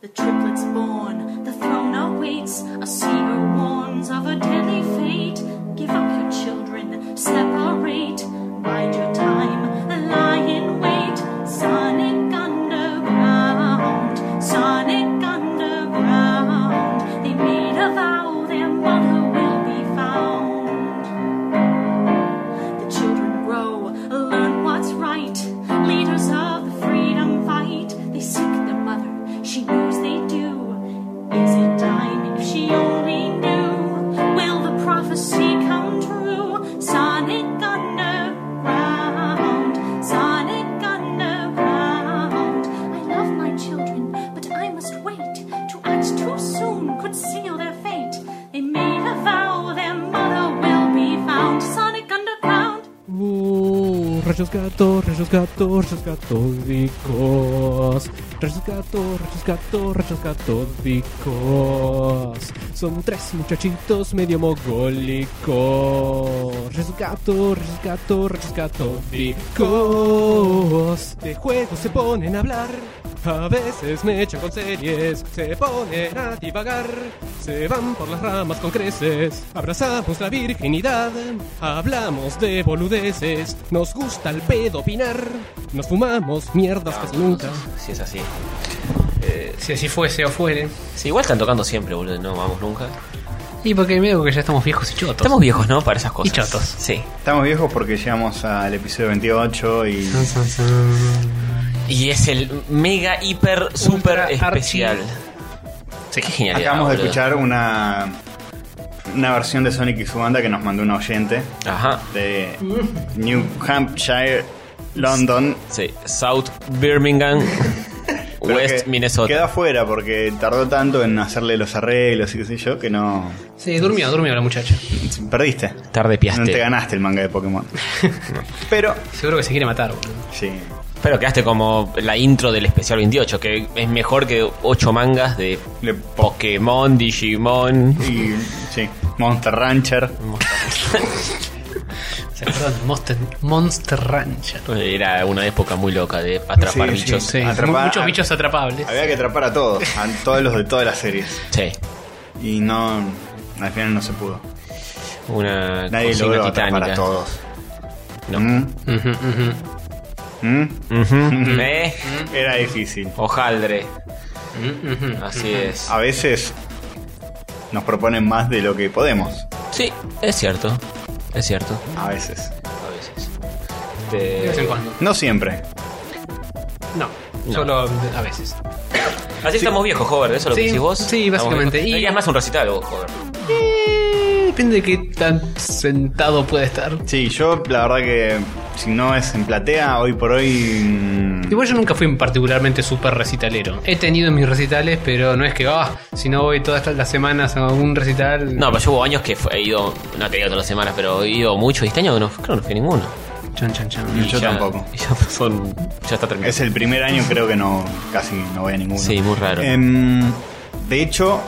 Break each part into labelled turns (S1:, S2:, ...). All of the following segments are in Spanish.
S1: the triplets born, the throne awaits. A seer warns of a deadly fate. Give up your children, separate, bide your time, lie in wait. Sonic Underground, Sonic Underground. They made a vow their mother will be found. The children grow, learn what's right. Leaders of the freedom fight. They seek their mother, she knows they do. Is it time if she only knew? Will the prophecy come true? Sonic Underground, Sonic Underground. I love my children, but I must wait. To act too soon could seal their fate. They made a vow their mother will be found. Sonic Underground.
S2: Uh, rayos gatos, rayos gatos, rayos catódicos. Rayos gatos, rayos gatos, rayos catódicos. Son tres muchachitos medio mogólicos. Rayos gatos, rayos gatos, rayos catódicos. De juegos se ponen a hablar. A veces me echan con series, se ponen a divagar, se van por las ramas con creces, abrazamos la virginidad, hablamos de boludeces, nos gusta el pedo opinar, nos fumamos mierdas casi nunca.
S3: Si es así.
S4: Eh, Si así fuese o fuere.
S3: Sí, igual están tocando siempre, boludo. No vamos nunca.
S4: Y porque medio que ya estamos viejos y chotos.
S3: Estamos viejos, ¿no? Para esas cosas.
S4: Y chotos.
S3: Sí.
S5: Estamos viejos porque llegamos al episodio 28 y
S4: San, san, san.
S3: Y es el mega, hiper, super
S4: Ultra archi-
S3: especial.
S4: Sí.
S3: Qué genialidad.
S5: acabamos de
S3: boludo.
S5: escuchar una una versión de Sonic y su banda que nos mandó un oyente
S3: Ajá.
S5: de New Hampshire, London.
S3: Sí. South Birmingham,
S5: pero
S3: West
S5: que
S3: Minnesota.
S5: Quedó afuera porque tardó tanto en hacerle los arreglos y qué sé yo que no.
S4: Sí, durmió, durmió la muchacha.
S5: Perdiste.
S3: Tarde
S5: No te
S3: piaste.
S5: ganaste el manga de Pokémon. Pero,
S4: Seguro que se quiere matar, boludo.
S5: sí.
S3: Pero quedaste como la intro del especial 28, que es mejor que 8 mangas de
S5: Le-
S3: Pokémon, Digimon.
S5: Y, sí. Monster Rancher.
S4: ¿Se acuerdan? de Monster, Monster Rancher.
S3: Era una época muy loca de atrapar
S5: Sí, sí,
S3: bichos.
S4: Sí,
S5: Atrapa-
S4: mu- muchos bichos atrapables.
S5: Había que atrapar a todos, a todos los de todas las series.
S3: Sí.
S5: Y no. Al final no se pudo.
S3: Una
S5: Nadie
S3: cocina
S5: logró atrapar
S3: titánica.
S5: a todos.
S3: No.
S5: Mm,
S4: Ujú, ujú.
S5: mm.
S3: Ujú. Eh,
S5: Era difícil.
S3: Hojaldre.
S4: Ujú, Mm, ujú.
S3: Así es.
S5: A veces nos proponen más de lo que podemos.
S3: Sí, es cierto. Es cierto.
S5: A veces.
S3: A veces.
S4: De vez en cuando.
S5: No siempre.
S4: No, solo a veces.
S3: Así estamos viejos, Hover, ¿eso es lo que
S4: Sí,
S3: decís vos?
S4: sí,
S3: Estamos
S4: básicamente.
S3: viejos.
S4: Y-
S3: Deberías más un recital, vos, Hover.
S4: Depende de qué tan sentado puede estar.
S5: Sí, yo la verdad que si no es en platea, hoy por hoy... mm,
S4: Igual yo nunca fui particularmente súper recitalero. He tenido mis recitales, pero no es que, ah, si no voy todas las semanas a un recital.
S3: No, pero yo hubo años que fue- he ido, no te digo todas las semanas, pero he ido mucho. Y este año no, creo que no fui a ninguno.
S4: Chan, chan, chan.
S5: Yo
S3: ya-
S5: tampoco.
S3: y Ya, son, ya está terminado.
S5: Es el primer año creo que no casi no voy a ninguno.
S3: Sí, muy raro.
S5: Em, de hecho,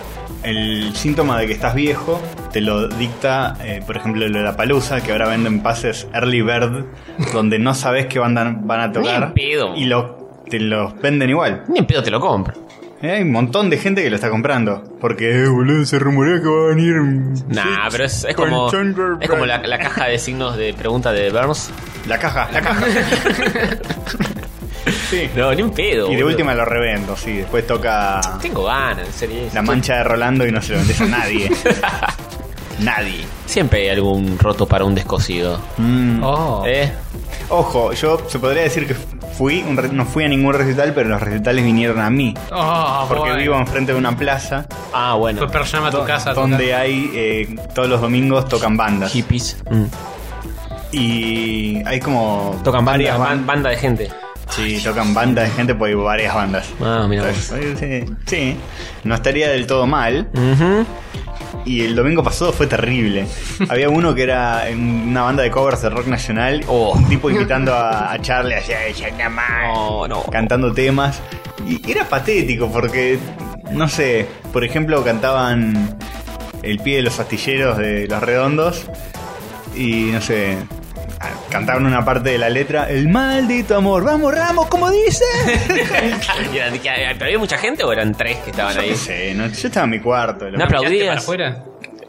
S5: el síntoma de que estás viejo te lo dicta, eh, por ejemplo, lo de la palusa, que ahora venden pases Early Bird, donde no sabes qué banda van a
S3: en
S5: tocar.
S3: pedo.
S5: Y lo, te los venden igual.
S3: Ni en pedo te lo compro.
S5: Eh, Hay un montón de gente que lo está comprando. Porque, eh, boludo, se rumorea que va a venir. mm,
S3: Nah,
S5: sí,
S3: pero es, es
S5: con
S3: como,
S5: Chandler
S3: es como la,
S5: Bing.
S3: la caja de signos de pregunta de Burns.
S5: La caja, la caja. sí.
S3: No, ni en pedo.
S5: Y de
S3: boludo.
S5: última lo revendo, sí. Después toca
S3: Tengo ganas, en serio.
S5: la mancha de Rolando y no se lo vendes a nadie. nadie. Mm.
S3: Siempre hay algún roto para un descosido.
S4: Oh.
S3: ¿Eh?
S5: Ojo, yo se podría decir que fui, un re- no fui a ningún recital, pero los recitales vinieron a mí.
S4: Oh,
S5: Porque
S4: bueno.
S5: vivo enfrente de una plaza
S3: Ah, bueno.
S4: Fue per llama a tu casa. a tu
S5: donde hay eh, todos los domingos tocan bandas.
S3: Hippies. Mm.
S5: Y hay como.
S3: Tocan varias
S5: varias ban-
S3: banda, banda de gente.
S5: Sí, tocan bandas de gente, pues hay varias bandas.
S3: Ah, mira. vos.
S5: Entonces, eh, sí, sí, no estaría del todo mal.
S3: Ujú.
S5: Y el domingo pasado fue terrible. Había uno que era en una banda de covers de rock nacional.
S3: Oh.
S5: Un tipo invitando a, a Charlie así, "Ay, ya nada más",
S3: No, no.
S5: cantando temas. Y era patético porque, no sé, por ejemplo, cantaban El pie de los astilleros de Los Redondos. Y no sé, cantaban una parte de la letra, el maldito amor, vamos Ramos, como dice.
S3: Y eran- que- eh, ¿Pero había mucha gente o eran tres que estaban ahí?
S5: No sé, no- yo estaba en mi cuarto. lo-
S3: No
S4: ¿Miraste para
S3: aplaudías.
S4: afuera?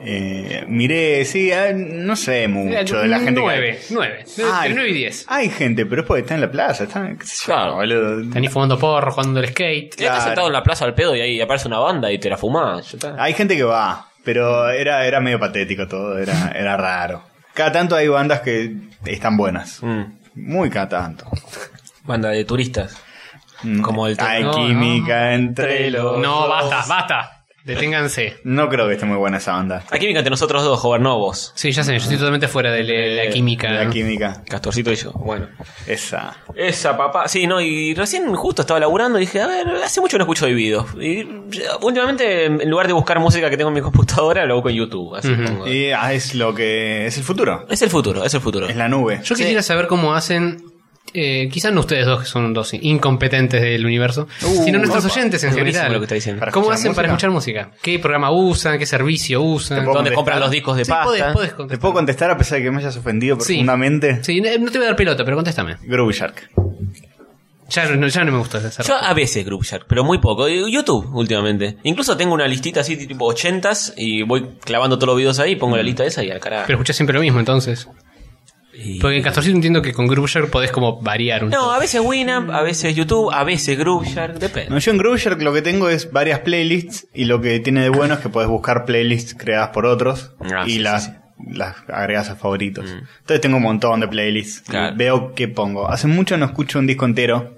S5: eh, miré, sí, ah, no sé mucho de la gente que-
S4: 9, 9.
S5: Ay,
S4: Entre 9 y 10.
S5: Hay gente, pero es porque está en la plaza, están, qué sé yo,
S3: Claro.
S5: boludo.
S4: Tení fumando porro, jugando al skate.
S3: Ya Estás
S5: Claro.
S3: sentado en la plaza al pedo y ahí aparece una banda y te la fumás. ya está.
S5: Hay gente que va, pero era, era medio patético todo, era, era raro. Cada tanto hay bandas que están buenas.
S3: Mm.
S5: Muy cada tanto.
S3: Banda de turistas.
S5: Mm.
S3: Como el
S5: Hay
S4: No,
S5: química entre los.
S4: No,
S5: dos.
S4: basta, basta. Deténganse.
S5: No creo que esté muy buena esa banda.
S3: La química entre nosotros dos, joven, no vos.
S4: Sí, ya sé, yo estoy totalmente fuera de la, la química.
S5: La
S4: ¿no?
S5: química.
S3: Castorcito y yo. Bueno.
S5: Esa.
S3: Esa papá. Sí, no, y recién justo estaba laburando y dije, a ver, hace mucho no escucho Divido. Y ya, últimamente, en lugar de buscar música que tengo en mi computadora, lo busco en YouTube. así pongo.
S5: Y ah, es lo que. Es el futuro.
S3: Es el futuro, es el futuro.
S5: Es la nube.
S4: Yo quisiera saber cómo hacen, eh, quizás no ustedes dos, que son dos incompetentes del universo,
S5: Uh,
S4: sino nuestros
S5: opa,
S4: oyentes en
S3: es buenísimo
S4: general.
S3: lo que está diciendo.
S5: ¿Para
S4: ¿Cómo
S5: escuchar
S4: hacen para
S5: música?
S4: escuchar música? ¿Qué programa usan? ¿Qué servicio usan?
S5: Te puedo
S3: Donde
S5: contestar?
S3: compran los discos de
S4: Sí,
S3: pasta.
S4: podés- podés
S5: ¿Te
S4: contestar.
S5: puedo contestar a pesar de que me hayas ofendido
S4: Sí.
S5: profundamente?
S4: Sí, no no te voy a dar pelota, pero contéstame.
S5: Groovy Shark.
S4: Ya no, ya no me gusta hacer.
S3: Yo a veces Group Shark, pero muy poco. Y YouTube últimamente. Incluso tengo una listita así tipo 80s y voy clavando todos los videos ahí, pongo la lista esa y al carajo.
S4: Pero escuchás siempre lo mismo, entonces.
S3: Y-
S4: Porque en Castorcito entiendo que con Grubshark podés como variar un
S3: No, a veces Winamp, a veces YouTube, a veces Group Shark,
S5: No,
S3: depende.
S5: yo en Groove Shark lo que tengo es varias playlists y lo que tiene de bueno es que puedes buscar playlists creadas por otros
S3: Ah,
S5: y
S3: sí,
S5: las,
S3: sí, Mm.
S5: las agregas a favoritos. Entonces tengo un montón de playlists. y
S3: Claro.
S5: Veo qué pongo. Hace mucho no escucho un disco entero.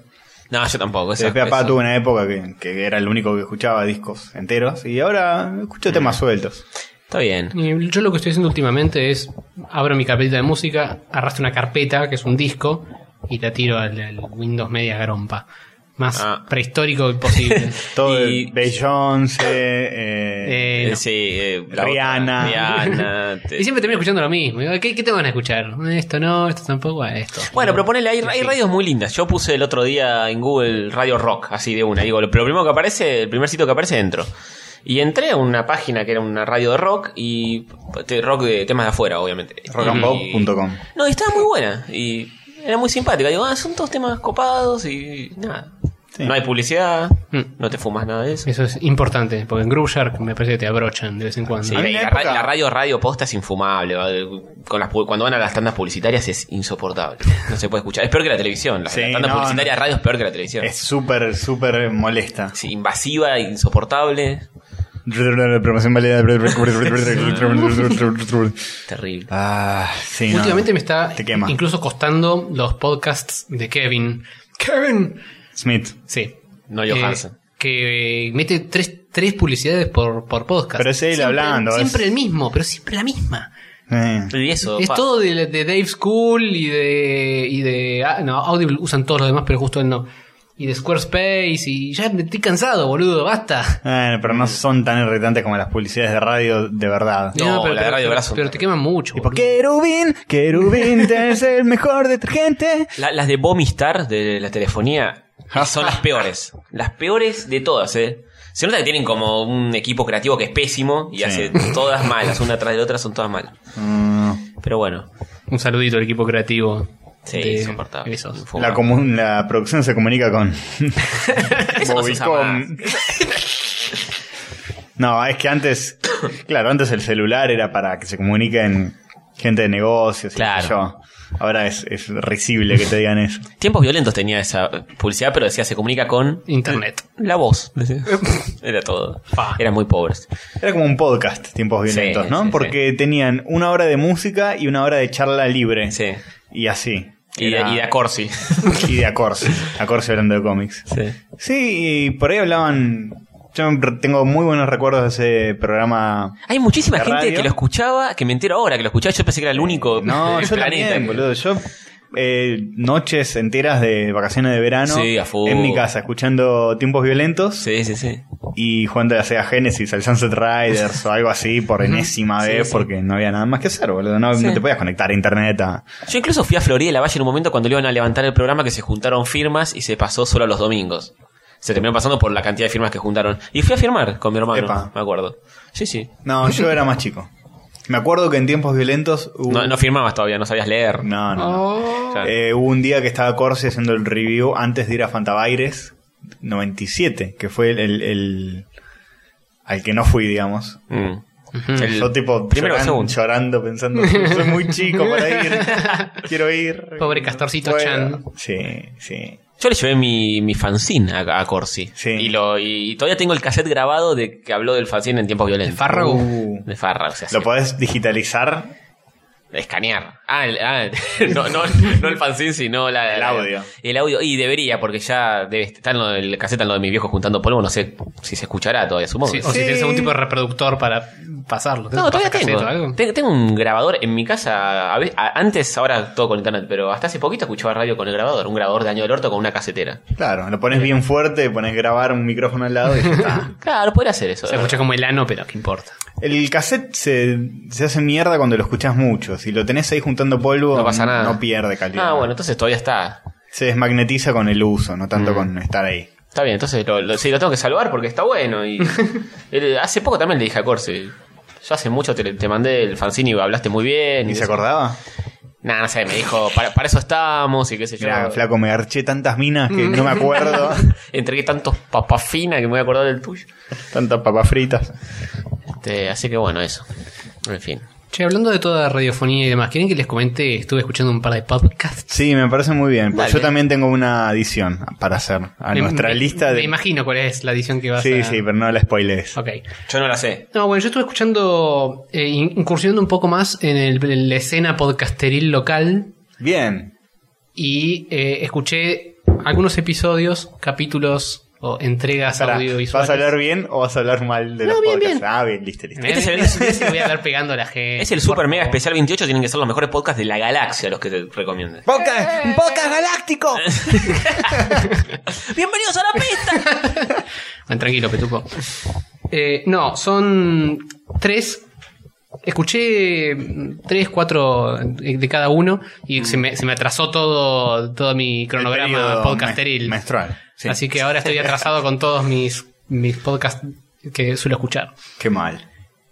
S3: No, yo tampoco. esa-
S5: Después papá
S3: eso.
S5: tuve una época que, que era el único que escuchaba discos enteros y ahora escucho temas
S3: Mm.
S5: sueltos.
S3: Está bien.
S4: Eh, Yo lo que estoy haciendo últimamente es abro mi carpetita de música, arrastro una carpeta que es un disco y la tiro al, al Windows Media Garompa. Más
S3: Ah.
S4: prehistórico posible.
S5: Todo
S3: Y-
S5: el Bey Jones, eh, eh,
S4: Eh, no.
S3: Eh, Sí, eh, la otra,
S5: Rihanna.
S3: Rihanna, te-
S4: Y siempre termino escuchando lo mismo. Digo, ¿Qué, qué te van a escuchar? Esto no, esto tampoco, ah, esto.
S3: Bueno, pero ponele, hay, hay radios muy lindas. Yo puse el otro día en Google Radio Rock, así de una. Digo, lo, pero lo primero que aparece, el primer sitio que aparece, entro. Y entré a una página que era una radio de rock y de rock de temas de afuera, obviamente.
S5: rockandpop.com.
S3: Y- No, y estaba muy buena y era muy simpática. Digo, ah, son todos temas copados y nada.
S5: Sí.
S3: No hay publicidad,
S4: Mm.
S3: no te fumas nada de eso.
S4: Eso es importante, porque en Groove Shark me parece que te abrochan de vez en cuando.
S3: Sí,
S5: A mí
S3: la,
S5: en la
S3: la ra-
S5: época-
S3: la radio radio posta es infumable. va, de- Con las, pu- cuando van a las tandas publicitarias es insoportable. No se puede escuchar. Es peor que la televisión. La,
S5: Sí,
S3: la tanda
S5: no,
S3: publicitaria
S5: no.
S3: de radio es peor que la televisión.
S5: Es
S3: Es
S5: súper, súper molesta.
S3: invasiva, insoportable.
S5: Promoción válida.
S3: Terrible.
S5: Ah, sí, no.
S4: Últimamente me está
S5: Te quema.
S4: incluso costando los podcasts de Kevin. ¡Kevin!
S5: Smith.
S4: Sí.
S3: No
S4: Eh,
S3: Johansson.
S4: que eh, mete tres, tres publicidades por, por podcast.
S5: Pero es él
S4: Siempre-
S5: hablando,
S4: Siempre
S5: es-
S4: el mismo, pero siempre la misma.
S5: Eh,
S3: Y eso.
S4: es
S3: pa.
S4: todo de, de Dave School y de. y de. ah, no, Audible usan todos los demás, pero justo él no. Y de Squarespace y ya me estoy cansado, boludo, basta.
S5: eh, pero no son tan irritantes como las publicidades de radio de verdad.
S3: No, la de Radio Brazo.
S4: pero te queman mucho.
S5: Tipo,
S4: boludo.
S5: Querubín, Querubín, es el mejor detergente.
S3: La- las de Vomistar de la telefonía son las peores. Las peores de todas, eh. Se nota que tienen como un equipo creativo que es pésimo y
S5: Sí.
S3: hace todas malas, una tras de otra son todas malas.
S5: Mm,
S3: Pero bueno,
S4: Un saludito al equipo creativo.
S3: sí,
S4: de-
S3: insoportable.
S4: esos.
S5: la, comun- la producción se comunica con
S3: Eso no se usa más.
S5: Bobicom. No, es que antes, claro, antes el celular era para que se comuniquen gente de negocios y qué
S3: Claro.
S5: sé yo. Ahora es, es risible que te digan eso.
S3: Tiempos violentos tenía esa publicidad, pero decía se comunica con
S4: Internet.
S3: la voz. decía. Era todo.
S4: Pa.
S3: Eran muy pobres.
S5: Era como un podcast, tiempos violentos,
S3: Sí,
S5: ¿no?
S3: sí,
S5: Porque tenían una hora de música y una hora de charla libre.
S3: Sí.
S5: Y así.
S3: Y de,
S5: Era-
S3: y de Acorsi.
S5: y de Acorsi. Acorsi hablando de cómics.
S3: Sí.
S5: Sí, y por ahí hablaban. Yo tengo muy buenos recuerdos de ese programa.
S3: Hay muchísima
S5: ¿La
S3: gente
S5: radio? Eh,
S3: que lo escuchaba, que me entero ahora que lo escuchaba. Yo pensé que era el único
S5: No,
S3: del
S5: yo también, boludo. Yo. eh, noches enteras de vacaciones de verano
S3: Sí, a full.
S5: en mi casa escuchando tiempos violentos
S3: Sí, sí, sí.
S5: y jugando a la Sega Genesis, al Sunset Riders o algo así por enésima
S3: Sí,
S5: vez
S3: sí.
S5: porque no había nada más que hacer, boludo. No,
S3: Sí.
S5: no te podías conectar a internet a,
S3: Yo incluso fui a Florida y la Valle en un momento cuando le iban a levantar el programa que se juntaron firmas y se pasó solo a los domingos. Se terminó pasando por la cantidad de firmas que juntaron. Y fui a firmar con mi hermano,
S5: Epa.
S3: me acuerdo. Sí, sí.
S5: No, yo era más chico. Me acuerdo que en tiempos violentos hubo-
S3: No, no firmabas todavía, no sabías leer.
S5: No, no, no.
S4: Oh.
S3: Claro.
S5: Eh, hubo un día que estaba Corsi haciendo el review antes de ir a Fantabaires 97, que fue el, el- el- al que no fui, digamos.
S3: Mm.
S4: Ujú.
S3: El
S5: Yo tipo
S3: primero o
S5: lloran-
S3: segundo.
S5: llorando, pensando, soy muy chico para ir, quiero ir.
S4: Pobre Castorcito Chan.
S5: Sí, sí.
S3: Yo le llevé mi, mi fanzine a, a Corsi.
S5: Sí.
S3: Y, lo, y todavía tengo el cassette grabado de que habló del fanzine en tiempos violentos.
S4: ¿De Fárrago?
S5: Uh.
S3: De Farra, o sea,
S5: ¿Lo
S3: sí.
S5: podés digitalizar?
S3: escanear. Ah, el- ah, no, no, no el fanzine, sino la-
S5: El
S3: la-
S5: audio.
S3: el audio. Y debería, porque ya debe estar en lo del cassette en lo de mi viejo juntando polvo. No sé si se escuchará todavía, supongo.
S4: Sí,
S3: que
S4: o si
S5: Sí.
S4: tienes algún tipo de reproductor para pasarlo. ¿Tenés
S3: No,
S4: un
S3: todavía
S4: pasacasete o
S3: tengo.
S4: algo?
S3: Ten- Tengo un grabador en mi casa. a ve- a- antes, ahora todo con internet, pero hasta hace poquito escuchaba radio con el grabador. Un grabador de año del orto con una casetera.
S5: Claro, lo pones bien fuerte, pones grabar un micrófono al lado y ya está.
S3: Claro, podría hacer eso.
S4: Se escucha como el ano, pero qué importa.
S5: El cassette se, se hace mierda cuando lo escuchas mucho. Si lo tenés ahí juntando polvo,
S3: No pasa nada.
S5: no pierde calidad.
S3: Ah, bueno, entonces todavía está.
S5: Se desmagnetiza con el uso, no tanto con estar ahí.
S3: Está bien, entonces lo, lo- sí, lo tengo que salvar porque está bueno. y él- Hace poco también le dije a Corsi. Yo hace mucho te, te mandé el fanzine y hablaste muy bien.
S5: ¿Ni
S3: y
S5: se
S3: eso.
S5: acordaba?
S3: Nah, no sé, me dijo, para, para eso estamos y qué sé yo.
S5: Mirá, flaco, me garché tantas minas que no me acuerdo.
S3: Entregué tantos papafinas que me voy a acordar del tuyo.
S5: tantas papas fritas.
S3: Este, así que bueno, eso. En fin.
S4: Che, hablando de toda radiofonía y demás, ¿quieren que les comente? Estuve escuchando un par de podcasts.
S5: Sí, me parece muy bien. Pues
S3: Dale.
S5: yo también tengo una adición para hacer a
S4: Me-
S5: nuestra
S4: me-
S5: lista
S4: Me
S5: de.
S4: imagino cuál es la edición que vas
S5: sí,
S4: a...
S5: sí, pero no la spoilees.
S4: Ok.
S3: Yo no la sé.
S4: No, bueno, yo estuve escuchando, eh, in- incursionando un poco más en, el, en la escena podcasteril local
S5: Bien.
S4: y eh, escuché algunos episodios, capítulos o entregas
S5: Pará,
S4: audiovisuales.
S5: ¿Vas a hablar bien o vas a hablar mal de
S4: No,
S5: los
S4: bien,
S5: podcasts?
S4: bien. Eh,
S5: Ah, bien, listo, listo.
S4: Me-
S3: Este es el-
S4: me- me- me voy a andar pegando a la gente.
S3: Es el Super
S4: por
S3: Mega
S4: favor.
S3: Especial 28, tienen que ser los mejores podcasts de la galaxia los que te recomiendan.
S5: ¡Podcast!
S4: eh.
S5: ¡Un podcast galáctico!
S3: ¡Bienvenidos a la pista!
S4: Bueno, tranquilo, Petuco. Eh, no, son tres. Escuché mm, tres, cuatro de de cada uno y se me, se me atrasó todo, todo mi
S5: Mm. El periodo
S4: cronograma podcasteril.
S5: mes- menstrual. Sí.
S4: Así que ahora estoy atrasado con todos mis, mis podcasts que suelo escuchar.
S5: Qué mal.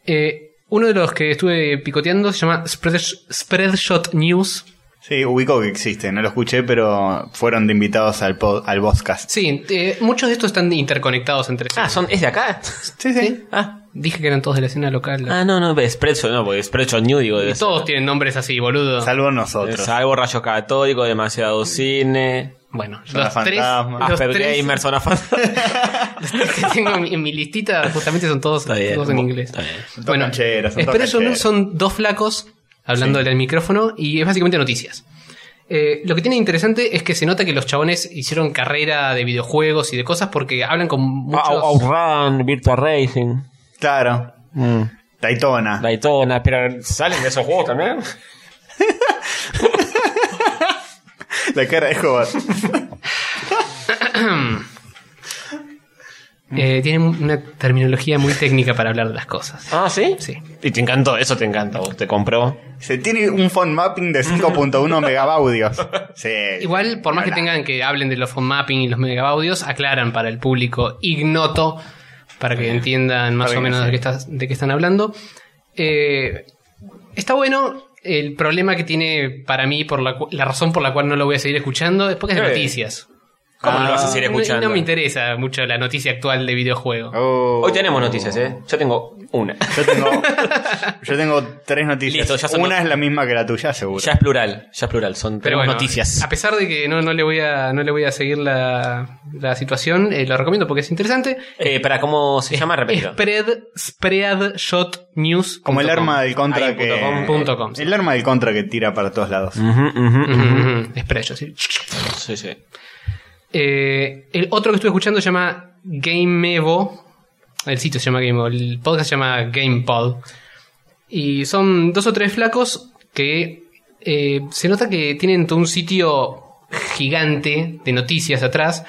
S4: Eh, uno de los que estuve picoteando se llama Spreadsh- Spreadshot News.
S5: Sí, ubico que existe, no lo escuché, pero fueron de invitados al, pod- al podcast.
S4: Sí, eh, muchos de estos están interconectados entre sí.
S3: ah, son, ¿es de acá?
S5: Sí, sí.
S3: Ah,
S4: Dije que eran todos de la escena local.
S3: ah no, no, Spreadshot, no, porque Spreadshot New, digo,
S4: Y
S3: de
S4: todos tienen nombres así, boludo.
S5: Salvo nosotros.
S3: Salvo Rayo Católico, Demasiado Cine,
S4: Bueno,
S5: Zona
S4: los tres,
S5: Fantasma.
S4: los
S3: Asper
S4: tres
S3: Ah, Gamer, Zona Fantasma.
S4: que tengo en mi, en mi listita justamente son todos,
S3: Está bien.
S4: todos en inglés.
S3: Está bien.
S5: Son todos cancheros, son todos
S4: espero son,
S5: cancheros.
S4: son dos flacos hablando del micrófono y es básicamente noticias. Eh, lo que tiene interesante es que se nota que los chabones hicieron carrera de videojuegos y de cosas porque hablan con muchos...
S3: Out- Outrun, Virtua Racing,
S5: Claro.
S3: mm,
S5: Daytona.
S3: Daytona, pero ¿salen de esos juegos también?
S5: La cara de Hobart.
S4: eh, tienen una terminología muy técnica para hablar de las cosas.
S3: Ah, ¿sí?
S4: Sí.
S3: Y te encantó, eso te encanta, vos te compró.
S5: Se tiene un font mapping de 5.1 megabaudios. Sí.
S4: Igual, por más que
S5: Hola.
S4: tengan que hablen de los phone mapping y los megabaudios, aclaran para el público ignoto, para que entiendan más
S5: Está
S4: o
S5: bien,
S4: menos
S5: sí.
S4: de, qué estás- de qué están hablando. Eh, está bueno. El problema que tiene para mí, por la, cu- la razón por la cual no lo voy a seguir escuchando, es porque es de
S3: Sí.
S4: noticias.
S3: ¿Cómo no lo vas a seguir
S4: Ah, No-
S3: escuchando?
S4: No, me interesa mucho la noticia actual de videojuego.
S5: Oh.
S3: Hoy tenemos noticias, ¿eh? Yo tengo una.
S5: Yo tengo, yo tengo tres noticias.
S3: Listo, ya son
S5: Una
S3: not-
S5: es la misma que la tuya, seguro.
S3: Ya es plural, ya es plural, son
S4: Pero
S3: tenemos
S4: bueno,
S3: noticias.
S4: a pesar de que no, no le voy a no le voy a seguir la, la situación, eh, lo recomiendo porque es interesante.
S3: Eh, para cómo se llama, repito.
S4: Spread, spreadshot news.
S5: Como el arma del contra
S3: Ahí, punto com, Mm.
S5: que.
S4: punto com, sí.
S5: El arma del contra que tira para todos lados.
S4: Spreadshot, sí.
S3: Sí, sí.
S4: Eh, el otro que estuve escuchando se llama Gamevo. El sitio se llama Gamevo. El podcast se llama GamePod. Y son dos o tres flacos que eh, se nota que tienen todo un sitio gigante de noticias atrás.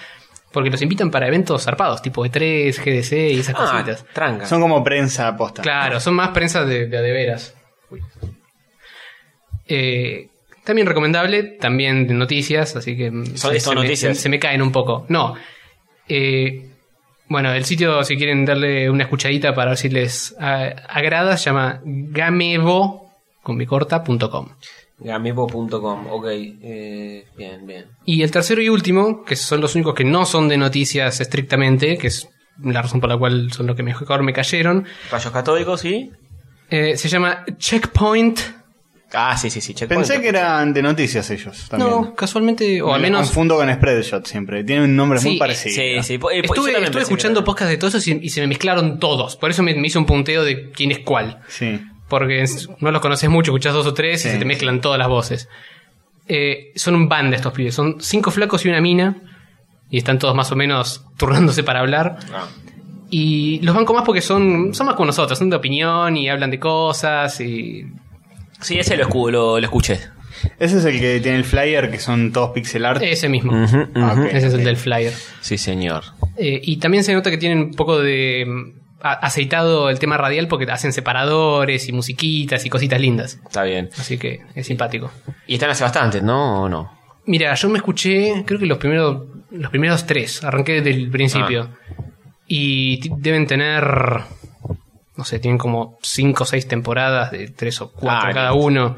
S4: Porque los invitan para eventos zarpados, tipo E E3, GDC y esas
S3: Ah,
S4: cositas.
S3: tranca.
S5: Son como prensa aposta.
S4: Claro, son más prensas de, de a de veras. Uy. Eh, también recomendable, también de noticias, así que mm,
S3: Son- son
S4: me-
S3: noticias.
S4: se me caen un poco. No, eh, Bueno, el sitio, si quieren darle una escuchadita para ver si les ah, agrada, se llama gamebo con mi corta, punto com.
S3: Gamebo.com, ok. eh, bien, bien.
S4: Y el tercero y último, que son los únicos que no son de noticias estrictamente, que es la razón por la cual son los que mejor me cayeron,
S3: Rayos catódicos y.
S4: eh, se llama Checkpoint.
S3: Ah, sí, sí, sí. checkpoint.
S5: Pensé que eran de noticias ellos también.
S4: No, casualmente, o
S5: Me
S4: al
S5: los
S4: menos...
S5: confundo con Spreadshot siempre. Tienen un nombre
S4: Sí,
S5: muy parecido.
S3: Sí, sí. po- eh, po- yo
S4: Estuve,
S3: también
S4: estuve
S3: pensé que
S4: escuchando
S3: eran-
S4: podcasts de todos esos y, y se me mezclaron todos. Por eso me, me hice un punteo de quién es cuál.
S5: Sí.
S4: Porque es- no los conoces mucho, escuchás dos o tres
S5: Sí.
S4: y se te mezclan todas las voces. Eh, son un banda estos pibes. Son cinco flacos y una mina. Y están todos más o menos turnándose para hablar.
S3: Ah.
S4: Y los banco más porque son, son más como nosotros, son de opinión y hablan de cosas y...
S3: Sí, ese lo, escu- lo, lo escuché.
S5: Ese es el que tiene el flyer, que son todos pixel art.
S4: Ese mismo.
S3: Ujú, ujú.
S5: Ah, ok.
S4: Eh, Ese es el del flyer.
S3: Sí, señor.
S4: Eh, y también se nota que tienen un poco de mm, a- aceitado el tema radial porque hacen separadores y musiquitas y cositas lindas.
S3: Está bien.
S4: Así que es simpático.
S3: Y están hace bastantes, ¿no? ¿O no?
S4: Mira, yo me escuché, creo que los primeros, los primeros tres, arranqué desde el principio. Y ti- deben tener, no sé, tienen como cinco o seis temporadas de tres o cuatro
S3: Ah,
S4: cada
S3: listo.
S4: uno.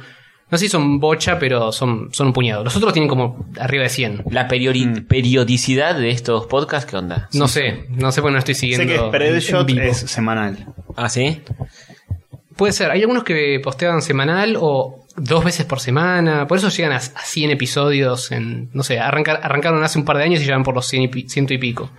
S4: No sé si son bocha, pero son, son un puñado. Los otros tienen como arriba de 100.
S3: La periori- periodicidad de estos podcasts, ¿qué onda?
S4: No sé, no sé porque no estoy siguiendo.
S5: sé que
S4: en
S5: Spreadshot
S4: vivo.
S5: es semanal.
S3: Ah, sí.
S4: Puede ser, hay algunos que postean semanal o dos veces por semana, por eso llegan a, a 100 episodios en, no sé, arrancar- arrancaron hace un par de años y llevan por los 100 y pi- ciento y pico.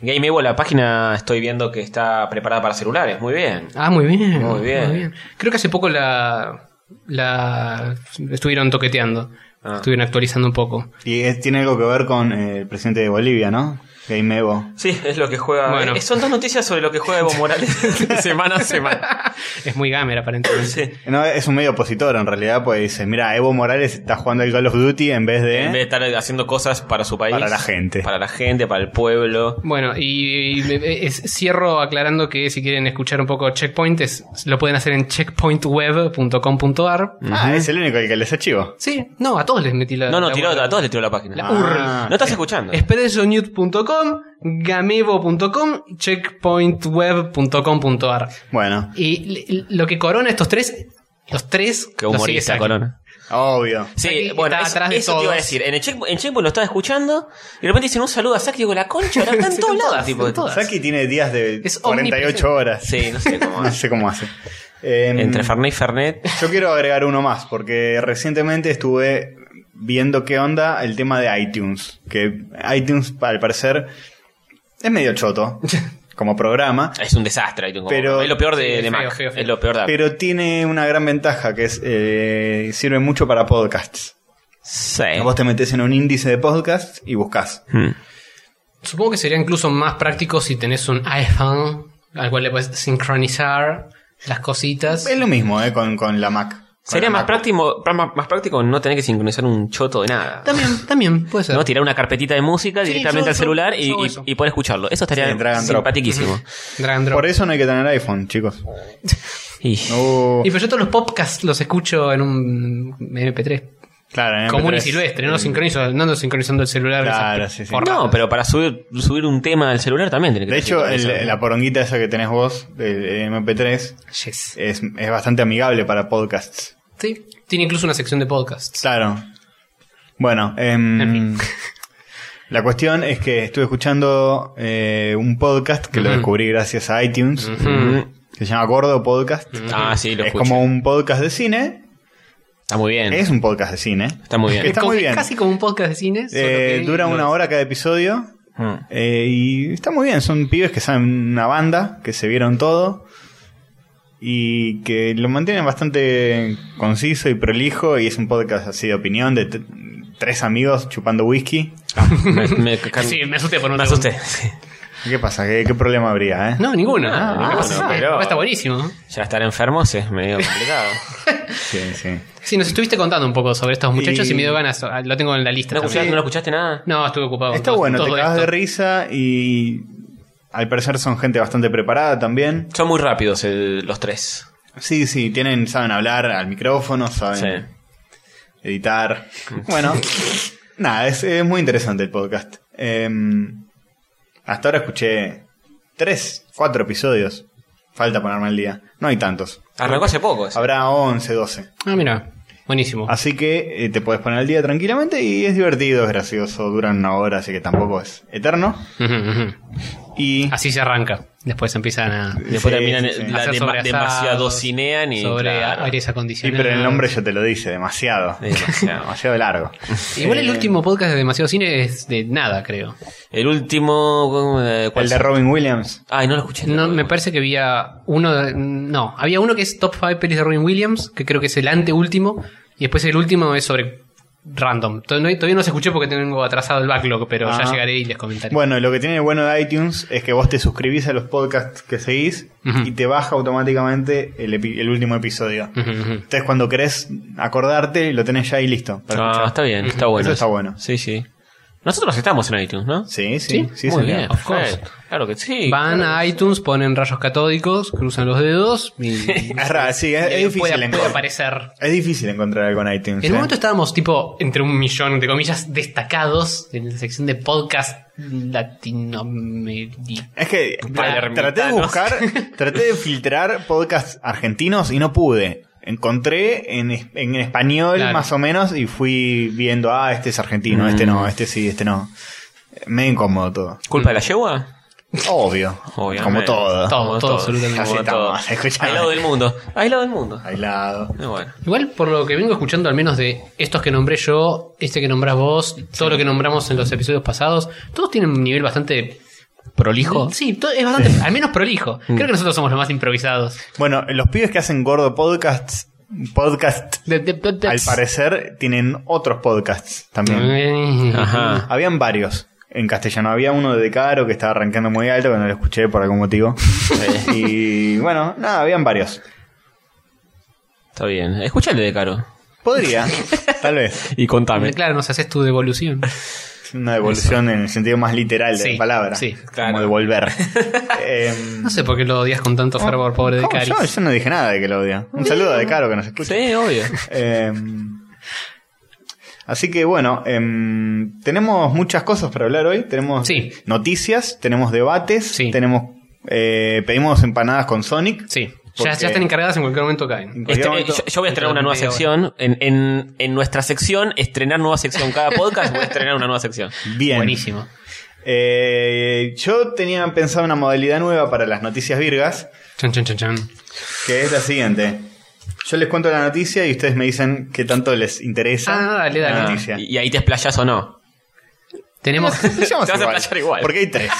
S3: Game Evo, la página estoy viendo que está preparada para celulares. Muy bien.
S4: Ah, muy bien.
S3: Muy bien.
S4: Creo que hace poco la, la estuvieron toqueteando,
S3: Ah.
S4: estuvieron actualizando un poco.
S5: Y es- tiene algo que ver con eh, el presidente de Bolivia, ¿no? Game Evo.
S3: Sí, es lo que juega.
S4: Bueno.
S3: Eh, son dos noticias sobre lo que juega Evo Morales de semana a semana.
S4: Es muy gamer aparentemente.
S3: Sí.
S5: No, es un medio opositor en realidad, pues dice, mira, Evo Morales está jugando al Call of Duty en vez de...
S3: En vez de estar haciendo cosas para su país.
S5: ¿Eh? Para la gente.
S3: Para la gente, para el pueblo.
S4: Bueno, y, y me- me- es- cierro aclarando que si quieren escuchar un poco Checkpoint, es- lo pueden hacer en checkpointweb.com.ar.
S5: Ah, es el único el que les archivo.
S4: Sí, no, a todos les metí la...
S3: No, no,
S4: la
S3: tiró,
S4: boca.
S3: a todos le tiró la página.
S4: La
S3: Ah.
S5: URL.
S3: No estás escuchando.
S4: Expressionute.com, gamebo.com, checkpointweb.com.ar.
S5: Bueno,
S4: Y l- l- lo que corona estos tres, los tres.
S3: Qué
S4: los sigue
S3: humorista,
S4: este Saki.
S3: Corona.
S5: obvio.
S3: Sí,
S4: Saki
S3: bueno,
S4: está
S3: es-
S4: atrás de
S3: eso te iba a
S4: todos.
S3: decir. En, el check, en Checkpoint lo estaba escuchando y de repente dicen un saludo a Saki y digo, la concha, ahora está en
S4: Sí,
S3: todos
S4: en
S3: lados.
S4: todas,
S3: tipo.
S4: en todas.
S5: Saki tiene días de
S4: Es
S5: 48 horas.
S3: Sí, no sé cómo.
S5: No sé cómo hace. Em,
S3: Entre Fernet y Fernet.
S5: Yo quiero agregar uno más, porque recientemente estuve viendo qué onda el tema de iTunes. Que iTunes, al parecer, es medio choto como programa,
S3: Es un desastre. Aiton, como-
S5: Pero-
S3: es lo peor de,
S4: Sí,
S3: de
S4: feo,
S3: Mac.
S4: feo, feo.
S3: Es lo peor de Apple.
S5: pero tiene una gran ventaja que es eh, sirve mucho para podcasts.
S3: Sí.
S5: Vos te metes en un índice de podcasts y buscas.
S3: Mm.
S4: Supongo que sería incluso más práctico si tenés un iPhone al cual le puedes sincronizar las cositas.
S5: Es lo mismo eh, con, con la Mac. Con
S3: Sería
S5: la
S3: más
S5: Mac.
S3: práctico, pra- más, más práctico no tener que sincronizar un choto de nada.
S4: También, también, puede ser.
S3: ¿no? Tirar una carpetita de música
S4: Sí,
S3: directamente
S4: yo-
S3: al celular
S4: yo-
S3: y,
S4: yo hago
S3: y-
S4: eso.
S3: y poder escucharlo. Eso estaría
S5: Sí, drag and drop.
S3: simpatiquísimo.
S4: Drag and drop.
S5: Por eso no hay que tener iPhone, chicos.
S3: Y-
S5: Uh,
S4: Y pero yo todos los podcasts los escucho en un MP3.
S5: claro, en
S4: Común y
S5: MP3.
S4: silvestre, no los sincronizo, no ando sincronizando el celular.
S5: Claro,
S4: esas
S5: sí, sí.
S4: porradas.
S3: No, pero para subir, subir un tema al celular también tiene que
S5: De hecho, el-
S3: sincronizarlo.
S5: la poronguita esa que tenés vos, el MP3,
S4: Yes.
S5: es, es bastante amigable para podcasts.
S4: Sí, tiene incluso una sección de podcasts.
S5: Claro. Bueno, em,
S4: En
S5: la cuestión es que estuve escuchando eh, un podcast que lo
S4: Ujú.
S5: descubrí gracias a iTunes, que se llama Gordo Podcast.
S3: Ah, sí, lo
S5: es
S3: escucho.
S5: como un podcast de cine.
S3: Está muy bien.
S5: Es un podcast de cine.
S3: Está muy bien.
S5: Está
S4: Como-
S5: muy bien.
S4: Casi como un podcast de cine. solo
S5: Eh,
S4: que
S5: dura
S4: no
S5: una
S4: es.
S5: hora cada episodio.
S3: Mm.
S5: Eh, y está muy bien, son pibes que saben una banda, que se vieron todo y que lo mantienen bastante conciso y prolijo y es un podcast así de opinión de t- tres amigos chupando whisky.
S3: Me, me-
S4: Sí, me asusté por un
S3: me
S4: segundo.
S3: asusté. Sí.
S5: ¿Qué pasa? ¿Qué, qué problema habría? eh?
S4: No, ninguno.
S3: Ah,
S4: ¿Qué
S3: ninguno,
S4: pasa?
S3: pero-
S4: Capaz Está buenísimo.
S3: Ya estar enfermos es medio complicado.
S5: Sí, sí.
S4: Sí, nos estuviste contando un poco sobre estos muchachos y, me dio ganas. ah, Lo tengo en la lista.
S3: ¿No,
S4: también.
S3: escuchaste, no lo escuchaste nada?
S4: No, estuve ocupado. con
S5: Está
S4: todo-
S5: bueno, te
S4: todo
S5: cagas de
S4: esto.
S5: risa y al parecer son gente bastante preparada también.
S3: Son muy rápidos eh, los tres.
S5: Sí, sí, tienen, saben hablar al micrófono, saben
S3: Sí.
S5: editar. Bueno, nada, es, es muy interesante el podcast. Em, hasta ahora escuché tres, cuatro episodidos. Falta ponerme al día. No hay tantos.
S3: Arrancó hace poco. eso.
S5: Habrá 11, 12.
S4: Ah, mira. Buenísimo.
S5: Así que eh, te puedes poner al día tranquilamente y es divertido, es gracioso, dura una hora, así que tampoco es eterno.
S4: Ujú, ujú.
S5: Y
S4: Así se arranca. Después empiezan a.
S3: Después
S5: Sí,
S3: terminan
S5: sí, sí.
S3: la
S4: Hacer
S3: dema-
S4: sobre asados,
S3: demasiado cinean y.
S4: sobre
S3: claro.
S4: aires
S5: Sí,
S4: acondicionados.
S5: pero el nombre ya te lo dice, demasiado.
S3: Demasiado.
S5: demasiado largo.
S4: Igual el
S5: Eh,
S4: último podcast de Demasiado Cine es de nada, creo.
S3: El último. ¿cómo, eh, cuál
S5: El de
S3: es?
S5: Robin Williams.
S3: Ay, no lo escuché.
S4: No, me parece que había uno. de- no, había uno que es Top 5 pelis de Robin Williams, que creo que es el anteúltimo. Y después el último es sobre random. Tod- no- Todavía no se escuché porque tengo atrasado el backlog, pero
S5: Ah.
S4: ya llegaré y les comentaré.
S5: Bueno, lo que tiene de bueno de iTunes es que vos te suscribís a los podcasts que seguís
S4: Ujú.
S5: y te baja automáticamente el, epi- el último episodio.
S4: Ujú, ujú.
S5: Entonces cuando querés acordarte, lo tenés ya ahí listo. para
S3: Ah,
S5: escuchar.
S3: está bien, está bueno.
S5: Eso está
S3: eso.
S5: bueno.
S3: Sí, sí. Nosotros estamos en iTunes, ¿no?
S5: Sí, sí,
S4: Sí,
S5: sí,
S3: Muy
S5: señor.
S3: bien,
S4: Of course.
S3: perfecto. Claro que sí.
S4: Van
S3: claro.
S4: a iTunes, ponen rayos catódicos, cruzan los dedos y. y
S5: Es raro, sí, es, es
S4: ahí
S5: difícil
S4: puede, puede
S5: encontrar.
S4: aparecer.
S5: Es difícil encontrar algo en iTunes.
S4: En
S5: ¿eh?
S4: un momento estábamos tipo entre un millón, entre comillas, destacados en la sección de podcast latinoamericano.
S5: Es que tra-
S4: Palermitanos.
S5: traté de buscar, traté de filtrar podcasts argentinos y no pude. Encontré en, es- en español
S4: Claro.
S5: más o menos y fui viendo, ah, este es argentino, este no, este sí, este no. Me incomodó todo.
S3: ¿Culpa de la yegua?
S5: Obvio.
S3: Obviamente.
S5: Como todo.
S4: Todo. absolutamente.
S5: Así
S3: Como todo.
S5: estamos, escuchame.
S3: Aislado del mundo. Aislado del mundo.
S5: Aislado.
S3: Muy bueno.
S4: Igual por lo que vengo escuchando, al menos de estos que nombré yo, este que nombrás vos, todo lo que nombramos en los episodios pasados, todos tienen un nivel bastante.
S3: ¿Prolijo?
S4: Sí, to- es bastante, al menos prolijo.
S5: Mm.
S4: Creo que nosotros somos los más improvisados.
S5: Bueno, los pibes que hacen gordo podcasts, podcast,
S4: De- de- de- de-
S5: al parecer, tienen otros podcasts también.
S4: Eh,
S3: Ajá.
S5: Habían varios en castellano. Había uno de Caro que estaba arrancando muy alto, que no lo escuché por algún motivo. y bueno, nada, habían varios.
S3: Está bien. Escúchale de caro.
S5: Podría, tal vez.
S3: Y contame.
S4: Claro, nos haces tu devolución.
S5: Una devolución en el sentido más literal de
S4: Sí,
S5: la palabra.
S4: sí,
S5: Como
S3: claro.
S5: devolver. Em,
S4: No sé por qué lo odias con tanto fervor, pobre de
S5: ¿cómo?
S4: Cari.
S5: Yo, yo no dije nada de que lo odia. Un saludo de Caro que nos escucha.
S3: Sí, obvio.
S5: Em, así que bueno, em, tenemos muchas cosas para hablar hoy. Tenemos
S4: Sí.
S5: noticias, tenemos debates,
S4: Sí.
S5: tenemos eh, pedimos empanadas con Sonic.
S4: Sí,
S5: Porque-
S4: ya, ya están encargadas en cualquier momento caen.
S5: En cualquier
S3: Este-
S5: momento-
S3: yo, yo voy a estrenar una nueva
S4: Ahora.
S3: sección. En, en, en nuestra sección, estrenar nueva sección. Cada podcast voy a estrenar una nueva sección.
S5: Bien.
S4: Buenísimo.
S5: Eh, yo tenía pensado una modalidad nueva para las noticias virgas,
S4: Chan, chan, chan, chan.
S5: que es la siguiente. Yo les cuento la noticia y ustedes me dicen qué tanto les interesa
S4: Ah, dale,
S5: la
S4: dale.
S5: noticia.
S3: Y, y ahí te explayas o no.
S4: Tenemos,
S5: Empecemos
S3: Te vas a playar igual.
S5: Porque hay tres.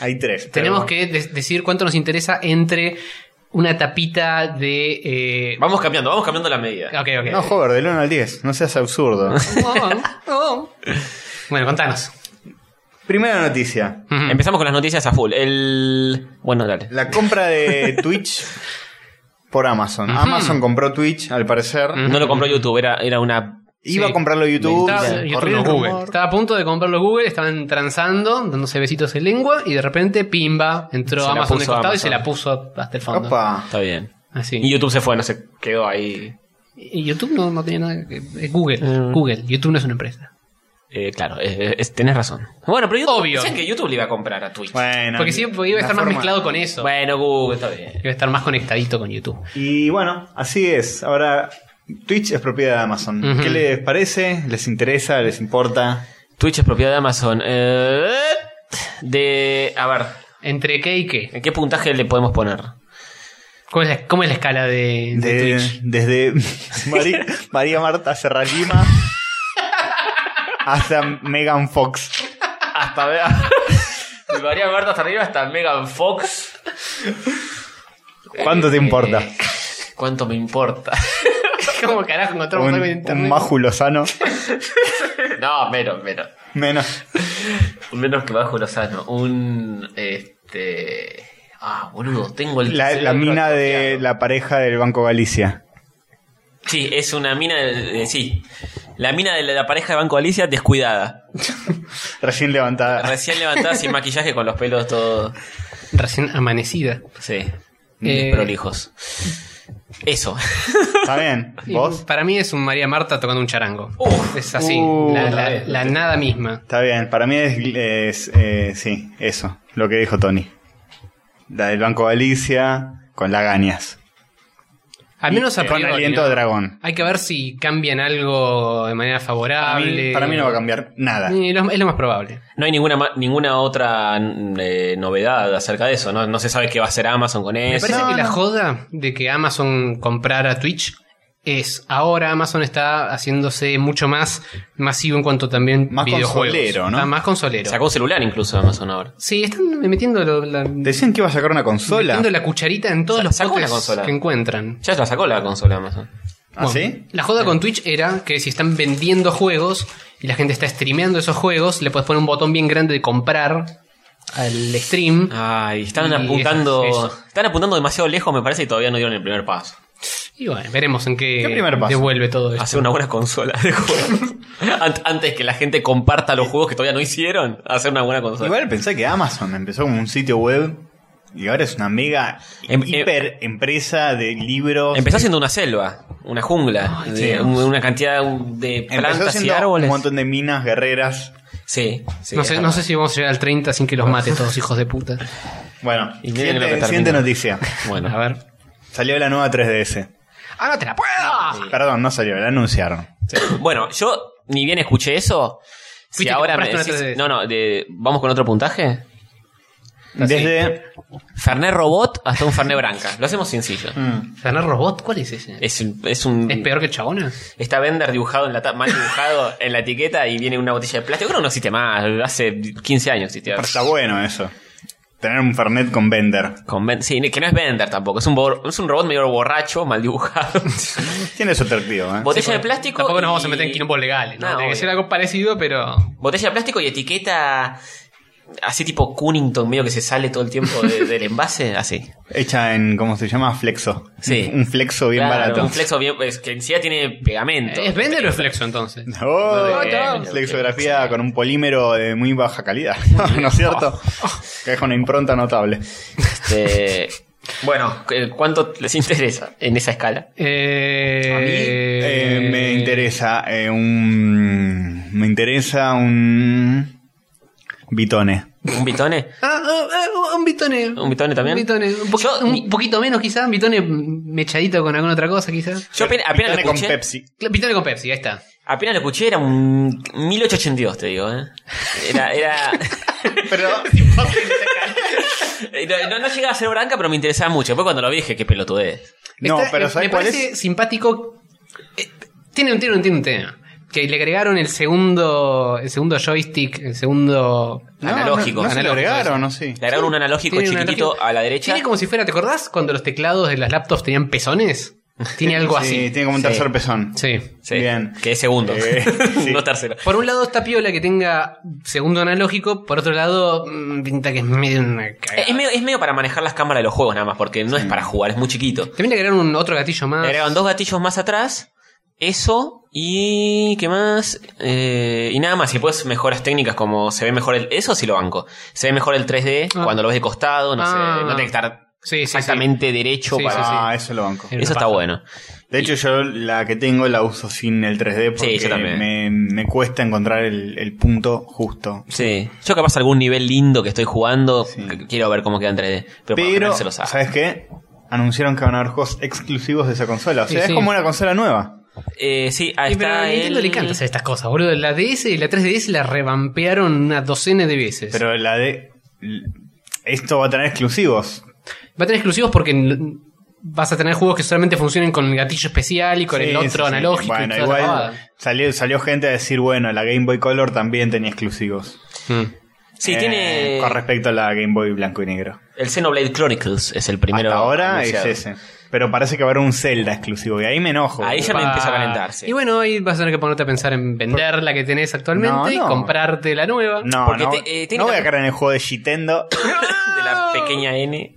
S5: Hay tres. pero-
S4: tenemos que de- decir cuánto nos interesa entre una tapita de... eh,
S3: Vamos cambiando, vamos cambiando la medida.
S4: Ok, ok.
S5: No, joder, del 1 al 10. No seas absurdo.
S4: Oh. Bueno, contanos.
S5: Primera noticia.
S4: Ujú.
S3: Empezamos con las noticias a full. El. Bueno, dale.
S5: La compra de Twitch por Amazon.
S4: Ujú.
S5: Amazon compró Twitch, al parecer.
S3: No lo compró YouTube, era, era una.
S5: Iba a comprarlo YouTube.
S4: Estaba, YouTube
S5: corrió el
S4: y Google.
S5: rumor.
S4: Estaba a punto de comprarlo Google, estaban transando, dándose besitos en lengua y de repente, pimba, entró
S3: Se la
S4: Amazon de
S3: puso
S4: costado y
S3: Amazon.
S4: se la puso hasta el fondo.
S5: Opa.
S3: Está bien.
S4: Así.
S3: Y YouTube se fue, no se quedó ahí.
S4: Y YouTube no, no tenía nada que... eh, Google,
S3: Mm.
S4: Google. YouTube no es una empresa.
S3: Eh, claro, eh, es- tenés razón. Bueno, pero YouTube,
S4: Obvio.
S3: decían que YouTube le iba a comprar a Twitch. Bueno,
S5: Bueno.
S4: Porque sí, porque iba a
S5: la
S4: estar más
S5: forma-
S4: mezclado con eso.
S3: Google, está bien.
S4: Iba a estar más conectadito con YouTube.
S5: Y bueno, así es. Ahora, Twitch es propiedad de Amazon.
S4: Ujú.
S5: ¿Qué les parece? ¿Les interesa? ¿Les importa?
S3: Twitch es propiedad de Amazon. Eh, de. A ver,
S4: ¿Entre qué y qué?
S3: ¿en qué puntaje le podemos poner?
S4: ¿Cómo es la, cómo es la escala de, de
S5: De-
S4: Twitch?
S5: desde Mari- María Marta Serralima hasta Megan Fox.
S3: Hasta. Me varía Berta hasta arriba hasta Megan Fox.
S5: ¿Cuánto te importa?
S3: Eh, ¿Cuánto me importa?
S4: ¿Cómo carajo encontramos
S5: Un,
S4: algo en
S5: un
S4: internet?
S5: majulo sano.
S3: No, menos, menos.
S5: Menos.
S3: Menos que bajo Lozano. Un. Este. Ah, boludo, tengo el.
S5: La, la
S3: cerebro
S5: mina de
S3: atrofiado.
S5: la pareja del Banco Galicia.
S3: Sí, es una mina. de- eh, sí. La mina de la, la pareja de Banco Alicia descuidada.
S5: Recién levantada.
S3: Recién levantada sin maquillaje con los pelos todos.
S4: Recién amanecida.
S3: Sí.
S4: Eh.
S3: Prolijos. Eso.
S5: ¿Está bien?
S4: Y
S5: ¿Vos?
S4: Para mí es un María Marta tocando un charango.
S3: Uf.
S4: es así,
S5: Uh,
S4: la,
S5: otra
S4: la-
S5: vez.
S4: la nada misma.
S5: Está bien. Para mí es. es, eh, sí, eso. Lo que dijo Tony. la del Banco Galicia, con Lagañas.
S4: Al menos a
S5: Con
S4: priori,
S5: aliento
S4: ¿no?
S5: de dragón.
S4: Hay que ver si cambian algo de manera
S5: Para
S4: favorable.
S5: mí, para mí no va a cambiar nada.
S4: Eh, lo- es lo más probable.
S3: No hay ninguna, ma- ninguna otra mm, eh, novedad acerca de eso. No, no se sabe qué va a hacer Amazon con
S4: Me
S3: eso.
S4: parece
S5: No,
S4: que la
S5: no.
S4: joda de que Amazon comprara Twitch es ahora Amazon está haciéndose mucho más masivo en cuanto también
S5: Más
S4: videojuegos.
S5: consolero, ¿no?
S4: Está más consolero.
S3: Sacó un celular incluso Amazon ahora.
S4: Sí, están metiendo lo- la,
S5: Decían que iba a sacar una consola.
S4: metiendo la cucharita en todos
S3: Sa-
S4: los
S3: sacó una
S4: potes
S3: consola.
S4: que encuentran.
S3: Ya la sacó la consola Amazon.
S5: ¿Ah,
S4: Bueno,
S5: sí?
S4: La joda con Twitch era que si están vendiendo juegos y la gente está streameando esos juegos, le puedes poner un botón bien grande de comprar al stream.
S3: Ah. Ay, están
S4: Y
S3: apuntando.
S4: eso, eso.
S3: Están apuntando demasiado lejos, me parece, y todavía no dieron el primer paso.
S4: Y bueno, veremos en qué,
S5: ¿Qué primer paso?
S4: devuelve todo
S5: Pues
S4: esto.
S3: Hacer una buena consola de juegos. Ant- Antes que la gente comparta los juegos que todavía no hicieron, hacer una buena consola.
S5: Igual pensé que Amazon empezó como un sitio web y ahora es una mega
S3: Em-
S5: hiper empresa de libros.
S3: Empezó siendo una selva, una jungla, de-
S5: sí.
S3: un- una cantidad de
S5: Empezó
S3: plantas y
S5: siendo un
S3: árboles.
S5: montón de minas guerreras.
S3: Sí, sí,
S4: no,
S3: es
S4: sé, no
S3: verdad.
S4: sé si vamos a llegar al 30 sin que los mate todos hijos de puta.
S5: Bueno,
S3: Y miren lo que
S5: siguiente,
S3: terminó.
S5: siguiente noticia.
S3: Bueno,
S4: A ver.
S5: Salió la nueva 3DS.
S4: ¡Ah, no te la puedo!
S5: Perdón, no salió, la anunciaron.
S3: Bueno, yo ni bien escuché eso. Si
S4: Fuiste y
S3: ahora me
S4: compraste una
S3: decís-
S4: 3DS.
S3: No, no, de- vamos con otro puntaje.
S5: Desde.
S3: Fernet Robot hasta un Fernet Branca. Lo hacemos sencillo.
S5: Mm.
S4: ¿Fernet Robot? ¿Cuál es ese?
S3: Es, un- es un.
S4: ¿Es peor que Chabona?
S3: Está Bender dibujado en la ta- mal dibujado en la etiqueta y viene una botella de plástico. Creo que no existe más. Hace 15 años existía.
S5: Pero está bueno eso. Tener un Fernet con Bender.
S3: Con Ben- sí, que no es Bender tampoco. Es un, bor- es un robot medio borracho, mal dibujado.
S5: Tiene su atractivo, ¿eh?
S3: botella de plástico.
S4: Tampoco nos vamos a
S3: y-
S4: meter en quilombos legales, ¿no?
S3: No,
S4: Tiene que
S3: obvio.
S4: ser algo parecido, pero... eh,
S3: Botella de plástico y etiqueta. Así tipo Cunnington, medio que se sale todo el tiempo de- del envase. Así.
S5: Hecha en, ¿cómo se llama? Flexo.
S3: Sí.
S5: Un flexo bien
S3: Claro,
S5: barato.
S3: Un flexo bien, es que en sí ya tiene pegamento.
S4: ¿Es Bender o es Flexo, entonces?
S5: Oh,
S3: Muy bien.
S5: flexografía con un polímero de muy baja calidad, ¿no es cierto? Que deja una impronta notable.
S3: Este, bueno, eh, ¿cuánto les interesa en esa escala?
S4: Eh...
S5: A mí eh, me interesa eh, un... Me interesa un... Bitone.
S3: ¿Un bitone?
S4: Ah, ah, ah, un bitone.
S3: ¿Un bitone también?
S4: Un bitone. Un, poqui-
S3: Yo-
S4: un
S3: mi-
S4: poquito menos, quizás. Un bitone mechadito con alguna otra cosa, quizás.
S3: Yo apenas, apenas
S5: Bitone
S3: lo
S5: con
S3: escuché.
S5: Pepsi.
S4: Bitone con Pepsi, ahí está.
S3: Apenas lo escuché, era un 1882, te digo, ¿eh? Era. era
S5: Pero...
S3: no, no- no llegaba a ser branca, pero me interesaba mucho. Después cuando lo vi dije, qué pelotudez.
S5: no,
S4: Está-
S5: pero
S4: me-
S5: ¿sabes
S4: Este, Me
S5: cuál
S4: parece
S5: es?
S4: simpático. Eh, tiene un tiene un tiene un tema. Que le agregaron el segundo. El segundo joystick, el segundo.
S5: No,
S3: analógico.
S5: No, no se lo
S4: Analógico,
S5: agregaron, no sé.
S3: Le agregaron un analógico
S4: Tiene un
S3: chiquitito
S4: analógico-
S3: a la derecha.
S4: Tiene como si fuera, ¿te acordás cuando los teclados de las laptops tenían pezones? Tiene algo
S5: Sí,
S4: así.
S5: tiene como un
S3: Sí.
S5: tercer pezón.
S4: Sí.
S3: Sí,
S5: Bien.
S3: Que es segundo.
S5: Eh, sí.
S3: no tercero.
S4: Por un lado está piola que tenga segundo analógico, por otro lado mm, pinta que es medio una cagada.
S3: Es es medio, es medio para manejar las cámaras de los juegos nada más, porque no es para jugar, es muy chiquito.
S4: También le agregaron un otro gatillo
S3: Le
S4: más.
S3: agregaron dos gatillos más atrás. Eso y. ¿Qué más? Eh, y nada más. Y después mejoras técnicas como se ve mejor el. Eso sí lo banco. Se ve mejor el 3D
S4: Ah.
S3: cuando lo ves de costado. No
S4: Ah.
S3: sé. No tiene que estar
S4: Sí, sí, sí.
S3: exactamente derecho
S4: Sí,
S3: para.
S4: sí,
S5: Ah, eso lo banco.
S4: Era
S3: Eso
S4: una
S3: está
S4: paja.
S3: bueno.
S5: De hecho, yo la que tengo la uso sin el 3D porque
S3: Sí, yo también.
S5: me, me cuesta encontrar el, el punto justo.
S3: Sí. Yo capaz algún nivel lindo que estoy jugando.
S5: Sí.
S3: que- Quiero ver cómo queda en 3D. Pero, para
S5: Pero,
S3: general se lo sabe.
S5: ¿sabes qué? Anunciaron que van a haber juegos exclusivos de esa consola. O sea,
S4: Sí,
S5: es
S4: sí.
S5: como una consola nueva.
S3: Eh, sí, ahí
S4: Y pero
S3: está.
S4: a Nintendo
S3: el-
S4: le encanta hacer estas cosas, boludo. La DS y la 3DS la revampearon una docena de veces.
S5: Pero la de. Esto va a tener exclusivos.
S4: Va a tener exclusivos porque n- vas a tener juegos que solamente funcionen con el gatillo especial y con
S5: Sí,
S4: el
S5: sí,
S4: otro
S5: sí.
S4: analógico. y
S5: Bueno,
S4: toda la
S5: igual
S4: pavada.
S5: salió, salió gente a decir, bueno, la Game Boy Color también tenía exclusivos.
S4: Mm.
S3: Sí,
S5: Eh,
S3: tiene.
S5: Con respecto a la Game Boy blanco y negro.
S3: El Xenoblade Chronicles es el primero.
S5: Hasta ahora
S3: anunciado.
S5: es ese. Pero parece que va a haber un Zelda exclusivo. Y ahí me enojo.
S3: Ahí ya me
S4: Pa.
S3: empieza a calentar. sí.
S4: Y bueno, ahí vas a tener que ponerte a pensar en vender la que tenés actualmente
S5: No, no.
S4: y comprarte la nueva.
S5: No,
S3: Porque
S5: no,
S3: te- eh,
S5: no voy
S3: técnicamente-
S5: a caer en el juego de Shitendo.
S3: de la pequeña N.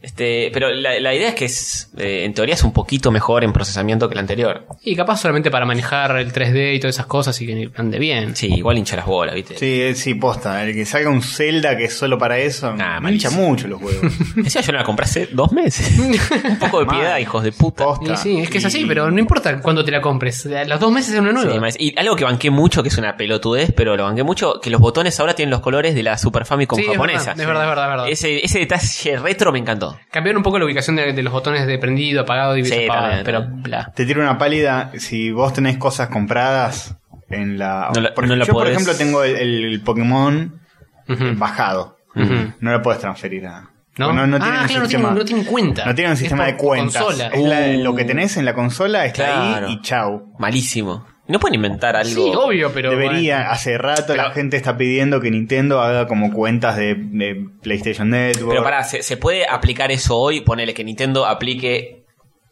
S3: Este, pero la, la idea es que es, eh, en teoría es un poquito mejor en procesamiento que el anterior.
S4: Y capaz solamente para manejar el 3D y todas esas cosas y que ande bien.
S3: Sí, igual hincha las bolas, ¿viste?
S5: Sí, eh, sí, posta. El que salga un Zelda que es solo para eso,
S3: Nah,
S5: me hincha
S3: malísimo.
S5: mucho los juegos.
S3: Decía yo no la compré hace dos meses. un poco de piedad, hijos de puta.
S5: Posta.
S4: Y sí, es que es así,
S5: Y-
S4: pero no importa cuándo te la compres. A los dos meses es una
S3: Sí,
S4: nueva.
S3: más- y algo que banqué mucho, que es una pelotudez, pero lo banqué mucho, que los botones ahora tienen los colores de la Super Famicom
S4: Sí, es
S3: japonesa.
S4: verdad, es verdad, es verdad, es verdad.
S3: Ese, ese detalle retro me encantó.
S4: Cambiaron un poco la ubicación de, de los botones de prendido, apagado y
S3: Sí,
S4: desapagado,
S3: también,
S4: pero
S3: también.
S4: bla.
S5: Te tiro una pálida. Si vos tenés cosas compradas en la.
S3: No la-
S5: por-
S3: no la
S5: yo, por
S3: podés-
S5: ejemplo, tengo el, el Pokémon
S3: eh,
S4: Ujú.
S5: bajado.
S4: Ujú.
S5: No lo puedes transferir a.
S4: ¿No?
S5: No, no
S4: ah,
S5: tienen
S4: claro, no
S5: sistema-
S4: tienen, no tienen cuenta.
S5: No tienen un
S4: Es
S5: sistema
S4: por-
S5: de
S4: por
S5: cuentas.
S4: consola.
S5: Es la-
S3: Uh.
S5: lo que tenés en la consola está
S3: Claro.
S5: ahí y chau.
S3: Malísimo. No pueden inventar algo.
S4: Sí, obvio, pero.
S5: Debería, hace rato la gente está pidiendo que Nintendo haga como cuentas de, de PlayStation Network.
S3: Pero pará, ¿se, se puede aplicar eso hoy? Ponerle que Nintendo aplique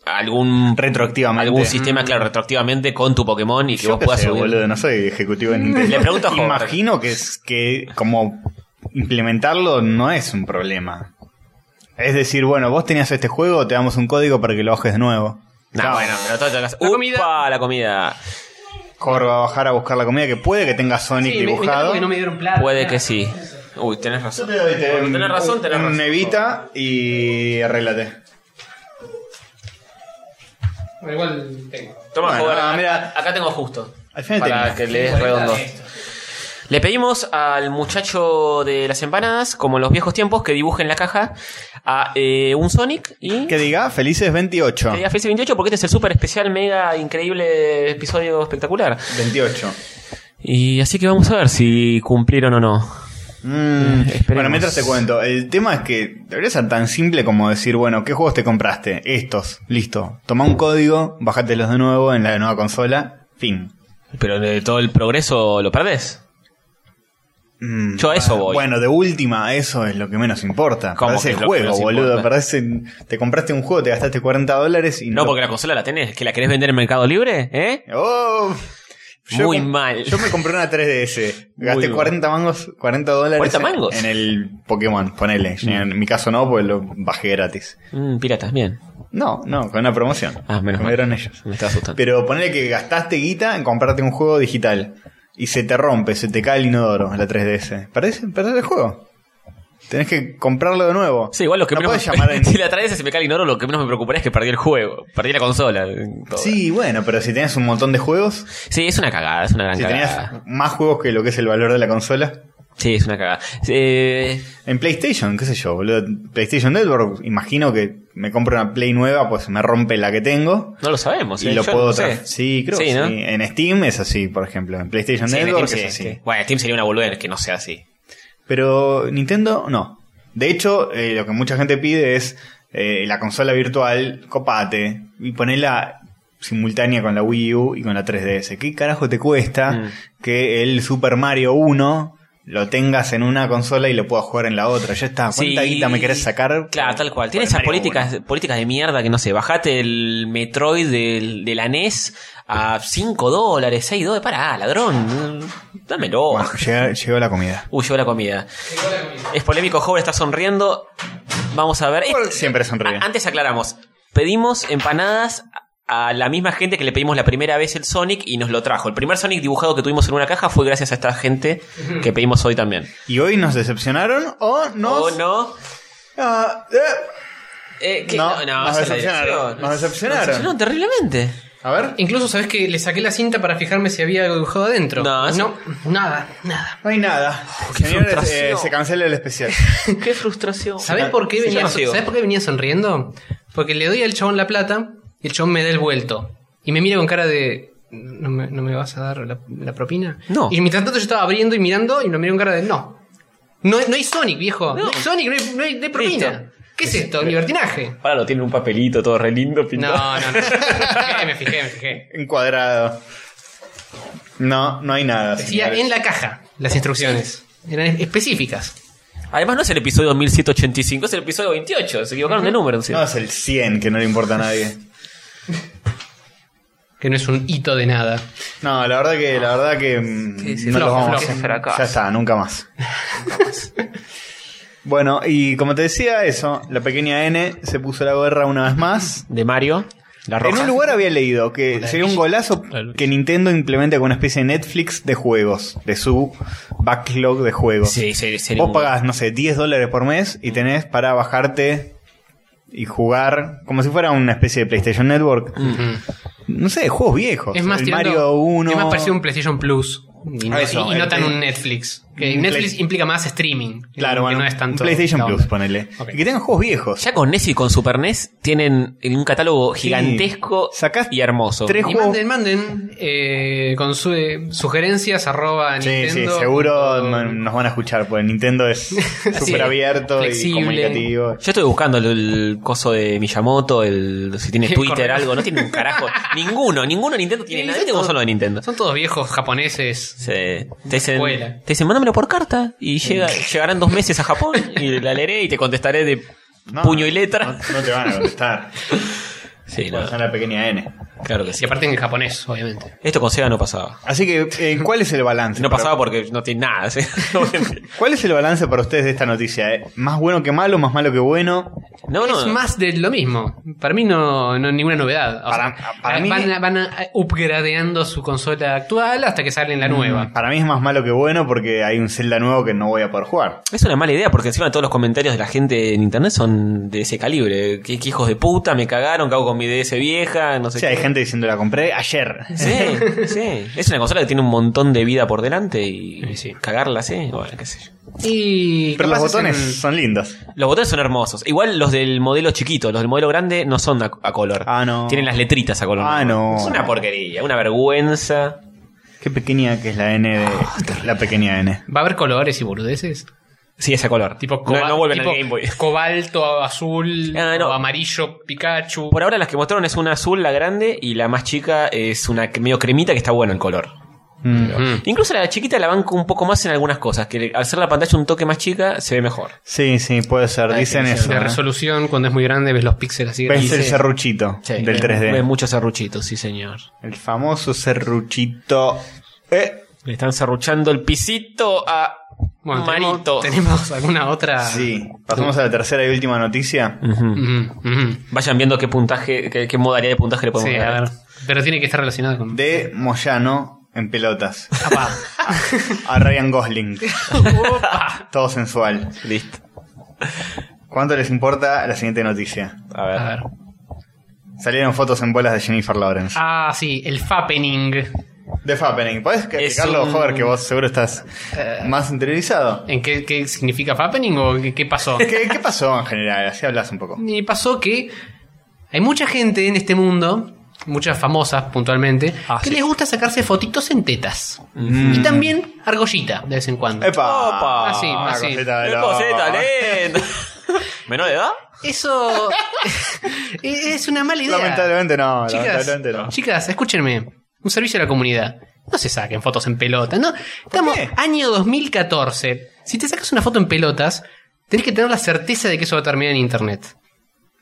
S3: algún
S5: Retroactivamente.
S3: algún
S4: Mm.
S3: sistema, claro, retroactivamente con tu Pokémon y que
S5: Yo
S3: vos
S5: qué
S3: puedas
S5: sé,
S3: subir. Mm.
S5: boludo, no soy ejecutivo de Nintendo.
S3: Le pregunto a Jorge.
S5: Imagino que es que como implementarlo no es un problema. Es decir, bueno, vos tenías este juego, te damos un código para que lo bajes de nuevo.
S3: No,
S5: Chau.
S3: bueno, pero todo, todo-
S4: La comida.
S3: Upa, la comida.
S5: Jorge va a bajar a buscar la comida que puede que tenga Sonic
S4: Sí, me- me
S5: dibujado.
S4: trajo que no me dieron plata.
S3: Puede que sí. Uy, tenés razón.
S5: Cuando
S3: Tenés razón, tenés razón.
S5: Nevita y arréglate.
S4: Pero Igual tengo.
S3: Toma,
S5: Bueno,
S3: joder,
S5: ah,
S3: acá-
S5: mira.
S3: acá tengo justo.
S5: Al final
S3: Para
S5: tenía.
S3: que le des redondo. Le pedimos al muchacho de las empanadas, como en los viejos tiempos, que dibuje en la caja a eh, un Sonic y
S5: Que
S3: que
S5: diga, felices 28.
S3: diga Feliz 28 porque este es el súper especial, mega, increíble episodio espectacular.
S5: 28.
S3: Y así que vamos a ver si cumplieron o no.
S5: Mm,
S3: esperemos.
S5: Bueno, mientras te cuento, el tema es que debería ser tan simple como decir, bueno, ¿qué juegos te compraste? Estos, listo. Toma un código, bájatelos de nuevo en la nueva consola, fin.
S3: Pero de todo el progreso lo perdés.
S5: Mm,
S3: Yo a eso
S5: bueno,
S3: voy.
S5: Bueno, de última, eso es lo que menos importa.
S3: ¿Cómo
S5: Perdés
S3: que
S5: el
S3: es lo que
S5: juego,
S3: menos
S5: boludo.
S3: importa?
S5: Perdés en- te compraste un juego, te gastaste 40 dólares y
S3: No, porque la consola la tenés, que la querés vender en Mercado Libre, ¿eh?
S5: ¡Oh!
S3: Muy
S5: com-
S3: mal.
S5: Yo me compré una 3DS.
S3: Muy
S5: Gasté
S3: mal.
S5: 40 mangos, 40 dólares
S3: 40
S5: en-
S3: mangos.
S5: en el Pokémon, ponele. En mi caso no, pues lo bajé gratis.
S3: Mm, piratas, bien.
S5: No, no, con una promoción.
S3: Ah, menos
S5: Me
S3: mal.
S5: dieron ellos.
S3: Me está asustando.
S5: Pero ponele que gastaste guita en comprarte un juego digital. Y se te rompe, se te cae el inodoro, la 3DS. Perdés, perdés el juego. Tenés que comprarlo de nuevo.
S3: Sí, igual lo que
S5: no
S3: menos.
S5: podés llamar en-
S3: si la traes se me cae el inodoro, lo que menos me preocuparía es que perdí el juego. Perdí la consola. eh, todo.
S5: Sí, bueno, pero si tenías un montón de juegos,
S3: Sí, es una cagada, es una gran
S5: si
S3: cagada.
S5: tenías más juegos que lo que es el valor de la consola.
S3: Sí, es una cagada. Eh,
S5: En PlayStation, qué sé yo, boludo. PlayStation Network, imagino que me compro una Play nueva, pues me rompe la que tengo.
S3: no lo sabemos.
S5: y
S3: eh,
S5: lo
S3: yo
S5: puedo
S3: no sé.
S5: tra- Sí, creo que
S3: ¿no?
S5: sí. En Steam es así, por ejemplo. En PlayStation
S3: Sí, en
S5: Network
S3: Steam
S5: es
S3: sí,
S5: así.
S3: sí. Bueno, Steam sería una boludez que no sea así.
S5: Pero Nintendo no. De hecho, eh, lo que mucha gente pide es eh, la consola virtual, copate y ponela simultánea con la Wii U y con la 3DS. ¿Qué carajo te cuesta
S3: Mm.
S5: que el Super Mario 1 lo tengas en una consola y lo puedas jugar en la otra? Ya está, ¿cuánta
S3: Sí.
S5: guita me querés sacar?
S3: Claro,
S5: por-
S3: tal cual.
S5: por
S3: Tiene
S5: el
S3: esas
S5: Mario
S3: políticas,
S5: 1?
S3: políticas de mierda que no sé. Bajate el Metroid del, de la NES a 5 dólares, 6 dólares. Pará, ladrón. Dámelo.
S5: Bueno, llega- llegó la comida.
S3: Uy, llegó la comida. Es polémico, joven, está sonriendo. Vamos a ver.
S5: Joven siempre sonríe.
S3: Este, A- Antes aclaramos. Pedimos empanadas a la misma gente que le pedimos la primera vez el Sonic y nos lo trajo. El primer Sonic dibujado que tuvimos en una caja fue gracias a esta gente que pedimos hoy también.
S5: ¿Y hoy nos decepcionaron o nos...
S3: ¿O no?
S5: Ah, eh.
S3: Eh, ¿qué?
S5: No, nos
S3: esa es la
S5: decepcionaron,
S3: dirección.
S5: nos decepcionaron.
S3: Nos decepcionaron terriblemente.
S5: A ver,
S4: Incluso, ¿sabes que Le saqué la cinta para fijarme si había algo dibujado adentro.
S3: No, eso-
S4: nada, nada.
S5: no hay nada.
S3: qué
S5: Señores, eh,
S3: frustración.
S5: se cancela el especial.
S3: Qué frustración.
S4: ¿Sabés por, qué
S3: Sí, yo
S4: venía,
S3: no sigo.
S4: ¿Sabés por qué venía sonriendo? Porque le doy al chabón la plata y el chabón me da el vuelto. Y me mira con cara de. ¿No me, no me vas a dar la, la propina?
S3: No.
S4: Y mientras tanto yo estaba abriendo y mirando y lo miré con cara de. No. No, no hay Sonic, viejo. No, hay Sonic, no hay, no hay- no hay propina.
S3: Listo.
S4: ¿Qué es esto? ¿Libertinaje?
S3: Ahora lo tiene un papelito todo re lindo
S4: No,
S3: pintado.
S4: no, no. Me fijé, me fijé, me fijé.
S5: Encuadrado. No, no hay nada.
S4: Decía
S5: señores.
S4: en la caja las instrucciones. Eran específicas.
S3: Además no es el episodio 1185, es el episodio 28. Se equivocaron de número. sí.
S5: No es el 100 que no le importa a nadie.
S4: Que no es un hito de nada.
S5: No, la verdad que la verdad que mm,
S3: Sí, sí,
S5: no
S4: flojo,
S5: lo vamos a
S4: flojo,
S5: hacer.
S3: fracaso.
S5: Ya está, nunca más. Bueno, y como te decía, eso, la pequeña N se puso la gorra una vez más.
S3: De Mario, la roja.
S5: En un lugar había leído que sería un golazo que Nintendo implemente como una especie de Netflix de juegos, de su backlog de juegos.
S3: Sí, sí, sería
S5: Vos
S3: un-
S5: pagás, no sé, 10 dólares por mes y tenés para bajarte y jugar como si fuera una especie de PlayStation Network. No sé, juegos viejos.
S4: Mm. Es más
S5: El
S4: tirando-
S5: Mario 1.
S4: Es más parecido a un PlayStation Plus. Y no,
S5: Ah, eso,
S4: y- y no
S5: el-
S4: tan
S5: el-
S4: un Netflix. Que
S5: un
S4: Netflix
S5: Play-
S4: implica más streaming.
S5: Claro,
S4: que
S5: bueno,
S4: no es tanto
S5: un PlayStation
S4: la
S5: Plus,
S4: onda.
S5: ponele.
S4: Ok.
S5: Y que tengan juegos viejos.
S3: Ya con NES y con Super NES tienen un catálogo gigantesco
S5: Sacás
S3: y hermoso.
S5: tres-
S4: Y
S5: juego-
S4: manden, manden eh, con su, eh, sugerencias arroba
S5: Sí, sí,
S4: Nintendo.
S5: seguro
S4: punto-
S5: no- nos van a escuchar, porque Nintendo es súper abierto y
S4: flexible.
S5: comunicativo.
S3: Yo estoy buscando el, el coso de Miyamoto, el si tiene
S4: El
S3: Twitter,
S4: correo.
S3: algo, no tiene un carajo. ninguno, ninguno Nintendo tiene
S4: Sí,
S3: nada.
S4: son
S3: Tengo
S4: todos-
S3: solo de Nintendo.
S4: Son todos viejos japoneses.
S3: Se- te, dicen,
S4: Vuela.
S3: te dicen, mándamelo por carta y llega, llegarán dos meses a Japón y la leeré y te contestaré de
S5: No,
S3: puño y letra.
S5: No, no te van a contestar.
S3: sí, no,
S5: Bueno, son la pequeña N.
S3: claro que sí.
S4: Y aparte en japonés, obviamente.
S3: Esto con Sega no pasaba.
S5: Así que, eh, ¿cuál es el balance?
S3: No
S5: para-
S3: pasaba porque no tiene nada. ¿sí?
S5: ¿Cuál es el balance para ustedes de esta noticia? eh? ¿Más bueno que malo? ¿Más malo que bueno?
S3: No, no.
S4: Es más de lo mismo. Para mí no, no es ninguna novedad. O
S5: Para-
S4: sea,
S5: para
S4: eh,
S5: mí-
S4: van, a- van a- upgradeando su consola actual hasta que sale la nueva.
S5: Para mí es más malo que bueno porque hay un Zelda nuevo que no voy a poder jugar.
S3: Es una mala idea porque encima todos los comentarios de la gente en internet son de ese calibre. ¿Qué, qué hijos de puta? Me cagaron, cago con mi DS vieja, no sé
S5: O sea, hay
S3: qué.
S5: gente diciendo la compré ayer.
S3: Sí, sí. Es una consola que tiene un montón de vida por delante y
S4: Sí, sí.
S3: cagarla, sí. Bueno, qué sé yo.
S4: Y
S5: Pero los
S4: capaz es
S5: botones
S4: en-
S5: son lindos.
S3: Los botones son hermosos. Igual los del modelo chiquito, los del modelo grande no son a, a color.
S5: Ah, no.
S3: Tienen las letritas a color.
S5: Ah, no.
S3: Es una porquería, una vergüenza.
S5: Qué pequeña que es la N de...
S3: Ah,
S5: La pequeña N.
S4: ¿Va a haber colores y boludeces?
S3: Sí, es a color.
S4: Tipo,
S3: no,
S4: coba-
S3: no vuelven
S4: tipo
S3: al Game Boy.
S4: cobalto, azul,
S3: Ah, no.
S4: o amarillo, Pikachu.
S3: Por ahora las que mostraron es una azul, la grande, y la más chica es una que- medio cremita que está bueno el color.
S5: Mm.
S4: Mm.
S3: Incluso la chiquita la banco un poco más en algunas cosas, que al ser la pantalla un toque más chica se ve mejor.
S5: Sí, sí, puede ser. Dicen
S3: sí,
S5: eso.
S4: La
S5: ¿eh?
S4: resolución, cuando es muy grande, ves los píxeles así.
S5: Ves
S4: grandes.
S5: el
S3: sí.
S5: serruchito del
S3: Ve-
S5: 3D.
S3: Ve muchos serruchitos, sí señor.
S5: El famoso serruchito. Eh,
S3: Le están serruchando el pisito a
S4: Bueno,
S3: Marito.
S4: tenemos, tenemos alguna
S3: Ah.
S4: otra.
S5: sí. Pasamos a la tercera y última noticia.
S3: Ujú.
S4: Ujú, ujú.
S3: Vayan viendo qué puntaje, qué, qué modalidad de puntaje le podemos
S4: Sí,
S3: dar.
S4: a ver. Pero tiene que estar relacionada con.
S5: De Moyano en pelotas.
S4: Apá.
S5: A Ryan Gosling. Todo sensual.
S3: Listo.
S5: ¿Cuánto les importa la siguiente noticia?
S3: A ver.
S4: A ver.
S5: Salieron fotos en bolas de Jennifer Lawrence.
S4: Ah, sí, el Fappening.
S5: De Fappening. ¿Podés explicarlo,
S3: un-
S5: Hover, que vos seguro estás más interiorizado?
S4: ¿En qué, qué significa Fappening o qué, qué pasó?
S5: ¿Qué, qué pasó en general? Así hablas un poco.
S4: Y pasó que hay mucha gente en este mundo, muchas famosas puntualmente,
S3: Ah,
S4: que
S3: sí.
S4: les gusta sacarse fotitos en tetas.
S5: Mm.
S4: Y también argollita de vez en cuando.
S5: ¡Epa!
S3: Opa.
S4: Ah, sí,
S5: Ah,
S4: ah, sí.
S5: cosita de
S3: ¡Qué
S5: lo-
S3: coseta, nen! ¿Menor de edad?
S4: Eso e-, es una mala idea.
S5: Lamentablemente no,
S4: Chicas,
S5: lamentablemente no.
S4: chicas, escúchenme. Un servicio a la comunidad. No se saquen fotos en pelota, ¿no? Estamos
S5: qué?
S4: año 2014. Si te sacas una foto en pelotas, tenés que tener la certeza de que eso va a terminar en internet.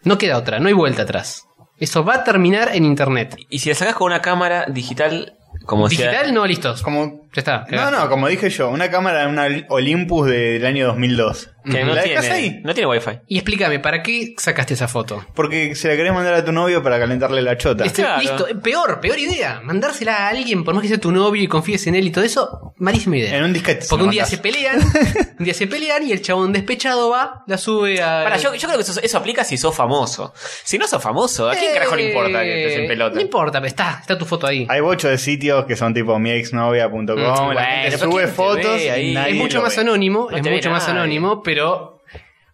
S4: No queda otra, no hay vuelta atrás. Eso va a terminar en internet.
S3: Y si la sacas con una cámara digital, como decía-
S4: Digital, no, listos.
S5: Como
S4: Ya está.
S5: No, no, como dije yo, una cámara en una Olympus del año 2002.
S3: que no
S5: ¿La dejás
S3: tiene,
S5: ahí?
S3: no tiene wifi.
S4: Y explícame, ¿para qué sacaste esa foto?
S5: Porque se la querés mandar a tu novio para calentarle la chota.
S4: Este,
S3: Claro.
S4: Listo, peor, peor idea. Mandársela a alguien, por más que sea tu novio y confíes en él y todo eso, malísima idea.
S5: En un disquete. se
S4: Porque
S5: lo
S4: un día
S5: mandás.
S4: se pelean, un día se pelean y el chabón despechado va, la sube a.
S3: Para, yo, yo creo que eso, eso aplica si sos famoso. Si no sos famoso, ¿a quién carajo le importa que estés en
S5: Eh,
S3: pelota?
S4: Eh, No importa, pero está, está tu foto ahí.
S5: Hay bocho de sitios que son tipo miexnovia.com.
S4: Mm, bueno,
S5: la gente
S3: pero
S5: sube
S3: ¿quién te
S5: fotos
S3: ve ahí?
S5: y nadie
S4: es mucho
S5: lo
S4: más
S5: ve.
S4: anónimo,
S3: No
S4: es
S3: te ve
S4: mucho más
S3: nadie.
S4: anónimo, pero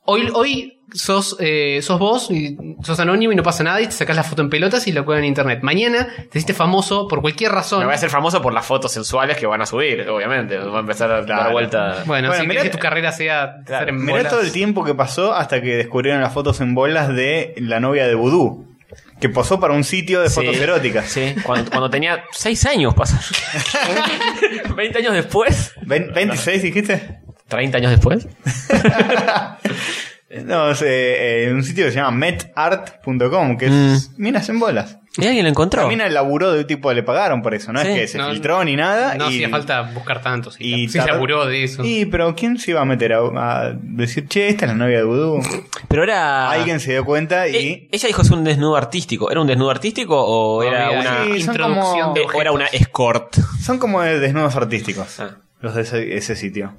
S4: hoy, hoy sos, eh, sos vos, y sos anónimo y no pasa nada, y te sacás la foto en pelotas y la cuelgas en internet. Mañana te hiciste famoso por cualquier
S3: Me
S4: razón.
S3: voy a hacer famoso por las fotos sensuales que van a subir, obviamente. Va a empezar a dar
S5: Claro.
S3: vuelta.
S4: Bueno,
S5: Bueno,
S4: si
S5: mirá-
S4: querés que tu carrera sea
S3: Claro,
S4: estar en
S5: Mirá
S4: bolas.
S5: todo el tiempo que pasó hasta que descubrieron las fotos en bolas de la novia de Vudú. Que posó para un sitio de
S3: Sí.
S5: fotos eróticas.
S3: Sí, cuando, cuando tenía 6 años pasaron. 20 años después.
S5: Ve- ¿26 dijiste?
S3: 30 años después.
S5: No, es eh, eh, un sitio que se llama metart.com, que
S3: Mm.
S5: es minas en bolas.
S3: Y alguien lo encontró.
S5: La mina laburó de un tipo, le pagaron por eso, no
S3: Sí.
S5: es que se
S4: No,
S5: filtró ni nada.
S4: No
S5: y-
S4: hacía falta buscar tanto. Si,
S5: y
S4: la- si se
S5: tardó-
S4: apuró de eso.
S5: Y, pero ¿quién se iba a meter a, a decir, che, esta es la novia de Vudú?
S3: Pero era.
S5: Alguien se dio cuenta y...
S3: Ah. Eh, ella dijo es un desnudo artístico. ¿Era un desnudo artístico o era
S4: Había
S3: una.
S5: sí, son
S4: introducción
S5: como-
S4: de
S3: eh, o era
S4: objetos.
S3: una escort?
S5: Son como de desnudos artísticos,
S3: eh. Ah.
S5: los de ese, ese sitio.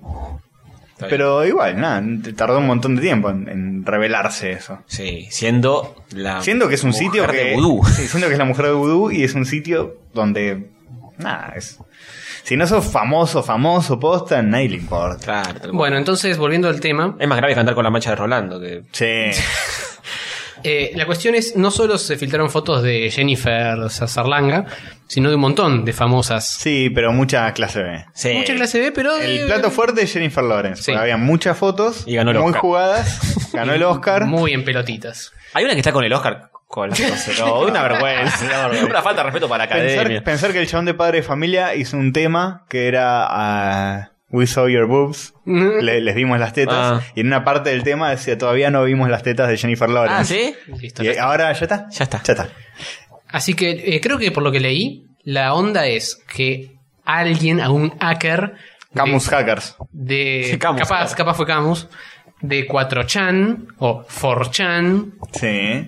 S5: Pero igual, nada, t- tardó un montón de tiempo en, en revelarse eso.
S3: Sí, siendo la.
S5: Siendo que es
S3: Ah,
S5: un
S3: mujer
S5: sitio que...
S3: de vudú.
S5: sí, siendo que es la mujer de vudú y es un sitio donde... Nada, es... Si no sos famoso, famoso, posta, a nadie le importa.
S3: Claro, tal cual.
S4: Bueno, entonces, volviendo al tema,
S3: Es más grave cantar con la mancha de Rolando que.
S5: Sí.
S4: eh, la cuestión es, no solo se filtraron fotos de Jennifer Sarlanga, sino de un montón de famosas.
S5: Sí, pero mucha clase B.
S3: Sí.
S4: Mucha clase B, pero...
S5: El
S4: eh,
S5: plato fuerte es Jennifer Lawrence.
S4: Sí.
S5: porque Había muchas fotos.
S3: Y ganó el
S5: muy
S3: Oscar.
S5: jugadas. Ganó el Oscar.
S4: Muy en pelotitas.
S3: Hay una que está con el Oscar con la no, una vergüenza, una vergüenza. Una falta de respeto para la academia.
S5: pensar, pensar que el chabón de padre de familia hizo un tema que era ah, We Saw Your Boobs. Le- les vimos las tetas.
S3: Ah.
S5: Y en una parte del tema decía todavía no vimos las tetas de Jennifer Lawrence.
S3: ah, ¿sí?
S4: Listo,
S5: Y eh,
S4: ya
S5: ahora ya está.
S3: Ya está.
S5: Ya está.
S4: Así que eh, creo que por lo que leí, la onda es que alguien, algún hacker de-
S5: Camus Hackers.
S4: de,
S3: Sí, Camus,
S4: capaz,
S3: claro.
S4: capaz fue Camus, de 4chan o 4chan
S5: Sí.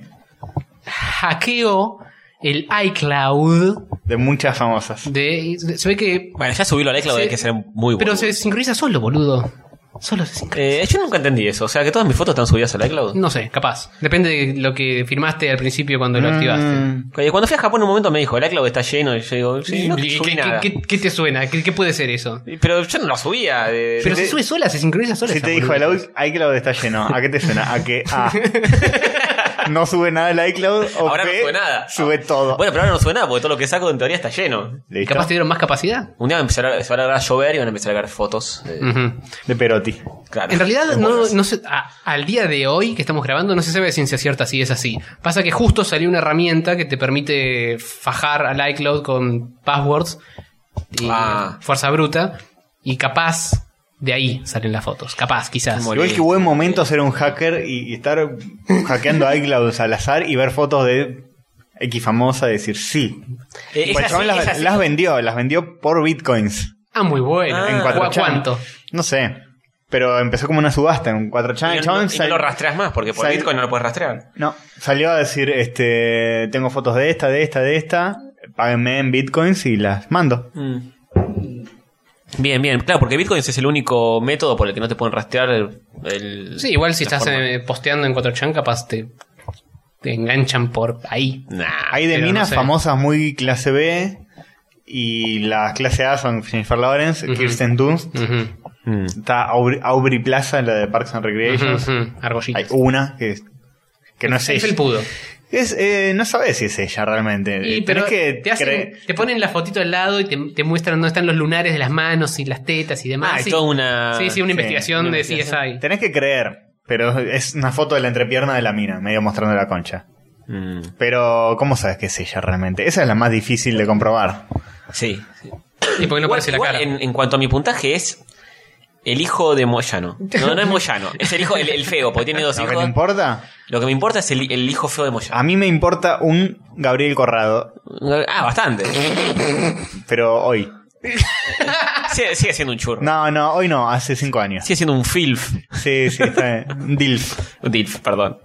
S4: hackeó el iCloud
S5: De muchas famosas.
S4: de se ve que
S3: Bueno, ya subirlo al iCloud
S4: Sí.
S3: hay que ser muy bueno.
S4: pero se sincroniza solo, boludo. Solo se sincroniza.
S3: Eh, yo nunca entendí eso. O sea, que todas mis fotos están subidas al iCloud.
S4: No sé, capaz. Depende de lo que firmaste al principio cuando lo
S5: Mm.
S4: activaste.
S3: Oye, Eh, Cuando fui a Japón un momento me dijo, el iCloud está lleno. Y yo digo, sí, no
S4: ¿Qué-
S3: subí
S4: qué-
S3: nada.
S4: qué, qué te suena? ¿Qué, qué puede ser eso?
S3: Pero yo no lo subía. eh,
S4: Pero
S3: de-
S4: se sube sola, se sincroniza sola.
S5: Si
S4: esa
S5: te dijo el
S4: boludez.
S5: au- iCloud está lleno, ¿a qué te suena? A que A. No sube nada el iCloud o
S3: Ahora no
S5: B,
S3: sube nada.
S5: Sube todo.
S3: Bueno, pero ahora no sube nada porque todo lo que saco en teoría está lleno.
S5: ¿Listo?
S4: Capaz te dieron más capacidad.
S3: Un día empezará a, se van a agarrar a llover y van a empezar a caer fotos. eh,
S4: Ujú.
S5: De Perotti.
S3: claro.
S4: En realidad,
S3: Hermosas.
S4: no, no se- a- al día de hoy que estamos grabando, no se sabe de ciencia cierta si es así. Pasa que justo salió una herramienta que te permite fajar al iCloud con passwords y
S3: Ah.
S4: fuerza bruta. Y capaz de ahí salen las fotos. Capaz, quizás.
S3: Muy
S5: Igual que buen momento ser un hacker y, y estar hackeando iCloud al azar y ver fotos de X famosa y decir sí.
S3: Eh, es
S5: Pues el
S3: así,
S5: chabón
S3: es
S5: las,
S3: así.
S5: las vendió, las vendió por bitcoins.
S4: Ah, muy bueno.
S3: Ah.
S5: en
S3: ¿A
S5: 4chan.
S4: ¿Cuánto?
S5: No sé. Pero empezó como una subasta en 4chan.
S3: Y
S5: El
S3: no,
S5: chabón
S3: y no
S5: sal-
S3: lo rastreas más porque por
S5: sal-
S3: Bitcoin no lo puedes rastrear.
S5: no, salió a decir, este, tengo fotos de esta, de esta, de esta, páguenme en bitcoins y las mando.
S4: Mm.
S3: Bien, bien, claro, porque Bitcoin es el único método por el que no te pueden rastrear el. el-
S4: Sí, igual si
S3: la
S4: estás
S3: forma.
S4: eh, posteando en 4chan, capaz te, te enganchan por ahí.
S3: Nah.
S5: Hay de
S4: Ah, pero
S5: minas
S4: no sé.
S5: famosas muy clase B y las clase A son Jennifer Lawrence,
S4: Ujú.
S5: Kirsten Dunst,
S4: Ujú,
S3: Mm.
S5: Está Aubrey, Aubrey Plaza, la de Parks and Recreation.
S4: ujú, ujú,
S5: Hay
S3: uh.
S4: Argollitas.
S5: una que, es- que no sé.
S4: Es el pudo.
S5: Es, eh, no sabes si es ella realmente.
S4: Y,
S5: Eh, Tenés
S4: pero
S5: que
S4: te, hacen-
S5: cre-
S4: te ponen la fotito al lado y te, te muestran dónde están los lunares de las manos y las tetas y demás.
S3: Ah, hay
S4: Sí.
S3: toda una-
S4: Sí, sí, una
S5: sí,
S4: investigación
S3: una
S4: de
S3: investigación.
S4: CSI.
S5: tenés que creer. Pero es una foto de la entrepierna de la mina, medio mostrando la concha.
S3: Mm.
S5: Pero, ¿cómo sabes que es ella realmente? Esa es la más difícil de comprobar.
S3: Sí.
S4: Y porque no
S3: Igual-
S4: aparece la
S3: igual
S4: cara.
S3: En, en cuanto a mi puntaje es. El hijo de Moyano. No, no es Moyano. Es el hijo, el, el feo, porque tiene dos
S5: ¿Lo que
S3: hijos.
S5: te importa?
S3: Lo que me importa es el, el hijo feo de Moyano.
S5: A mí me importa un Gabriel Corrado,
S3: Ah, bastante.
S5: pero hoy.
S3: Sigue, sigue siendo un churro.
S5: No, no, hoy no, hace cinco años.
S3: Sigue siendo un filf.
S5: Sí, sí, está bien. Un Dilf.
S3: Un dilf, perdón.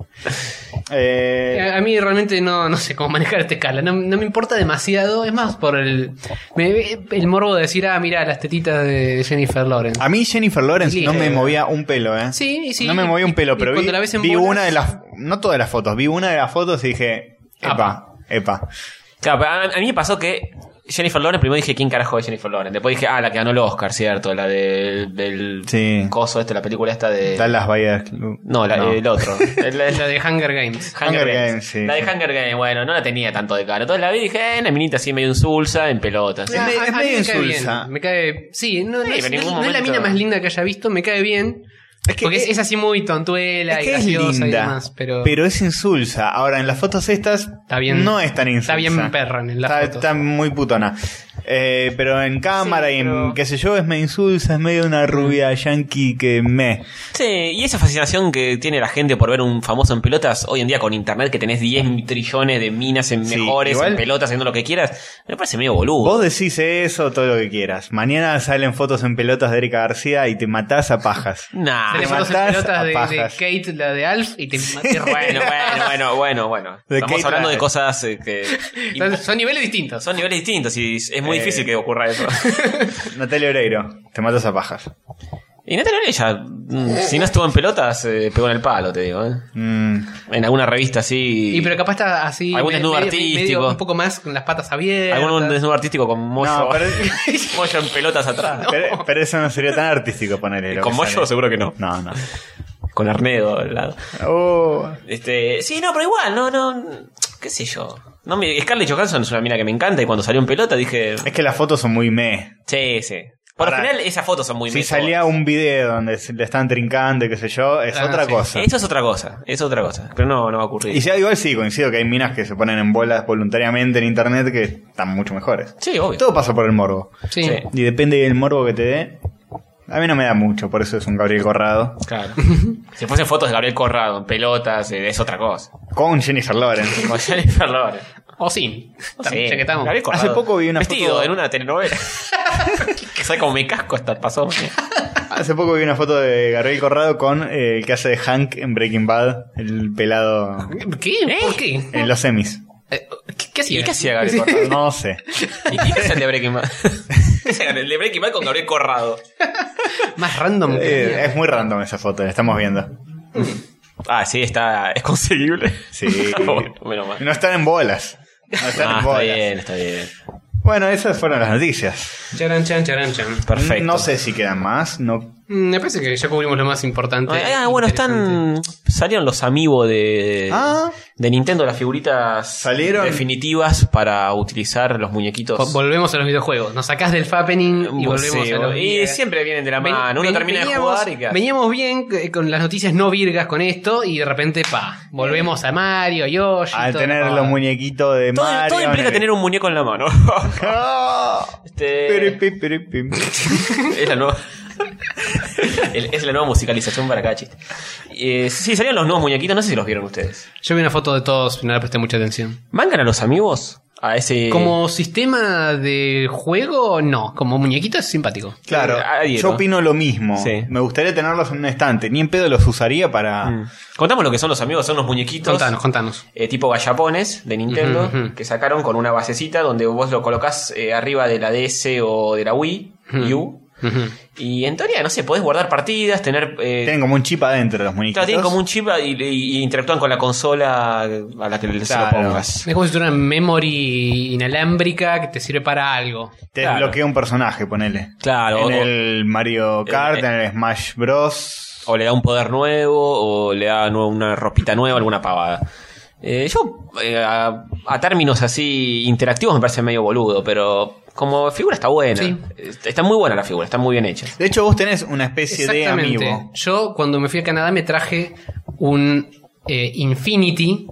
S5: Eh,
S4: Eh, A mí realmente no, no sé cómo manejar esta escala. No, no me importa demasiado. Es más, por el, me- el morbo de decir, ah, mira las tetitas de Jennifer Lawrence.
S5: A mí Jennifer Lawrence
S4: Sí.
S5: no me movía un pelo, ¿eh?
S4: Sí, y sí.
S5: No me movía un
S4: Y
S5: pelo, pero vi,
S4: cuando la ves en
S5: vi
S4: bolas-
S5: una de las... No todas las fotos, vi una de las fotos y dije... Epa, epa.
S3: Claro, pero a, a mí me pasó que Jennifer Lawrence, primero dije, ¿quién carajo es Jennifer Lawrence? Después dije, ah, la que ganó el Oscar, ¿cierto? La del, del
S5: Sí.
S3: coso este, la película esta de...
S5: Dallas Buyers Club.
S3: No, la- eh, Ah, el otro. El- el-
S4: La de Hunger Games.
S3: Hunger,
S5: Hunger
S3: Games.
S5: Games, sí.
S3: La de Hunger Games, bueno, no la tenía tanto de cara. Entonces la vi y dije, eh, una minita así medio insulsa, en pelotas.
S5: Es medio-
S4: A- a
S5: es
S4: mí
S5: medio
S4: me cae bien.
S5: insulsa.
S4: Me cae. Sí, no, no
S3: Sí,
S4: es,
S3: pero en
S4: no es-
S3: ningún
S4: no es la
S3: momento-
S4: mina más linda que haya visto, me cae bien.
S5: Es que
S4: Porque es,
S5: es-
S4: es así muy tontuela y
S5: Es que es
S4: graciosa
S5: linda,
S4: y demás, pero,
S5: es insulsa. Ahora, en las fotos estas
S4: Está bien-
S5: no es tan
S4: está
S5: insulsa.
S4: bien perra en las
S5: Está,
S4: fotos.
S5: está muy putona. Eh, pero en cámara
S4: Sí,
S5: y en
S4: pero-
S5: qué sé yo, es medio insulsa, es medio una rubia yankee que me...
S3: Sí, y esa fascinación que tiene la gente por ver un famoso en pelotas, hoy en día con internet que tenés 10 trillones de minas en
S5: Sí,
S3: mejores,
S5: igual-
S3: en pelotas, haciendo lo que quieras, me parece medio boludo.
S5: Vos decís eso, todo lo que quieras. Mañana salen fotos en pelotas de Erika García y te matás a pajas.
S3: Nah,
S4: Tenés
S5: te
S4: fotos en
S5: matás
S4: pelotas
S5: a
S4: de, de
S5: pajas.
S4: Kate, la de Alf, y te te
S3: bueno,
S4: bueno.
S3: bueno, bueno, bueno, bueno.
S5: De
S3: Estamos
S5: Kate
S3: hablando de
S5: Blanchett.
S3: cosas eh, que
S4: Entonces, Son niveles distintos.
S3: son niveles distintos y es muy
S5: Eh.
S3: difícil que ocurra eso.
S5: Natalia Oreiro, te matas a pajas.
S3: y Natalia Oreya, mm, si no estuvo en pelotas, eh, pegó en el palo, te digo. eh.
S5: Mm,
S3: En alguna revista así.
S4: Y pero capaz está así.
S3: Algún
S4: me-
S3: desnudo
S4: medio- medio-
S3: artístico.
S4: un poco más con las patas abiertas.
S3: Algún desnudo artístico con mollo,
S5: No, pero,
S3: mollo en pelotas atrás.
S5: pero- pero eso no sería tan artístico ponerle.
S3: Con mollo seguro que no.
S5: No, no.
S3: Con Arnedo al lado.
S5: Oh,
S3: Este, sí, no, pero igual, no, no, qué sé yo. No, me- Scarlett Johansson es una mina que me encanta y cuando salió en pelota dije,
S5: es que las fotos son muy me.
S3: sí, sí. Por lo
S5: Pará.
S3: general esas fotos son muy
S5: Si
S3: metas.
S5: salía un video donde se- le están trincando y qué sé yo, es
S4: Ah,
S5: otra
S4: sí.
S5: cosa.
S3: Eso es otra cosa, es otra cosa, pero no, no va a ocurrir.
S5: Y ya igual sí, coincido que hay minas que se ponen en bolas voluntariamente en internet que están mucho mejores.
S3: Sí, obvio.
S5: Todo pasa por el morbo.
S4: Sí.
S3: Sí.
S5: Y depende del morbo que te dé. A mí no me da mucho, por eso es un Gabriel Corrado.
S3: Claro. si fuesen fotos de Gabriel Corrado en pelotas, eh, es otra cosa.
S5: Con Jennifer Lawrence.
S3: Con Jennifer Lawrence.
S4: O sin.
S3: No
S4: También,
S3: sé,
S4: ya que estamos.
S3: Gabriel Corrado.
S5: Hace poco vi una
S3: Vestido
S5: foto-
S3: en una telenovela. ¿Sabes cómo me casco hasta pasó?
S5: Hace poco vi una foto de Gabriel Corrado con eh, el que hace de Hank en Breaking Bad, el pelado
S4: ¿Qué? ¿Por qué?
S5: en los semis.
S4: Eh, ¿Qué, qué hacía?
S3: ¿Eh? ¿Y qué hacía Gabriel Corrado?
S5: No sé.
S3: ¿Y quién es el de Breaking Bad? ¿Qué es el de Breaking Bad con Gabriel Corrado?
S4: Más random. que
S5: Eh, es muy random esa foto, la estamos viendo.
S3: Ah, sí, está. Es conseguible.
S5: Sí.
S3: Bueno, menos mal.
S5: No están en bolas. No están
S3: Ah,
S5: en
S3: está
S5: bolas.
S3: bien, está bien.
S5: Bueno, esas fueron las noticias.
S4: Charan, chan, charan, chan.
S3: Perfecto.
S5: No sé si quedan más. No.
S4: Mm, Me parece que ya cubrimos lo más importante. e
S3: Ah, bueno, están. Salieron los amigos de.
S5: Ah.
S3: De Nintendo, las figuritas.
S5: Salieron.
S3: Definitivas para utilizar los muñequitos.
S4: Vo- Volvemos a los videojuegos. Nos sacás del Fappening y volvemos
S3: Sí,
S4: a los
S3: y
S4: videojuegos.
S3: siempre vienen de la
S4: Ven-
S3: mano. Uno
S4: ven-
S3: termina de jugar y qué hace.
S4: Veníamos bien eh, con las noticias no virgas con esto y de repente, pa, volvemos a Mario, Yoshi.
S5: Al
S4: todo,
S5: tener
S4: pa.
S5: los muñequitos de
S3: Todo,
S5: Mario.
S3: todo implica tener un muñeco en la mano.
S5: Eh.
S3: Este-
S5: Piripi, piripi.
S3: Es la nueva. El- es la nueva musicalización para cada chiste. Eh, sí, salieron los nuevos muñequitos, no sé si los vieron ustedes.
S4: Yo vi una foto de todos y no le presté mucha atención.
S3: ¿Mangan a los amigos? A ese.
S4: Como sistema de juego, no. Como muñequito es simpático.
S5: Claro,
S3: Adhiero.
S5: yo opino lo mismo.
S3: Eh, Sí.
S5: Me gustaría tenerlos en un estante. Ni en pedo los usaría para.
S3: Mm. Contamos lo que son los amigos, son los muñequitos.
S4: Contanos, contanos.
S3: eh, tipo gallapones de Nintendo
S4: Ujú, ujú.
S3: que sacaron con una basecita donde vos lo colocas arriba de la DS o de la Wii
S4: Ujú.
S3: U.
S4: Ujú.
S3: Y en teoría, no sé, podés guardar partidas, tener. eh,
S5: Tienen como un chip adentro los muñequitos.
S3: claro, tienen como un chip y, y- y interactúan con la consola a la que se lo
S5: Claro.
S3: pongas.
S4: Es como si tuviera una memory inalámbrica que te sirve para algo.
S5: Te
S3: claro.
S5: desbloquea un personaje, ponele.
S3: Claro,
S5: En
S3: o- eh.
S5: el Mario Kart,
S3: en-
S5: en el Smash Bros.
S3: O le da un poder nuevo, o le da nue- una ropita nueva, alguna pavada. Eh, yo, eh, a, a términos así interactivos, me parece medio boludo, pero como figura está buena.
S4: Sí.
S3: Eh, Está muy buena la figura, está muy bien hecha.
S5: De hecho, vos tenés una especie de
S4: Exactamente.
S5: amigo.
S4: Yo cuando me fui a Canadá me traje un eh, Infinity,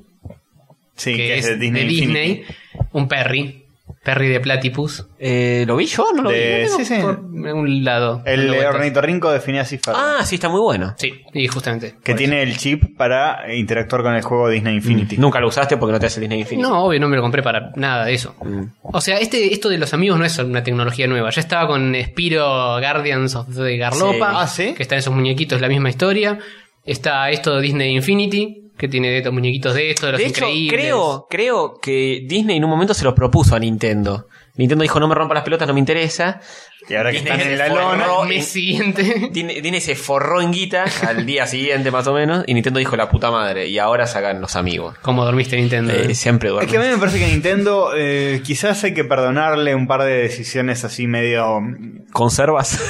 S5: Sí,
S4: que, es de Disney,
S5: Infinity.
S4: un Perry, Perry de Platypus.
S3: Eh, ¿Lo vi yo? No lo
S5: De-
S3: vi.
S5: sí, sí.
S4: Por un lado.
S5: Eh. El
S4: dando vueltas.
S5: ornitorrinco de Phineas y Ferb.
S3: Ah, sí, está muy bueno.
S4: Sí, y justamente.
S5: que
S3: Pues
S4: por
S5: tiene el chip para interactuar con el juego Disney Infinity.
S3: Nunca lo usaste porque Mm. no te hace Disney
S4: eso.
S3: Infinity.
S4: No, obvio, no me lo compré para nada de eso. O sea, este, esto de los amigos no es una tecnología nueva. Ya estaba con Spiro Guardians of the Garlopa,
S3: Sí.
S5: Ah, ¿sí?
S4: que está en sus muñequitos, la misma historia. Está esto de Disney Infinity, que tiene estos muñequitos de esto, de los
S3: De hecho,
S4: increíbles.
S3: creo, creo que Disney en un momento se los propuso a Nintendo. Nintendo dijo, no me rompa las pelotas, no me interesa.
S5: Y ahora que
S3: Disney
S5: están en la
S3: se
S5: lona.
S3: forró.
S4: mes siguiente.
S3: Disney Disney se forró en guita al día siguiente más o menos y Nintendo dijo la puta madre y ahora sacan los amigos.
S4: ¿Cómo dormiste Nintendo?
S3: Eh, siempre
S5: Mm. Es
S3: duerme.
S5: que a mí me parece que Nintendo eh, quizás hay que perdonarle un par de decisiones así medio
S3: ¿Conservas?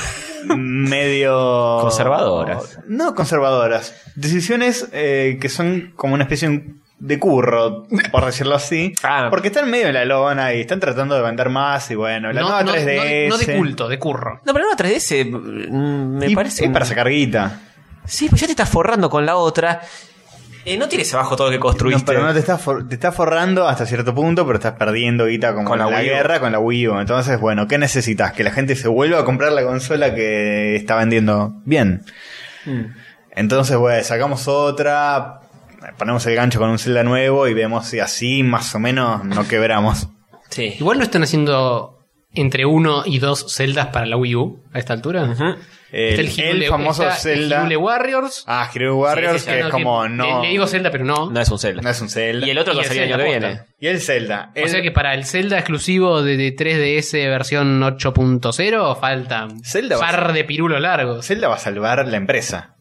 S5: medio
S3: Conservadoras.
S5: No conservadoras. Decisiones eh, que son como una especie de curro, por decirlo así,
S3: Ah.
S5: porque están medio en la lona y están tratando de vender más y bueno, la nueva 3DS.
S4: no de culto, de curro.
S3: No, pero no, 3DS mm, me
S5: Y
S3: parece...
S5: es
S3: un-
S5: para sacar guita.
S3: Sí, pero ya te estás forrando con la otra. Eh, no tires abajo todo lo que construiste.
S5: No, pero no te estás for- te estás forrando hasta cierto punto, pero estás perdiendo guita como
S3: Con
S5: con
S3: la
S5: la,
S3: Wii U.
S5: guerra con la Wii U. Entonces, bueno, ¿qué necesitas? Que la gente se vuelva a comprar la consola que está vendiendo bien.
S4: Mm.
S5: Entonces, bueno, sacamos otra, ponemos el gancho con un Zelda nuevo y vemos si así más o menos no quebramos.
S3: Sí.
S4: Igual no están haciendo entre uno y dos celdas para la Wii U a esta altura.
S3: Ujú.
S5: El, el
S4: Hyrule-
S5: famoso
S4: está el
S5: Zelda.
S4: Hyrule Warriors.
S5: Ah, Hero Warriors,
S3: Sí, sí, sí,
S5: que
S4: no,
S5: es como
S4: que-
S5: no,
S4: Le, le digo Zelda, pero no.
S3: No es un Zelda.
S5: no es un Zelda.
S3: Y el otro
S4: Y
S3: va a
S4: el
S3: salir el año
S4: Zelda
S3: que
S4: posta.
S3: viene.
S5: Y el Zelda.
S4: O
S5: el-
S4: sea que para el Zelda exclusivo de, de 3DS versión 8.0 faltan
S5: Zelda va a
S4: par de pirulos largos.
S5: Zelda va a salvar la empresa.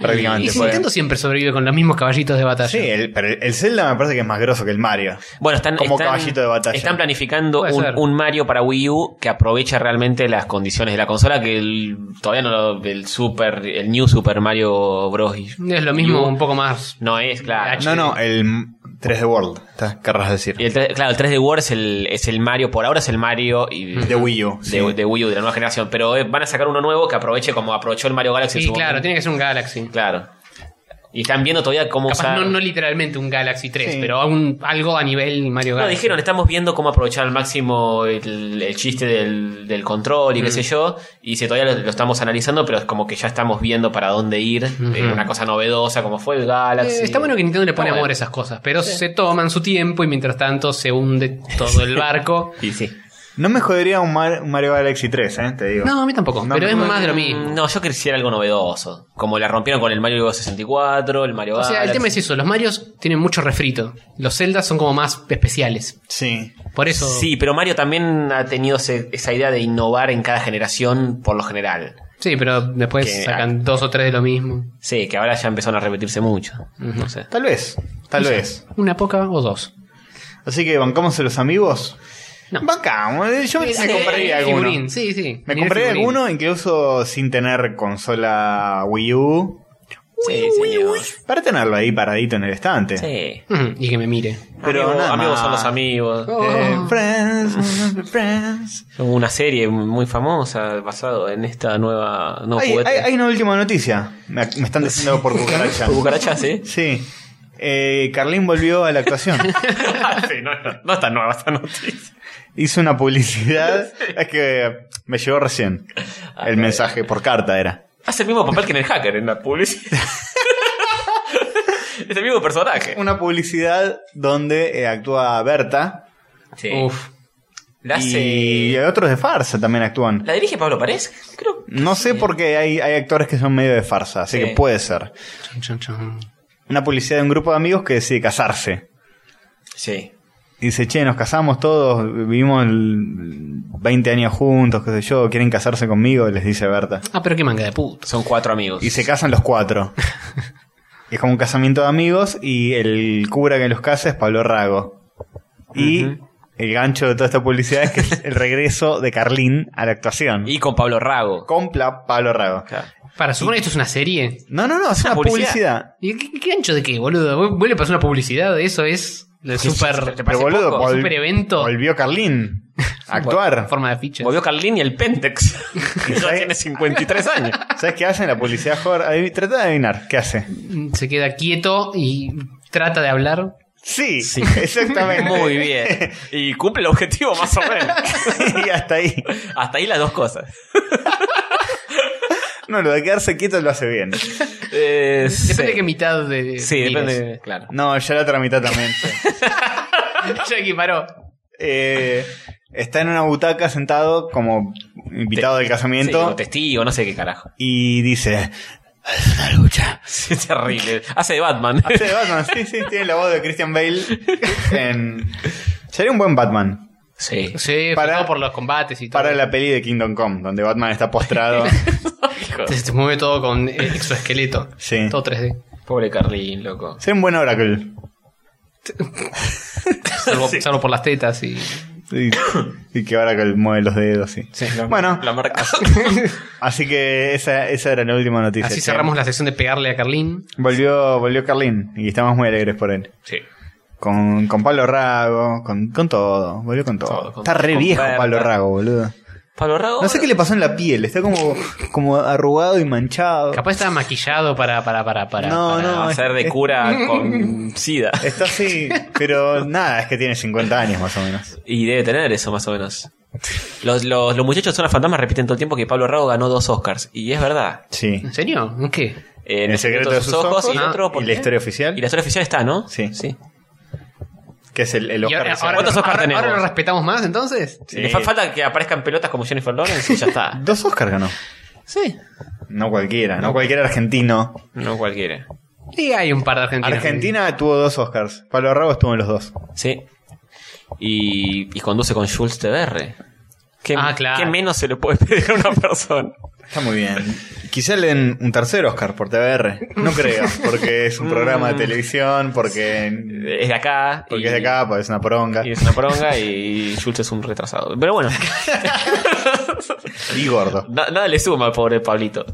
S5: prácticamente.
S4: Y si
S5: porque-
S4: Nintendo siempre sobrevive con los mismos caballitos de batalla.
S5: Sí, el, pero el Zelda me parece que es más grosso que el Mario.
S3: Bueno, están,
S5: Como
S3: están-
S5: caballito de batalla.
S3: Están planificando
S4: Puede
S3: un,
S4: ser.
S3: un Mario para Wii U que aprovecha realmente las condiciones de la consola que el- todavía no lo- el Super, el New Super Mario Bros. y-
S4: Es lo mismo, un poco más.
S3: No es, claro.
S5: No, no, el 3D World, está- querrás decir.
S3: Y el tres- claro, el 3D World es el, es el Mario, por ahora es el Mario y-
S5: De Wii U.
S3: de-
S5: sí.
S3: de Wii U, de la nueva generación. Pero eh, van a sacar uno nuevo que aproveche como aprovechó el Mario Galaxy. en
S4: Sí,
S3: su
S4: claro,
S3: momento.
S4: tiene que ser un Galaxy.
S3: Claro. Y están viendo todavía cómo
S4: Capaz
S3: usar.
S4: no, no literalmente un Galaxy 3,
S5: Sí.
S4: pero un- algo a nivel Mario
S3: No,
S4: Galaxy.
S3: dijeron, estamos viendo cómo aprovechar al máximo el, el chiste del, del control
S4: Mm.
S3: y qué sé yo. Y si todavía lo, lo estamos analizando, pero es como que ya estamos viendo para dónde ir. Eh, una cosa novedosa como fue el
S4: Eh,
S3: Galaxy.
S4: está bueno que Nintendo le
S3: Está
S4: pone amor
S3: bueno.
S4: a esas cosas, pero se toman su tiempo y mientras tanto se hunde todo el barco.
S3: Y sí.
S5: No me jodería un, Mar- un Mario Galaxy 3, eh, te digo.
S4: No, a mí tampoco,
S5: No,
S4: pero Ah, es
S5: no,
S4: más de lo mismo.
S3: Mm, No, yo quisiera algo novedoso. Como la rompieron con el Mario 64, el Mario
S4: O sea, el
S3: Galaxy.
S4: tema es eso, los Marios tienen mucho refrito, los Zeldas son como más especiales.
S5: Sí.
S4: Por eso
S3: Sí, pero Mario también ha tenido ese- esa idea de innovar en cada generación por lo general.
S4: Sí, pero después
S3: Que-
S4: sacan dos o tres de lo mismo.
S3: Sí, que ahora ya empezaron a repetirse mucho. No sé.
S5: Tal vez, tal vez.
S4: Una poca o dos.
S5: Así que bancamos a los amigos.
S4: No.
S5: Bancamos, eh, yo me
S4: Sí,
S5: compraría
S4: el
S5: alguno.
S4: figurín, Sí, sí.
S5: Me
S4: Ni el
S5: compraría
S4: figurín.
S5: alguno incluso sin tener consola Wii U.
S3: Sí, señor.
S5: Para tenerlo ahí paradito en el estante. Eh,
S3: Sí.
S4: Ujú, Y que me mire.
S5: Pero
S3: Amigo-
S5: nada
S3: amigos
S5: más.
S3: son los amigos.
S5: Eh, friends, friends.
S3: Hubo Una serie muy famosa basado en esta nueva nuevo
S5: Hay,
S3: juguete.
S5: hay- hay una última noticia. Me, me están diciendo por cucaracha.
S3: Cucarachas, ¿sí?
S5: Sí. Eh, Carlín volvió a la actuación.
S3: Ah, Sí, no, no, no está nueva esta noticia.
S5: Hizo una publicidad. Es que me llegó recién. El mensaje por carta era.
S3: Hace el mismo papel que en el hacker, en la publicidad. es el mismo personaje.
S5: Una publicidad donde eh, actúa Berta.
S3: Sí.
S4: Uf.
S3: La, hace-
S5: Y otros de farsa también actúan.
S3: ¿La dirige Pablo Párez? Creo.
S5: No sé por qué hay, hay actores que son medio de farsa, así
S3: Sí.
S5: que puede ser.
S4: Chon, chon, chon.
S5: Una publicidad de un grupo de amigos que decide casarse.
S3: Sí.
S5: Y dice, che, nos casamos todos, vivimos el- 20 años juntos, qué sé yo, quieren casarse conmigo, les dice Berta.
S4: Ah, pero qué manga de puto.
S3: Son cuatro amigos.
S5: Y se casan los cuatro. es como un casamiento de amigos y el cura que los casa es Pablo Rago. Y el gancho de toda esta publicidad es que es el regreso de Carlín a la actuación.
S3: Y con Pablo Rago.
S5: Compla Pablo Rago.
S3: Claro.
S4: Para suponer que esto es una serie.
S5: No, no, no, es una publicidad.
S4: ¿Y qué, qué ancho de qué, boludo? ¿Vos, vos le pasás una publicidad? Eso es el super,
S3: ¿Te
S5: Pero
S3: parece
S5: boludo,
S3: poco?
S5: vol-
S4: super evento.
S5: volvió Carlín a actuar.
S4: Forma de ficha.
S3: Movió Carlín y el Pentex. que ya
S5: Sí.
S3: tiene 53 años.
S5: ¿Sabes qué hacen la publicidad? Jorge? Adiv- Trata de adivinar, ¿qué hace?
S4: Mm, Se queda quieto y trata de hablar.
S5: Sí,
S3: Sí.
S5: exactamente.
S3: Muy bien. Y cumple el objetivo más o menos.
S5: y hasta ahí.
S3: Hasta ahí las dos cosas.
S5: No, lo de quedarse quieto lo hace bien.
S3: Eh,
S4: Depende
S3: sí.
S4: de qué mitad de.
S3: Sí,
S4: mires.
S3: depende. Claro.
S5: No, ya la otra mitad también. sí.
S4: Jackie paró.
S5: Eh, está en una butaca sentado como invitado del
S3: Sí, como
S5: casamiento
S3: testigo, no sé qué carajo.
S5: y dice... Es una lucha.
S3: Sí, es terrible. Hace de Batman.
S5: Hace de Batman, sí, sí, tiene la voz de Christian Bale. En... Sería un buen Batman
S3: Sí.
S4: Sí,
S5: Para-
S4: para, por los combates y todo.
S5: para la peli de Kingdom Come, donde Batman está postrado.
S4: Se, se mueve todo con eh, exoesqueleto.
S5: Sí.
S4: Todo 3D.
S3: Pobre Carlín, loco.
S5: Sería un buen Oracle.
S4: Salvo, salvo por las tetas y.
S5: Y, y que Oracle mueve los dedos, sí. bueno,
S3: La marca.
S5: así que esa, esa era la última noticia.
S4: Así
S5: che.
S4: cerramos la sección de pegarle a Carlín.
S5: Volvió, volvió Carlín y estamos muy alegres por él.
S3: Sí.
S5: Con, con Pablo Rago, con, con todo, volvió con todo.
S3: Todo, con-
S5: Está re
S3: con
S5: viejo
S3: Berta.
S5: Pablo Rago, boludo.
S3: Pablo Rago.
S5: No sé qué le pasó en la piel, está como, como arrugado y manchado.
S4: Capaz estaba maquillado para, para, para, para.
S5: No,
S4: para-
S5: no.
S3: va a ser de cura con SIDA.
S5: Está así, pero nada, es que tiene 50 años más o menos.
S3: Y debe tener eso, más o menos. Los, los, los muchachos de Zona Fantasma repiten todo el tiempo que Pablo Rago ganó dos Oscars. Y es verdad.
S5: Sí.
S4: ¿En serio? ¿En qué?
S3: Eh, en el secreto de sus ojos, y el
S5: ah,
S3: otro por
S5: la
S3: qué?
S5: historia
S3: Y
S5: oficial,
S3: la historia oficial está, ¿no?
S5: Sí.
S3: sí.
S5: que es el, el
S4: ¿Y
S5: Oscar
S4: ahora,
S5: recién.
S4: ahora-
S3: ¿Cuántos Oscar
S4: ahora-
S3: tenemos?
S4: ahora lo respetamos más entonces?
S5: Sí.
S3: Le fa- falta que aparezcan pelotas como Jennifer Lawrence y ya está.
S5: Dos Oscars ganó.
S3: sí.
S5: No cualquiera, no, cualquier argentino.
S3: No cualquiera.
S4: Y hay un par de argentinos.
S5: Argentina tuvo dos Oscars. Pablo Rago estuvo en los dos.
S3: Sí. Y, y conduce con Jules TBR. ¿Qué,
S4: Ah, claro.
S3: ¿Qué menos se le puede pedir a una persona?
S5: Está muy bien. Quizá le den un tercer Oscar por TBR. No creo, porque es un programa
S4: Mm.
S5: de televisión, porque,
S3: Es de acá.
S5: porque
S3: y-
S5: es de acá, porque es una poronga.
S3: Y es una poronga y Jules es un retrasado. Pero bueno,
S5: Y gordo.
S3: na- nada le suma al pobre Pablito.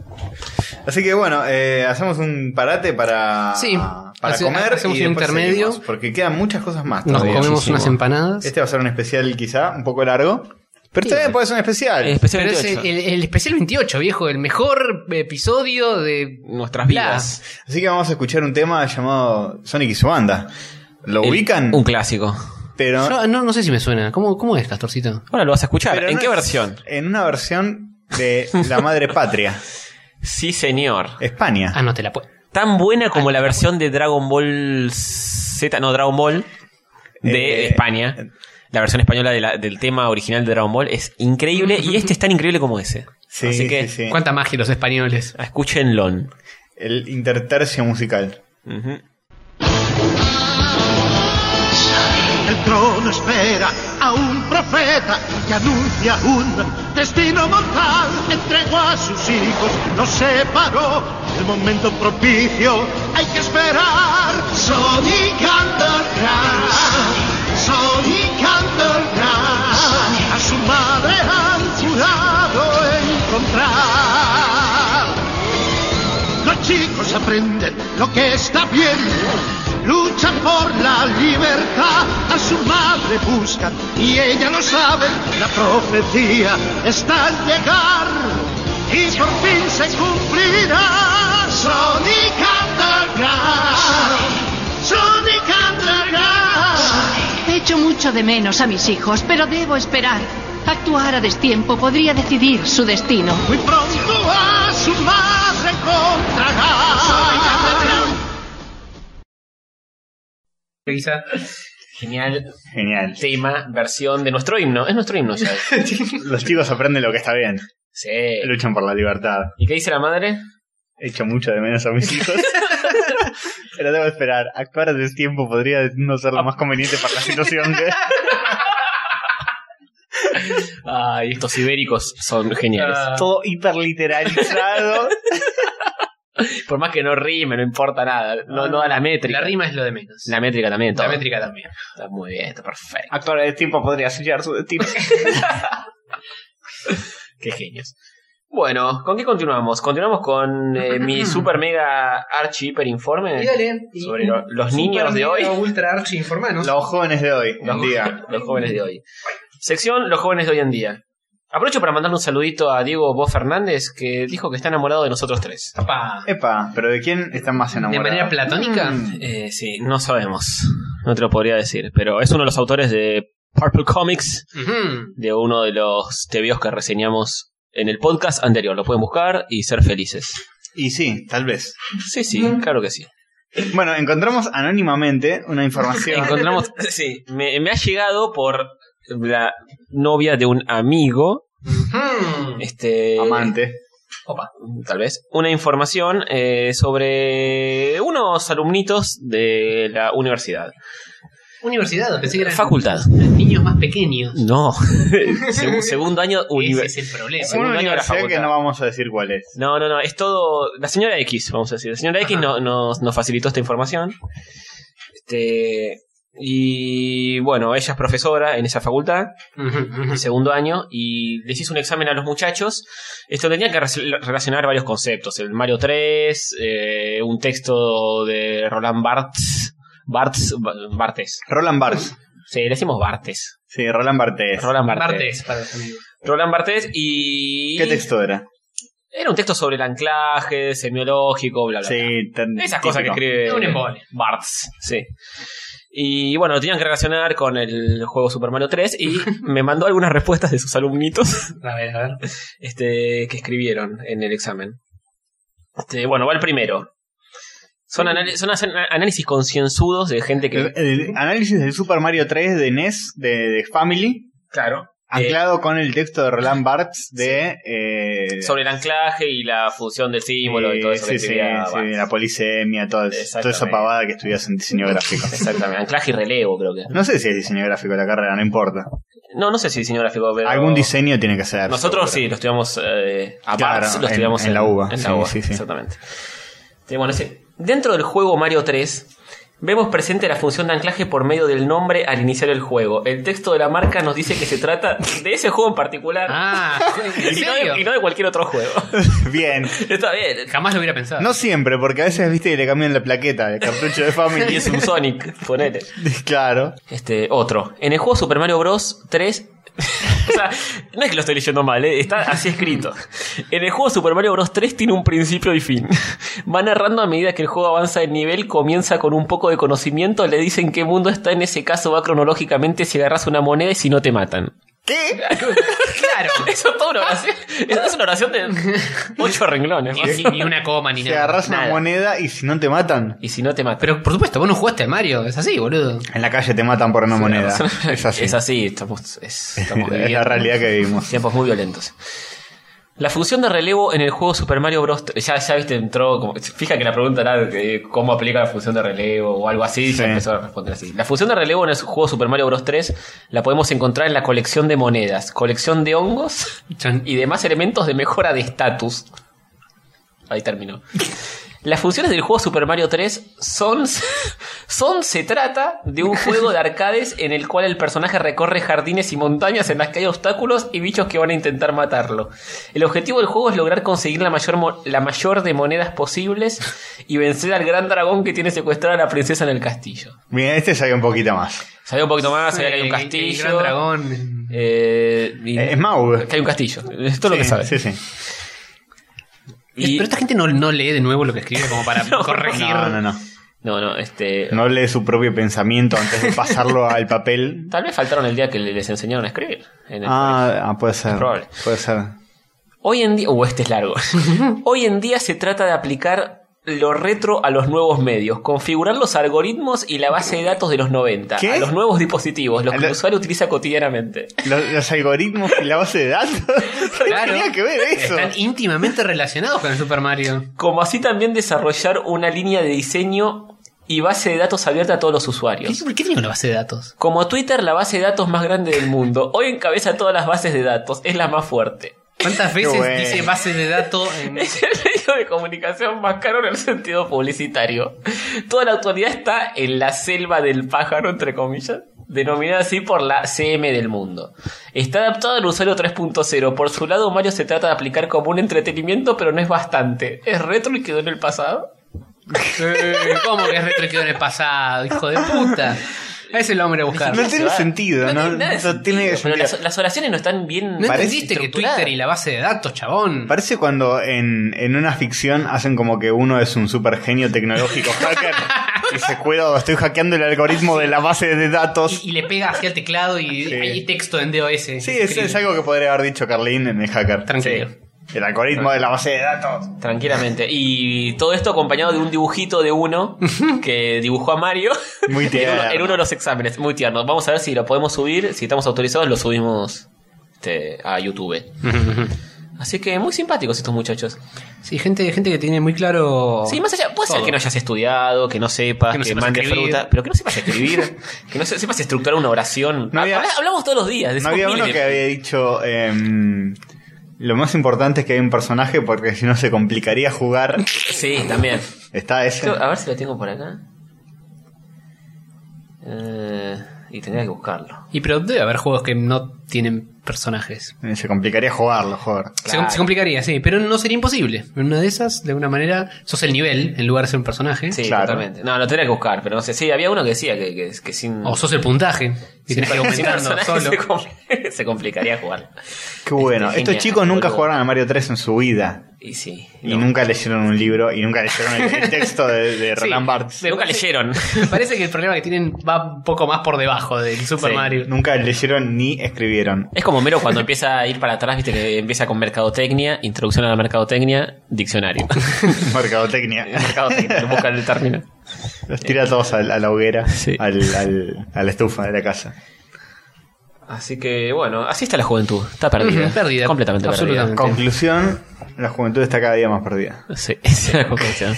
S5: Así que bueno, eh, hacemos un parate para,
S4: Sí.
S5: para
S4: Hace-
S5: comer.
S4: hacemos
S5: y
S4: un
S5: después
S4: intermedio.
S5: seguimos, porque quedan muchas cosas más.
S4: Nos
S5: todavía.
S4: comemos
S3: muchísimo.
S4: unas empanadas.
S5: Este va a ser un especial quizá, un poco largo. Pero está bien, puede ser un especial.
S3: El especial
S4: Pero es
S3: 28.
S4: el, el especial 28, viejo. El mejor episodio de...
S3: Nuestras
S4: Bla.
S3: vidas.
S5: Así que vamos a escuchar un tema llamado Sonic y su banda. Lo
S3: El-
S5: ubican,
S3: Un clásico.
S5: pero,
S4: Yo no, no sé si me suena. ¿Cómo, cómo es, Castorcito?
S3: Ahora lo vas a escuchar.
S5: pero
S3: ¿En
S5: no
S3: qué
S5: es-
S3: versión?
S5: En una versión de La Madre Patria,
S3: Sí, señor.
S5: España.
S4: Ah, no, te la puedo.
S3: Tan buena como la versión de Dragon Ball Z, no, Dragon Ball de
S5: Eh,
S3: España. La versión española de la- del tema original de Dragon Ball es increíble y este es tan increíble como ese.
S5: Sí,
S3: Así que
S5: sí, sí.
S4: Cuánta magia los españoles.
S3: escúchenlo.
S5: El intertercio musical.
S3: Ujú.
S6: El trono espera a un profeta que anuncia un destino mortal. Entregó a sus hijos, los separó. El momento propicio hay que esperar. Sonic Underground, Sonic Underground. A su madre han jurado encontrar. Los chicos aprenden lo que está bien, luchan por la libertad, a su madre buscan y ella lo sabe, la profecía está al llegar y por fin se cumplirá. Sonic Underground, Sonic Underground.
S7: Echo mucho de menos a mis hijos, pero debo esperar. Actuar a destiempo podría decidir su destino.
S6: Muy pronto a su madre encontrará. Sonic Underground.
S4: Quizá.
S3: Genial
S5: Genial.
S3: tema, versión de nuestro himno. Es nuestro himno ya.
S5: Los chicos aprenden lo que está bien.
S3: Sí.
S5: Luchan por la libertad.
S3: ¿Y qué dice la madre?
S5: Echo mucho de menos a mis hijos. Pero debo esperar. Actuar a destiempo podría no ser lo más conveniente para la situación. que-
S3: Ay, estos ibéricos son geniales.
S5: Todo hiperliteralizado.
S3: Por más que no rime, no importa nada. No, no da la métrica.
S4: La rima es lo de menos.
S3: La métrica también.
S4: La
S3: todo.
S4: métrica también.
S3: Está muy bien, está perfecto.
S5: Actuar a destiempo podría sellar su destino.
S3: Qué genios. Bueno, ¿con qué continuamos? Continuamos con eh, mi super mega archi hiper informe sobre lo- los niños de hoy,
S4: Ultra archi informanos.
S5: Los jóvenes de hoy.
S3: Los-
S5: Buen día.
S3: los jóvenes de hoy. Sección Los jóvenes de hoy en día. Aprovecho para mandarle un saludito a Diego Bo Fernández que dijo que está enamorado de nosotros tres.
S5: Epa, pero ¿de quién están más
S4: De
S5: enamorados? Mm,
S4: manera platónica.
S3: Eh, sí, no sabemos. No te lo podría decir, pero es uno de los autores de Purple Comics,
S4: Ujú.
S3: de uno de los tebeos que reseñamos en el podcast anterior. Lo pueden buscar y ser felices.
S5: Y sí, tal vez.
S3: Sí, sí, claro que sí.
S5: Bueno, encontramos anónimamente una información.
S3: Encontramos. Sí, me, me ha llegado por la novia de un amigo.
S4: Ujú.
S3: Este.
S5: Amante.
S3: Opa, tal vez. Una información eh, sobre unos alumnitos de la universidad.
S4: Universidad, pensé que eran
S3: Facultad.
S4: niños más pequeños.
S3: No. Segu- segundo año
S4: Ese
S3: universidad.
S4: es el problema.
S3: Sí. segundo
S5: una
S3: año de la
S5: universidad que
S3: facultad.
S5: no vamos a decir cuál es.
S3: No, no, no, es todo. La señora X, vamos a decir. La señora X
S4: Ajá.
S3: no- nos, nos facilitó esta información. Este. Y bueno, ella es profesora en esa facultad.
S4: Ujú, ujú.
S3: el segundo año y les hice un examen a los muchachos. Esto tenía que re- relacionar varios conceptos. El Mario 3, eh, un texto de Roland Barthes. Barthes, Ba- Barthes.
S5: Roland Barthes.
S3: Sí, le decimos Barthes.
S5: Sí, Roland Barthes.
S3: Roland Barthes.
S4: Martes, para los amigos.
S3: Roland Barthes y...
S5: ¿Qué texto era?
S3: Era un texto sobre el anclaje, semiológico, bla, bla, bla.
S5: Sí, tan
S3: Esas cosas que
S5: típico.
S3: escribe
S4: Es un embole.
S3: Bartz, sí. Y bueno, lo tenían que relacionar con el juego Super Mario 3 y me mandó algunas respuestas de sus alumnitos
S4: A ver, a ver.
S3: este, que escribieron en el examen. Este, bueno, va el primero. Son, anal- son ana- análisis concienzudos de gente que...
S5: El, el análisis del Super Mario 3 de NES, de, de Family,
S3: Claro. eh,
S5: anclado con el texto de Roland Barthes de... eh,
S3: sobre el anclaje y la función del símbolo y todo
S5: eh,
S3: eso.
S5: sí,
S3: que
S5: sí,
S3: escribía
S5: sí,
S3: Barthes.
S5: la polisemia, todo eso- toda esa
S3: Exactamente.
S5: pavada que estudias en diseño gráfico.
S3: Exactamente, anclaje y relevo creo que.
S5: No sé si es diseño gráfico la carrera, no importa.
S3: No, no sé si diseño gráfico, pero...
S5: Algún diseño tiene que ser.
S3: Nosotros
S5: seguro.
S3: sí, lo estudiamos eh, a
S5: Claro,
S3: Bartz, lo
S5: Ah, en-
S3: estudiamos
S5: en la UBA.
S3: en la
S5: Sí,
S3: UBA,
S5: sí, sí.
S3: exactamente. Sí, bueno, ese- dentro del juego Mario 3, vemos presente la función de anclaje por medio del nombre al iniciar el juego. El texto de la marca nos dice que se trata de ese juego en particular.
S4: Ah, ¿en
S3: y, no de, y no
S4: serio?
S3: de cualquier otro juego.
S5: Bien.
S3: Está bien.
S4: Jamás lo hubiera pensado.
S5: No siempre, porque a veces, viste, le cambian la plaqueta el cartucho de
S3: Y
S5: Family.
S3: es un Sonic, ponele.
S5: claro.
S3: Este, otro. En el juego Super Mario Bros. 3. o sea, no es que lo estoy leyendo mal, eh, está así escrito. En el juego Super Mario Bros. 3 tiene un principio y fin. Va narrando a medida que el juego avanza de nivel, comienza con un poco de conocimiento, le dicen qué mundo está en ese caso, va cronológicamente si agarras una moneda y si no te matan.
S5: ¿Qué?
S4: Claro.
S3: Eso es toda una oración. eso es una oración de ocho renglones.
S4: Ni, ni una coma ni
S5: Te
S4: nada.
S5: agarras una
S3: Nada.
S5: moneda y si no te matan,
S3: Y si no te matan.
S4: Pero por supuesto, vos no jugaste al Mario, es así, boludo.
S5: en la calle te matan por una moneda. Es así.
S3: Es así, estamos, es- estamos
S5: es la
S3: viviendo.
S5: realidad que vivimos.
S3: Tiempos muy violentos. La función de relevo en el juego Super Mario Bros. 3. Ya, ya viste, entró. Como, fija que la pregunta era de cómo aplica la función de relevo o algo así. y
S5: Sí.
S3: Ya empezó a responder así. La función de relevo en el juego Super Mario Bros. 3 la podemos encontrar en la colección de monedas, colección de hongos
S4: Chan.
S3: y demás elementos de mejora de estatus. Ahí terminó. Las funciones del juego Super Mario 3 son, son se trata de un juego de arcades en el cual el personaje recorre jardines y montañas en las que hay obstáculos y bichos que van a intentar matarlo. El objetivo del juego es lograr conseguir la mayor, mo- la mayor de monedas posibles y vencer al gran dragón que tiene secuestrada a la princesa en el castillo.
S5: Bien, este sabe un poquito más.
S3: Sabía un poquito
S5: Ah,
S3: más, sabía que hay un
S4: El- El
S3: castillo.
S4: gran dragón.
S3: eh, y-
S5: Eh, Es Mau.
S3: que hay un castillo. Esto es todo lo que
S5: Sí,
S3: sabes.
S5: Sí, sí.
S3: Y-
S4: Pero esta gente no, no lee de nuevo lo que escribe como para corregir.
S5: No, no, no.
S3: No, no, este.
S5: No lee su propio pensamiento antes de pasarlo al papel.
S3: Tal vez faltaron el día que le- les enseñaron a escribir. en el
S5: Ah, ah, puede ser.
S3: probable.
S5: Puede ser.
S3: Hoy en día, uh, este es largo. Hoy en día se trata de aplicar lo retro a los nuevos medios, configurar los algoritmos y la base de datos de los 90,
S5: ¿Qué?
S3: a los nuevos dispositivos, los
S5: A
S3: que
S5: lo-
S3: el usuario utiliza cotidianamente.
S5: Los, los algoritmos y la base de datos.
S4: Claro.
S5: Tenía que ver eso.
S4: Están íntimamente relacionados con el Super Mario.
S3: Como así también desarrollar una línea de diseño y base de datos abierta a todos los
S4: ¿Qué,
S3: usuarios.
S4: ¿Por qué tiene una base de datos?
S3: Como Twitter, la base de datos más grande del mundo, hoy encabeza todas las bases de datos, es la más fuerte.
S4: ¿Cuántas veces
S5: bueno.
S4: dice base de datos en
S3: Es el medio de comunicación más caro en el sentido publicitario. Toda la autoridad está en la selva del pájaro, entre comillas, denominada así por la CM del mundo. Está adaptado al usuario 3.0. Por su lado, Mario se trata de aplicar como un entretenimiento, pero no es bastante. Es retro y quedó en el pasado.
S4: Eh, ¿Cómo que es retro quedó en el pasado, hijo de puta? A ese lo vamos a ir a buscar.
S5: No tiene sentido, ¿no?
S3: nada de
S5: No tiene
S3: sentido, pero
S5: sentido.
S3: las, las oraciones no están bien.
S4: ¿No
S5: Parece
S4: entendiste que
S3: estructurada.
S4: Twitter y la base de datos, chabón?
S5: Parece cuando en, en una ficción hacen como que uno es un super genio tecnológico hacker y se cuidado, estoy hackeando el algoritmo de la base de datos.
S4: Y, y le pega hacia el teclado y
S5: Sí.
S4: hay texto en DOS.
S5: Sí, eso es algo que podría haber dicho Carlin en el hacker.
S4: Tranquilo.
S5: El algoritmo de la base de datos.
S3: Tranquilamente. Y todo esto acompañado de un dibujito de uno que dibujó a Mario.
S5: Muy
S3: en,
S5: tierno.
S3: uno, en uno de los exámenes, muy tierno. Vamos a ver si lo podemos subir. Si estamos autorizados, lo subimos este, a YouTube. Así que muy simpáticos estos muchachos.
S4: Sí, gente, gente que tiene muy
S5: Oh,
S4: claro.
S3: Sí, más allá, puede ser
S4: Todo.
S3: que no hayas estudiado, que no sepas,
S4: Que
S3: que,
S4: no sepas
S3: mandes
S4: escribir.
S3: fruta, pero que no sepas escribir, que no se- sepas estructurar una oración.
S5: No había-
S3: Habla- Hablamos todos los días.
S5: No
S3: decimos
S5: había
S3: mil
S5: uno
S3: de-
S5: que había dicho. em, lo más importante es que hay un personaje porque si no se complicaría jugar.
S3: Sí, también.
S5: Está ese.
S3: Creo- a ver si lo tengo por acá. Eh, y tendría que buscarlo.
S4: Y pero debe haber juegos que no tienen personajes.
S5: Eh, Se complicaría jugarlo, joder.
S4: Se-
S3: Claro.
S4: Se, complicaría, sí, pero no sería imposible. En una de esas, de alguna manera, sos el nivel en lugar de ser un personaje.
S3: Sí,
S5: Claro.
S3: totalmente. No, lo tendría que buscar, pero no sé. Sí, había uno que decía que, que, que sin.
S4: O sos el puntaje. Y tenés que ir
S3: Sin
S4: aumentando
S3: personaje
S4: solo.
S3: Se, compl- se complicaría jugar.
S5: Qué bueno.
S3: Este,
S5: Estos
S3: genial,
S5: chicos nunca
S3: boludo.
S5: jugaron a Mario 3 en su vida.
S3: Y sí.
S5: Y nunca leyeron un libro. Y nunca leyeron el, el texto de, de Roland Barthes.
S3: Nunca leyeron.
S4: Me parece que el problema que tienen va un poco más por debajo del Super
S3: Sí.
S4: Mario.
S5: Nunca leyeron ni escribieron.
S3: Es como Mero cuando empieza a ir para atrás, viste que empieza con mercadotecnia, introducción a la mercadotecnia, diccionario.
S5: Mercadotecnia.
S3: mercadotecnia, busca el término.
S5: Los tira todos al- a, la hoguera,
S3: Sí.
S5: al- al- a la estufa de la casa.
S3: Así que bueno, así está la juventud, está perdida.
S4: Ujú, perdida.
S3: Completamente perdida.
S4: Absolutamente.
S5: Conclusión, la juventud está cada día más perdida.
S3: Sí, esa es la conclusión.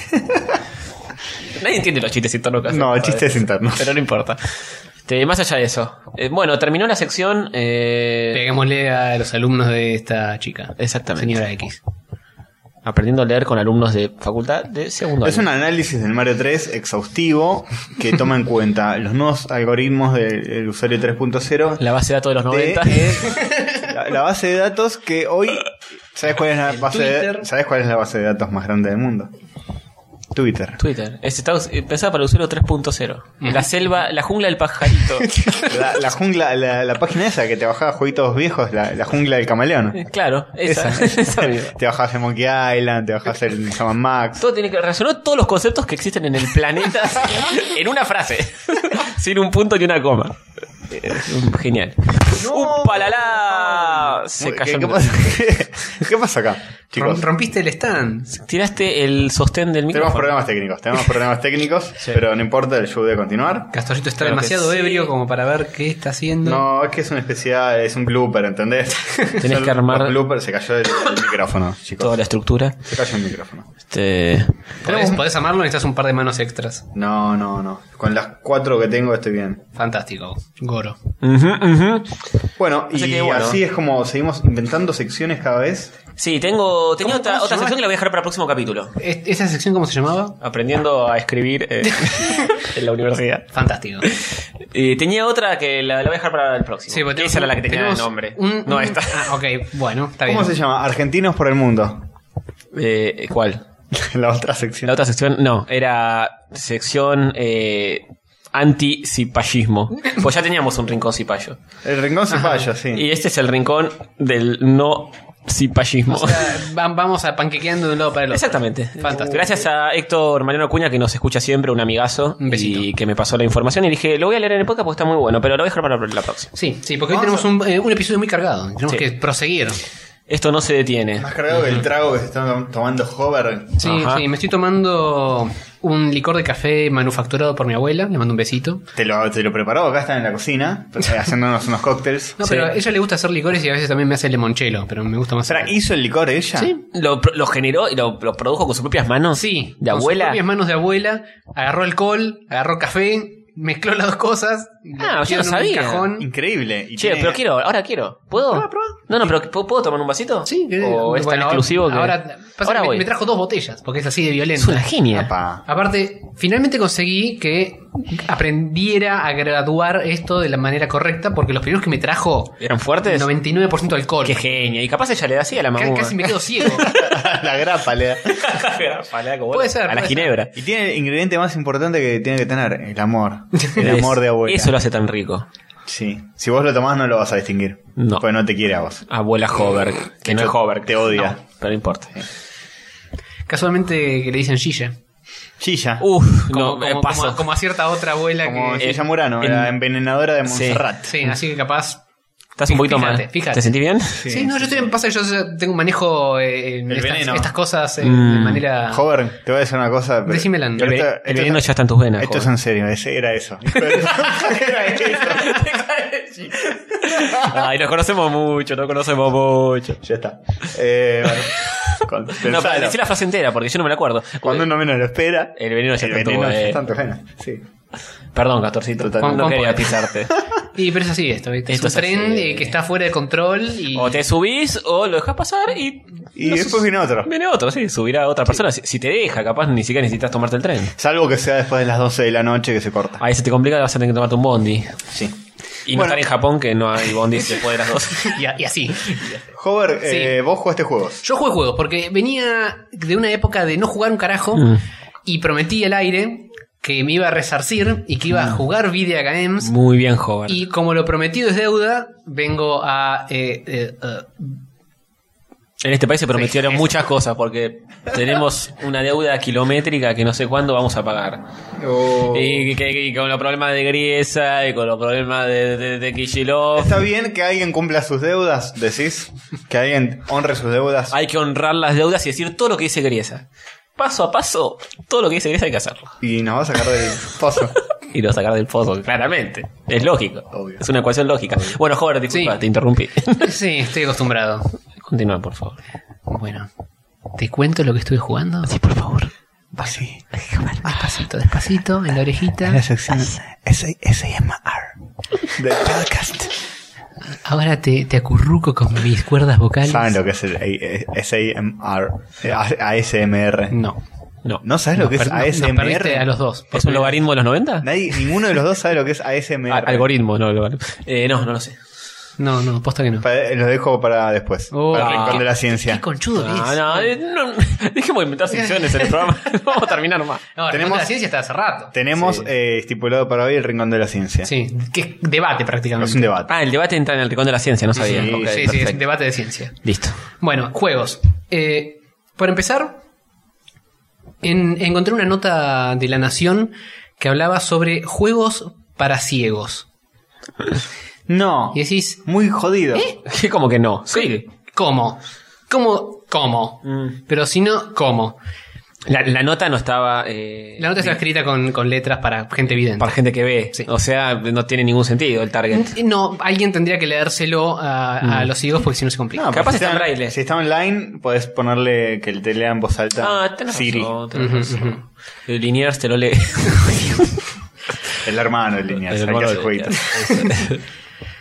S3: Nadie entiende los chistes internos. que hacen,
S5: No,
S3: joder.
S5: chistes internos.
S3: Pero no importa. Este, más allá de eso. Eh, bueno, terminó la sección. eh,
S4: Peguémosle a los alumnos de esta chica.
S3: Exactamente.
S4: Señora X.
S3: aprendiendo a leer con alumnos de facultad de segundo
S5: Es
S3: año.
S5: un análisis del Mario 3 exhaustivo que toma en cuenta los nuevos algoritmos del el usuario 3.0.
S3: La base de datos de los
S5: de,
S3: 90.
S5: eh, la, la base de datos que hoy. ¿sabes cuál, es la base de,
S4: Twitter.
S5: ¿Sabes cuál es la base de datos más grande del mundo? Twitter.
S3: Twitter. Es, está us- eh, pensada para el usuario 3.0. La selva, la jungla del pajarito.
S5: La, la jungla, la, la página esa que te bajaba jueguitos viejos, la, la jungla del
S3: Eh,
S5: camaleón.
S3: claro, esa. esa misma.
S5: te bajabas el Monkey Island, te bajabas el Shaman Max.
S3: Todo tiene que relacionar todos los conceptos que existen en el planeta en una frase. Sin un punto ni una coma. Eh, Genial. ¡Un palalá! Se
S5: ¿Qué-
S3: cayó.
S5: ¿Qué,
S3: un-
S5: pasa? ¿Qué pasa acá, chicos?
S4: Rom- rompiste el stand.
S3: Tiraste el sostén del
S5: Tenemos
S3: micrófono.
S5: problemas técnicos, tenemos problemas técnicos, pero no importa, el show debe continuar.
S4: Castorcito está
S3: Claro que
S4: demasiado
S3: sí.
S4: ebrio como para ver qué está haciendo.
S5: No, es que es una especial, es un blooper, ¿entendés?
S3: Tenés
S5: Son
S3: que armar-
S5: los bloopers, se cayó el, el micrófono, chicos.
S3: Toda la estructura.
S5: Se cayó el micrófono.
S3: Este,
S4: ¿Podés, podés amarlo, necesitas un par de manos extras.
S5: No, no, no. Con las cuatro que tengo estoy bien.
S4: Fantástico. Goro.
S3: ujú, ujú.
S5: Bueno,
S3: Así
S5: y
S3: que bueno.
S5: así es como seguimos inventando secciones cada vez.
S3: Sí, tengo. Tenía
S4: ¿Cómo-
S3: otra,
S4: cómo se
S3: otra
S4: llama?
S3: sección que la voy a dejar para el próximo capítulo.
S4: ¿Es- ¿Esa sección cómo se llamaba?
S3: Aprendiendo a escribir eh, en la universidad.
S4: Fantástico.
S3: Eh, tenía otra que la, la voy a dejar para el próximo.
S4: Sí, porque
S3: Esa era la que tenía de
S4: tenemos
S3: nombre.
S4: un-
S3: no,
S4: un-
S3: esta.
S4: Ah, ok, bueno, está bien.
S5: ¿Cómo se llama? Argentinos por el mundo.
S3: Eh, ¿Cuál?
S5: la otra sección.
S3: La otra sección, no, era sección eh, anti-cipallismo. Pues ya teníamos un rincón cipallo.
S5: El rincón Zapallo, sí.
S3: Y este es el rincón del no cipallismo.
S4: O sea, van- vamos a panquequeando de un lado para el otro.
S3: Exactamente.
S4: Fantástico.
S3: Gracias a Héctor Mariano Cuña, que nos escucha siempre, un amigazo.
S4: Un besito.
S3: Y que me pasó la información. Y dije, lo voy a leer en el podcast porque está muy bueno, pero lo voy a dejar para la próxima.
S4: Sí, sí, porque hoy tenemos un, eh, un episodio muy cargado. Tenemos
S3: Sí.
S4: que proseguir.
S3: Esto no se detiene.
S5: Más cargado que el trago que se está tom- tomando Hover.
S4: Sí,
S3: Ajá.
S4: sí, me estoy tomando un licor de café manufacturado por mi abuela. Le mando un besito.
S5: Te lo, te lo preparó, acá está en la cocina, pues, eh, haciéndonos unos cócteles.
S4: No,
S3: Sí.
S4: pero a ella le gusta hacer licores y a veces también me hace limonchelo, pero me gusta más.
S5: Espera, ¿hizo el licor ella?
S4: Sí.
S3: Lo, pro- lo generó y lo, lo produjo con sus propias manos.
S4: Sí,
S3: De
S4: con sus
S3: abuela.
S4: propias manos de abuela, agarró alcohol, agarró café, mezcló las dos cosas. lo
S3: Ah, yo
S4: metió
S3: no
S4: en un
S3: sabía.
S4: cajón.
S5: Increíble. Y
S3: Che,
S5: tiene-
S3: pero quiero, ahora quiero. ¿Puedo? No, no, pero ¿puedo, puedo tomar un vasito?
S4: Ah, Sí, que-
S3: O es tan
S4: bueno,
S3: exclusivo que.
S4: Ahora, pasa que
S3: Ahora
S4: me-
S3: voy.
S4: me trajo dos botellas, porque es así de violento.
S3: es una genia.
S5: Apa.
S4: Aparte, finalmente conseguí que aprendiera a graduar esto de la manera correcta, porque los primeros que me trajo
S3: ¿Eran fuertes? Oh,
S4: 99% alcohol.
S3: Qué genia. Y capaz ella le da así a la
S4: Ca-
S3: mamá.
S4: Casi me quedo ciego.
S5: la grapa le da.
S4: Puede ser,
S3: A la
S4: puede ser.
S3: ginebra.
S5: Y tiene el ingrediente más importante que tiene que tener, el amor. El amor de abuela.
S3: Eso lo hace tan rico.
S5: Sí. Si vos lo tomás no lo vas a distinguir.
S3: No.
S5: Pues no te quiere a vos.
S3: Abuela Hoberg. Que no es Hoberg.
S5: Te odia.
S3: No, pero no importa.
S4: Casualmente que le dicen Gilla.
S5: Chilla.
S3: Uf,
S4: Como,
S3: no, me
S4: como-
S3: paso.
S4: como- como a cierta otra abuela
S5: como
S4: que.
S5: Chilla Murano,
S3: eh, en-
S5: la envenenadora de
S3: Sí.
S5: Montserrat.
S4: Sí, así que capaz.
S3: Estás un poquito
S4: Fíjate,
S3: mal.
S4: fíjate.
S3: ¿Te sentís
S5: Eh,
S3: bien?
S4: Sí, no, yo estoy en pasa que yo tengo un manejo eh, en
S5: El
S4: estas,
S5: veneno.
S4: estas cosas eh, de
S3: Mm.
S4: manera.
S5: Joven, te voy a decir una cosa. pero-
S4: Decímela.
S5: pero
S4: El
S5: esto-
S3: El
S5: esto-
S3: veneno ya está en tus venas.
S5: Esto es
S3: Hoberg.
S5: en serio, ese era eso. era eso.
S3: Ay, nos conocemos mucho, nos conocemos mucho.
S5: Ya está. Eh, bueno, con-
S3: No, pero
S5: pensalo.
S3: decí la frase entera porque yo no me la acuerdo.
S5: Cuando uno menos lo espera,
S3: El veneno ya
S5: el
S3: está en tu
S5: veneno ya
S3: eh,
S5: está en tu vena. Sí.
S3: Perdón, Castorcito.
S5: Total.
S3: No
S4: Juan-
S3: quería
S4: Juan-
S3: pisarte.
S4: Y pero es así esto, ¿viste?
S3: Esto
S4: es
S3: es
S4: un
S3: así.
S4: tren eh, que está fuera de control y.
S3: O te subís o lo dejas pasar y
S5: Y después viene otro.
S3: viene otro. Sí, subirá otra persona. Si, si te deja, capaz ni siquiera necesitas tomarte el tren.
S5: Salvo que sea después de las 12 de la noche que se corta.
S3: Ahí se te complica, vas a tener que tomarte un bondi.
S5: Sí.
S3: Y no
S5: Bueno.
S3: estar en Japón, que no hay bondi después de las dos.
S4: y a- y así.
S5: Hover, eh, vos jugaste juegos.
S4: Yo jugué juegos porque venía de una época de no jugar un carajo
S3: Mm.
S4: y prometí al aire que me iba a resarcir y que iba a jugar Video Games.
S3: Muy bien, joven.
S4: Y como lo prometido es deuda, vengo a. eh, eh, eh,
S3: En este país se prometieron
S4: Sí.
S3: muchas cosas porque tenemos una deuda kilométrica que no sé cuándo vamos a pagar.
S5: Oh.
S3: Y, que- y con los problemas de Griesa y con los problemas de, de, de Kicillof,
S5: Está bien que alguien cumpla sus deudas, decís. Que alguien honre sus deudas.
S3: hay que honrar las deudas y decir todo lo que dice Griesa. Paso a paso, todo lo que dice Griesa hay que hacerlo.
S5: Y nos va a sacar del pozo.
S3: Y lo sacar del pozo, claramente. Es lógico.
S5: Obvio.
S3: Es una ecuación lógica. Bueno, joven, disculpa,
S4: Sí.
S3: te interrumpí.
S4: Sí, estoy acostumbrado.
S3: Continúa, por favor.
S4: Bueno, ¿te cuento lo que estuve jugando? Sí, por favor.
S5: Pues Sí.
S4: Despacito, despacito, en la orejita.
S5: sección SAMR del podcast.
S4: Ahora te, te acurruco con mis cuerdas vocales.
S5: ¿Saben lo que es el eh, eh, SAMR? Eh, ASMR.
S4: No.
S3: No.
S5: ¿No sabes lo que
S4: Nos
S5: es
S4: per- nos perdiste
S5: ASMR?
S4: a los dos.
S3: ¿Es un logaritmo de los 90?
S5: Nadie, ninguno de los dos sabe lo que es ASMR.
S3: Al- algoritmo, no, logaritmo. Eh, no, no lo sé.
S4: No, no, posta que no.
S5: Pa- Los dejo para después.
S4: Oh.
S5: para el rincón de la
S4: Qué
S5: ciencia.
S4: conchudo que
S5: Ah,
S3: No,
S4: es.
S3: no, eh, no, dejemos de inventar secciones en el programa. No vamos a terminar más.
S4: No,
S5: Tenemos-
S4: tenemos la ciencia está hace rato.
S5: Tenemos eh, estipulado para hoy el rincón de la ciencia.
S4: Sí, que es debate prácticamente.
S5: Es un debate.
S3: Ah, el debate entra en el rincón de la ciencia, no sabía.
S4: Sí,
S3: Ok,
S4: sí, sí, es
S3: perfecto.
S4: un debate de ciencia.
S3: Listo.
S4: Bueno, juegos. Eh, por empezar, en- encontré una nota de La Nación que hablaba sobre juegos para ciegos.
S5: No.
S4: Y decís,
S5: Muy jodido.
S4: ¿Eh?
S3: Como que no. Sí.
S4: ¿cómo? ¿Cómo? ¿Cómo? Pero si no, ¿cómo?
S3: La, la nota no estaba. eh,
S4: La nota está escrita con, con letras para gente evidente.
S3: para gente que ve.
S4: Sí.
S3: O sea, no tiene ningún sentido el target.
S4: No, alguien tendría que leérselo a, a los ciegos porque si no se complica.
S5: No,
S3: Capaz
S5: pero si
S3: está en
S5: está-
S3: braille.
S5: Si está online, podés ponerle que te lea en voz alta.
S3: Ah, tenés
S5: Siri.
S3: razón, tenés razón. El Liniers te lo lee.
S5: El hermano de línea.
S3: El
S5: El
S3: hermano
S5: que hace
S3: de
S5: jueguitos.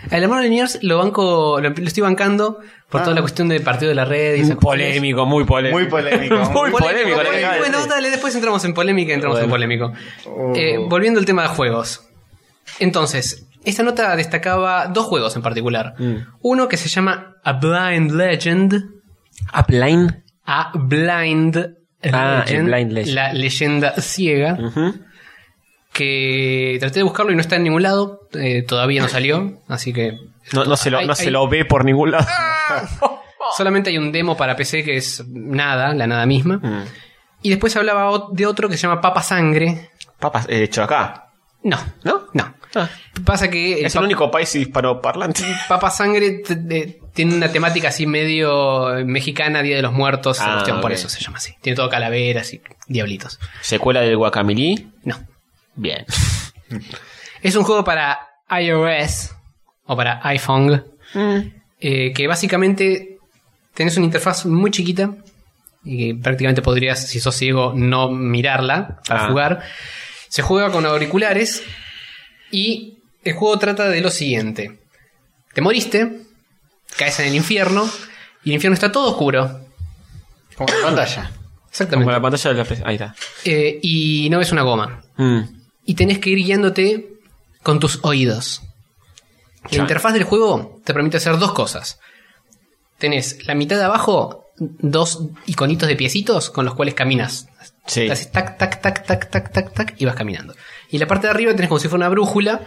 S4: Al hermano de Liniers lo banco, lo, lo estoy bancando por
S5: Ah.
S4: toda la cuestión del partido de la red y
S3: Muy
S4: esas cuestiones.
S3: polémico, muy polémico.
S5: Muy polémico.
S3: muy polémico.
S4: Polémico,
S3: la
S4: polémico.
S3: dejá de
S4: Bueno,
S3: decir.
S4: dale, después entramos en polémica, entramos en polémico. Eh, volviendo al tema de juegos. Entonces, esta nota destacaba dos juegos en particular. Uno que se llama A Blind Legend.
S3: Upline.
S4: A Blind
S3: Ah, el Blind Legend. Mm.
S4: La leyenda ciega.
S3: Ujú.
S4: Que traté de buscarlo y no está en ningún lado. eh, todavía no salió. Así que
S3: No, no se, lo,
S4: Hay-
S3: no se
S4: hay-
S3: lo ve por ningún lado.
S4: Solamente hay un demo para PC que es nada, la nada misma.
S3: Mm.
S4: Y después hablaba ot- de otro que se llama Papa Sangre.
S3: Papas, eh, hecho acá.
S4: No,
S3: ¿No?
S4: no. Pasa que el
S3: Ah. Es el
S4: Pap-
S3: único país hispanoparlante.
S4: Papa Sangre t- de- tiene una temática así medio eh, mexicana, Día de los Muertos, esa
S3: Ah,
S4: cuestión, por
S3: ok.
S4: eso se llama así. Tiene todo calaveras y diablitos.
S3: Secuela del Guacamilí.
S4: No.
S3: Bien.
S4: Es un juego para iOS o para iPhone. eh, que básicamente tenés una interfaz muy chiquita y que prácticamente podrías, si sos ciego, no mirarla para
S3: Ah.
S4: jugar. Se juega con auriculares y el juego trata de lo siguiente. Te moriste, caes en el infierno y el infierno está todo oscuro.
S5: Como la pantalla.
S3: Como la
S4: Exactamente.
S3: pantalla de la Play- Ahí está.
S4: Eh, y no ves una goma.
S3: Mm.
S4: y tenés que ir guiándote con tus oídos. La
S3: Ya.
S4: interfaz del juego te permite hacer dos cosas. Tenés la mitad de abajo dos iconitos de piecitos con los cuales caminas.
S3: Sí.
S4: Haces tac, tac, tac, tac, tac, tac, tac y vas caminando. Y la parte de arriba tenés como si fuera una brújula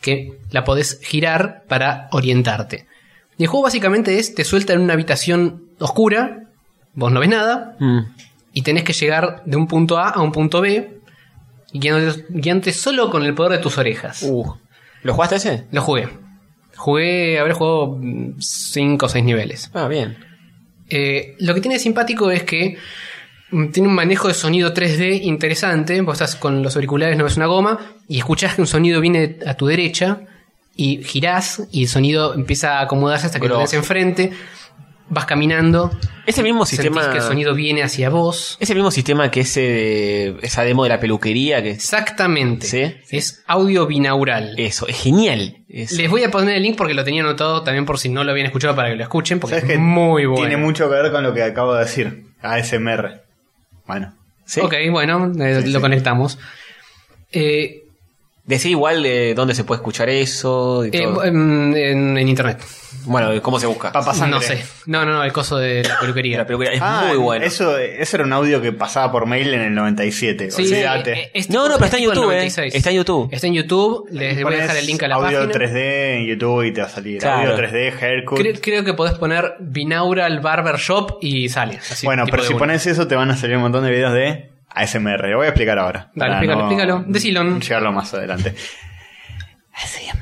S4: que la podés girar para orientarte. Y el juego básicamente es, te suelta en una habitación oscura, vos no ves nada,
S3: Mm.
S4: y tenés que llegar de un punto A a un punto B guiándote, guiándote solo con el poder de tus orejas.
S3: Uh. ¿Lo jugaste ese?
S4: Lo jugué. Jugué, habré jugado 5 o 6 niveles.
S3: Ah, bien.
S4: Eh, lo que tiene de simpático es que mm, tiene un manejo de sonido 3D interesante. Vos estás con los auriculares, no ves una goma, y escuchás que un sonido viene a tu derecha, y girás, y el sonido empieza a acomodarse hasta que lo
S3: Grosso.
S4: tenés enfrente. Vas caminando,
S3: Es el mismo
S4: sentís
S3: sistema.
S4: que el sonido viene hacia vos.
S3: Es el mismo sistema que ese de- esa demo de la peluquería que es-
S4: Exactamente.
S3: Sí.
S4: Es audio binaural.
S3: eso, es genial. Es-
S4: Les voy a poner el link porque lo tenía anotado también por si no lo habían escuchado para que lo escuchen, porque
S5: ¿Sabes
S4: es
S5: que
S4: muy bueno.
S5: Tiene mucho que ver con lo que acabo de decir. ASMR. Bueno.
S3: ¿sí?
S4: Ok, bueno, eh,
S5: Sí,
S4: lo
S5: sí.
S4: conectamos. Eh,
S3: Decí igual eh, dónde se puede escuchar eso y
S4: Eh,
S3: todo.
S4: en, en- en internet.
S3: bueno, ¿cómo se busca?
S5: Papa Sangre.
S4: No sé. No, no, no, el coso de la peluquería.
S3: La película es
S5: Ah,
S3: muy buena.
S5: Eso, eso era un audio que pasaba por mail en el 97.
S4: Sí,
S5: olvídate.
S4: eh, eh, es
S3: No,
S4: tipo-
S3: no, pero está
S4: es
S3: en
S4: tipo el
S3: YouTube, eh.
S4: 96.
S3: Está en YouTube.
S4: Está en YouTube, les eh, voy a
S5: Pones
S4: dejar el link a la
S5: audio
S4: página.
S5: 3D en YouTube y te va a salir.
S3: Claro.
S5: Audio 3D, haircut.
S4: Creo, creo que podés poner Binaural Barber Shop y sale. así,
S5: bueno,
S4: tipo
S5: pero
S4: de
S5: si
S4: una.
S5: pones eso te van a salir un montón de videos de ASMR. Lo voy a explicar ahora.
S4: Dale, explícalo, explícalo. Decilo.
S5: Llegarlo más adelante. ASMR.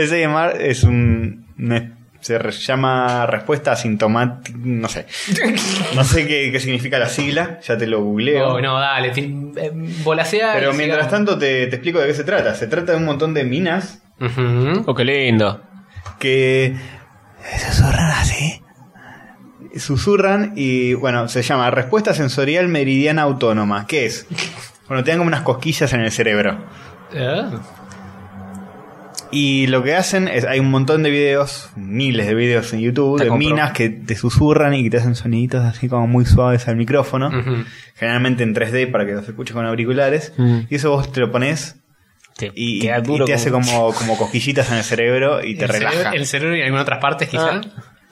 S5: ASMR es un... una- se re- llama respuesta asintomática... No sé. No sé qué, qué significa la sigla. Ya te lo googleo.
S4: Oh, no, dale, ti- eh, volasea.
S5: Pero
S4: y
S5: mientras
S4: siga.
S5: tanto te, te explico de qué se trata. Se trata de un montón de minas
S4: Ujú.
S3: Oh, qué lindo.
S5: que susurran así. Susurran y bueno, se llama respuesta sensorial meridiana autónoma. ¿Qué es? Bueno, te dan como unas cosquillas en el cerebro.
S4: Ah,
S5: Y lo que hacen es, hay un montón de videos, miles de videos en YouTube,
S3: Te
S5: de
S3: compro.
S5: minas que te susurran y que te hacen soniditos así como muy suaves al micrófono.
S4: ujú.
S5: Generalmente en 3D para que los escuches con auriculares.
S3: Mm.
S5: Y eso vos te lo pones
S3: Te
S5: y,
S3: queda
S5: y te
S3: duro
S5: hace como, como cosquillitas en el cerebro y te
S4: El
S5: relaja.
S4: cerebro- El cerebro y algunas otras partes, quizá.
S3: Ah,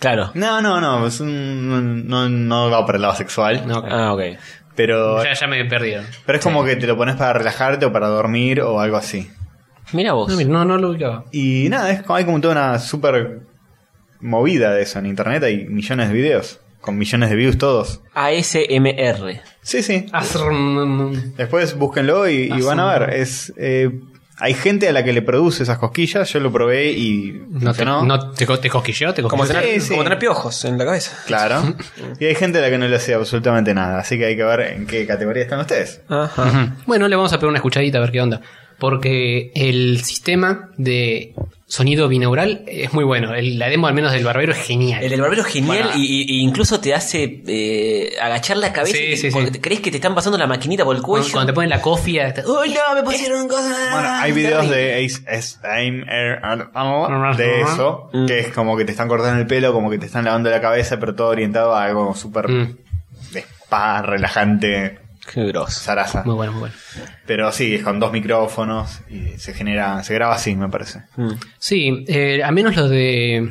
S3: Claro.
S5: No, no, no, es un- no, no va por el lado sexual,
S4: No,
S3: Ah, ok.
S5: pero,
S4: ya, ya me he perdido.
S5: pero es como que te lo pones para relajarte o para dormir o algo así.
S3: Mira vos.
S4: No, mira, no, no lo ubicaba.
S5: Y nada, es como, hay como toda una super movida de eso en internet, hay millones de videos, con millones de views todos.
S3: ASMR.
S5: Sí, sí.
S4: Ah. Asrm.
S5: Después búsquenlo y, y van a ver. Es, eh, hay gente a la que le produce esas cosquillas, yo lo probé y
S4: No te,
S5: funcionó.
S4: no te, co- te cosquilleó, te
S3: Como
S4: cosquilleó.
S3: tener,
S5: sí.
S3: como tener piojos en la cabeza.
S5: Claro. Y hay gente a la que no le hace absolutamente nada, así que hay que ver en qué categoría están ustedes.
S3: Ajá.
S4: Bueno, le vamos a pegar una escuchadita a ver qué onda. Porque el sistema de sonido binaural es muy bueno. El- la demo, al menos del barbero, es genial.
S3: El del barbero es genial
S4: Bueno.
S3: y, y- y incluso te hace eh, agachar la cabeza
S4: Sí,
S3: y-
S4: sí,
S3: porque
S4: sí.
S3: te- crees que te están pasando la maquinita por el
S4: cuando,
S3: cuello.
S4: cuando te ponen la cofia. está-
S3: ¡Oh, no! Me pusieron cosas.
S5: Bueno, hay videos de Ace- Ace- Aim- Er- Ar- Ar- de eso,
S3: Mm.
S5: que es como que te están cortando el pelo, como que te están lavando la cabeza, pero todo orientado a algo súper
S4: Mm.
S5: de spa, relajante,
S3: Qué grosso.
S5: zaraza.
S4: Muy bueno, muy bueno.
S5: Pero sí, es con dos micrófonos y se genera, se graba así, me parece.
S4: Mm. Sí, eh, al menos los de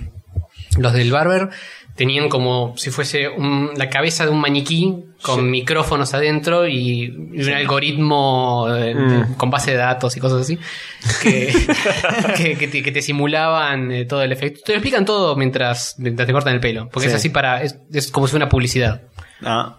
S4: los del barber tenían como si fuese un- la cabeza de un maniquí con micrófonos adentro y, y un algoritmo eh,
S3: Mm.
S4: con base de datos y cosas así que, que- que te, que te simulaban eh, todo el efecto. Te lo explican todo mientras, mientras te cortan el pelo, porque es
S3: Sí.
S4: así para es, es como si fuera una publicidad.
S5: Ah,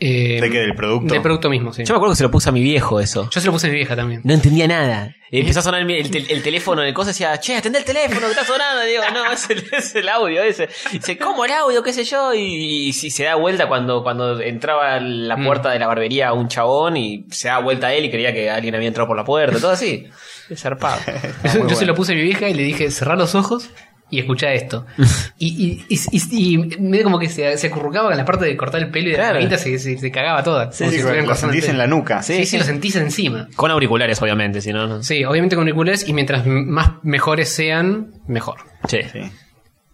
S4: Eh,
S5: ¿De qué? ¿Del producto?
S4: Del producto mismo, sí.
S3: Yo me acuerdo que se lo puse a mi viejo eso.
S4: Yo se lo puse a mi vieja también.
S3: No entendía nada. Y empezó a sonar el, el tel- el teléfono en el cosa decía, che, atendé el teléfono que está sonando. Y digo, no, es el, es el audio ese. Dice, ¿cómo el audio? ¿Qué sé yo? Y, y si se da vuelta cuando, cuando entraba a la puerta de la barbería un chabón y se da vuelta a él y creía que alguien había entrado por la puerta, todo así. Es zarpado.
S5: Ah,
S4: Yo
S5: muy
S4: se
S5: bueno.
S4: lo puse a mi vieja y le dije, cerrá los ojos y escuchá esto. y, y, y, y- y medio como que se, se acurrucaba con la parte de cortar el pelo y de
S3: Claro.
S4: la manita se, se, se cagaba toda.
S5: Sí,
S4: como si
S5: sí,
S4: estuvieran
S5: lo
S4: cortando el
S5: sentís en
S4: pelo.
S5: la nuca.
S4: Sí, sí, lo sentís encima.
S3: Con auriculares, obviamente, si no, no.
S4: Sí, obviamente con auriculares y mientras m- más mejores sean, mejor.
S3: Sí.
S5: Sí.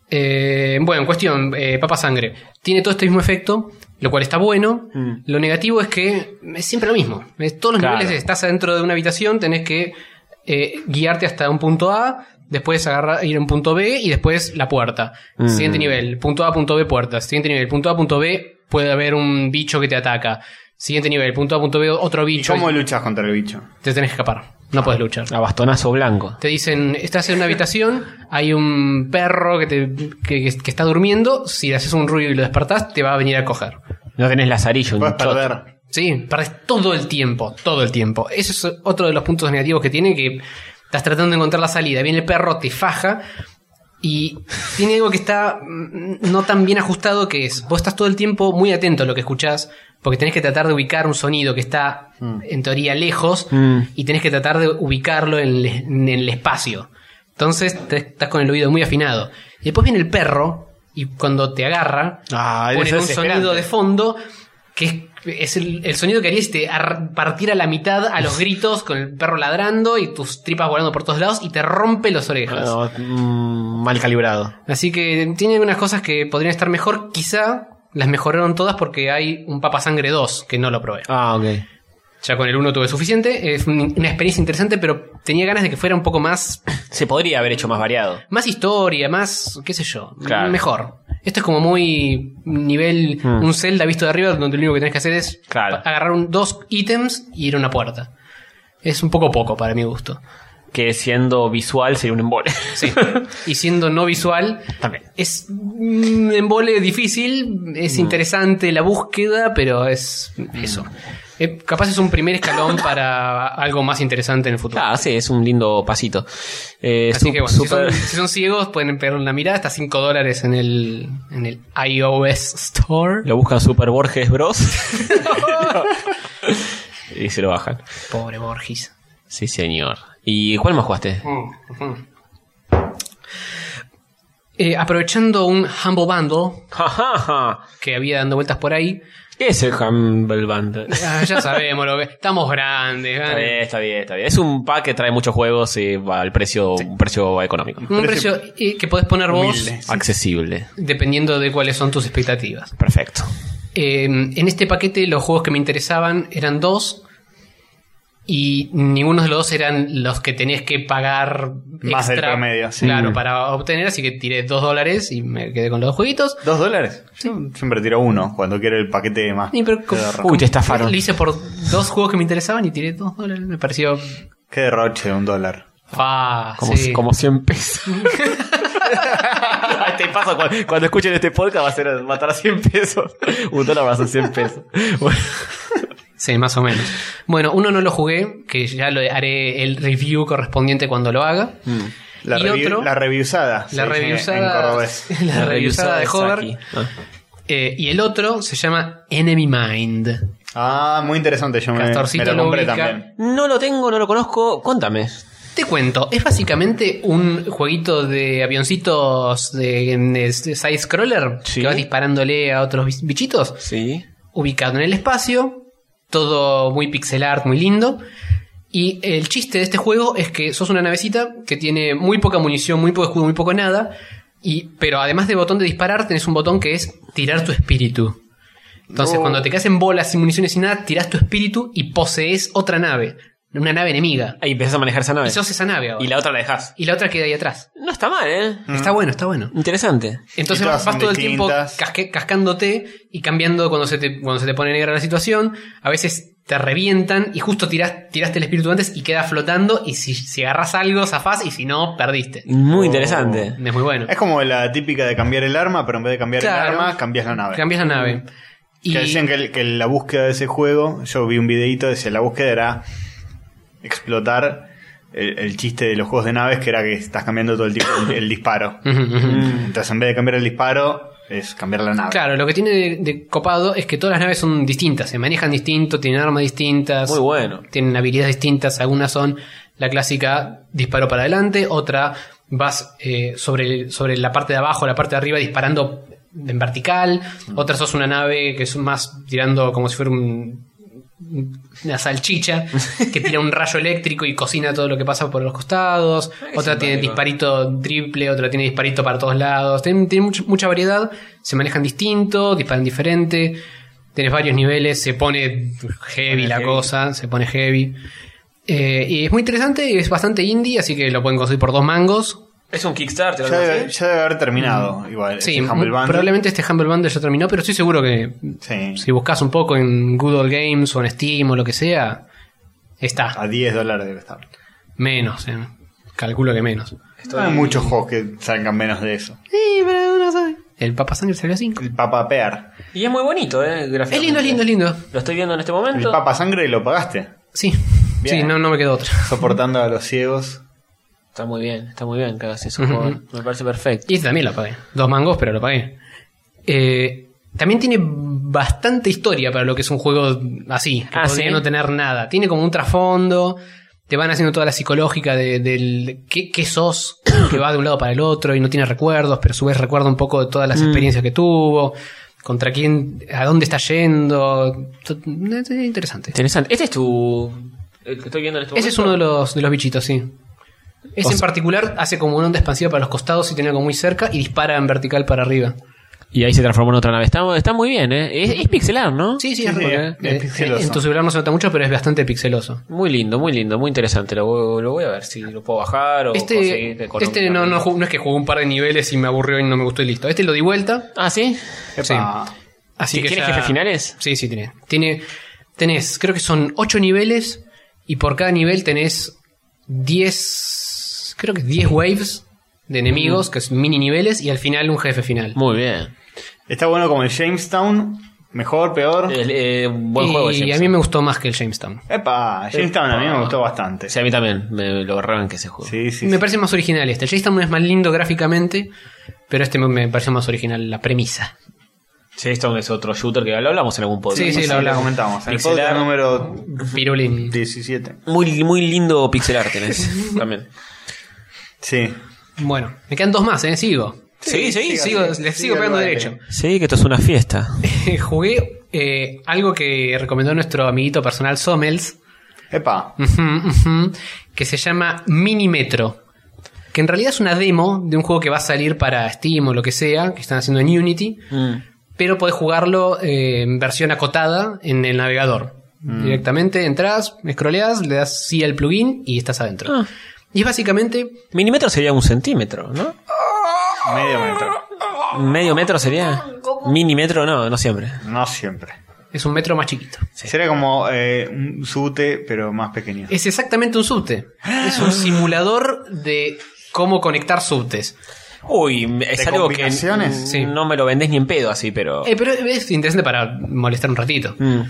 S4: Eh, bueno, cuestión, eh, Papa Sangre. Tiene todo este mismo efecto, lo cual está bueno.
S3: Mm.
S4: Lo negativo es que es siempre lo mismo. Es todos los
S3: Claro.
S4: niveles estás adentro de una habitación, tenés que eh, guiarte hasta un punto A, después agarrar, ir a un punto B y después la puerta.
S3: Mm.
S4: Siguiente nivel, punto A, punto B, puerta. Siguiente nivel, punto A, punto B, puede haber un bicho que te ataca. Siguiente nivel, punto A, punto B, otro
S5: ¿Y
S4: bicho.
S5: cómo luchas contra el bicho?
S4: Te tenés que escapar, no puedes luchar.
S3: A bastonazo blanco.
S4: Te dicen, estás en una habitación, hay un perro que, te, que, que está durmiendo, si le haces un ruido y lo despertás, te va a venir a coger.
S3: No tenés lazarillo,
S5: Puedes
S3: un choto.
S5: perder.
S4: Sí, perdés todo el tiempo, todo el tiempo. Eso es otro de los puntos negativos que tiene, que estás tratando de encontrar la salida, viene el perro, te faja. Y tiene algo que está mm, no tan bien ajustado que es, vos estás todo el tiempo muy atento a lo que escuchás, porque tenés que tratar de ubicar un sonido que está en teoría lejos
S3: Mm.
S4: y tenés que tratar de ubicarlo en el, en el espacio. Entonces te- estás con el oído muy afinado. Y después viene el perro y cuando te agarra,
S5: Ah, debe
S4: ponen
S5: ser
S4: un sonido
S5: desesperante.
S4: de fondo que es, es el, el sonido que haría si te ar- partiera a la mitad a los gritos con el perro ladrando y tus tripas volando por todos lados y te rompe las orejas.
S3: No, mm, mal calibrado.
S4: Así que tiene algunas cosas que podrían estar mejor, quizá las mejoraron todas porque hay un Papa Sangre 2 que no lo probé.
S3: Ah, ok.
S4: Ya con el 1 tuve suficiente. Es un- una experiencia interesante, pero tenía ganas de que fuera un poco más,
S3: Se podría haber hecho más variado.
S4: más historia, más, qué sé yo,
S3: Claro.
S4: mejor. Esto es como muy nivel
S3: Mm.
S4: un Zelda visto de arriba, donde lo único que tenés que hacer es
S3: Claro.
S4: pa- agarrar un- dos ítems y ir a una puerta. Es un poco poco para mi gusto.
S3: Que siendo visual sería un embole.
S4: Sí. y siendo no visual,
S3: También.
S4: es un embole difícil, es interesante la búsqueda, pero es eso. Eh, capaz es un primer escalón para algo más interesante en el futuro.
S3: Ah, sí, es un lindo pasito. Eh,
S4: Así
S3: su-
S4: que bueno,
S3: super-
S4: si, son, si son ciegos pueden pegar una mirada, hasta 5 dólares en el, en el iOS Store.
S3: Lo buscan Super Borges Bros. y se lo bajan.
S4: Pobre Borges.
S3: Sí, señor. ¿Y cuál más jugaste?
S4: Eh, aprovechando un Humble Bundle
S3: Ja, ja, ja.
S4: que había dando vueltas por ahí,
S3: ¿Qué es el Humble Bundle?
S4: ah, ya sabemos lo que estamos grandes.
S3: Está
S4: ganen.
S3: bien, está bien, está bien. Es un pack que trae muchos juegos y va al precio, un precio económico.
S4: Un precio eh, que podés poner vos
S5: Humilde.
S3: Accesible.
S4: dependiendo de cuáles son tus expectativas.
S3: Perfecto.
S4: Eh, en este paquete los juegos que me interesaban eran dos y ninguno de los dos eran los que tenés que pagar
S5: Más del
S4: extra,
S5: promedio, sí. Mm.
S4: Claro, para obtener, así que tiré dos dólares y me quedé con los dos jueguitos.
S5: ¿Dos dólares? Yo siempre tiro uno cuando quiero el paquete más.
S4: Y pero como-
S3: Uy, te estafaron.
S4: Lo hice por dos juegos que me interesaban y tiré dos dólares. Me pareció...
S5: Qué derroche un dólar.
S4: Fa,
S3: Como,
S4: sí.
S3: como 100 pesos. A este paso, cu- cuando, escuchen este podcast va a ser matar a 100 pesos. Un dólar va a ser 100 pesos. Bueno.
S4: Sí, más o menos. Bueno, uno no lo jugué, que ya lo haré el review correspondiente cuando lo haga.
S5: La,
S4: Y
S5: revi-
S4: otro-
S5: la reviewsada. se
S4: La
S5: dice Mm, En
S4: reviewsada,
S5: cordobés.
S4: la reviewsada de
S3: Saki.
S4: Hover.
S3: Ah.
S4: Eh, y el otro se llama Enemy Mind.
S5: Ah, muy interesante. Yo me,
S4: Castorcito
S5: me lo
S4: lo
S5: compré
S4: ubica.
S5: también.
S3: No lo tengo, no lo conozco. Cuéntame.
S4: Te cuento, es básicamente un jueguito de avioncitos de, de side-scroller
S3: Sí.
S4: que vas disparándole a otros bis- bichitos,
S3: Sí.
S4: ubicado en el espacio, todo muy pixel art, muy lindo. Y el chiste de este juego es que sos una navecita que tiene muy poca munición, muy poco escudo, muy poco nada. Y, pero además del botón de disparar, tenés un botón que es tirar tu espíritu. Entonces, cuando te quedas en bolas, sin municiones y nada, tirás tu espíritu y posees otra nave, una nave enemiga.
S3: Ahí empezás a manejar esa nave.
S4: Y sos esa nave ahora.
S3: Y la otra la dejás.
S4: Y la otra queda ahí atrás.
S3: No está mal, ¿eh?
S4: Está bueno, está bueno.
S3: Interesante.
S4: Entonces
S5: Y
S4: vas, vas
S5: todas son
S4: todo el tiempo
S5: distintas.
S4: casque- cascándote y cambiando cuando se, te, cuando se te pone negra la situación. A veces te revientan y justo tirás, tiraste el espíritu antes y queda flotando. Y si, si agarras algo, zafás y si no, perdiste.
S3: Muy
S5: Oh.
S3: interesante.
S4: Es muy bueno.
S5: Es como la típica de cambiar el arma, pero en vez de cambiar
S4: Claro.
S5: el arma, cambias la nave.
S4: Cambias la nave. Y
S5: Que decían que, el- que la búsqueda de ese juego, yo vi un videito, decía la búsqueda era explotar el, el chiste de los juegos de naves, que era que estás cambiando todo el tiempo el, el disparo.
S4: Ujú, ujú.
S5: Entonces en vez de cambiar el disparo, es cambiar la nave.
S4: Claro, lo que tiene de, de copado es que todas las naves son distintas, se manejan distinto, tienen armas distintas.
S3: Muy bueno.
S4: Tienen habilidades distintas, algunas son la clásica disparo para adelante, otra vas eh, sobre, sobre la parte de abajo, la parte de arriba disparando en vertical, otra sos una nave que es más tirando como si fuera un- una salchicha que tira un rayo eléctrico y cocina todo lo que pasa por los costados, otra tiene disparito triple, otra tiene disparito para todos lados, tiene, tiene mucha, mucha variedad, se manejan distinto, disparan diferente, tenés varios niveles, se pone heavy la cosa, se pone heavy. Eh, y es muy interesante, y es bastante indie, así que lo pueden conseguir por dos mangos.
S3: Es un Kickstarter.
S5: Ya debe, ya debe haber terminado, igual.
S4: Sí,
S5: ese Este
S4: muy-
S5: Humble Bundle.
S4: probablemente este Humble Bundle ya terminó, pero estoy seguro que
S5: Sí,
S4: si buscas un poco en Google Games o en Steam o lo que sea, está.
S5: a 10 dólares debe estar.
S4: Menos, eh. calculo que menos.
S5: Hay muchos juegos que salgan menos de eso.
S4: Sí, pero no sabe. El Papa Sangre salió a 5.
S5: El Papa Pear.
S3: Y es muy bonito, ¿eh?
S4: Es lindo, es lindo, es lindo.
S3: Lo estoy viendo en este
S5: El
S3: momento.
S5: Papa Sangre lo pagaste,
S4: Sí,
S5: Bien.
S4: sí, no, no me quedó otra.
S5: soportando a los ciegos.
S3: Está muy bien, está muy bien que hagas eso.
S4: Ujú.
S3: joven. Me parece perfecto.
S4: Y este también lo pagué. Dos mangos, pero lo pagué. Eh, también tiene bastante historia para lo que es un juego así, que
S3: Ah,
S4: podría
S3: ¿sí?
S4: no tener nada. Tiene como un trasfondo, te van haciendo toda la psicológica de- del qué, qué sos, que va de un lado para el otro y no tiene recuerdos, pero a su vez recuerda un poco de todas
S3: Mm.
S4: las experiencias que tuvo, contra quién, a dónde está yendo. To- Es interesante.
S3: Interesante. Este es tu. El que estoy viendo en este momento.
S4: Ese es uno de los, de los bichitos, sí. Ese
S3: O
S4: en
S3: sea-
S4: particular hace como una onda expansiva para los costados y tiene algo muy cerca y dispara en vertical para arriba.
S3: Y ahí se transformó en otra nave. Está, está muy bien, ¿eh? Es, es pixelar, ¿no?
S4: Sí, sí,
S5: Sí,
S4: es,
S5: sí,
S4: re-
S5: es- es
S4: eh,
S5: pixeloso.
S4: En tu celular no se nota mucho, pero es bastante pixeloso.
S3: Muy lindo, muy lindo, muy interesante. Lo, voy- lo voy a ver si lo puedo bajar o conseguir
S4: Este, este
S3: económicamente.
S4: no, no, ju- no es que jugué un par de niveles y me aburrió y no me gustó y listo. Este lo di vuelta.
S3: Ah, ¿sí?
S4: Sí. Así que
S3: ¿Tiene
S4: ya-
S3: jefes finales?
S4: Sí, sí, tiene. tiene. Tenés, creo que son 8 niveles y por cada nivel tenés 10, creo que 10 waves de enemigos, que es mini niveles, y al final un jefe final.
S3: Mm. Muy bien.
S5: Está bueno como el Jamestown. Mejor, peor.
S3: El- eh, buen
S4: y
S3: juego,
S4: a
S3: Jameson.
S4: mí me gustó más que el Jamestown.
S5: Epa, Jamestown a mí me gustó bastante.
S3: Sí, a mí también. Me lo agarraron que ese juego.
S5: Sí, sí.
S4: me
S5: sí.
S4: parece más original este. El Jamestown es más lindo gráficamente, pero este me, me pareció más original la premisa.
S3: Jameson es otro shooter que lo hablamos en algún podcast.
S4: Sí, sí, lo hablamos.
S5: comentamos. En el
S3: Pixelar.
S5: podcast número
S4: Pirulín.
S5: 17.
S3: Muy, muy lindo pixel art tenés también.
S5: Sí.
S4: Bueno, me quedan dos más, ¿eh? Sigo.
S3: Sí, sí, sí.
S4: sigo, les sigo pegando
S5: dale.
S4: derecho.
S3: Sí, que esto es una fiesta.
S4: Jugué eh, algo que recomendó nuestro amiguito personal Sommels,
S5: Epa.
S4: ujú, ujú, que se llama Minimetro. Que en realidad es una demo de un juego que va a salir para Steam o lo que sea, que están haciendo en Unity,
S3: Mm.
S4: pero podés jugarlo eh, en versión acotada en el navegador. Directamente entras, scrolleas, le das sí al plugin y estás adentro.
S3: Ah.
S4: Y es básicamente
S3: Minimetro sería un centímetro, ¿no?
S5: Medio metro.
S3: Medio metro sería. Minimetro no, no siempre.
S5: No siempre.
S4: es un metro más chiquito.
S5: Sería como eh, un subte, pero más pequeño.
S4: Es exactamente un subte. Es un simulador de cómo conectar subtes.
S3: Uy, es
S5: ¿De
S3: algo que
S5: combinaciones?
S4: Sí.
S3: no me lo vendés ni en pedo así, pero...
S4: Eh, pero es interesante para molestar un ratito.
S3: Mm,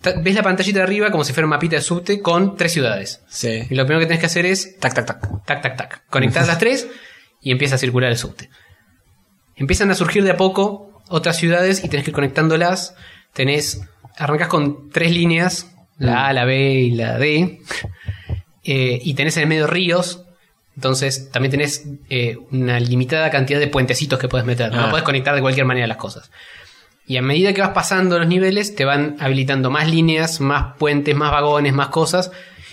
S4: Ta- Ves la pantallita de arriba como si fuera un mapita de subte con tres ciudades.
S3: sí.
S4: Y lo primero que tenés que hacer es
S3: Tac, tac, tac.
S4: tac, tac, tac. Conectás las tres y empieza a circular el subte. Empiezan a surgir de a poco otras ciudades y tenés que ir conectándolas. Tenés. Arrancas con tres líneas: la A, la B y la D. Eh, y tenés en el medio ríos. Entonces también tenés eh, una limitada cantidad de puentecitos que puedes meter.
S3: Ah.
S4: No puedes conectar de cualquier manera las cosas. Y a medida que vas pasando los niveles, te van habilitando más líneas, más puentes, más vagones, más cosas.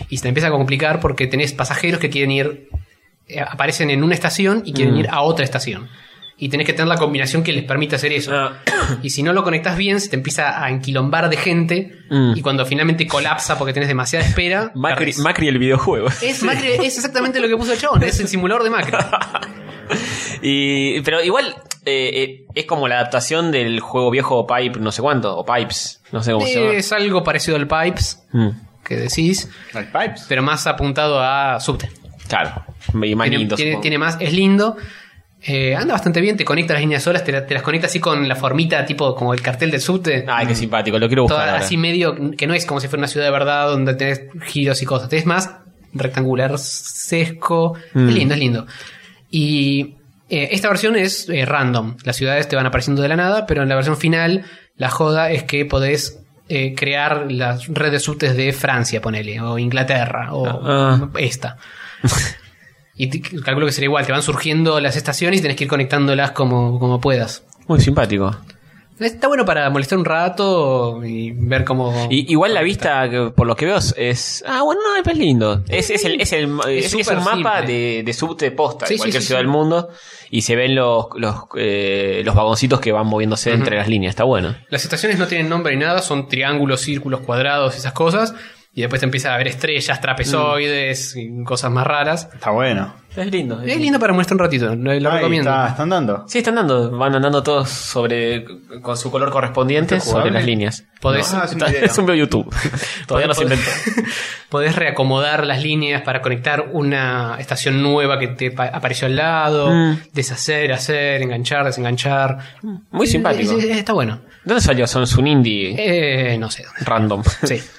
S4: Y se te empieza a complicar porque tenés pasajeros que quieren ir. eh, aparecen en una estación y
S3: Mm.
S4: quieren ir a otra estación. Y tenés que tener la combinación que les permita hacer eso.
S3: Ah.
S4: Y si no lo conectas bien, se te empieza a enquilombar de gente.
S3: Mm.
S4: Y cuando finalmente colapsa porque tenés demasiada espera.
S3: Macri,
S4: perdés.
S3: Macri el videojuego.
S4: Es, Macri- es exactamente lo que puso el chabón, es el simulador de Macri.
S3: Y, pero igual eh, eh, es como la adaptación del juego viejo Pipe, no sé cuánto, o Pipes, no sé cómo se llama.
S4: Es algo parecido al Pipes,
S3: Mm,
S4: que decís,
S5: Like pipes.
S4: pero más apuntado a subte.
S3: claro, y más
S4: Tiene,
S3: lindo,
S4: tiene-
S3: supongo.
S4: tiene más, es lindo. eh, anda bastante bien, te conecta las líneas solas, te, la- te las conecta así con la formita, tipo como el cartel del subte.
S3: Ay, qué simpático, lo quiero
S4: Mm. Toda-
S3: buscar ahora.
S4: así medio, que no es como si fuera una ciudad de verdad donde tenés giros y cosas. Es más rectangular, sesco.
S3: Mm.
S4: Es lindo, es lindo. Y eh, esta versión es eh, random. Las ciudades te van apareciendo de la nada, pero en la versión final la joda es que podés eh, crear las redes de subtes de Francia, ponele, o Inglaterra, o
S3: Ah.
S4: esta. y te- calculo que será igual, te van surgiendo las estaciones y tenés que ir conectándolas como, como puedas.
S3: Muy simpático.
S4: Está bueno para molestar un rato y ver cómo.
S3: Y, igual la vista, que, por lo que veo, es... Ah, bueno, no, es lindo. Es, es, el, es, el, es,
S4: Es
S3: es
S4: súper
S3: un mapa
S4: simple.
S3: de, de subte posta
S4: Sí,
S3: de
S4: sí,
S3: cualquier
S4: sí,
S3: ciudad
S4: sí.
S3: del mundo y se ven los, los, eh, los vagoncitos que van moviéndose entre las líneas. Está bueno.
S4: Las estaciones no tienen nombre ni nada, son triángulos, círculos, cuadrados, esas cosas. Y después te empieza a ver estrellas, trapezoides, y cosas más raras.
S5: Está bueno.
S3: Es lindo.
S4: Es lindo para molestar un ratito, lo, lo
S5: Ahí
S4: recomiendo.
S5: Está, están dando.
S3: Sí, están andando, van andando todos sobre con su color correspondiente
S5: ¿Esto es jugable?
S3: sobre las líneas.
S4: Podés,
S5: No, es un video.
S3: Ah, es un video YouTube. Todavía no se inventó.
S4: podés reacomodar las líneas para conectar una estación nueva que te pa- apareció al lado,
S3: Mm.
S4: deshacer, hacer, enganchar, desenganchar.
S3: Muy
S4: Eh,
S3: simpático.
S4: eh, eh, está bueno.
S3: ¿Dónde salió? Son un indie
S4: Eh, no sé dónde.
S3: random.
S4: Sí.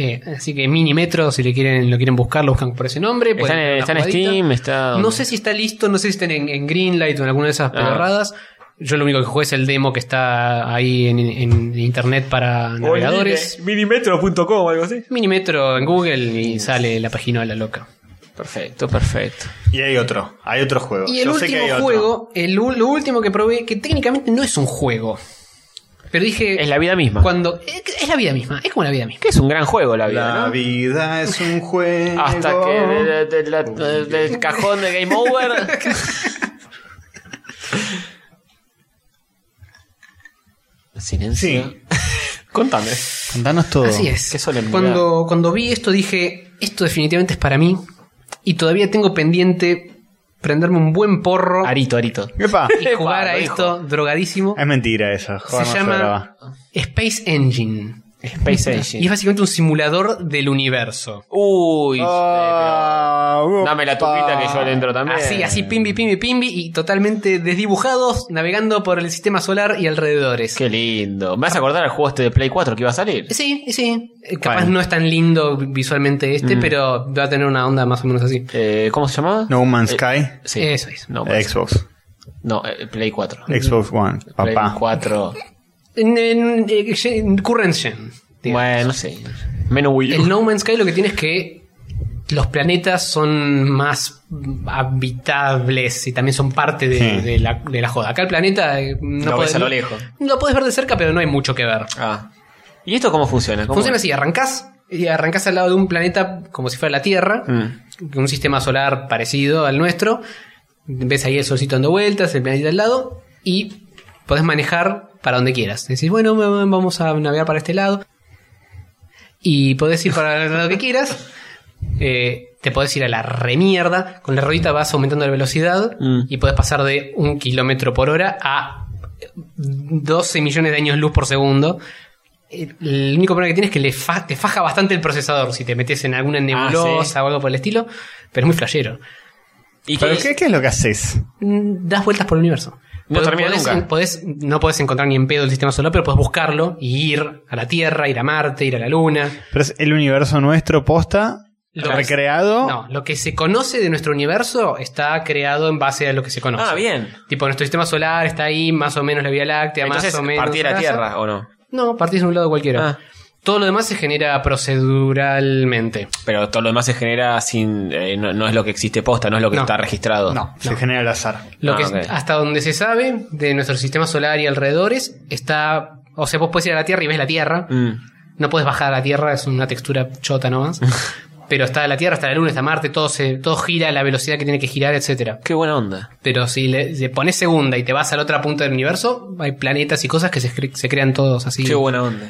S4: Eh, así que Mini Metro, si le quieren, lo quieren buscar, lo buscan por ese nombre.
S3: Está en,
S4: pueden dar una
S3: está en
S4: jugadita.
S3: Steam, está.
S4: No sé si está listo, no sé si está en, en Greenlight o en alguna de esas
S3: Ah.
S4: perradas. Yo lo único que jugué es el demo que está ahí en, en internet para navegadores.
S3: Minimetro.com o algo así.
S4: Mini Metro en Google y sale la página de la loca.
S3: Perfecto, perfecto.
S5: Y hay otro. Hay otro juego.
S4: Y el
S5: Yo sé que
S4: último
S5: hay otro.
S4: juego, el, u- lo último que probé, que técnicamente no es un juego. Pero dije,
S3: Es la vida misma.
S4: cuando. Es, es la vida misma, es como la vida misma.
S3: Que es un gran juego la vida,
S5: La
S3: ¿no?
S5: vida es un juego.
S3: Hasta que de- de- de- la- de- del cajón de Game Over. Silencio.
S5: Sí.
S3: Contame.
S5: Contanos todo.
S4: Así es.
S3: Qué solemnidad.
S4: Cuando, cuando vi esto dije, esto definitivamente es para mí. Y todavía tengo pendiente prenderme un buen porro
S3: Arito, Arito.
S5: Epa,
S4: y jugar
S3: Epa,
S4: a
S3: lo
S4: esto drogadísimo.
S3: Em,
S5: es mentira
S4: Se
S5: eso. joder, no
S4: llama
S5: graba.
S4: Space Engine.
S3: Space
S4: Y es
S3: Engine.
S4: básicamente un simulador del universo.
S3: Uy.
S5: Ah,
S3: eh, pero Dame la
S5: upa.
S3: tupita que yo le entro también.
S4: Así, así, pimbi, pimbi, pimbi, y totalmente desdibujados, navegando por el sistema solar y alrededores.
S3: Qué lindo. Me vas a acordar al juego este de Play 4 que iba a salir.
S4: Sí, sí. Eh, Capaz
S5: Bueno.
S4: no es tan lindo visualmente este,
S3: Mm.
S4: pero va a tener una onda más o menos así.
S3: Eh, ¿Cómo se llamaba?
S5: No Man's
S3: Eh,
S5: Sky.
S3: Sí.
S4: Eso es.
S3: No, pues. Man's-
S5: Xbox.
S3: no, eh, Play 4.
S5: Xbox One.
S3: Play
S5: Papá.
S3: 4.
S4: En, en- eh, en Current Gen. digamos.
S3: Bueno, sí. Menos Wii U.
S4: El No Man's Sky lo que tiene es que los planetas son más habitables y también son parte de,
S5: Sí.
S4: de la, de la joda. Acá el planeta eh, no
S3: Lo ves
S4: podés-
S3: a lo lejos.
S4: Lo puedes ver de cerca, pero no hay mucho que ver.
S3: Ah. ¿Y esto cómo funciona? ¿Cómo-
S4: Funciona así, arrancás y arrancás al lado de un planeta como si fuera la Tierra,
S3: Mm.
S4: con un sistema solar parecido al nuestro. Ves ahí el solcito dando vueltas, el planeta al lado, y podés manejar para donde quieras. Decís, bueno, vamos a navegar para este lado. Y podés ir para el lado que quieras. Eh, te podés ir a la remierda. Con la ruedita vas aumentando la velocidad
S3: Mm.
S4: y podés pasar de un kilómetro por hora a 12 millones de años luz por segundo. Eh, El único problema que tienes es que le fa- te faja bastante el procesador si te metes en alguna nebulosa
S3: Ah, sí.
S4: o algo por el estilo, pero es muy flashero.
S3: ¿Y
S5: ¿Pero
S3: qué-
S5: qué, qué es lo que haces?
S4: Mm, Das vueltas por el universo.
S3: No termina
S4: podés-
S3: nunca.
S4: podés- no podés encontrar ni en pedo el sistema solar, pero podés buscarlo y ir a la Tierra, ir a Marte, ir a la Luna.
S5: Pero es el universo nuestro posta
S4: Lo-
S3: Oh.
S5: recreado.
S4: No, lo que se conoce de nuestro universo está creado en base a lo que se conoce.
S3: Ah, bien.
S4: Tipo, nuestro sistema solar está ahí, más o menos la Vía Láctea,
S3: Entonces,
S4: más o menos.
S3: partir a
S4: Gaza.
S3: tierra o no.
S4: No, partís de un lado cualquiera.
S3: Ah.
S4: Todo lo demás se genera proceduralmente.
S3: Pero todo lo demás se genera sin. eh, no, no es lo que existe posta, no es lo que
S4: No.
S3: está registrado.
S4: No,
S5: Se
S4: no.
S5: genera el azar.
S4: Lo
S3: Ah,
S4: que
S3: ok.
S4: hasta donde se sabe de nuestro sistema solar y alrededores está. O sea, vos podés ir a la Tierra y ves la Tierra.
S3: Mm.
S4: No podés bajar a la Tierra, es una textura chota nomás. Pero está la Tierra, está la Luna, está Marte, todo se, todo gira a la velocidad que tiene que girar, etcétera.
S3: Qué buena onda.
S4: Pero si le, le pones segunda y te vas a la otra punta del universo, hay planetas y cosas que se, cre- se crean todos así.
S3: Qué buena onda.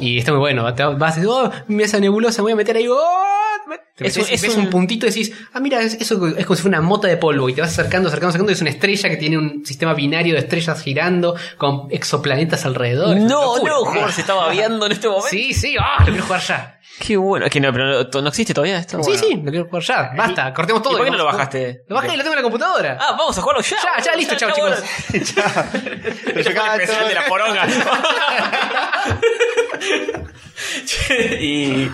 S4: Y está muy bueno. Te vas y dices, oh, mira esa nebulosa, me voy a meter ahí. oh, me- Te
S3: Es
S4: metes,
S3: un- es
S4: ves
S3: un-
S4: un... puntito y decís, ah, mira, es, eso es como si fuera una mota de polvo. Y te vas acercando, acercando, acercando. Y es una estrella que tiene un sistema binario de estrellas girando con exoplanetas alrededor. Es una
S3: No,
S4: locura.
S3: no, Jorge se estaba viando en este momento.
S4: Sí, sí, ah, lo quiero jugar ya.
S3: Qué bueno. Es que no, pero no, no existe todavía esto.
S4: Sí, sí, lo quiero jugar ya. Basta, cortemos todo.
S3: ¿Y por qué no lo
S4: Vamos-
S3: bajaste?
S4: Lo bajé y lo tengo en la computadora.
S3: Ah, vamos a jugarlo ya.
S4: Ya, ya, listo, chao,
S3: Ya, bueno.
S4: chicos.
S5: Te
S3: Este fue el
S5: tocaba
S3: especial
S5: todo.
S3: de la poronga. Che, y,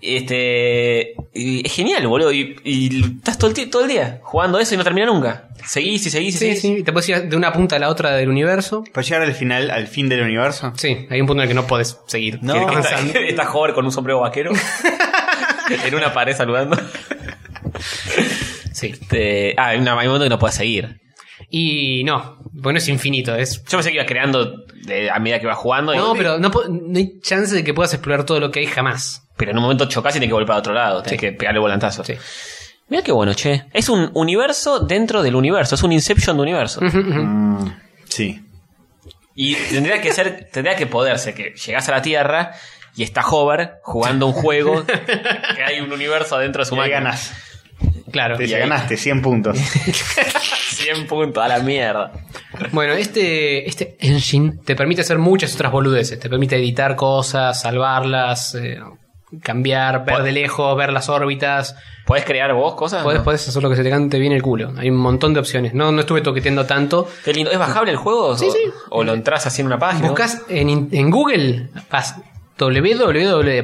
S3: y este y es genial, boludo. Y, y estás todo el, ti- todo el día jugando eso y no termina nunca. Seguís y seguís y
S4: Sí,
S3: seguís.
S4: sí, y te puedes ir de una punta a la otra del universo.
S5: ¿Para llegar al final, al fin del universo?
S4: Sí, hay un punto en el que no podés seguir.
S5: No.
S4: Que- que
S3: Está,
S4: avanzando.
S3: está Hover con un sombrero vaquero en una pared saludando.
S4: Sí.
S3: Este, ah, hay, una, hay un momento que no puedes seguir.
S4: Y no, bueno, es infinito, es...
S3: Yo pensé que iba creando de- a medida que vas jugando. y-
S4: No, pero no, po- no hay chance de que puedas explorar todo lo que hay jamás.
S3: pero en un momento chocás y tenés que volver para otro lado. Tenés
S4: Sí.
S3: que pegarle volantazo.
S4: Sí.
S3: Mira qué bueno, che. Es un universo dentro del universo. Es un Inception de universo.
S4: Ujú, ujú.
S5: Sí.
S3: Y tendría que ser, tendría que poderse que llegás a la Tierra y está Hover jugando un juego que hay un universo adentro de su
S5: Tú me
S3: máquina.
S5: ganas.
S4: Claro.
S5: Te ganaste 100 puntos.
S3: 100 puntos a la mierda.
S4: Bueno, este, este engine te permite hacer muchas otras boludeces. Te permite editar cosas, salvarlas, eh, cambiar, ver
S3: Pod-
S4: de lejos, ver las órbitas.
S3: ¿Podés crear vos cosas?
S4: Podés,
S3: Ah, No.
S4: podés hacer lo que se te cante bien el culo. Hay un montón de opciones. No, no estuve toqueteando tanto.
S3: Qué lindo. ¿Es bajable el juego?
S4: Sí,
S3: o,
S4: sí.
S3: ¿O lo entras así en una página?
S4: Buscas en, in- en Google, vas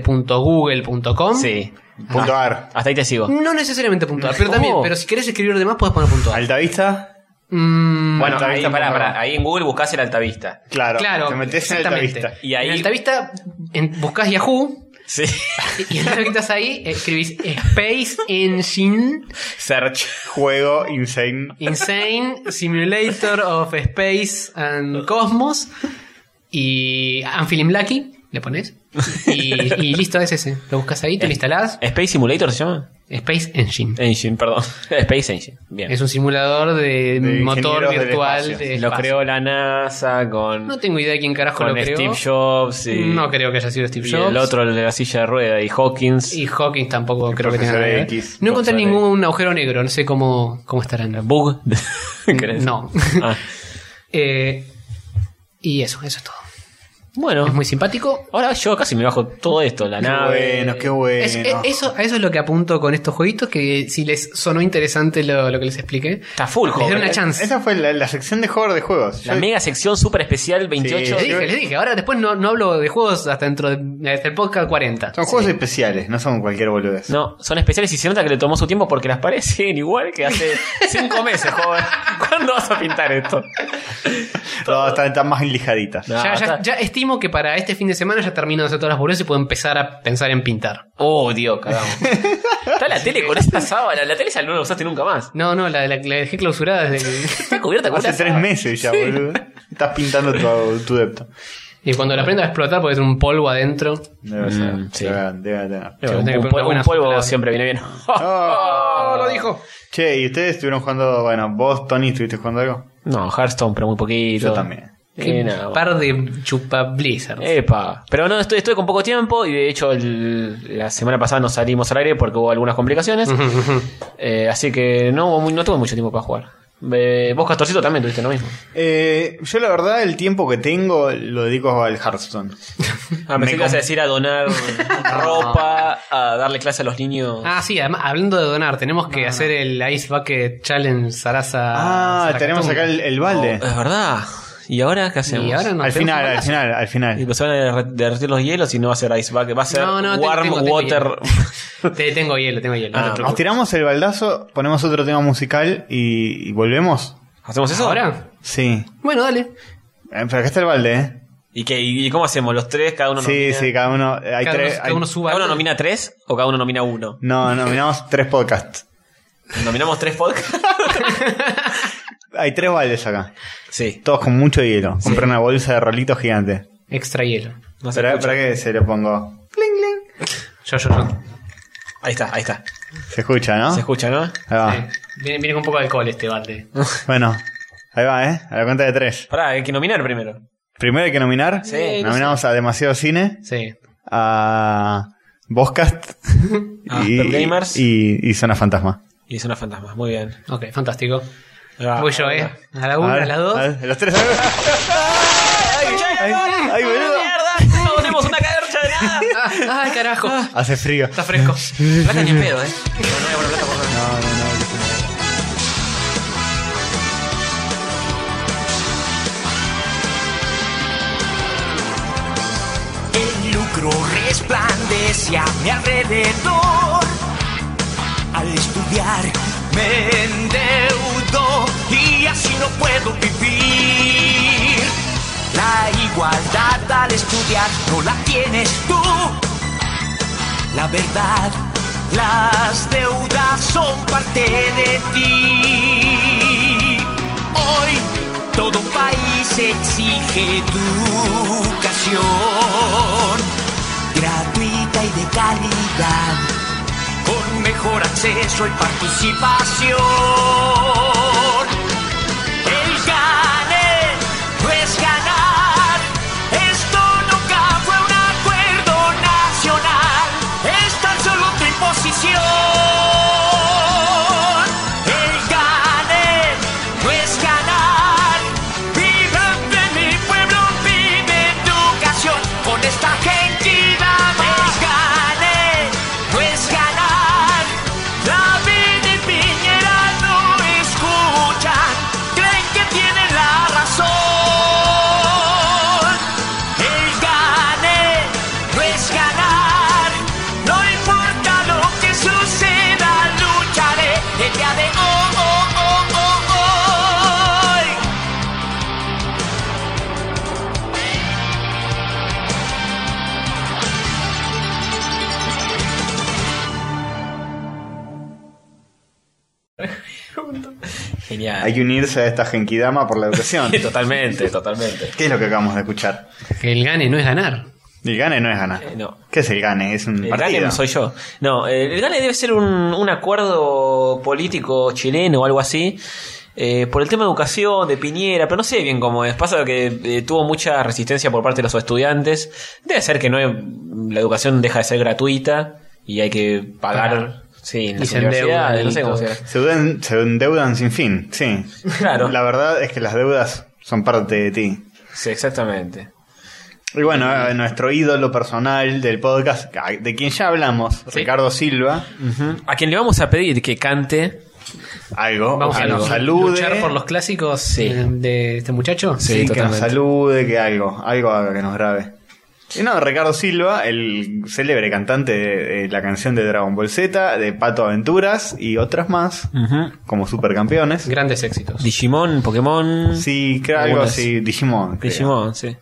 S4: www.google.com.
S3: Sí. Ah,
S5: Punto Mm. ar.
S3: Hasta ahí te sigo.
S4: No necesariamente puntual, pero
S3: ¿Cómo?
S4: también, pero si querés escribir de más, podés poner puntual.
S5: Altavista.
S4: Mm,
S3: Bueno, ahí,
S5: Altavista,
S3: pará,
S5: por favor.
S3: pará. ahí en Google buscas el altavista.
S5: Claro.
S4: claro,
S5: Te metes en
S4: exactamente.
S5: Altavista.
S3: Y ahí-
S4: En Altavista en- buscás Yahoo
S3: Sí.
S4: y en lo que estás ahí escribís Space Engine
S3: Search.
S5: Juego insane.
S4: Insane Simulator of Space and Cosmos y I'm Feeling Lucky. le pones y, y listo, es ese. Lo buscas ahí, te
S3: Eh,
S4: lo instalás.
S3: ¿Space Simulator se llama?
S4: Space Engine.
S3: Engine, perdón. Space Engine. eh. Bien.
S4: Es un simulador de,
S5: De
S4: motor
S5: ingenieros del
S4: virtual.
S5: espacio.
S4: de
S3: Lo
S4: espacio.
S3: creó la NASA con,
S4: No tengo idea de quién carajo
S3: con
S4: lo creó.
S3: Steve Jobs y,
S4: No creo que haya sido Steve
S3: y
S4: Jobs.
S3: el otro, el de la silla de rueda, y Hawkins.
S4: Y Hawkins tampoco creo que tenga
S5: profesor
S4: nada que ver.
S5: X,
S4: No encontré
S5: profesor
S4: ningún agujero negro, no sé cómo, cómo estarán.
S3: Bug. ¿Crees?
S4: No.
S3: Ah.
S4: Eh, y eso, eso es todo.
S3: Bueno,
S4: Es muy simpático.
S3: ahora yo casi me bajo todo esto, la
S5: Qué
S3: nave.
S5: bueno, qué bueno.
S4: Es- es- eso, a eso es lo que apunto con estos jueguitos, que si les sonó interesante lo, lo que les expliqué,
S3: Está full,
S4: les
S3: joven.
S4: dieron una chance.
S5: Esa fue la, la sección de juegos de juegos.
S3: La
S5: Yo-
S3: mega sección super especial 28.
S4: Les
S5: Sí.
S4: dije, les dije, ahora después no, no hablo de juegos hasta dentro de, hasta el podcast 40.
S5: son juegos especiales, no son cualquier boludez.
S3: No, son especiales y se nota que le tomó su tiempo porque las paredes siguen igual que hace cinco meses, joven. ¿Cuándo vas a pintar esto?
S5: Todas están, están más lijaditas.
S3: No,
S4: ya, ya-
S3: Ah, está-
S4: ya estimo que para este fin de semana ya termino de hacer todas las burbujas y puedo empezar a pensar en pintar.
S3: Oh, Dios, cagamos. Está la tele con esta sábana. La tele esa no la usaste nunca más.
S4: No, no, la, la- la dejé clausurada desde que...
S3: Está cubierta con
S5: Hace
S3: una
S5: tres
S3: sábana.
S5: meses ya, boludo. Estás pintando tu, tu depto.
S4: Y cuando la prenda va a explotar porque tiene un polvo adentro.
S5: Debe
S3: Mm,
S5: ser.
S3: sí.
S5: debe- debe tener.
S4: Sí,
S3: Un,
S4: tenés que
S3: un
S4: poner
S3: polvo-
S4: buena
S3: un polvo
S4: soplada.
S3: siempre viene bien.
S5: Oh.
S4: lo dijo.
S5: Che, ¿y ustedes estuvieron jugando? Bueno, vos, Tony, ¿estuviste jugando algo?
S3: No, Hearthstone, pero muy poquito.
S5: Yo también.
S3: Eh, nada más.
S4: par de chupa blizzard.
S3: Epa. Pero no, estoy, estoy con poco tiempo y de hecho el- la semana pasada no salimos al aire porque hubo algunas complicaciones. Eh, así que no, hubo muy- no tuve mucho tiempo para jugar. Eh, vos, Castorcito, también tuviste lo mismo.
S5: Eh, yo la verdad el tiempo que tengo lo dedico al Hearthstone.
S3: Ah, pensé
S5: Me
S3: que ibas a
S5: com-
S3: decir a donar ropa, a darle clase a los niños.
S4: Ah, sí, además, hablando de donar, tenemos que hacer el Ice Bucket Challenge Sarasa.
S5: Ah, tenemos acá el, el balde.
S3: Oh, Es verdad. ¿Y ahora qué hacemos?
S4: Y ahora no.
S5: al final, al final, al
S3: Y
S5: final.
S3: pues se van a derre- derretir los hielos y no va a ser ice bucket, va a ser
S4: No, no, tengo-
S3: warm
S4: tengo- tengo
S3: water.
S4: Te, tengo hielo, tengo hielo.
S3: Ah,
S4: No te
S5: Nos
S4: preocupes.
S5: tiramos el baldazo, ponemos otro tema musical y, y volvemos.
S3: ¿Hacemos eso?
S4: ¿Ahora?
S5: Sí.
S4: Bueno, dale.
S5: Eh, Pero acá está el balde, ¿eh?
S3: ¿Y, qué, ¿Y cómo hacemos? ¿Los tres? ¿Cada uno
S5: Sí,
S3: nomina?
S5: sí, cada uno. eh, Hay
S4: Cada uno,
S5: tres.
S4: cada
S5: hay-
S4: uno suba.
S3: ¿Cada uno nomina tres o cada uno nomina uno?
S5: No, nominamos tres podcasts.
S3: ¿Nominamos tres podcasts?
S5: Hay tres baldes acá.
S3: Sí.
S5: Todos con mucho hielo. Compré una bolsa de rolitos gigante.
S4: Extra hielo.
S3: No se
S5: ¿Para,
S3: escucha.
S5: para qué se lo pongo?
S4: Yo, yo, yo.
S3: Ahí está, ahí está.
S5: Se escucha, ¿no?
S3: Se escucha, ¿no?
S5: Ahí va.
S4: Sí. Eh, Viene, viene con un poco de alcohol este balde.
S5: Bueno, ahí va, ¿eh? A la cuenta de tres.
S3: Pará, hay que nominar primero.
S5: Primero hay que nominar.
S3: Sí, no
S5: Nominamos a Demasiado Cine,
S4: Sí.
S5: a Voscast
S3: Ah, Pero Gamers.
S5: y, y Zona Fantasma.
S3: Y es una fantasma, muy bien.
S4: Ok, fantástico.
S3: Ah,
S4: Voy yo,
S3: ahora.
S4: ¿eh? A la una,
S5: ver,
S4: a la dos.
S5: ver, los tres. a ver. ¡Ay, ay, boludo!
S3: ¡Mierda! ¡No tenemos una carcha de nada!
S4: Ah, ay, carajo.
S5: Hace frío.
S4: Está fresco.
S3: Plata ni en pedo, ¿eh? No, no voy a poner plata por nada.
S8: El lucro resplandece a mi alrededor. Al estudiar me endeudo y así no puedo vivir. La igualdad al estudiar no la tienes tú. La verdad, las deudas son parte de ti. Hoy todo país exige educación gratuita y de calidad, con mejor acceso y participación. El gane no es ganar. Esto nunca fue un acuerdo nacional. Es tan solo tu imposición. El gane no es ganar. Vive de mi pueblo, vive educación. Con esta gentidad el gane no es ganar. David y Piñera no escuchan, creen que tienen la razón. El gane no es ganar, no importa lo que suceda, lucharé el día de hoy.
S5: Hay
S3: Genial.
S5: que unirse a esta genkidama por la educación.
S3: Totalmente, totalmente.
S5: ¿Qué es lo que acabamos de escuchar?
S4: Que el gane no es ganar.
S5: El gane no es ganar.
S3: Eh, no.
S5: ¿Qué es el gane? Es un
S3: El
S5: partido.
S3: Ganem Mm. soy yo. No, eh, el Gane debe ser un, un acuerdo político chileno o algo así. eh, por el tema de educación, de Piñera, pero no sé bien cómo es. Pasa que eh, tuvo mucha resistencia por parte de los estudiantes. Debe ser que no es- la educación deja de ser gratuita y hay que pagar. Sí, en
S4: Y
S3: las
S4: se endeudan
S3: universidades, no
S4: y
S3: sé cómo
S4: todo.
S3: será.
S5: Se, deudan- se endeudan sin fin, sí.
S3: Claro.
S5: La verdad es que las deudas son parte de ti.
S3: Sí, exactamente.
S5: Y bueno, eh, nuestro ídolo personal del podcast, de quien ya hablamos, Ricardo Silva,
S3: Ujú. A quien le vamos a pedir que cante.
S5: algo,
S4: Vamos
S3: Ah,
S5: que
S4: a
S5: nos
S4: lu-
S5: salude,
S4: luchar por los clásicos eh, de este muchacho.
S5: sí, que nos salude, que algo, algo haga que nos grabe. Y no, Ricardo Silva, el célebre cantante de, de la canción de Dragon Ball Z, de Pato Aventuras y otras más,
S3: Ujú.
S5: como supercampeones.
S4: Grandes éxitos.
S3: Digimon, Pokémon.
S5: Sí, creo algo
S3: Algunas.
S5: así, Digimon. creo.
S3: Digimon, sí.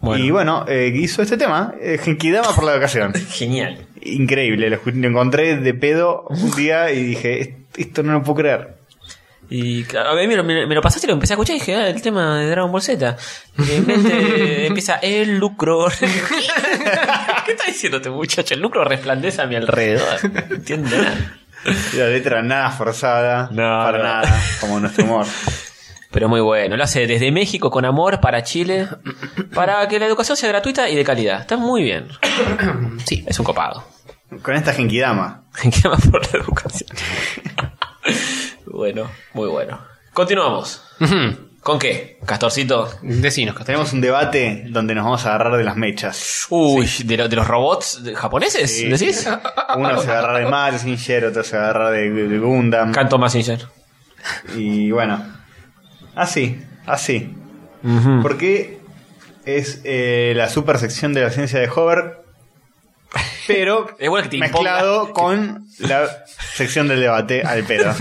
S3: Bueno.
S5: Y bueno, eh, hizo este tema, eh, Genkidama por la educación.
S3: Genial.
S5: Increíble, lo, escu- lo encontré de pedo un día y dije, "Est- esto no lo puedo creer.
S3: Y claro, a mí me lo, me lo- me lo pasaste y lo empecé a escuchar y dije, ah, el tema de Dragon Ball Z. Y en vez de- empieza el lucro. ¿Qué está diciendo este muchacho? El lucro resplandece a mi alrededor. No entiendo nada.
S5: La letra nada forzada,
S3: No,
S5: para
S3: no.
S5: nada, como nuestro humor.
S3: Pero muy bueno. Lo hace desde México con amor para Chile. Para que la educación sea gratuita y de calidad. Está muy bien. Sí, es un copado.
S5: Con esta Genkidama.
S3: ¿Qué más por la educación? bueno, muy bueno. Continuamos.
S4: Ujú.
S3: ¿Con qué? Castorcito.
S4: Decinos, Castor.
S5: Tenemos un debate donde nos vamos a agarrar de las mechas.
S3: Uy, de, lo- de los robots de- japoneses,
S5: Sí.
S3: ¿decís?
S5: Uno se va a agarrar de Mazinger, otro se va a agarrar de, de Gundam.
S3: Canto más sincero.
S5: Y bueno, así, así. Porque es eh, la super sección de la ciencia de Hover, pero
S3: Es bueno que te
S5: mezclado con la sección del debate al pedo.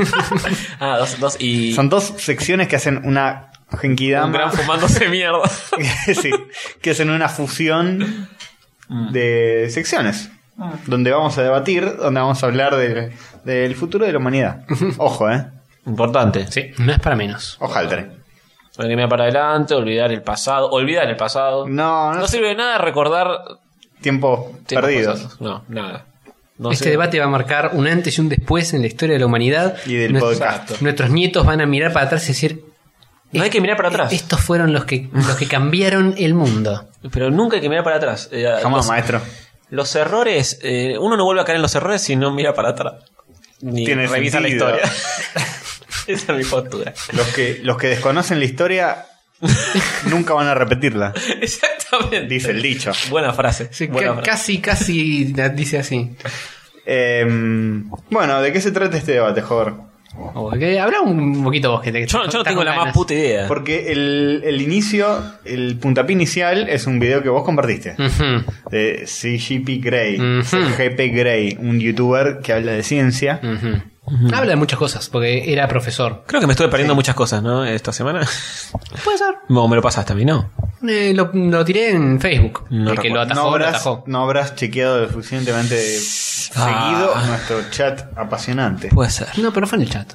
S3: Ah, dos, dos y
S5: Son dos secciones que hacen una
S3: un gran
S5: genkidama,
S3: fumándose mierda.
S5: sí, que hacen una fusión de secciones. Donde vamos a debatir, donde vamos a hablar del, del futuro de la humanidad. Ojo, eh.
S3: Importante.
S4: Sí, no es para menos.
S5: Ojaltre.
S3: Mirar para adelante, olvidar el pasado, olvidar el pasado.
S5: No, no
S3: No sirve de nada recordar
S5: Tiempo
S3: tiempos
S5: perdido.
S3: pasados. No, nada. No
S4: este
S3: sirve.
S4: debate va a marcar un antes y un después en la historia de la humanidad.
S5: Y del
S4: nuestros,
S5: podcast.
S4: Nuestros nietos van a mirar para atrás y decir,
S3: No hay que mirar para atrás.
S4: estos fueron los que, los que cambiaron el mundo.
S3: Pero nunca hay que mirar para atrás. Eh,
S5: Jamás,
S3: los,
S5: maestro.
S3: los errores, eh, uno no vuelve a caer en los errores si no mira para atrás. Ni
S5: Tiene
S3: revisa
S5: sentido.
S3: la historia. Esa es mi postura.
S5: Los que, los que desconocen la historia nunca van a repetirla,
S3: Exactamente.
S5: dice el dicho.
S3: Buena frase.
S4: Sí,
S3: buena
S4: ca-
S3: frase.
S4: casi, casi la dice así.
S5: Em, bueno, ¿de qué se trata este debate, Hover?
S4: O Oh, que- habla un poquito vos, que te-
S3: Yo, no- yo no
S4: estás
S3: tengo
S4: con
S3: la más
S4: ganas.
S3: puta idea.
S5: Porque el, el inicio, el puntapié inicial es un video que vos compartiste.
S4: Ujú,
S5: De CGP Grey,
S4: Ujú.
S5: CGP Grey, un youtuber que habla de ciencia.
S4: ujú. Habla de muchas cosas, porque era profesor.
S3: Creo que me estuve perdiendo muchas cosas, ¿no? Esta semana.
S4: Puede ser.
S3: No, me lo pasaste a mí, ¿no?
S4: Eh, lo, lo tiré en Facebook.
S3: No
S4: el que lo
S3: recuerdo.
S4: atajó,
S5: no,
S4: lo
S5: habrás,
S4: atajó. Ah.
S5: no habrás chequeado lo suficientemente seguido nuestro chat apasionante.
S4: Pues,
S3: Puede ser.
S4: No, pero fue en el chat.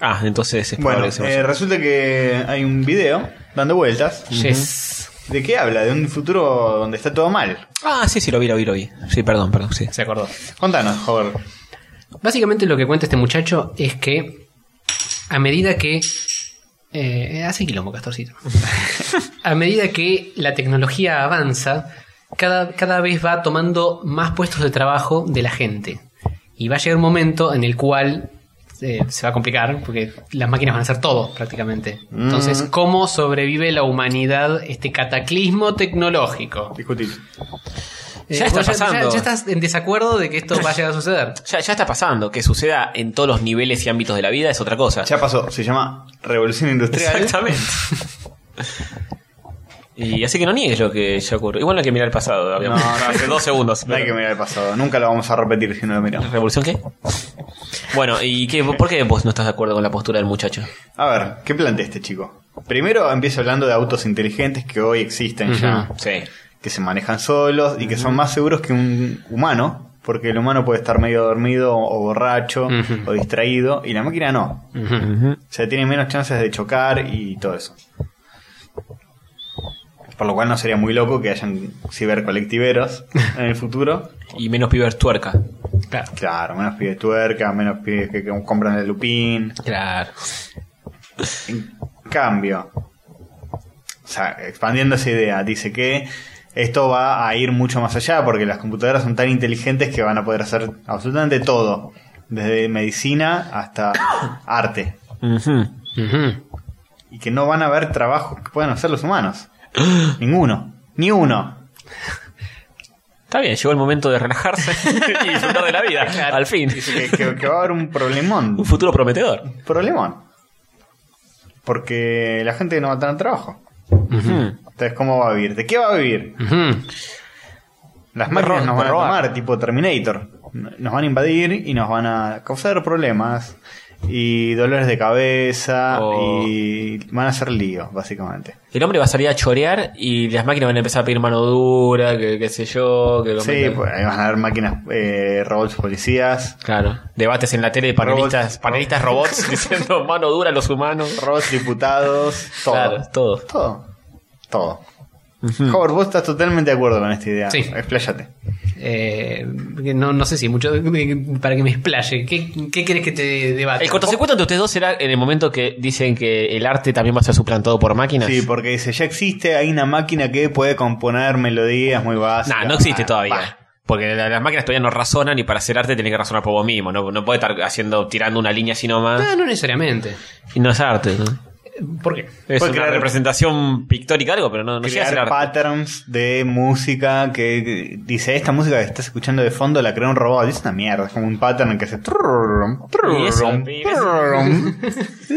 S3: Ah, entonces es
S5: Bueno,
S3: probable que se
S5: eh,
S3: vaya.
S5: resulta que hay un video dando vueltas.
S4: Yes.
S5: ¿De qué habla? De un futuro donde está todo mal.
S3: Ah, sí, sí, lo vi, lo vi, lo vi. Sí, perdón, perdón, sí.
S4: Se acordó.
S5: Contanos, joder.
S4: Básicamente lo que cuenta este muchacho es que a medida que... eh, hace quilombo, Castorcito. a medida que la tecnología avanza, cada, cada vez va tomando más puestos de trabajo de la gente. Y va a llegar un momento en el cual eh, se va a complicar, porque las máquinas van a hacer todo prácticamente. Entonces,
S3: Mm.
S4: ¿cómo sobrevive la humanidad este cataclismo tecnológico? Eh,
S5: Discutir.
S3: Ya está
S4: vos
S3: pasando.
S4: ya estás en desacuerdo de que esto va a llegar a suceder.
S3: Ya, ya está pasando. Que suceda en todos los niveles y ámbitos de la vida es otra cosa.
S5: Ya pasó, se llama Revolución Industrial.
S3: Exactamente. y así que no niegues lo que ya ocurrió. Igual no hay que mirar el pasado. habíamos-
S5: No, no.
S3: hace dos segundos.
S5: No hay que mirar el pasado, nunca lo vamos a repetir si no lo miramos.
S3: ¿Revolución qué? Bueno, ¿y qué, por qué vos no estás de acuerdo con la postura del muchacho?
S5: A ver, ¿qué plantea este chico? Primero empieza hablando de autos inteligentes que hoy existen ya,
S3: Sí.
S5: que se manejan solos y que son más seguros que un humano, porque el humano puede estar medio dormido o borracho
S4: Ujú.
S5: o distraído y la máquina no. O sea, tiene menos chances de chocar y todo eso. Por lo cual no sería muy loco que hayan cibercolectiveros en el futuro.
S3: Y menos pibes tuerca.
S4: Claro.
S5: Claro, menos pibes tuerca, menos pibes que, que compran el lupín.
S4: Claro.
S5: En cambio, o sea, expandiendo esa idea, dice que esto va a ir mucho más allá porque las computadoras son tan inteligentes que van a poder hacer absolutamente todo, desde medicina hasta arte,
S3: Ujú.
S4: Ujú.
S5: y que no van a haber trabajos que puedan hacer los humanos. Ninguno, ni uno.
S3: Está bien, llegó el momento de relajarse y disfrutar de la vida. Al fin.
S5: Dice que, que- que va a haber un problemón,
S3: Un futuro prometedor.
S5: problemón. Porque la gente no va a tener trabajo.
S3: Ujú.
S5: Entonces, ¿cómo va a vivir? ¿De qué va a vivir?
S4: Ujú.
S5: Las máquinas
S3: ro-
S5: nos
S3: me
S5: van a
S3: robaron.
S5: tomar, tipo Terminator. Nos van a invadir y nos van a causar problemas y dolores de cabeza
S3: Oh.
S5: y van a hacer lío, básicamente.
S3: El hombre va a salir a chorear y las máquinas van a empezar a pedir mano dura, que qué sé yo, que lo
S5: Sí,
S3: metan-
S5: pues, ahí van a haber máquinas, eh, robots policías,
S3: Claro. Debates en la tele de panelistas robots,
S5: Robots.
S3: panelistas robots diciendo mano dura a los humanos.
S5: robots diputados, todo.
S3: Claro, todo.
S5: Todo. Todo. Howard, vos estás totalmente de acuerdo con esta idea.
S4: Sí.
S5: Expláyate.
S4: Eh, que no, no sé si mucho para que me explaye. ¿Qué, qué querés que te debata?
S3: El cortocircuito entre ustedes dos será en el momento que dicen que el arte también va a ser suplantado por máquinas.
S5: Sí, porque dice, ya existe, hay una máquina que puede componer melodías muy básicas.
S3: Nah, no existe
S5: Ah,
S3: todavía.
S5: bah.
S3: Porque la- las máquinas todavía no razonan y para hacer arte tenés que razonar por vos mismo. No, no puede estar haciendo, tirando una línea así nomás.
S5: Eh.
S4: Ah, No, no necesariamente.
S3: Y no es arte, ¿no?
S4: ¿Por qué?
S3: Es
S5: Puede
S3: una
S5: crear-
S3: representación pictórica algo, pero no, no llega a ser
S5: crear
S3: arte.
S5: patterns de música que- que dice esta música que estás escuchando de fondo la creó un robot es una mierda es como un pattern que hace trrrrum,
S3: Y eso,
S5: trrrrum,
S3: y
S5: trrrrum.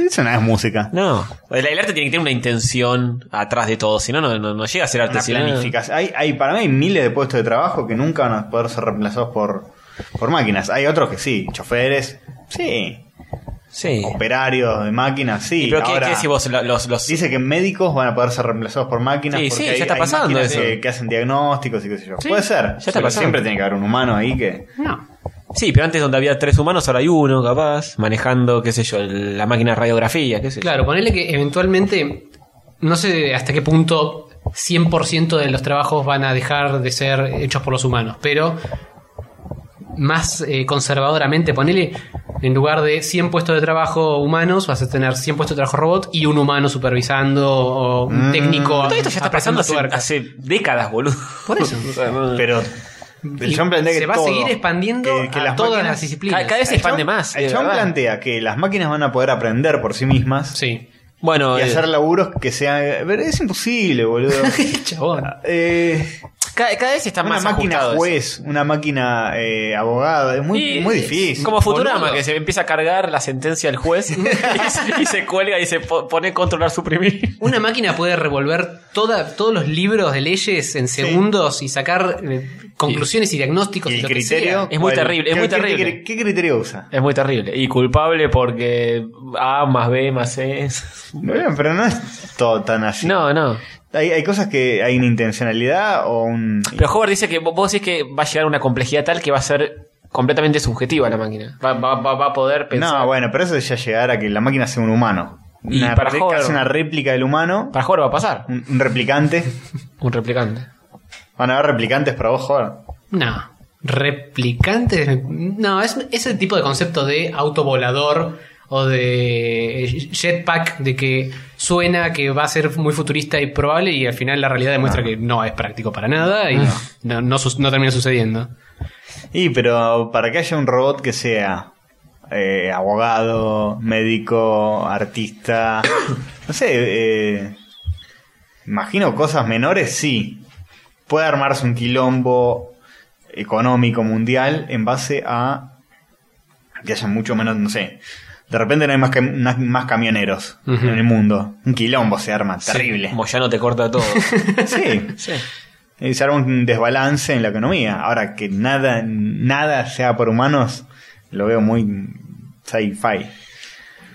S5: eso no es música
S3: No. El, el arte tiene que tener una intención atrás de todo, si no, no, no, no llega a ser arte.
S5: Una
S3: si no-
S5: planificación. Hay, hay- para mí hay miles de puestos de trabajo que nunca van a poder ser reemplazados por, por máquinas hay otros que sí choferes sí
S3: Sí.
S5: operarios de máquinas sí
S3: pero ¿qué,
S5: Ahora,
S3: qué decís vos? Lo- Los, los-
S5: Dice que médicos van a poder ser reemplazados por máquinas.
S3: Sí,
S5: porque
S3: sí, ya
S5: hay-
S3: está
S5: hay
S3: pasando
S5: máquinas
S3: eso.
S5: Que, que hacen diagnósticos y qué sé yo.
S3: Sí,
S5: Puede ser.
S3: ya está
S5: pero
S3: pasando.
S5: Siempre tiene que haber un humano ahí que.
S4: No.
S3: Sí, pero antes donde había tres humanos, ahora hay uno, capaz, manejando, qué sé yo, el- la máquina de radiografía, qué sé yo.
S4: Claro, ponerle que eventualmente, no sé hasta qué punto 100% de los trabajos van a dejar de ser hechos por los humanos, pero más eh, conservadoramente, ponele en lugar de 100 puestos de trabajo humanos, vas a tener 100 puestos de trabajo robot y un humano supervisando o un
S5: Mm.
S4: técnico.
S3: Todo esto ya está pasando
S4: apretando
S3: hace,
S4: tuercas.
S3: hace décadas, boludo.
S4: Por eso.
S3: O sea, no-
S5: Pero.
S4: Y
S5: El John plantea que
S4: se va a
S5: todo-
S4: seguir expandiendo
S5: que- que
S4: a
S5: las
S4: todas
S5: máquinas-
S4: las disciplinas.
S3: Cada- cada vez se
S5: el John-
S3: expande más.
S5: El
S3: de
S5: John
S3: verdad.
S5: plantea que las máquinas van a poder aprender por sí mismas
S4: Sí.
S3: Bueno,
S5: y
S3: eh,
S5: hacer laburos que sean. Pero es imposible, boludo.
S4: Chabón.
S5: Eh,
S3: cada, cada vez está
S5: una
S3: más
S5: máquina
S3: ajustado eso.
S5: juez, una máquina eh, abogada, es muy,
S3: Y-
S5: muy difícil.
S3: Como Futurama,
S4: Boludo.
S3: que se empieza a cargar la sentencia del juez y, se, y se cuelga y se po- pone controlar suprimir.
S4: Una máquina puede revolver toda, todos los libros de leyes en segundos y sacar eh, conclusiones y diagnósticos y,
S5: Y el
S4: lo que
S5: criterio.
S4: sea.
S3: Es muy
S5: ¿cuál?
S3: terrible, es
S5: ¿Qué-
S3: muy
S5: qué- qué-
S3: terrible.
S5: ¿Qué criterio usa?
S3: Es muy terrible. Y culpable porque A más B más C.
S5: Bueno, Pero no es todo tan así.
S3: No, no.
S5: Hay, hay cosas que hay una intencionalidad o un.
S3: Pero Howard dice que vos decís que va a llegar a una complejidad tal que va a ser completamente subjetiva la máquina. Va, va- va- va a poder pensar.
S5: No, bueno, pero eso es ya llegar a que la máquina sea un humano.
S3: Y
S5: Una,
S3: para
S5: re-
S3: Hover-
S5: casi una réplica del humano,
S3: Para Howard va a pasar.
S5: un, un replicante.
S3: Un replicante.
S5: Van a haber replicantes para vos, joder.
S4: No. Replicantes. No, es ese tipo de concepto de autovolador o de eh, jetpack de que suena que va a ser muy futurista y probable y al final la realidad demuestra que no es práctico para nada y no, no, no su- no termina sucediendo.
S5: Y pero para que haya un robot que sea eh, abogado, médico, artista, no sé, eh, imagino cosas menores, sí. Puede armarse un quilombo económico mundial en base a que haya mucho menos, no sé. De repente no hay más, cam- na- más camioneros
S4: Ujú.
S5: en el mundo. Un quilombo se arma, terrible.
S3: Moyano te corta todo.
S5: Sí. Y se arma un desbalance en la economía. Ahora que nada, nada sea por humanos, lo veo muy sci-fi.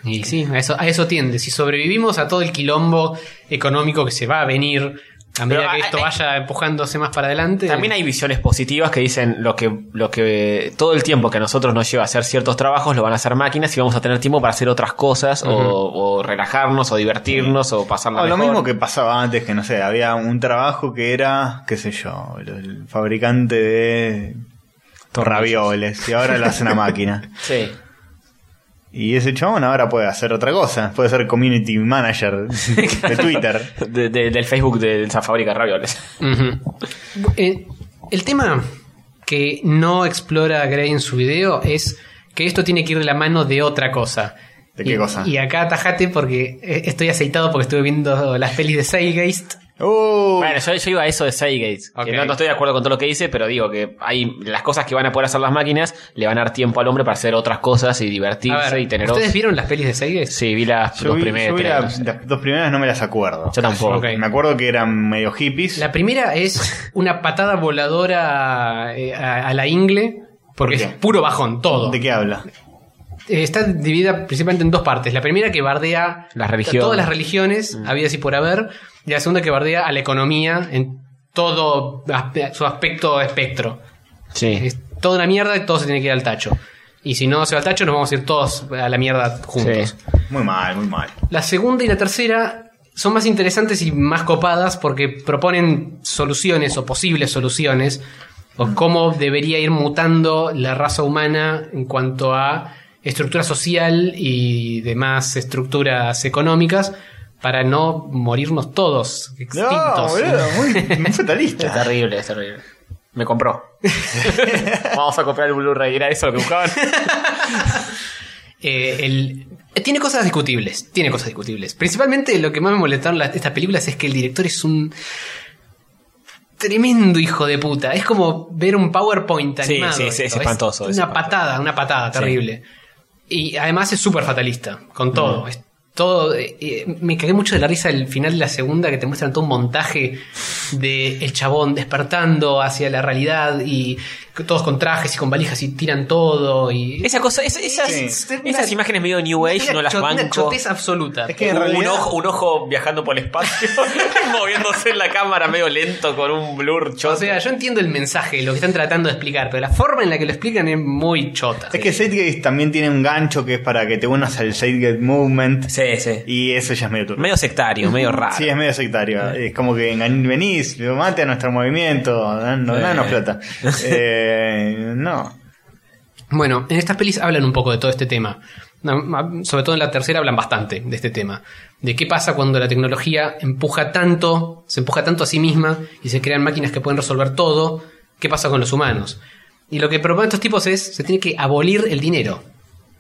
S4: Y sí, a eso, a eso tiende. Si sobrevivimos a todo el quilombo económico que se va a venir A
S3: Pero
S4: medida que
S3: hay-
S4: esto
S3: hay-
S4: vaya empujándose más para adelante.
S3: También hay visiones positivas que dicen lo que, lo que todo el tiempo que a nosotros nos lleva a hacer ciertos trabajos lo van a hacer máquinas y vamos a tener tiempo para hacer otras cosas o, o relajarnos o divertirnos o pasar la
S5: O Ah, lo mismo que pasaba antes, que no sé, había un trabajo que era, qué sé yo, el, el fabricante de ravioles y ahora lo hace una máquina.
S3: Sí.
S5: Y ese chabón ahora puede hacer otra cosa, puede ser community manager de Twitter.
S3: De- de- del Facebook de esa fábrica de ravioles.
S4: Ujú. Eh, el tema que no explora Gray en su video es que esto tiene que ir de la mano de otra cosa.
S5: ¿De qué
S4: Y-
S5: cosa?
S4: Y acá atajate porque eh, estoy aceitado porque estuve viendo las pelis de Zeitgeist.
S5: Uh,
S3: Bueno, yo, yo iba a eso de Seagates.
S4: Ok.
S3: Que no, no estoy de acuerdo con todo lo que dice, pero digo que hay las cosas que van a poder hacer las máquinas le van a dar tiempo al hombre para hacer otras cosas y divertirse
S4: A ver,
S3: y tener
S4: ¿Ustedes
S3: ocio.
S4: vieron las pelis de Zeitgeist?
S3: Sí, vi las
S5: yo
S3: dos
S5: vi-
S3: primeras.
S5: yo vi la-
S3: no sé.
S5: las dos primeras no me las acuerdo.
S3: Yo tampoco.
S4: Ok.
S5: Me acuerdo que eran medio hippies.
S4: La primera es una patada voladora eh, a, a la ingle porque
S5: ¿Por
S4: es
S5: qué?
S4: puro bajón, todo.
S5: ¿De qué habla?
S4: Eh, está dividida principalmente en dos partes. La primera que bardea
S3: Las
S4: a
S3: religiones. Mm.
S4: todas las religiones, habidas y por haber. Y la segunda que bardea a la economía en todo aspe- su aspecto espectro.
S3: Sí.
S4: Es toda una mierda y todo se tiene que ir al tacho. Y si no se va al tacho, nos vamos a ir todos a la mierda juntos.
S5: Muy mal, muy mal.
S4: La segunda y la tercera son más interesantes y más copadas porque proponen soluciones o posibles soluciones
S5: Mm.
S4: o cómo debería ir mutando la raza humana en cuanto a estructura social y demás estructuras económicas para no morirnos todos
S5: No,
S4: extintos.
S5: boludo, muy, muy
S3: Es
S5: fatalista.
S3: terrible, es terrible. Me compró. Vamos a comprar el Blu-ray. Era eso lo que buscaban.
S4: Eh, el- tiene cosas discutibles, tiene cosas discutibles. Principalmente lo que más me molestaron las- estas películas es que el director es un tremendo hijo de puta. Es como ver un PowerPoint
S3: Sí,
S4: animado.
S3: sí, sí, es
S4: esto.
S3: espantoso,
S4: Una
S3: es espantoso.
S4: patada, una patada terrible. Y además es súper fatalista con
S3: Mm.
S4: todo. Es todo eh, eh, me cagué mucho de la risa el final de la segunda que te muestran todo un montaje de el chabón despertando hacia la realidad y todos con trajes y con valijas y tiran todo y
S3: Esa cosa, esa- esas,
S5: Sí.
S3: esas imágenes medio New Age
S4: una
S3: no las
S4: cho- Una
S3: banco.
S4: chotez absoluta.
S5: Es que en
S3: un,
S5: realidad.
S3: ojo, un ojo viajando por el espacio, moviéndose en la cámara medio lento con un blur choto.
S4: O sea, yo entiendo el mensaje, lo que están tratando de explicar, pero la forma en la que lo explican es muy chota.
S5: Es que Zeitgeist también tiene un gancho que es para que te unas al Zeitgeist Movement.
S3: sí, sí.
S5: Y eso ya es medio turbio.
S3: Medio sectario, medio raro.
S5: Sí, es medio sectario. Es como que engan- venís, lo mate a nuestro movimiento, dan- no,
S3: Eh.
S5: danos plata. Eh, no.
S4: Bueno, en estas pelis hablan un poco de todo este tema. Na- ma- Sobre todo en la tercera hablan bastante de este tema. De qué pasa cuando la tecnología empuja tanto, se empuja tanto a sí misma y se crean máquinas que pueden resolver todo. ¿Qué pasa con los humanos? Y lo que proponen estos tipos es, se tiene que abolir el dinero.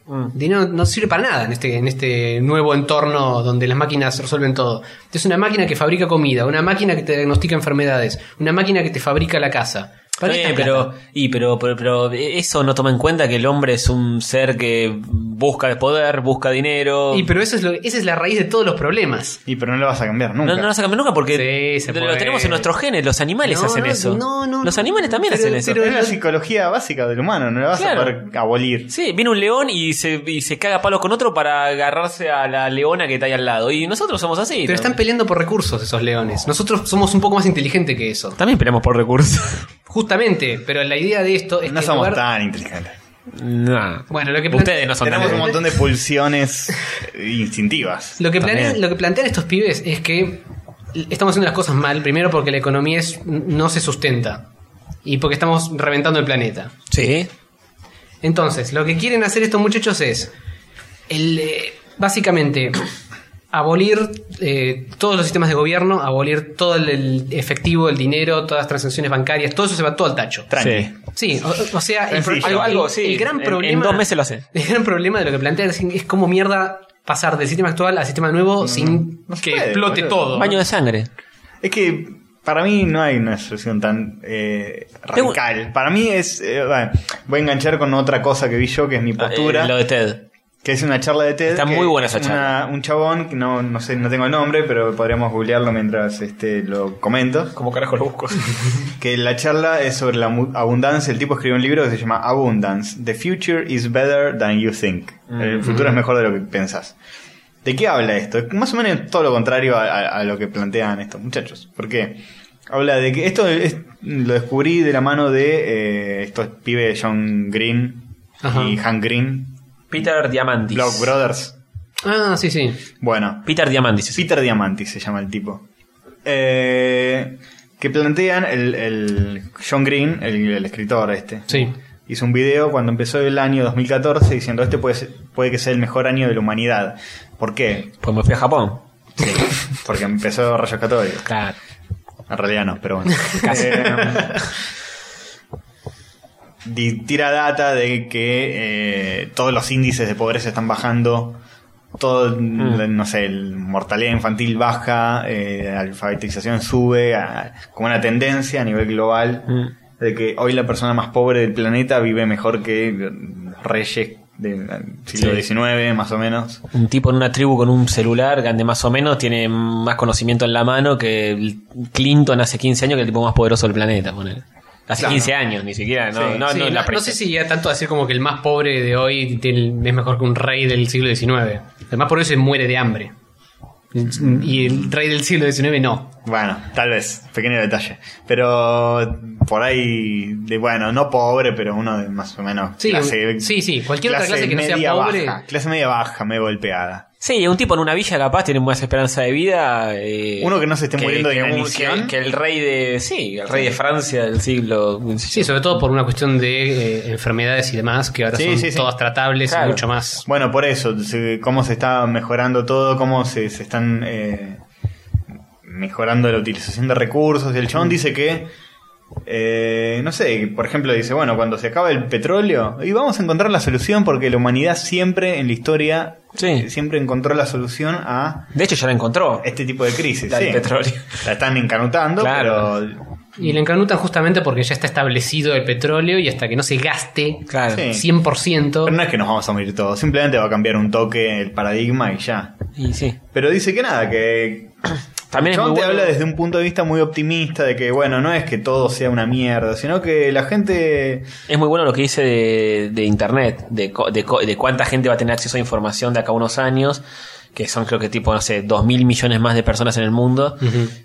S4: El dinero no sirve para nada en este, en este nuevo entorno donde las máquinas resuelven todo. Es una máquina que fabrica comida, una máquina que te diagnostica enfermedades, una máquina que te fabrica la casa. ¿Para qué
S3: Eh,
S4: esta plata?
S3: pero, y pero, pero, pero eso no toma en cuenta que el hombre es un ser que busca el poder, busca dinero.
S4: Y pero eso es lo, esa es la raíz de todos los problemas.
S5: Y pero no lo vas a cambiar nunca.
S3: no, no lo sacamos nunca porque
S4: Sí, se
S3: lo
S4: puede.
S3: tenemos en nuestros genes, los animales
S4: No,
S3: hacen
S4: no,
S3: eso.
S4: no, no,
S3: los
S4: no,
S3: animales también
S4: pero-
S3: hacen eso.
S4: pero-
S5: es la psicología básica del humano, no la vas
S3: Claro.
S5: a poder abolir.
S3: Sí, viene un león y se, y se caga a palos con otro para agarrarse a la leona que está ahí al lado. Y nosotros somos así.
S4: Pero
S3: ¿no?
S4: están peleando por recursos esos leones. Nosotros somos un poco más inteligentes que eso.
S3: También peleamos por recursos.
S4: Justamente, pero la idea de esto es
S5: No
S4: que en
S5: somos
S4: lugar-
S5: tan inteligentes.
S3: nah.
S4: Bueno, lo que plan-
S3: Ustedes no son
S5: Tenemos
S3: tan-
S5: un montón de pulsiones instintivas.
S4: Lo que,
S3: También.
S4: planean, lo que plantean estos pibes es que estamos haciendo las cosas mal, primero porque la economía es- no se sustenta y porque estamos reventando el planeta.
S3: Sí.
S4: Entonces, lo que quieren hacer estos muchachos es, el, eh, básicamente, abolir eh, todos los sistemas de gobierno, abolir todo el, el efectivo, el dinero, todas las transacciones bancarias, todo eso se va todo al tacho.
S5: Tranqui.
S3: Sí.
S4: Sí, o, o sea, el, pro-
S5: Sencillo.
S4: algo- algo, sí, el gran
S3: en-
S4: problema...
S3: en dos meses lo hacen.
S4: El gran problema de lo que plantea es, es cómo mierda pasar del sistema actual al sistema nuevo sin
S5: Mm. no se
S4: que
S5: puede,
S4: explote
S5: boludo.
S4: todo.
S3: Baño de sangre.
S5: Es que para mí no hay una solución tan eh,
S3: Tengo-
S5: radical. Para mí es. eh, bueno, voy a enganchar con otra cosa que vi yo, que es mi postura.
S3: Eh, lo de Ted.
S5: Que es una charla de TED.
S3: Está
S5: que
S3: muy buena esa
S5: una-
S3: charla.
S5: un chabón, que no, no sé, no tengo el nombre, pero podríamos googlearlo mientras este, lo comento.
S3: Como carajo lo busco.
S5: Que la charla es sobre la mu- abundancia. El tipo escribió un libro que se llama
S3: Mm.
S5: Abundance. The future is better than you think. El futuro es mejor de lo que pensás. ¿De qué habla esto? Es Más o menos todo lo contrario a, a- a lo que plantean estos muchachos. ¿Por qué? Habla de que esto es- lo descubrí de la mano de eh, estos pibes John Green
S4: Ajá.
S5: y Hank Green,
S3: Peter Diamandis.
S5: Block Brothers.
S4: Ah, sí, sí.
S5: Bueno,
S3: Peter Diamandis.
S5: Peter Diamanti se llama el tipo. Eh, que plantean el, el John Green, el, el escritor este.
S4: Sí.
S5: Hizo un video cuando empezó el año 2014 diciendo este puede, ser- puede que sea el mejor año de la humanidad. ¿Por qué?
S3: Pues me fui a Japón.
S5: Sí, porque empezó Rayos Católicos.
S3: Claro.
S5: En realidad no, pero bueno. Eh, di- tira data de que eh, todos los índices de pobreza están bajando. Todo, no sé, el mortalidad infantil baja, eh, la alfabetización sube, a- como una tendencia a nivel global de que hoy la persona más pobre del planeta vive mejor que los reyes del siglo
S3: Sí.
S5: XIX, más o menos.
S3: Un tipo en una tribu con un celular grande más o menos tiene más conocimiento en la mano que el Clinton hace 15 años que el tipo más poderoso del planeta. ponele. Hace
S5: Claro.
S3: 15 años, ni siquiera. No,
S5: Sí,
S3: no,
S4: Sí,
S3: no,
S4: no,
S3: la
S4: no
S3: presa.
S4: sé si ya tanto decir como que el más pobre de hoy tiene- es mejor que un rey del siglo XIX. El más pobre se muere de hambre. Y el rey del siglo XIX no.
S5: Bueno, tal vez, pequeño detalle. Pero por ahí, de, bueno, no pobre, pero uno de más o menos.
S4: Sí, sí, sí, cualquier otra clase que no sea
S5: media
S4: pobre.
S5: baja, clase media baja, medio golpeada.
S3: Sí, un tipo en una villa capaz tiene más esperanza de vida. eh,
S5: Uno que no se esté muriendo de
S3: un-
S5: inanición.
S3: que- que el rey de. Sí, el rey de Francia del siglo.
S4: Sí, sobre todo por una cuestión de eh, enfermedades y demás, que ahora
S5: Sí,
S4: son
S5: sí, sí.
S4: todas tratables
S3: Claro.
S4: y mucho más.
S5: Bueno, por eso, se- cómo se está mejorando todo, cómo se, se están eh, mejorando la utilización de recursos. El chabón dice que, eh, no sé, por ejemplo, dice, bueno, cuando se acaba el petróleo, y vamos a encontrar la solución porque la humanidad siempre en la historia, eh,
S3: Sí.
S5: siempre encontró la solución a
S3: De hecho, ya la encontró.
S5: este tipo de crisis.
S3: La del
S5: sí.
S3: petróleo.
S5: La están encanutando,
S3: Claro.
S5: pero...
S4: Y le encanutan justamente porque ya está establecido el petróleo y hasta que no se gaste
S3: Claro.
S5: Sí.
S4: 100%.
S5: pero no es que nos vamos a morir todos, simplemente va a cambiar un toque el paradigma y ya.
S3: Y sí.
S5: Pero dice que nada, que
S3: También es
S5: John
S3: muy
S5: te
S3: bueno-
S5: habla desde un punto de vista muy optimista de que, bueno, no es que todo sea una mierda, sino que la gente...
S3: Es muy bueno lo que dice de, de internet, de, co- de, co- de cuánta gente va a tener acceso a información de acá a unos años, que son creo que tipo, no sé, dos mil millones más de personas en el mundo,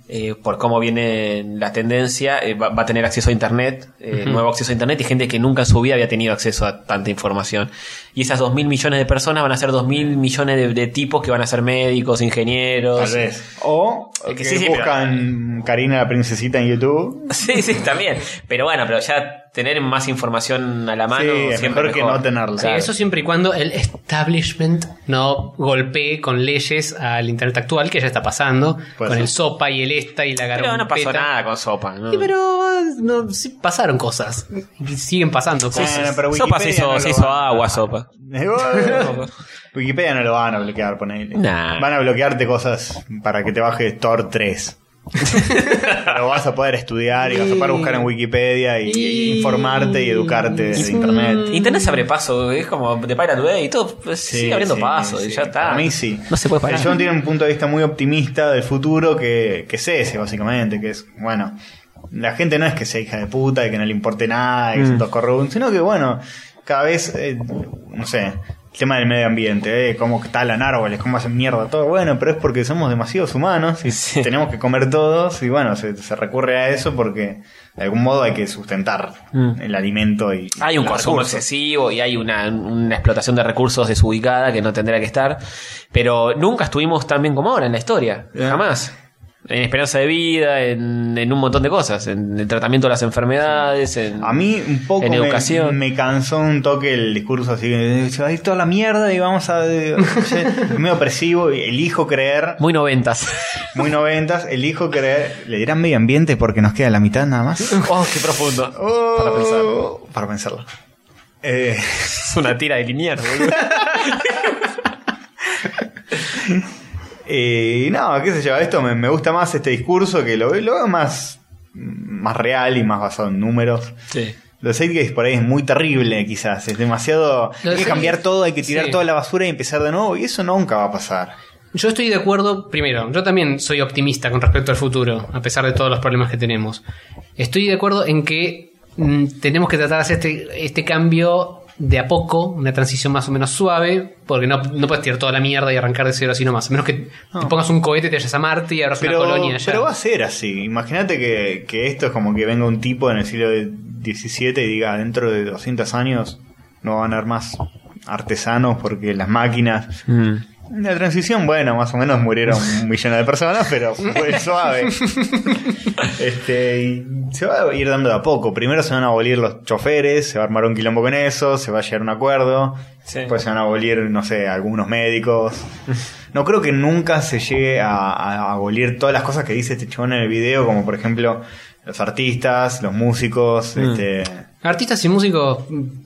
S3: eh, por cómo viene la tendencia, eh, va, va a tener acceso a internet, eh, nuevo acceso a internet, y gente que nunca en su vida había tenido acceso a tanta información. Y esas dos mil millones de personas van a ser dos mil millones de, de tipos que van a ser médicos, ingenieros.
S5: Tal vez. O
S3: Es que
S5: que
S3: sí, eh, sí,
S5: buscan Karina la princesita en YouTube.
S3: Sí, sí, también. Pero bueno, pero ya tener más información a la mano
S5: sí, es
S3: siempre
S5: mejor que no tenerla.
S4: Sí, eso siempre y cuando el establishment no golpee con leyes al internet actual, que ya está pasando,
S5: Pues
S4: con
S5: sí.
S4: el sopa y el esta y la garompeta.
S3: Pero no pasó nada con sopa. ¿no?
S4: Sí, pero no, sí pasaron cosas. Y siguen pasando
S5: Sí,
S4: cosas.
S5: sí, pero
S3: sopa se
S5: Wikipedia
S3: hizo,
S5: no
S3: se
S5: lo
S3: hizo
S5: van a-
S3: agua, sopa.
S5: Eh, Wikipedia no lo van a bloquear, ponele.
S3: Nah.
S5: Van a bloquearte cosas para que te bajes Tor 3. lo vas a poder estudiar y vas a poder buscar en Wikipedia y,
S4: Y-
S5: informarte y educarte de internet.
S3: Internet se abre paso, es como de Pirate Bay y todo pues, sigue abriendo
S5: sí,
S3: paso
S5: sí.
S3: y ya está.
S5: Para mí sí.
S3: No se puede parar.
S5: El John tiene un punto de vista muy optimista del futuro que, que es ese, básicamente, que es, bueno, la gente no es que sea hija de puta y que no le importe nada y que
S3: Mm.
S5: son todos corruptos, sino que, bueno, cada vez, eh, no sé, el tema del medio ambiente, eh, cómo talan árboles, cómo hacen mierda, todo, bueno, pero es porque somos demasiados humanos y
S3: Sí.
S5: tenemos que comer todos y, bueno, se, se recurre a eso porque de algún modo hay que sustentar
S3: Mm.
S5: el alimento y...
S3: Hay un
S5: los
S3: consumo
S5: recursos.
S3: excesivo y hay una, una explotación de recursos desubicada que no tendría que estar. Pero nunca estuvimos tan bien como ahora en la historia.
S5: Eh.
S3: Jamás. En esperanza de vida, en, en un montón de cosas. En el tratamiento de las enfermedades. En,
S5: A mí un poco
S3: En
S5: me,
S3: educación.
S5: me cansó un toque el discurso así, de, se va a ir toda la mierda y vamos a... es medio opresivo, y elijo creer,
S3: Muy noventas.
S5: muy noventas, elijo creer, le dirán medio ambiente porque nos queda la mitad nada más.
S3: oh, qué profundo.
S5: para pensarlo. Para pensarlo. Eh,
S3: Es una tira de linear, boludo.
S5: eh, no, qué sé yo, esto me, me gusta más este discurso que lo, lo veo más, más real y más basado en números.
S3: Sí.
S5: Lo de Sidegates por ahí es muy terrible, quizás. Es demasiado.
S4: Lo de
S5: hay que
S4: Sidegates-
S5: cambiar todo, hay que tirar
S4: sí.
S5: toda la basura y empezar de nuevo. Y eso nunca va a pasar.
S4: Yo estoy de acuerdo, primero, yo también soy optimista con respecto al futuro, a pesar de todos los problemas que tenemos. Estoy de acuerdo en que mm, tenemos que tratar de hacer este, este cambio de a poco, una transición más o menos suave, porque no, no puedes tirar toda la mierda y arrancar de cero así nomás. A menos que te pongas un cohete, te vayas a Marte y abras
S5: Pero,
S4: una colonia allá.
S5: pero va a ser así. Imagínate que, que esto es como que venga un tipo en el siglo XVII y diga, dentro de 200 años no van a haber más artesanos porque las máquinas...
S3: Mm.
S5: En la transición, bueno, más o menos murieron un millón de personas, pero fue suave. Este, y se va a ir dando de a poco. Primero se van a abolir los choferes, se va a armar un quilombo con eso, se va a llegar a un acuerdo.
S3: Sí.
S5: Después se van a abolir, no sé, algunos médicos. No creo que nunca se llegue a, a abolir todas las cosas que dice este chabón en el video, como por ejemplo los artistas, los músicos. Este,
S4: Artistas y músicos,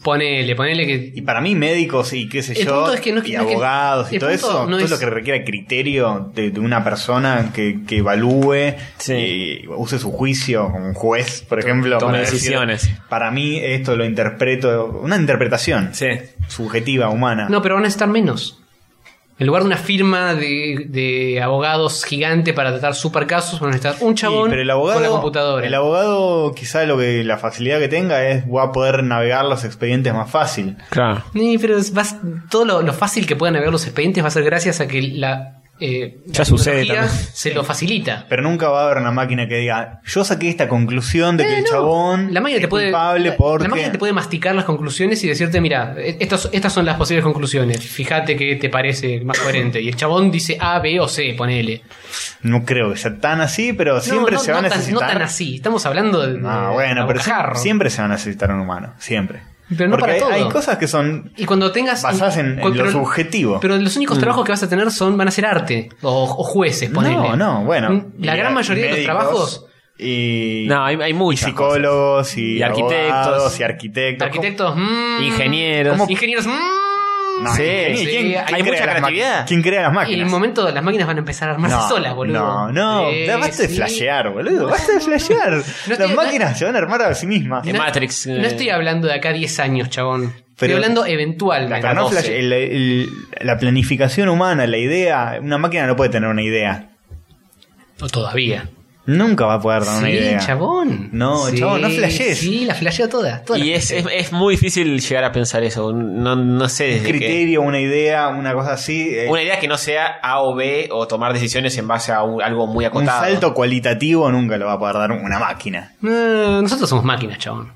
S4: ponele, ponele que
S5: y para mí médicos y qué sé
S4: El
S5: yo,
S4: punto es que no es que-
S5: y
S4: no es que-
S5: abogados y
S4: el
S5: todo
S4: punto
S5: eso,
S4: no
S5: todo
S4: es-
S5: lo que requiera criterio de, de una persona que, que evalúe
S3: Sí.
S5: y use su juicio como un juez, por ejemplo.
S3: Tome
S5: para decir,
S3: decisiones.
S5: para mí esto lo interpreto, una interpretación
S3: Sí.
S5: subjetiva, humana.
S4: No, pero van a estar menos. En lugar de una firma de, de abogados gigante para tratar super casos, van a estar un
S5: Sí,
S4: chabón
S5: pero el abogado,
S4: con la computadora.
S5: El abogado quizá lo que la facilidad que tenga es va a poder navegar los expedientes más fácil.
S3: Claro.
S4: Sí, pero es- vas- todo lo, lo fácil que puedan haber los expedientes va a ser gracias a que la, eh, la
S3: Ya sucede
S4: tecnología
S3: también.
S4: se lo facilita.
S5: Pero nunca va a haber una máquina que diga, yo saqué esta conclusión de que el
S4: Eh, No,
S5: chabón
S4: la máquina
S5: es
S4: te puede,
S5: culpable
S4: la-
S5: porque...
S4: la máquina te puede masticar las conclusiones y decirte, mira, estas, estas son las posibles conclusiones. Fíjate que te parece más coherente. Y el chabón dice A, B o C, ponele.
S5: No creo que sea tan así, pero siempre
S4: No, no,
S5: se va
S4: no
S5: a
S4: tan-
S5: necesitar.
S4: no tan así. eh, Estamos hablando de.
S5: No, bueno,
S4: de
S5: pero sie-
S4: abocajarro.
S5: siempre, se va a necesitar un humano, siempre.
S4: Pero no
S5: Porque
S4: para
S5: hay,
S4: todo.
S5: hay cosas que son
S4: Y cuando tengas.
S5: basadas en, en
S4: cu-
S5: lo
S4: pero-
S5: subjetivo. Mm.
S4: Pero los únicos trabajos que vas a tener son van a ser arte o, o jueces, ponele. Mm,
S5: no, no, bueno.
S4: La
S5: Y-
S4: gran
S5: y
S4: mayoría de los
S5: médicos,
S4: trabajos.
S5: Y,
S3: No, hay, hay
S5: y
S3: muchas.
S5: psicólogos y,
S3: Y arquitectos.
S5: abogados y arquitectos.
S4: Arquitectos, mm,
S3: cosas. Ingenieros.
S5: ¿Cómo?
S4: Ingenieros, mm.
S5: No,
S3: Sí,
S5: ¿quién-
S3: sí,
S5: quién-
S4: hay
S3: mucha
S5: quién crea las ma-
S3: creatividad.
S5: ¿Quién crea
S4: Y
S5: las
S4: en un
S5: máquinas?
S4: momento las máquinas van a empezar a armarse solas, boludo.
S5: No, no,
S4: Eh,
S5: ya basta de
S4: sí.
S5: flashear, boludo. Basta de flashear.
S4: estoy-
S5: las
S4: no-
S5: máquinas se van a armar a sí mismas.
S3: De
S4: No-
S3: Matrix. eh,
S4: No estoy hablando de acá 10 años, chabón. estoy
S5: Pero-
S4: hablando
S5: La,
S4: eventualmente.
S5: pero no
S4: 12.
S5: flash- el- el- la planificación humana, la idea, una máquina no puede tener una idea.
S4: O Todavía.
S5: Nunca va a poder dar una
S4: sí,
S5: idea.
S4: chabón.
S5: No,
S4: Sí,
S5: chabón, no flashees.
S4: Sí, la flasheo toda. toda la
S3: Y es,
S4: flasheo.
S3: es, es muy difícil llegar a pensar eso. No, no sé
S5: Un
S3: desde qué-
S5: criterio, una idea, una cosa así. eh,
S3: Una idea que no sea A o B o tomar decisiones en base a un- algo muy
S5: un
S3: acotado.
S5: salto cualitativo nunca lo va a poder dar una máquina.
S4: No, nosotros somos máquinas, chabón.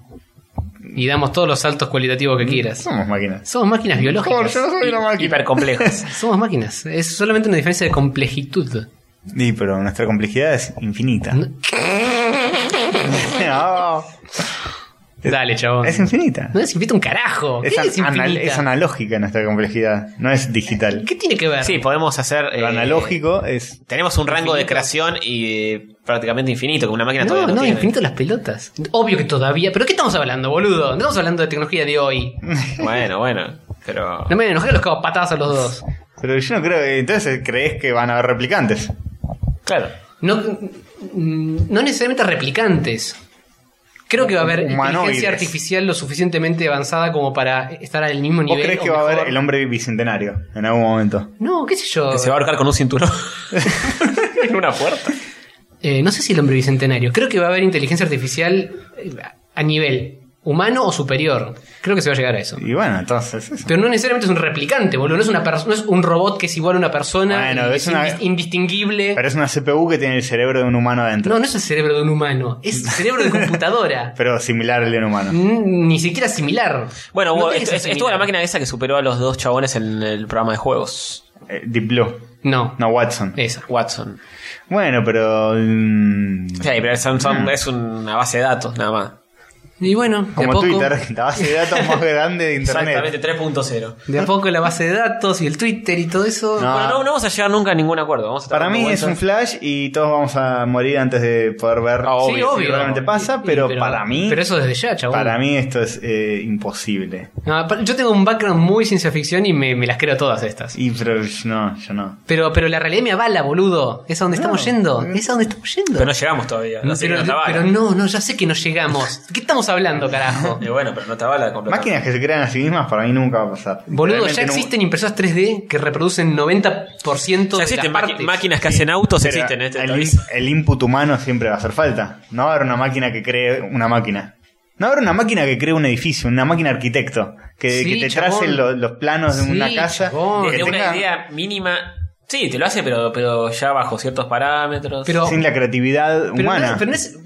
S4: Y damos todos los saltos cualitativos que quieras.
S5: Somos máquinas.
S4: Somos máquinas biológicas.
S5: soy una
S3: Hipercomplejas.
S4: Somos máquinas. Es solamente una diferencia de complejitud.
S5: Sí, pero nuestra complejidad es infinita.
S4: No-
S5: No,
S4: Dale, chabón.
S5: es infinita.
S4: No es infinita un carajo. ¿Qué
S5: Es,
S4: es,
S5: an-
S4: infinita?
S5: anal- es analógica nuestra complejidad, no es digital.
S4: ¿Qué tiene que ver?
S3: sí, podemos hacer. eh,
S5: Lo analógico es
S3: Tenemos un rango de
S4: Infinito.
S3: creación y eh, prácticamente infinito, que una máquina
S4: No,
S3: todavía no,
S4: no,
S3: tiene.
S4: infinito las pelotas. Obvio que todavía. ¿Pero qué estamos hablando, boludo? No estamos hablando de tecnología de hoy.
S3: Bueno, bueno. Pero.
S4: No me enojes los cago a patadas a los dos.
S5: Pero yo no creo que. Entonces, ¿crees que van a haber replicantes?
S3: Claro.
S4: No, mm, no necesariamente replicantes. Creo que va a haber
S5: Humanoides.
S4: inteligencia artificial lo suficientemente avanzada como para estar al mismo nivel.
S5: ¿Vos crees
S4: o
S5: que va a haber
S4: mejor.
S5: el hombre bicentenario en algún momento?
S4: No, qué sé yo.
S5: Eh,
S3: Que se va a ahorcar con un cinturón. en una puerta.
S4: Eh, no sé si el hombre bicentenario. Creo que va a haber inteligencia artificial eh, a nivel humano o superior. Creo que se va a llegar a eso.
S5: Y bueno, entonces. eso.
S4: Pero no necesariamente es un replicante, boludo. No es, una pers- no es un robot que es igual a una persona.
S5: Bueno,
S4: y
S5: es una-
S4: indis- indistinguible.
S5: Pero es una CPU que tiene el cerebro de un humano adentro.
S4: No, no es el cerebro de un humano. Es el cerebro de computadora.
S5: Pero similar al de un humano.
S4: Mm, Ni siquiera similar.
S3: Bueno,
S4: No
S3: hubo-
S4: tiene que
S3: est-
S4: ser
S3: est-
S4: similar.
S3: estuvo la máquina esa que superó a los dos chabones en el programa de juegos.
S5: Eh, Deep Blue.
S4: No,
S5: No, Watson.
S4: esa.
S3: Watson.
S5: Bueno, pero. mm,
S3: Sí, pero son- son- es una base de datos, nada más.
S4: Y bueno, de a
S5: como
S4: poco.
S5: Twitter, la base de datos más grande de
S3: Exactamente,
S5: Internet.
S3: 3.0.
S4: De a poco la base de datos y el Twitter y todo eso.
S5: No.
S3: Bueno, no, no vamos a llegar nunca a ningún acuerdo. Vamos a estar
S5: Para
S3: dando
S5: mí es
S3: vueltas.
S5: un flash y todos vamos a morir antes de poder ver
S3: Ah, obvio,
S5: si
S3: sí,
S5: realmente pasa,
S4: Y-
S5: pero, para mí.
S4: Pero eso desde ya, chabón.
S5: Para mí esto es eh, imposible.
S4: No, pa- yo tengo un background muy ciencia ficción y me, me las creo todas estas.
S5: Y pero no, yo no.
S4: Pero, pero la realidad me avala, boludo. Es a donde estamos yendo. Es a donde estamos yendo.
S3: Pero no llegamos todavía.
S4: No,
S3: así que
S4: Mm, pero-
S3: no te avala.
S4: pero no, no, ya sé que no llegamos. ¿Qué estamos hablando, carajo?
S3: Y bueno, pero no te avala completamente.
S5: Máquinas que se crean a sí mismas para mí nunca va a pasar.
S4: Boludo,
S5: Realmente
S4: ya
S5: no-
S4: existen impresoras 3D que reproducen 90%
S3: Ya
S4: de
S3: existen
S4: las
S3: maqui-
S4: partes.
S3: máquinas que hacen autos,
S5: Pero
S3: existen.
S4: este
S3: ¿eh? Te
S5: el,
S3: aviso.
S5: in- el input humano siempre va a hacer falta. No va a haber una máquina que cree una máquina. No habrá una máquina que cree un edificio, una máquina arquitecto, que,
S4: Sí,
S5: que te
S4: chabón.
S5: trace lo- los planos de
S4: Sí,
S5: una casa.
S4: chabón.
S5: que
S3: Desde una
S5: tenga-
S3: idea mínima. Sí, te lo hace, pero, pero ya bajo ciertos parámetros.
S4: Pero-
S5: Sin la creatividad
S4: Pero
S5: humana.
S4: no- pero no es-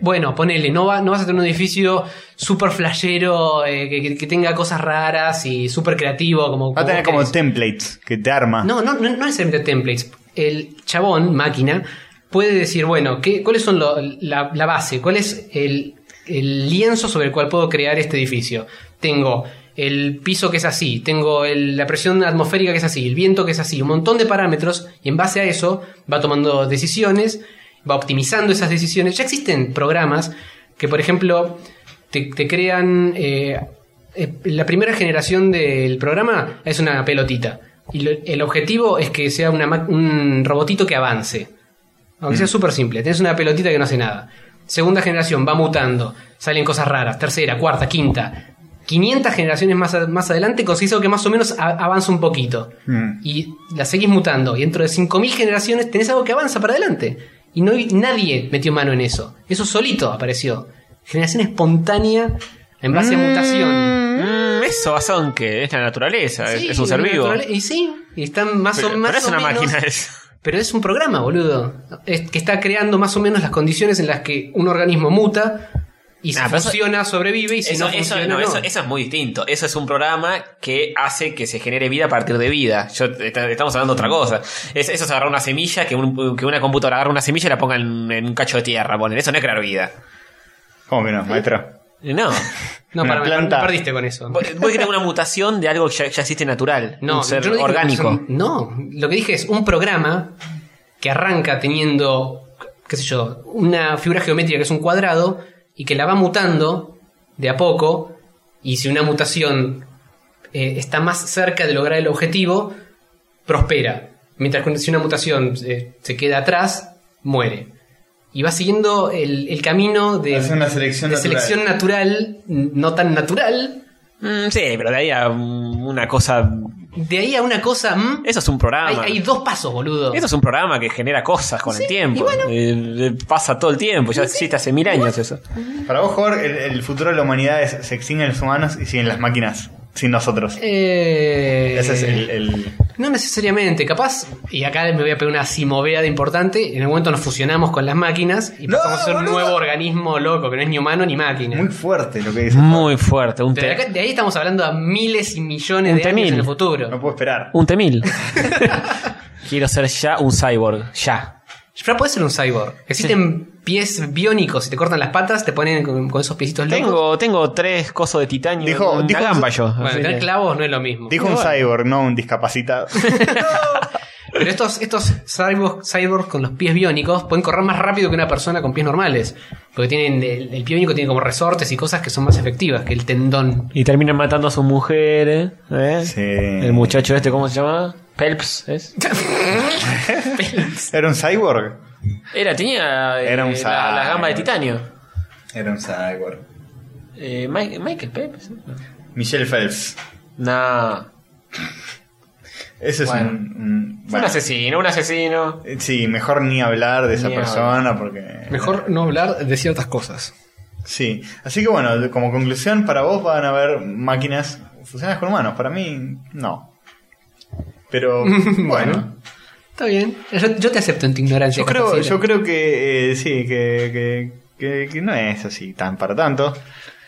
S4: bueno, ponele, no, va, no vas a tener un edificio super flashero eh, que, que- que tenga cosas raras y super creativo. Como,
S5: Va a tener como
S4: querés.
S5: templates que te arma.
S4: No, no, no, no necesariamente templates. El chabón, máquina, puede decir, bueno, ¿qué, ¿cuáles son lo- la, la base? ¿Cuál es el, el lienzo sobre el cual puedo crear este edificio? Tengo el piso que es así, tengo el- la presión atmosférica que es así, el viento que es así, un montón de parámetros y en base a eso va tomando decisiones, va optimizando esas decisiones. Ya existen programas que, por ejemplo, te, te crean... eh, eh, La primera generación del programa es una pelotita. Y lo- el objetivo es que sea una ma- un robotito que avance. Aunque sea súper simple. Tienes una pelotita que no hace nada. Segunda generación, va mutando. Salen cosas raras. Tercera, cuarta, quinta. 500 generaciones más, a- más adelante conseguís algo que más o menos a- avanza un poquito.
S5: Mm.
S4: Y la seguís mutando. Y dentro de 5.000 generaciones tenés algo que avanza para adelante. Y no, hay- nadie metió mano en eso. Eso solito apareció. Generación espontánea en base a mutación.
S3: Mm, eso basado en que es la naturaleza, es-
S4: Sí,
S3: es un ser vivo.
S4: naturaleza- Y sí, y están más
S3: Pero,
S4: o más
S3: pero es
S4: o
S3: una
S4: menos-
S3: máquina eso.
S4: Pero es un programa, boludo. Es que está creando más o menos las condiciones en las que un organismo muta y si
S3: Ah, pero eso-
S4: funciona, sobrevive y si
S3: Eso,
S4: no
S3: eso,
S4: funciona,
S3: no,
S4: no.
S3: eso- eso es muy distinto. Eso es un programa que hace que se genere vida a partir de vida. Yo, está- estamos hablando de otra cosa. Es- eso es agarrar una semilla, que, un- que una computadora agarre una semilla y la ponga en, en un cacho de tierra. ponen. eso no es crear vida.
S5: ¿Cómo que no, maestro?
S3: No.
S4: No,
S5: una
S4: para, me-
S5: planta.
S4: me perdiste con eso.
S3: Voy a crear una mutación de algo que ya, ya existe natural.
S4: No,
S3: un ser
S4: yo no dije
S3: orgánico.
S4: que son- no, lo que dije es un programa que arranca teniendo, qué sé yo, una figura geométrica que es un cuadrado y que la va mutando de a poco y si una mutación eh, está más cerca de lograr el objetivo, prospera. Mientras que si una mutación eh, se queda atrás, muere. Y va siguiendo el, el camino de,
S5: Hace una selección
S4: de
S5: natural.
S4: selección natural, no tan natural,
S3: Mm, sí, pero de ahí a mm, una cosa.
S4: de ahí a una cosa... mm,
S3: Eso es un
S5: Ah,
S3: programa.
S4: Hay, hay dos pasos, boludo.
S3: Eso es un programa que genera cosas con el tiempo. Eh, eh, pasa todo el tiempo. Ya existe hace mil años eso.
S5: Para vos, Jorge, el, el futuro de la humanidad es se extinguen los humanos y siguen las máquinas, sin nosotros.
S4: Eh,
S5: Ese es el, el-
S4: No necesariamente, capaz, y acá me voy a pegar una simoveada importante, en el momento nos fusionamos con las máquinas y
S5: No,
S4: pasamos a ser un
S5: boludo.
S4: nuevo organismo loco, que no es ni humano ni máquina.
S5: Muy fuerte lo que dice.
S3: Muy fuerte. Un,
S4: Pero de,
S3: te-
S4: acá- de ahí estamos hablando a miles y millones
S3: Un
S4: de años
S3: temil.
S4: en el futuro.
S5: No puedo esperar.
S3: un temil. Quiero ser ya un cyborg. Ya.
S4: Pero puede ser un cyborg. Existen pies biónicos, si te cortan las patas, te ponen con, con esos piecitos locos.
S3: Tengo, tengo tres cosos de titanio.
S5: Dijo-
S3: una
S5: dijo-
S3: gamba yo.
S4: Bueno,
S3: así
S4: tener
S3: que-
S4: clavos no es lo mismo.
S5: Dijo un cyborg, no un discapacitado.
S4: Pero estos, estos cyborgs, cyborgs con los pies biónicos pueden correr más rápido que una persona con pies normales. Porque tienen el, el pie biónico tiene como resortes y cosas que son más efectivas que el tendón.
S3: Y terminan matando a sus mujeres. ¿eh?
S5: Sí.
S3: El muchacho este, ¿cómo se llama? Pelps, ¿es?
S5: ¿Era un cyborg?
S3: Era, tenía eh,
S5: Era un
S3: la, la gamba de
S5: cyborg.
S3: titanio.
S5: Era un cyborg.
S3: Eh, Mike- Michael Pelps. ¿no?
S5: Michelle Phelps.
S3: No.
S5: Ese
S3: Bueno.
S5: es un... un-
S3: Fue
S5: bueno.
S3: Un asesino, un asesino.
S5: Eh, Sí, mejor ni hablar de esa
S3: Ni
S5: persona porque... eh,
S4: Mejor no hablar de ciertas cosas.
S5: Sí. Así que bueno, de- como conclusión, para vos van a haber máquinas fusionadas con humanos. Para mí, no. Pero bueno.
S4: Está bien. Yo, yo te acepto en tu ignorancia.
S5: Yo creo,
S4: Capacita.
S5: yo creo que eh, sí, que, que, que- que no es así tan para tanto.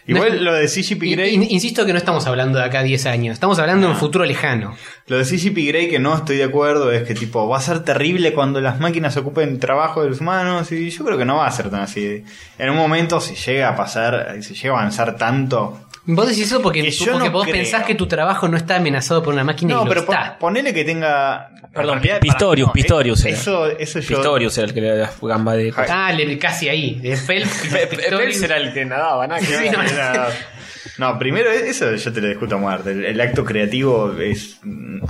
S5: Igual
S4: No.
S5: lo de CGP
S4: In-
S5: Grey,
S4: in- insisto que no estamos hablando de acá a 10 años. Estamos hablando de un futuro lejano.
S5: lo de CGP Grey que no estoy de acuerdo es que tipo va a ser terrible cuando las máquinas ocupen trabajo de los humanos y yo creo que no va a ser tan así. En un momento si llega a pasar, si llega a avanzar tanto,
S4: Vos decís eso porque,
S5: Que
S4: tú-
S5: yo
S4: porque
S5: no
S4: vos
S5: creo.
S4: pensás que tu trabajo no está amenazado por una máquina y
S5: No,
S4: lo
S5: pero pon-
S4: está.
S5: ponele que tenga.
S3: Perdón,
S5: en realidad,
S3: Pistorius,
S5: para- no, eh,
S3: Pistorius era.
S5: Eso, eso yo.
S3: Pistorius era el que le da la gamba de.
S5: Ja-
S4: Ah, le- casi ahí. De Phelps,
S3: Pe- Pe-
S4: Pictorius.
S3: Pelps era el que nadaba, nada que
S5: No,
S3: ver.
S5: no, no. No, primero, eso yo te lo discuto a muerte. El, el acto creativo es mm,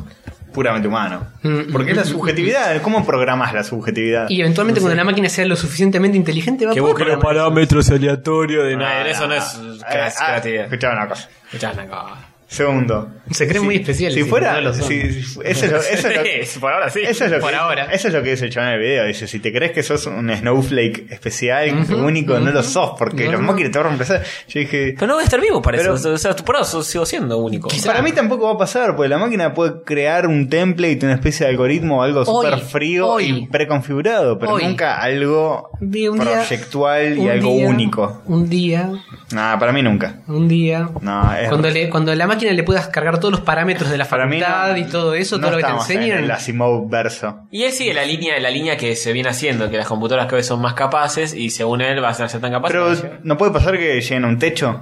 S5: puramente humano.
S4: Mm,
S5: Porque es la
S4: mm,
S5: subjetividad. ¿Cómo programas la subjetividad?
S4: Y eventualmente cuando la máquina sea lo suficientemente inteligente va a poder programar.
S2: parámetros aleatorios de
S3: No, eso no es
S5: Ah,
S3: cre-
S5: ah,
S3: creatividad.
S5: Escuchame una cosa.
S3: Escuchá, no, no.
S5: Segundo.
S4: Se creen
S5: Si-
S4: muy especiales,
S5: Si
S4: sí,
S5: fuera.
S4: no lo son.
S5: si- si- eso es lo- eso es lo-
S3: por ahora sí.
S5: Eso es lo
S4: Por
S5: que,
S4: ahora.
S5: Eso es lo que dice el chaval en el video. Dice, si te crees que sos un snowflake especial, único, no lo sos, porque
S4: No,
S5: los
S4: no.
S5: Mokiri te van a reemplazar. Yo dije.
S3: Pero no voy a estar vivo, parece.
S5: Pero-
S3: o sea, o sea, por ahora so- sigo siendo único.
S4: Quizá-
S5: Para mí tampoco va a pasar, porque la máquina puede crear un template, una especie de algoritmo o algo
S4: Hoy,
S5: súper frío
S4: hoy.
S5: y preconfigurado, pero
S4: Hoy.
S5: nunca algo
S4: Vi un día-
S5: proyectual y
S4: Un
S5: algo
S4: día,
S5: único.
S4: Un día,
S5: Nada, para mí nunca.
S4: un día.
S5: No, es-
S4: Cuando, le, cuando la máquina le puedas cargar todos los parámetros de la
S5: para mí no-
S4: facultad y todo eso,
S5: no
S4: todo lo que te
S5: estamos en
S4: enseñan.
S5: el Asimov verso.
S3: Y él sigue la línea, la línea que se viene haciendo, que las computadoras cada vez son más capaces y según él van a ser tan capaces.
S5: Pero no puede pasar que lleguen a un techo.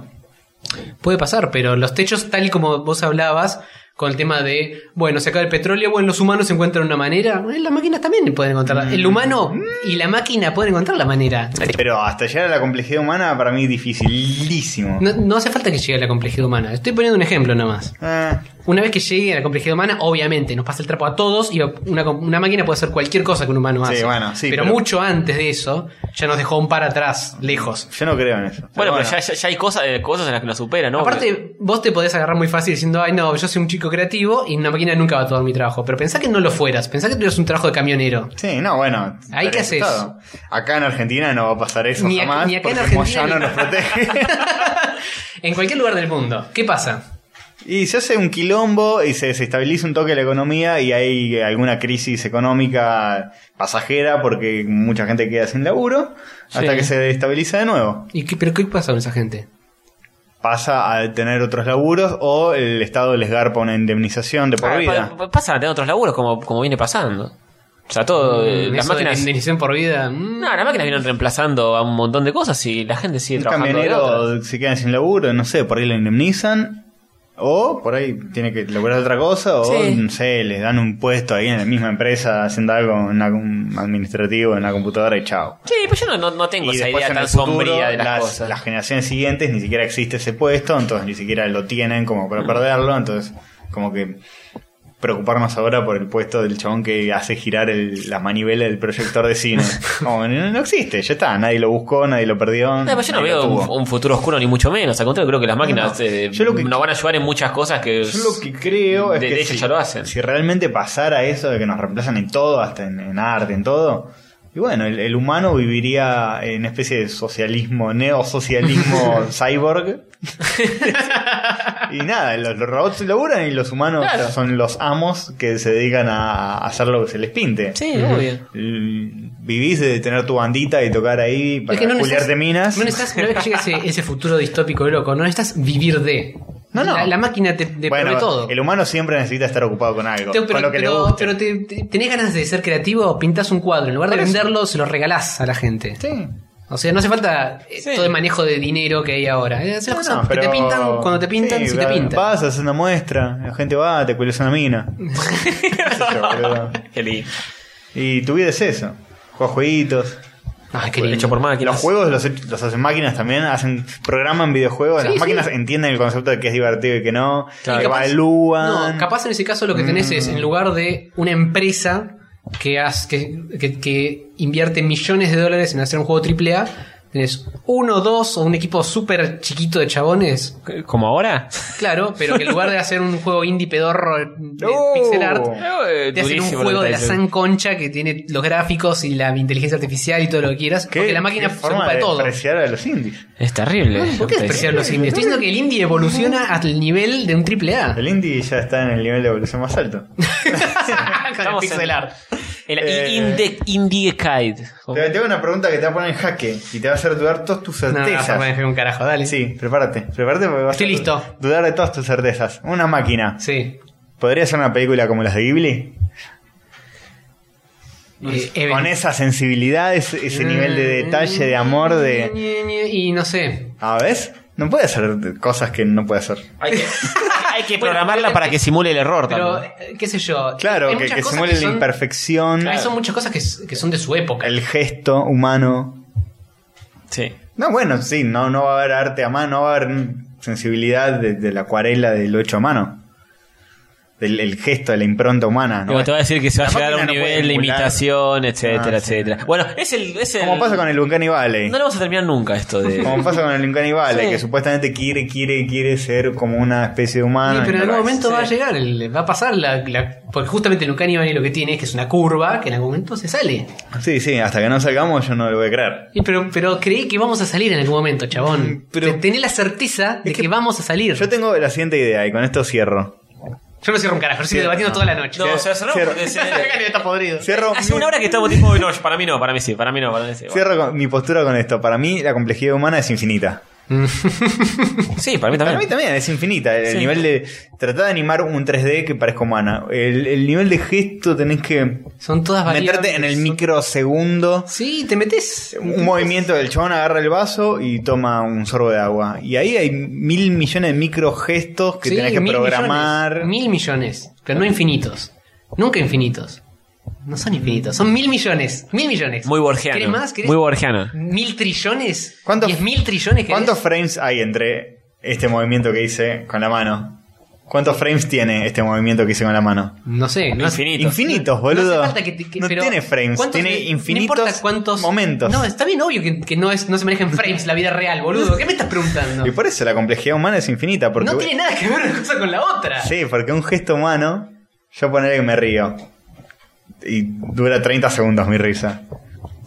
S4: Puede pasar, pero los techos, tal y como vos hablabas, con el tema de, bueno, se acaba el petróleo, bueno, los humanos encuentran una manera, eh, las máquinas también pueden encontrar.
S5: Mm.
S4: El humano y la máquina pueden encontrar la manera.
S5: Pero hasta llegar a la complejidad humana, para mí es dificilísimo.
S4: No, no hace falta que llegue a la complejidad humana. Estoy poniendo un ejemplo nomás.
S5: Eh,
S4: Una vez que llegue a la complejidad humana, obviamente, nos pasa el trapo a todos y una, com- una máquina puede hacer cualquier cosa que un humano
S5: Sí,
S4: hace.
S5: bueno, sí,
S4: pero,
S5: pero-
S4: mucho antes de eso, ya nos dejó un par atrás, lejos.
S5: yo no creo en eso.
S3: bueno, pero ya, ya- ya hay cosas, eh, cosas en las que lo supera, ¿no? eh.
S4: Aparte, vos te podés agarrar muy fácil diciendo, ay no, yo soy un chico creativo y una máquina nunca va a tomar mi trabajo. Pero pensá que no lo fueras, pensá que tuvieras un trabajo de camionero.
S5: Sí, no, bueno.
S4: Ahí, ¿qué haces?
S5: todo. Acá en Argentina no va a pasar eso
S4: Ni ac-
S5: jamás.
S4: ni acá en
S5: porque
S4: Argentina
S5: Moyano
S4: ni-
S5: nos protege.
S4: En cualquier lugar del mundo. ¿Qué pasa?
S5: y se hace un quilombo y se desestabiliza un toque la economía y hay alguna crisis económica pasajera porque mucha gente queda sin laburo hasta
S4: Sí.
S5: que se estabiliza de nuevo.
S4: ¿Y qué, ¿Pero qué pasa con esa gente?
S5: Pasa a tener otros laburos o el Estado les garpa una indemnización de por
S3: Ah,
S5: vida.
S3: pa- pa- pasan a tener otros laburos como, como viene pasando. O sea, todo. eh,
S4: Mm,
S3: las
S4: eso de
S3: máquinas.
S4: la indemnización por vida. mm.
S3: No, las máquinas vienen reemplazando a un montón de cosas y la gente sigue
S5: Un
S3: trabajando. de otras.
S5: camionero se queda sin laburo, no sé, por ahí lo indemnizan. O por ahí tiene que laburar otra cosa, o
S3: Sí.
S5: no sé, les dan un puesto ahí en la misma empresa haciendo algo en algún administrativo en la computadora y chao.
S3: Sí, pues yo no, no, no tengo
S5: y
S3: esa
S5: después
S3: idea
S5: en
S3: tan
S5: el futuro,
S3: sombría de las, cosas.
S5: las generaciones siguientes ni siquiera existe ese puesto, entonces ni siquiera lo tienen como para perderlo, entonces como que preocuparnos ahora por el puesto del chabón que hace girar el- la manivela del proyector de cine. Como, no, no existe, ya está, nadie lo buscó, nadie lo perdió.
S3: No, pero yo no
S5: nadie lo
S3: veo un,
S5: tuvo.
S3: un futuro oscuro ni mucho menos. Al contrario, creo que las máquinas
S5: No, no.
S3: eh,
S5: Yo lo que-
S3: nos van a ayudar en muchas cosas que.
S5: Yo lo que creo es
S3: de,
S5: que
S3: de hecho
S5: si,
S3: ya lo hacen.
S5: si realmente pasara eso de que nos reemplazan en todo, hasta en, en arte, en todo, y bueno, el, el humano viviría en una especie de socialismo, neosocialismo cyborg. y nada, los, los robots laburan y los humanos
S3: Claro.
S5: son los amos que se dedican a hacer lo que se les pinte.
S3: Sí, obvio.
S5: L- Vivís de tener tu bandita y tocar ahí para
S4: Es que no
S5: culiarte
S4: necesitas-
S5: minas.
S4: No necesitas, una vez que llega ese, ese futuro distópico de loco, no necesitas vivir de.
S5: No, no.
S4: La, la máquina te, te
S5: bueno,
S4: provee todo.
S5: el humano siempre necesita estar ocupado con algo,
S4: Te-
S5: con lo que le
S4: pero-
S5: guste.
S4: pero te- te- tenés ganas de ser creativo, pintás un cuadro. En lugar de
S5: Por eso.
S4: venderlo, se lo regalás a la gente.
S5: Sí.
S4: O sea, no hace falta eh,
S3: Sí.
S4: todo el manejo de dinero que hay ahora. Eh, hacer
S5: No,
S4: las cosas
S5: no, pero-
S4: que te pintan cuando te pintan,
S5: Sí,
S4: si te
S5: va-
S4: pintan.
S5: Vas, haces una muestra, la gente va, te cuelgas una mina. Qué sé yo, boludo.
S3: Qué lindo.
S5: y tu vida es eso. Juegas jueguitos.
S4: Ah, qué
S5: pues.
S4: lindo.
S3: Hecho por máquinas.
S5: Los juegos los, los hacen máquinas también, hacen programan videojuegos.
S4: Sí,
S5: las
S4: sí.
S5: máquinas entienden el concepto de que es divertido y que no.
S4: Y
S5: que
S4: capaz-
S5: evalúan.
S4: No, capaz en ese caso lo que tenés es, en lugar de una empresa que, haz- que, que- que invierte millones de dólares en hacer un juego AAA, tenés uno, dos o un equipo súper chiquito de chabones,
S3: ¿Como ahora?
S4: claro, pero que en lugar de hacer un juego indie pedorro de pixel art,
S3: Eh,
S4: te hacen un
S3: durísimo
S4: juego
S3: lo
S4: de
S3: que
S4: la
S3: está
S4: san
S3: diciendo.
S4: concha que tiene los gráficos y la inteligencia artificial y todo lo que quieras,
S5: ¿Qué-
S4: porque la máquina
S5: qué
S4: se
S5: forma
S4: ocupa de
S5: de
S4: todo.
S5: despreciar a los indies.
S3: Es terrible.
S4: ¿Por qué
S3: lo que está
S4: despreciar
S3: diciendo.
S4: los indies? Estoy diciendo que el indie evoluciona al nivel de un AAA.
S5: El indie ya está en el nivel de evolución más alto.
S4: Con el
S3: Estamos en-
S4: pixel art.
S3: El
S5: Eh,
S3: Indie, indie Guide.
S5: Te, te hago una pregunta que te va a poner en jaque y te va a hacer dudar todas tus
S4: No, no,
S5: certezas.
S4: Rafa, me dejé un carajo, dale.
S5: Sí, prepárate, prepárate porque vas
S4: Estoy
S5: a
S4: listo.
S5: dudar de todas tus certezas. Una máquina.
S4: Sí.
S5: ¿Podría ser una película como las de Ghibli?
S4: Eh, Even.
S5: Con esa sensibilidad, ese, ese nivel de detalle, de amor, de...
S4: Y no sé.
S5: ¿A ves? No puede hacer cosas que no puede hacer.
S3: Hay que, hay que programarla para que simule el error
S4: Pero,
S3: también.
S4: eh, qué sé yo.
S5: Claro,
S4: Hay
S5: que,
S4: muchas
S5: que
S4: cosas
S5: simule la
S4: son-
S5: imperfección,
S4: Hay son muchas cosas que, s- que son de su época.
S5: el gesto humano.
S3: Sí.
S5: No, bueno, sí, no, no va a haber arte a mano, no va a haber sensibilidad de, de la acuarela del hecho a mano. del el gesto, de la impronta humana. ¿no?
S3: Digo, te va a decir que se va a
S5: La
S3: llegar a un
S5: máquina no puede
S3: nivel de
S5: emular.
S3: imitación, etcétera,
S5: Ah, sí.
S3: etcétera. Bueno, es el. Es el
S5: Como pasa con el Uncanny Valley.
S3: No lo vamos a terminar nunca esto de.
S5: Como pasa con el Uncanny Valley,
S3: Sí.
S5: que supuestamente quiere, quiere, quiere ser como una especie de humano.
S4: pero en algún momento
S3: sí.
S4: va a llegar, el- va a pasar la, la- porque justamente Lucani lo que tiene es que es una curva que en algún momento se sale.
S5: Sí, sí, hasta que no salgamos yo no lo voy a creer.
S4: Y pero, pero creí que vamos a salir en algún momento, chabón.
S5: Mm, Pero-
S4: Te- Tenés la certeza de
S5: Es
S4: que,
S5: que-
S4: vamos a salir.
S5: Yo tengo la siguiente idea y con esto cierro.
S4: Yo no cierro un carajo, yo sigo
S5: Cierro,
S4: debatiendo
S5: no.
S4: toda la noche.
S3: No, o sea, cerramos
S5: Cierro.
S3: porque se-
S4: está podrido.
S5: Cierro,
S3: Hace
S5: mi,
S3: una hora que estamos tipo. No, para mí no, para mí sí, para mí no, para mí sí.
S5: cierro con- mi postura con esto. Para mí la complejidad humana es infinita.
S3: Sí, para mí
S5: Para mí
S3: también.
S5: también es infinita. El
S3: Sí.
S5: nivel de... Tratar de animar un 3D que parezca humana. El, el nivel de gesto tenés que
S4: Son todas variables.
S5: meterte en el
S4: son-
S5: microsegundo.
S4: Sí, te metes.
S5: Un movimiento del chabón agarra el vaso y toma un sorbo de agua. Y ahí hay mil millones de microgestos que
S4: Sí,
S5: tenés que
S4: mil
S5: programar.
S4: millones, mil millones, pero no infinitos. Nunca infinitos. No son infinitos, son mil millones. Mil millones.
S3: Muy borgiano.
S4: ¿Querés más? ¿Querés
S3: Muy borgiano.
S4: mil trillones?
S5: ¿Cuántos-
S4: ¿Diez mil trillones? querés?
S5: ¿Cuántos frames hay entre este movimiento que hice con la mano? ¿Cuántos frames tiene este movimiento que hice con la mano?
S4: No sé. No hace-
S3: Infinitos.
S5: Infinitos,
S4: no hace
S5: boludo. No,
S4: falta que te- que- pero
S5: tiene frames,
S4: ¿cuántos-
S5: tiene
S4: no
S5: infinitos
S4: importa cuántos,
S5: momentos.
S4: No, está bien obvio que, que no, es, no se maneja en frames la vida real, boludo. ¿Qué me estás preguntando?
S5: Y por eso la complejidad humana es infinita. Porque,
S4: no tiene nada que ver una cosa con la otra.
S5: Sí, porque un gesto humano, yo ponerle que me río. Y dura 30 segundos mi risa.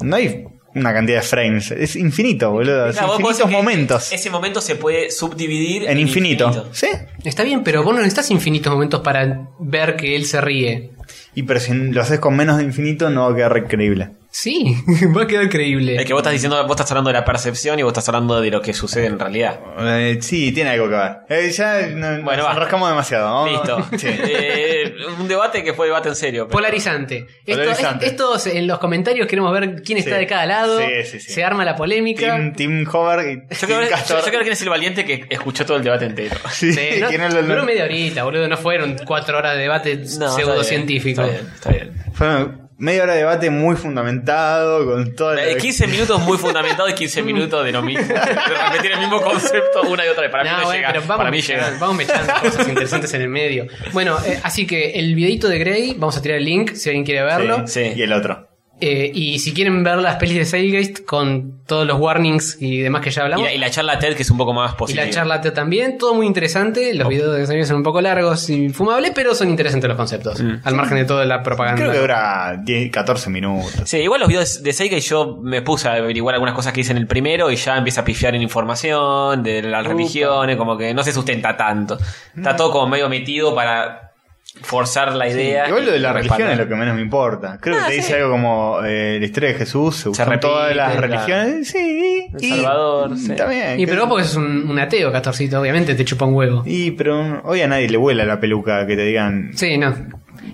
S5: No hay una cantidad de frames. Es infinito, boludo. Es
S3: Claro, vos- vos
S5: infinitos
S3: decís que
S5: momentos.
S3: Ese momento se puede subdividir
S5: en infinito. Sí.
S4: Está bien, pero vos no necesitas infinitos momentos para ver que él se ríe.
S5: Y pero si lo haces con menos de infinito, no va a quedar creíble.
S4: Sí, va a quedar creíble.
S3: Es que vos estás diciendo, vos estás hablando de la percepción y vos estás hablando de lo que sucede en realidad.
S5: Eh, sí, tiene algo que ver. Eh, ya no,
S3: Bueno,
S5: nos
S3: va.
S5: enroscamos demasiado. vamos-
S3: Listo.
S5: Oh, Sí.
S3: Eh, un debate que fue debate en serio. pero-
S4: Polarizante. Esto-
S5: Polarizante.
S4: es- Esto, en los comentarios queremos ver quién está
S5: Sí.
S4: de cada lado.
S5: Sí, sí, sí.
S4: Se arma la polémica.
S5: Team, team Hover y
S3: Yo
S5: Team
S3: creo, yo-
S5: Castor.
S3: yo creo que es el valiente que escuchó todo el debate entero.
S5: Sí,
S4: Sí, no,
S5: ¿quién es el-
S4: duró media horita, boludo. No fueron cuatro horas de debate
S3: No,
S4: pseudocientífico.
S3: Está bien, está bien.
S5: Fue media hora de debate muy fundamentado, con todo
S3: Eh, 15 minutos muy fundamentados y 15 minutos de lo mismo. De repetir el mismo concepto una y otra vez. Para
S4: No,
S3: mí no
S4: bueno,
S3: llega.
S4: pero vamos,
S3: Para mí
S4: mechando-
S3: llega.
S4: vamos mechando cosas interesantes en el medio. Bueno, eh, así que el videito de Grey, vamos a tirar el link si alguien quiere verlo.
S3: Sí.
S5: Y el otro.
S4: Eh, y si quieren ver las pelis de Sailgate con todos los warnings y demás que ya
S3: Y
S4: hablamos.
S3: la, y la charla TED que es un poco más
S4: Y
S3: positiva.
S4: la charla te- también, todo muy interesante. Los videos de Xavier son un poco largos y fumables, pero son interesantes los conceptos.
S5: Mm.
S4: Al margen de toda la propaganda.
S5: Creo que dura 10, 14 minutos.
S3: Sí, igual los videos de Seiga y yo me puse a averiguar algunas cosas que hice en el primero y ya empieza a pifiar en información de las religiones, como que no se sustenta tanto. Está todo como medio metido para forzar la idea.
S5: Igual lo de la
S3: y
S5: religión
S3: respaldar.
S5: es lo que menos me importa. Creo
S3: Ah,
S5: que te dice
S3: sí.
S5: algo como eh, la historia de Jesús, se usan
S3: repite,
S5: todas las
S3: la-
S5: religiones. Sí,
S3: El
S5: y-
S3: Salvador, sí.
S5: Está bien.
S4: Y
S5: que-
S4: pero vos porque sos un, un ateo, Castorcito, obviamente te chupa un huevo.
S5: Y pero hoy a nadie le vuela la peluca que te digan.
S4: Sí, no.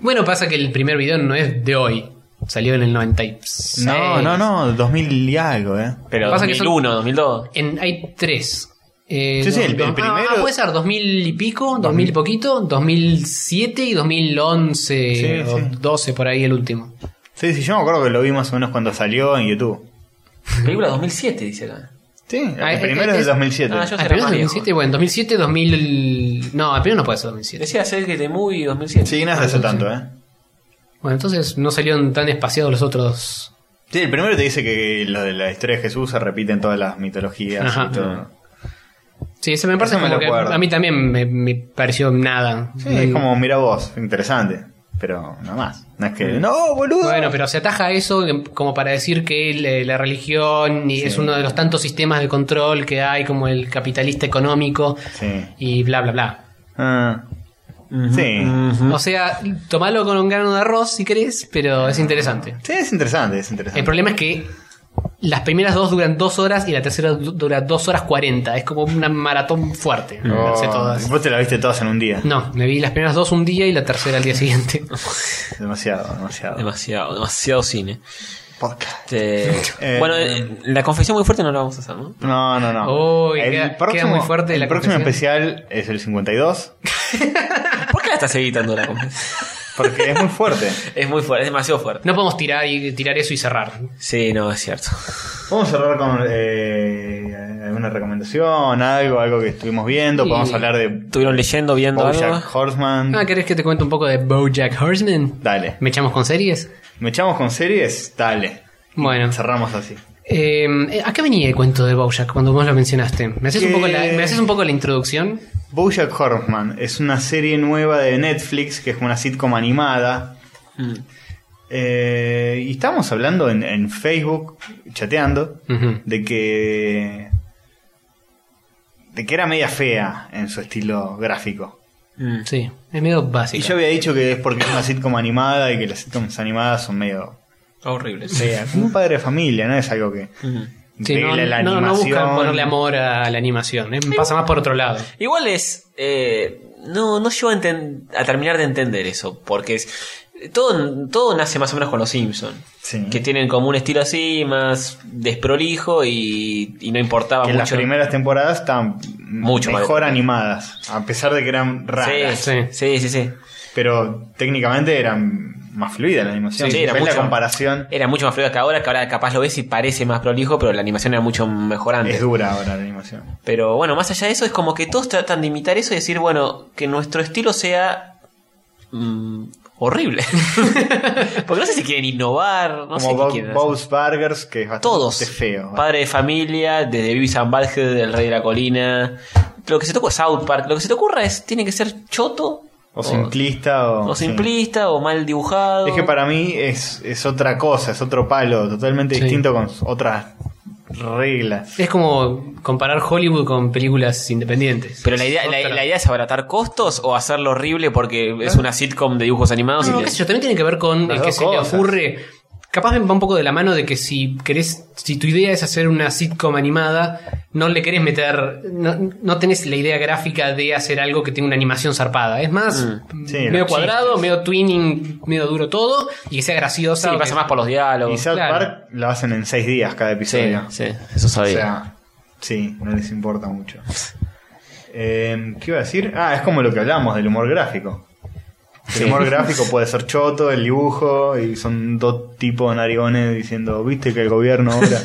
S4: Bueno, pasa que el primer video no es de hoy. Salió en el 96.
S5: No, no, no, 2000 y algo, eh.
S3: Pero
S4: Pasa que son-
S3: 2001, 2002.
S4: En, hay tres. Eh,
S5: Sí, sí,
S4: dos-
S5: el- el
S4: ah,
S5: primero-
S4: ah, puede ser 2000 y pico, 2000 y poquito, 2007 y 2011
S5: Sí,
S4: o
S5: sí.
S4: 12 por ahí el último.
S5: Sí, sí, yo me acuerdo que lo vi más o menos cuando salió en YouTube.
S3: Película 2007, dice acá.
S5: Sí, el
S4: Ah, eh,
S5: primero
S4: eh,
S5: es
S4: es-
S5: del 2007.
S3: Ah, yo- era
S4: Ah, el primero
S3: más
S4: es 2007, bueno, 2007, 2000... No, el primero no puede ser 2007.
S3: Decía Seiga de Movie 2007.
S5: Sí, no es de
S4: Ah,
S5: hace tanto, eh.
S4: Bueno, entonces no salieron tan espaciados los otros.
S5: Sí, el primero te dice que lo de la historia de Jesús se repite en todas las mitologías
S4: Ajá.
S5: y todo.
S4: Sí, ese me parece
S5: Eso me
S4: como
S5: lo
S4: lo que
S5: acuerdo.
S4: a mí también me, me pareció nada.
S5: Sí,
S4: No-
S5: es como, mira vos, interesante. Pero nada más. No es que. ¡No, boludo!
S4: Mm. Bueno, pero se ataja a eso como para decir que la, la religión y es uno de los tantos sistemas de control que hay, como el capitalista económico
S5: Sí.
S4: y bla, bla, bla.
S5: Ah. Sí.
S3: Mm,
S4: O sea, tomalo con un grano de arroz si querés, pero es interesante.
S5: Sí, es interesante, es interesante.
S4: El problema es que las primeras dos duran dos horas y la tercera du- dura dos horas cuarenta. Es como una maratón fuerte.
S5: Oh,
S4: verse todas. Mm.
S5: Vos te la viste todas en un día.
S4: No, me vi las primeras dos un día y la tercera al día siguiente.
S5: Demasiado, demasiado.
S3: Demasiado, demasiado cine.
S5: Podcast.
S3: Este,
S5: Eh,
S3: bueno, eh, la confesión muy fuerte no la vamos a hacer, ¿no?
S5: No, no, no.
S4: Uy, queda- queda muy fuerte
S5: el
S4: la
S5: próximo
S4: confesión.
S5: especial es el 52.
S3: ¿Por qué la estás evitando la confesión?
S5: Porque es muy fuerte.
S3: Es muy fuerte, es demasiado fuerte.
S4: No podemos tirar y tirar eso y cerrar.
S3: Sí, no, es cierto.
S5: Vamos a cerrar con eh, eh, alguna recomendación, algo, algo que estuvimos viendo.
S4: Y-
S5: Podemos hablar de
S3: ¿Estuvieron leyendo, viendo algo?
S5: Bojack Horseman.
S4: Ah, ¿querés que te cuente un poco de Bojack Horseman?
S5: Dale.
S4: ¿Me echamos con series?
S5: ¿Me echamos con series? Dale.
S4: Bueno.
S5: Cerramos así.
S4: Eh, ¿A qué venía el cuento de Bojack cuando vos lo mencionaste? ¿Me haces, un
S5: Que-
S4: poco la, ¿Me haces un poco la introducción?
S5: Bojack Horseman es una serie nueva de Netflix que es como una sitcom animada. Eh, y estábamos hablando en, en Facebook, chateando,
S4: Ujú.
S5: de que. de que era media fea en su estilo gráfico.
S3: Mm.
S4: Sí, es medio
S5: Y
S4: básico.
S5: yo había dicho que es porque es una sitcom animada y que las sitcoms animadas son medio.
S3: Horrible.
S5: feas. Como un padre de familia, ¿no? Es algo que.
S3: Mm.
S4: Sí, no,
S5: Increíble la
S4: no, no buscan
S5: animación.
S4: ponerle amor a la animación, eh, pasa más por otro lado.
S3: Igual es. eh, no, no llego a, enten- a terminar de entender eso. Porque es. Todo, todo nace más o menos con los Simpsons.
S5: Sí.
S3: Que tienen como un estilo así, más desprolijo y, y no importaba
S5: que
S3: Ah, mucho.
S5: las primeras temporadas estaban
S3: Mucho más
S5: mejor
S3: bien.
S5: animadas, a pesar de que eran raras.
S3: sí, sí, sí, sí.
S5: Pero técnicamente eran más fluida la animación.
S3: Sí, era
S5: Ves
S3: mucho-
S5: la comparación
S3: Era mucho más fluida que ahora, que ahora capaz lo ves y parece más prolijo, pero la animación era mucho mejor antes.
S5: es dura ahora la animación.
S3: Pero bueno, más allá de eso, es como que todos tratan de imitar eso y decir, bueno, que nuestro estilo sea mm, horrible. Porque no sé si quieren innovar, no sé
S5: Como
S3: qué
S5: Bo-
S3: quieren hacer.
S5: Bob's Burgers, que es bastante
S3: Todos.
S5: feo. eh.
S3: Padre de familia, desde Vivi San del Rey de la Colina. Lo que se te ocurra, South Park, lo que se te ocurra es, tiene que ser choto.
S5: o simplista o,
S3: O
S5: sí.
S3: simplista, o mal dibujado.
S5: Es que para mí es, es otra cosa, es otro palo, totalmente
S4: Sí.
S5: distinto con s- otras reglas.
S4: Es como comparar Hollywood con películas independientes.
S3: Pero la idea,
S4: Es
S3: la,
S4: otra-
S3: la idea es abaratar costos o hacerlo horrible porque es una sitcom de dibujos animados.
S4: No,
S3: y
S4: qué
S3: le-
S4: sé yo, también tiene que ver con
S5: Las
S4: el que
S5: dos
S4: se le
S5: cosas.
S4: ocurre. Capaz va un poco de la mano de que si querés, si tu idea es hacer una sitcom animada, no le querés meter, no, no tenés la idea gráfica de hacer algo que tenga una animación zarpada. Es más,
S3: Mm,
S5: sí,
S4: medio
S5: los
S4: cuadrado, medio twinning, medio duro todo, y que sea graciosa.
S3: Sí,
S4: o
S3: pasa
S4: que-
S3: más por los
S5: Y
S3: diálogos.
S5: South
S4: claro.
S5: Park lo hacen en seis días cada
S3: Sí,
S5: episodio.
S3: sí, eso
S5: O
S3: sabía.
S5: sea, sí, no les importa mucho. Eh, ¿Qué iba a decir? Ah, es como lo que hablamos del humor gráfico. El humor gráfico puede ser choto, el dibujo, y son dos tipos de narigones diciendo, viste que el gobierno ahora.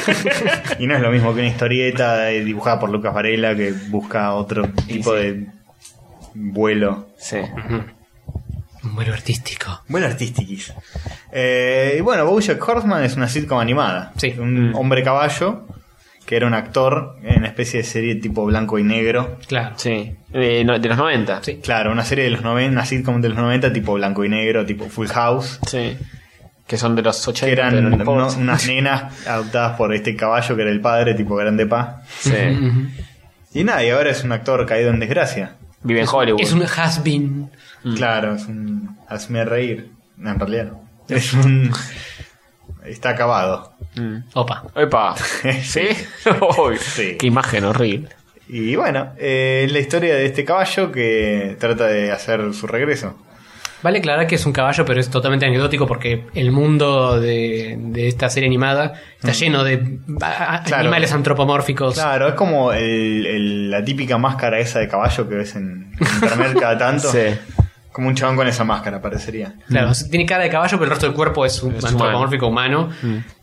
S5: y no es lo mismo que una historieta eh, dibujada por Lucas Varela que busca otro tipo
S3: sí.
S5: de vuelo.
S3: sí.
S4: oh. Un vuelo artístico.
S5: Vuelo artístico. Eh, y bueno, Bojack Horseman es una sitcom animada.
S4: Sí.
S3: Mm.
S5: Un hombre caballo que era un actor en una especie de serie tipo blanco y negro.
S4: Claro.
S3: Sí. Eh, no- de los 90.
S4: Sí.
S5: Claro, una serie de los 90, una sitcom de los 90 tipo blanco y negro, tipo Full House.
S3: Sí. Que son de los 80.
S5: Que eran
S3: pero no importa.
S5: uno- unas nenas adoptadas por este caballo que era el padre, tipo Grande Pa.
S3: Sí.
S4: Ujú.
S5: Y nada, y ahora es un actor caído en desgracia.
S3: Vive en Hollywood.
S4: Es un has-been.
S3: Mm.
S5: Claro, es un. Hazme reír. No, en realidad no. Es un. Está acabado.
S3: Mm.
S4: Opa.
S3: Epa. ¿Sí? Uy,
S5: Sí.
S3: Qué imagen horrible.
S5: Y bueno, eh, es la historia de este caballo que trata de hacer su regreso.
S4: Vale aclarar que es un caballo, pero es totalmente anecdótico porque el mundo de, de esta serie animada está lleno de a- a-
S5: Claro.
S4: animales antropomórficos.
S5: Claro, es como el- el- la típica máscara esa de caballo que ves en internet cada tanto.
S3: Sí.
S5: Como un chabón con esa máscara, parecería.
S4: Claro, tiene cara de caballo, pero el resto del cuerpo es un
S3: Es
S4: antropomórfico humano.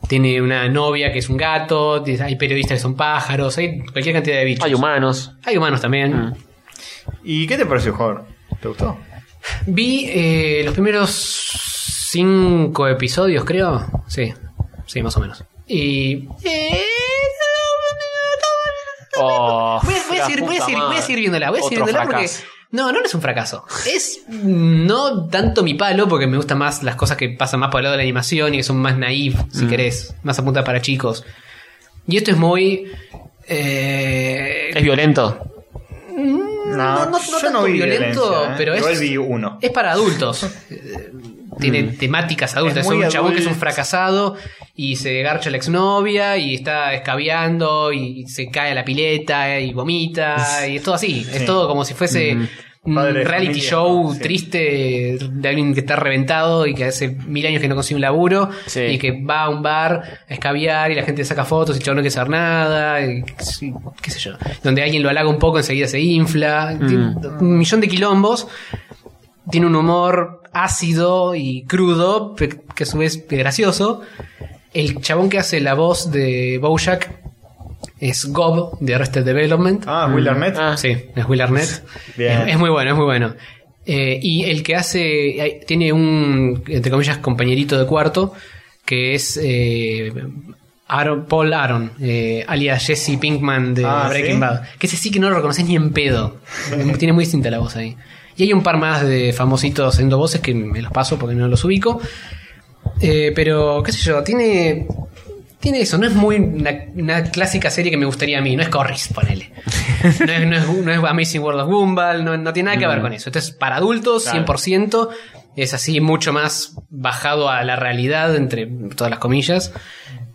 S4: Tiene una novia que es un gato, tiene- hay periodistas que son pájaros, hay cualquier cantidad de bichos.
S3: Hay humanos.
S4: Hay humanos también.
S5: ¿Y qué te pareció, jugador? ¿Te gustó?
S4: Vi eh, los primeros cinco episodios, creo. Sí, sí, más o menos. Y...
S3: Oh,
S4: Voy a, voy a
S3: la
S4: seguir, voy a
S3: puta
S4: seguir- voy a
S3: madre.
S4: seguir viéndola, voy a seguir
S3: Otro
S4: viéndola
S3: fracaso.
S4: porque. No, no no es un fracaso. Es mm, no tanto mi palo, porque me gustan más las cosas que pasan más por el lado de la animación y que son más naif, si
S3: Mm.
S4: querés, más apunta para chicos. Y esto es muy. eh,
S3: Es violento.
S5: No, ¿eh?
S4: no tanto violento, pero es-
S5: Igual vi uno. Mm.
S4: es para adultos. Eh, Tiene temáticas adultas.
S5: Es
S4: Es,
S5: muy
S4: un chabón que es un
S5: adult.
S4: fracasado y se garcha a la exnovia y está escabeando y se cae a la pileta eh, y vomita y es todo así. Es
S5: Sí. Mm.
S4: todo como si fuese un
S5: Padre de
S4: reality
S5: familia,
S4: show
S5: sí.
S4: triste de alguien que está reventado y que hace mil años que no consigue un laburo
S3: Sí.
S4: y que va a un bar a escabear y la gente saca fotos y el chabón no quiere hacer nada y sí, qué sé yo. Donde alguien lo halaga un poco enseguida se infla. Tiene Un millón de quilombos tiene un humor ácido y crudo, pe- que a su vez es gracioso. El chabón que hace la voz de Bojack es Gob de Arrested Development.
S5: Ah, Will Arnett.
S3: Ah.
S4: Sí, es Will Arnett.
S5: Bien.
S4: Es, es muy bueno, es muy bueno. Eh, y el que hace, hay- tiene un, entre comillas, compañerito de cuarto, que es eh, Aaron- Paul Aaron, eh, alias Jesse Pinkman de
S5: Ah,
S4: Breaking
S5: ¿sí?
S4: Bad. Que ese sí que no lo reconoces ni en pedo. tiene muy distinta la voz ahí. Y hay un par más de famositos haciendo voces que me los paso porque no los ubico. Eh, pero, qué sé yo, tiene. Tiene eso, no es muy una, una clásica serie que me gustaría a mí, no es Corris, ponele. No es, no es- no es Amazing World of Gumball, no, no tiene nada que ver con eso. Esto es para adultos,
S5: Claro.
S4: 100%, es así mucho más bajado a la realidad, entre todas las comillas,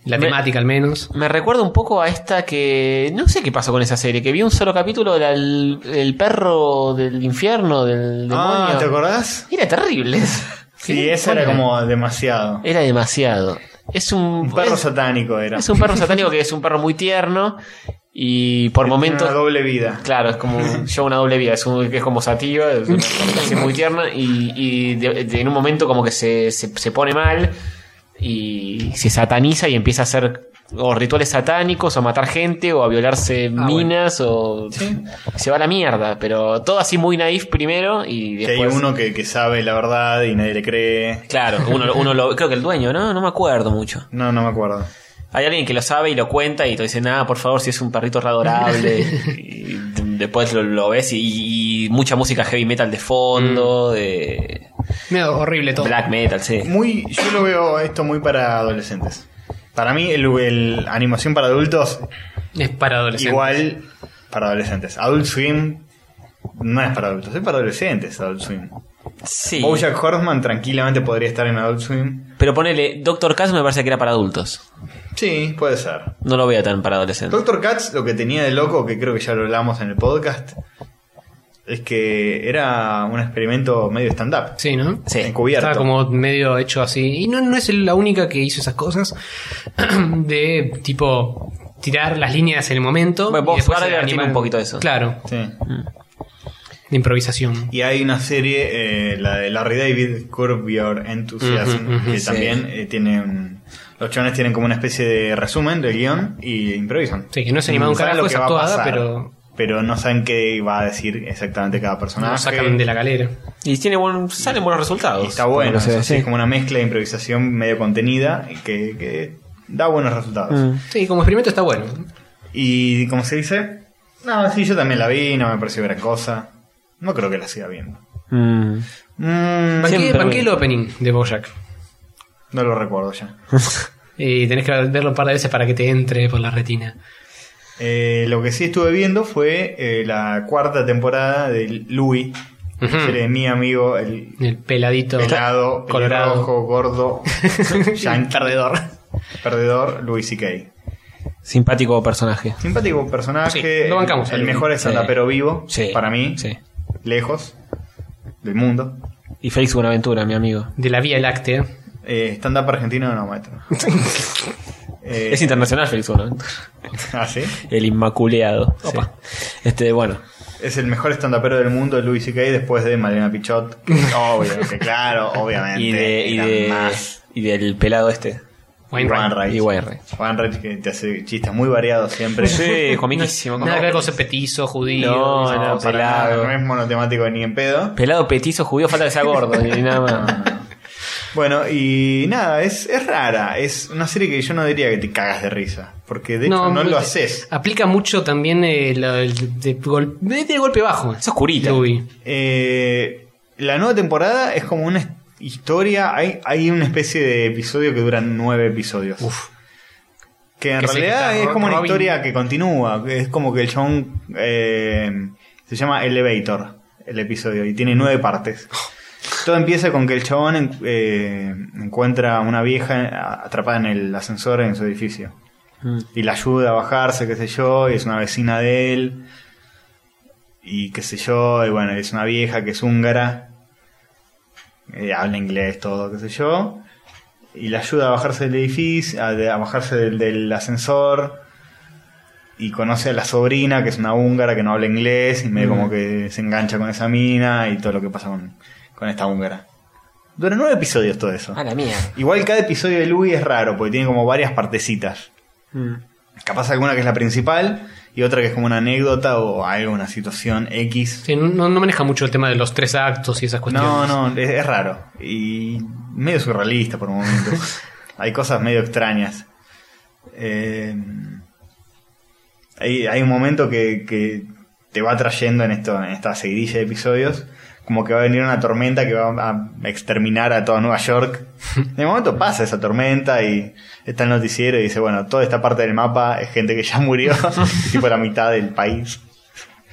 S4: la
S3: Me-
S4: temática al menos.
S3: Me recuerda un poco a esta que. No sé qué pasó con esa serie, que vi un solo capítulo del el perro del infierno, del demonio.
S5: Ah, ¿te acordás?
S3: Era terrible.
S5: Sí, esa era como demasiado.
S3: Era demasiado. Es un.
S5: Un perro
S3: es,
S5: satánico era.
S3: es un perro satánico que es un perro muy tierno y por momentos.
S5: Una doble vida.
S3: Claro, es como un- lleva una doble vida, es, un- que es como sativa, es una cosa muy tierna y, y de- de- en un momento como que se, se- se pone mal y se sataniza y empieza a hacer o rituales satánicos o a matar gente o a violarse
S5: Ah,
S3: minas o se va a la mierda, pero todo así muy naif primero y
S5: Que hay
S3: después...
S5: uno que, que sabe la verdad y nadie le cree.
S3: Claro, uno, uno lo, creo que el dueño, ¿no? No me acuerdo mucho.
S5: No, no me acuerdo.
S3: Hay alguien que lo sabe y lo cuenta y te dice, nada, por favor, si es un perrito readorable. y d- después lo, lo ves y, y mucha música heavy metal de fondo, de
S4: Medio horrible todo.
S3: black metal, sí.
S5: Muy, yo lo veo esto muy para adolescentes. Para mí, el, el- animación para adultos,
S4: Es para adolescentes.
S5: igual para adolescentes. Adult Swim no es para adultos, es para adolescentes Adult Swim.
S3: Sí.
S5: Bojack Horseman tranquilamente podría estar en Adult Swim.
S3: Pero ponele, Doctor Caso me parece que era para adultos.
S5: Sí, puede ser.
S3: No lo veo tan para adolescentes.
S5: Doctor Katz lo que tenía de loco, que creo que ya lo hablamos en el podcast, es que era un experimento medio stand-up.
S4: Sí, ¿no?
S3: Sí.
S5: Encubierto.
S4: Estaba como medio hecho así. Y no, no es la única que hizo esas cosas. de tipo tirar las líneas en el momento.
S3: Bueno,
S4: y
S3: Bob
S4: después
S3: Barker tiene
S4: animar-
S3: un poquito de eso.
S4: Claro,
S5: Sí.
S4: de improvisación.
S5: Y hay una serie, eh, la de Larry David, Curb Your Enthusiasm,
S4: Ujú, ujú,
S5: que
S4: sí.
S5: también eh, tiene un- Los chavales tienen como una especie de resumen del guión y improvisan.
S4: Sí, que no es animado un
S5: Saben
S4: carajo,
S5: lo
S4: es
S5: que va a
S4: actuada,
S5: pasar,
S4: pero-
S5: Pero no saben qué va a decir exactamente cada
S3: Ah,
S5: personaje.
S4: Lo sacan de la galera.
S3: Y tiene buen- salen buenos
S5: Y
S3: resultados.
S5: está bueno,
S3: Por lo que se
S5: eso
S3: ve,
S5: sí,
S3: sí.
S5: es como una mezcla de improvisación medio contenida y que, que da buenos resultados.
S3: Mm.
S4: Sí, como experimento está bueno.
S5: Y como se dice, no, sí, yo también la vi, no me pareció gran cosa. No creo que la siga viendo.
S3: Mm.
S5: Mm,
S3: Sí.
S4: Banqué,
S3: Siempre
S4: banqué el
S3: bueno.
S4: opening de Bojack.
S5: no lo recuerdo ya.
S4: Y tenés que verlo un par de veces para que te entre por la retina.
S5: Eh, lo que sí estuve viendo fue eh, la cuarta temporada de Louis, la
S4: Ujú.
S5: serie de mi amigo, el
S4: El peladito.
S5: pelado,
S4: colorado.
S5: pelirrojo, gordo, yankee, perdedor. Perdedor, Louis C.K.
S3: Simpático personaje.
S5: Simpático personaje.
S4: Sí, lo bancamos,
S5: El
S4: el-
S5: mejor es pero vivo,
S3: Sí.
S5: para mí,
S3: Sí.
S5: lejos del mundo.
S3: Y Félix Buenaventura, mi amigo.
S4: De la Vía Láctea.
S5: Eh, stand-up argentino no, maestro. Eh,
S3: Es internacional Félix Buenaventura.
S5: ah, ¿sí?
S3: El inmaculado.
S4: Opa.
S3: Sí. Este, bueno.
S5: Es el mejor stand-upero del mundo, Louis C.K., después de Malena Pichot. que Obvio, que claro, obviamente.
S3: y de, y,
S5: eran
S3: de-
S5: más.
S3: y del pelado este.
S5: Juan
S4: Wainwright.
S5: Reich.
S3: Y Wainwright.
S5: Juan Reich que te hace chistes muy variados siempre.
S3: Sí, comiquísimo.
S4: Nada que ver con ese petizo, judío.
S3: No,
S5: No,
S3: no,
S5: para nada,
S3: pelado.
S5: no es monotemático ni en pedo.
S3: Pelado petizo judío, falta que sea gordo, ni nada más.
S5: Bueno, y nada, es, es rara. Es una serie que yo no diría que te cagas de risa. Porque de hecho
S3: pues
S5: no, lo haces.
S4: Aplica mucho también el, el de, gol- de- de golpe bajo.
S3: Es oscurita.
S4: Louis.
S5: Eh, la nueva temporada es como una historia. Hay, hay una especie de episodio que duran nueve episodios. Que en
S4: Que se-
S5: realidad
S4: que está
S5: es
S4: Ro-
S5: como una
S4: Robin.
S5: historia que continúa. que Es como que el chabón eh, se llama Elevator, el episodio, y tiene nueve partes. Todo empieza con que el chabón en- eh, encuentra a una vieja atrapada en el ascensor en su edificio.
S4: Mm.
S5: Y la ayuda a bajarse, qué sé yo, y es una vecina de él. Y qué sé yo, y bueno, es una vieja que es húngara. eh, habla inglés, todo, qué sé yo y le ayuda a bajarse del edificio, a, de- a bajarse del, del ascensor. Y conoce a la sobrina, que es una húngara que no habla inglés, y medio como que se engancha con esa mina y todo lo que pasa con, con esta húngara. Dura nueve episodios todo eso.
S3: A Ah, la mía.
S5: Igual cada episodio de Louis es raro, porque tiene como varias partecitas. Capaz alguna que es la principal y otra que es como una anécdota o algo, una situación X.
S4: Sí, no, no maneja mucho el tema de los tres actos y esas cuestiones.
S5: No, no, es, es raro. Y medio surrealista por momentos. hay cosas medio extrañas. Eh, hay, hay un momento que, que te va trayendo en, esto, en esta seguidilla de episodios. Como que va a venir una tormenta que va a exterminar a toda Nueva York. De momento pasa esa tormenta y está el noticiero y dice, bueno, toda esta parte del mapa es gente que ya murió, tipo la mitad del país.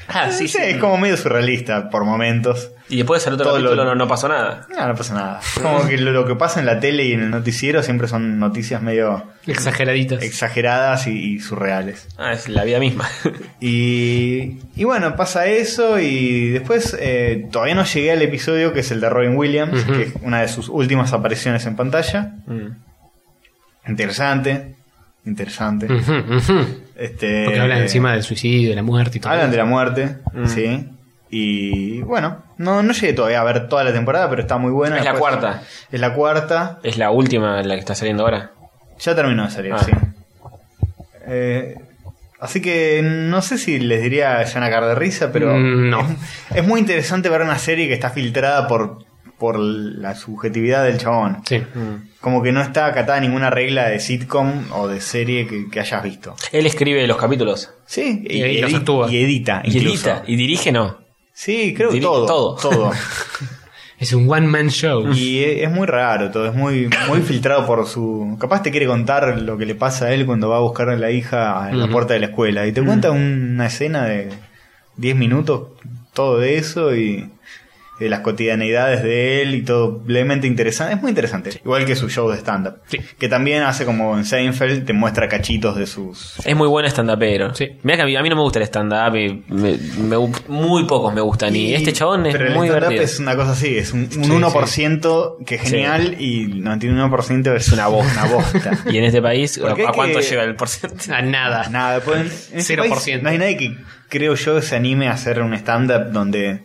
S3: Ah, sí,
S5: Sí,
S3: sí.
S5: es como medio surrealista por momentos.
S3: Y después del otro
S5: Todo
S3: capítulo
S5: lo-
S3: no, no pasó nada.
S5: Ah, No, no pasa nada. Es Como que lo, lo que pasa en la tele y en el noticiero siempre son noticias medio
S4: Exageraditas.
S5: exageradas y, y surreales.
S3: Ah, es la vida misma.
S5: Y, y bueno, pasa eso y después eh, todavía no llegué al episodio que es el de Robin Williams,
S4: Ujú.
S5: que es una de sus últimas apariciones en pantalla.
S3: Mm.
S5: Interesante, interesante.
S4: Ujú, ujú.
S5: Este,
S4: Mm. Porque hablan encima del suicidio, de la muerte y todo.
S5: Hablan
S4: eso.
S5: de la muerte,
S3: Mm.
S5: sí. Y bueno, no, no llegué todavía a ver toda la temporada, pero está muy buena.
S3: Es la
S5: Después-
S3: cuarta.
S5: Es la cuarta.
S3: Es la última la que está saliendo ahora.
S5: Ya terminó de salir,
S3: Ah.
S5: sí. Eh, así que no sé si les diría ya una cara de risa, pero
S4: Mm, no.
S5: es, es muy interesante ver una serie que está filtrada por, por la subjetividad del chabón.
S4: Sí.
S5: Como que no está acatada ninguna regla de sitcom o de serie que, que hayas visto.
S3: Él escribe los capítulos.
S5: Sí,
S4: Y ahí los
S5: edi-
S4: actúa.
S5: y edita.
S3: Y
S5: incluso.
S3: edita. Y dirige, no.
S5: Sí, creo que
S3: Dirige
S5: todo.
S3: todo.
S5: todo.
S4: Es un one-man show.
S5: Y e- es muy raro todo, es muy, muy filtrado por su... Capaz te quiere contar lo que le pasa a él cuando va a buscar a la hija en la
S4: Ujú.
S5: puerta de la escuela. Y te cuenta una escena de 10 minutos, todo de eso y de las cotidianeidades de él y todo levemente interesante. Es muy interesante, igual que su show de stand-up.
S4: Sí.
S5: Que también hace como en Seinfeld, te muestra cachitos de sus...
S3: Es muy buen stand-upero.
S4: Sí.
S3: Mirá que a mí, a mí no me gusta el stand-up. y me- me gu- muy pocos me gustan. Y, este chabón es
S5: pero el
S3: muy
S5: stand-up
S3: divertido.
S5: es una cosa así, es un, un
S4: Sí,
S5: 1% que es genial y 91% es una, bo- una bosta.
S3: Y en este país, ¿a,
S5: Porque hay
S3: a cuánto
S5: que-
S3: llega el porcentaje?
S4: A nada.
S5: Nada, pues, en este
S4: 0%.
S5: país no hay nadie que creo yo se anime a hacer un stand-up donde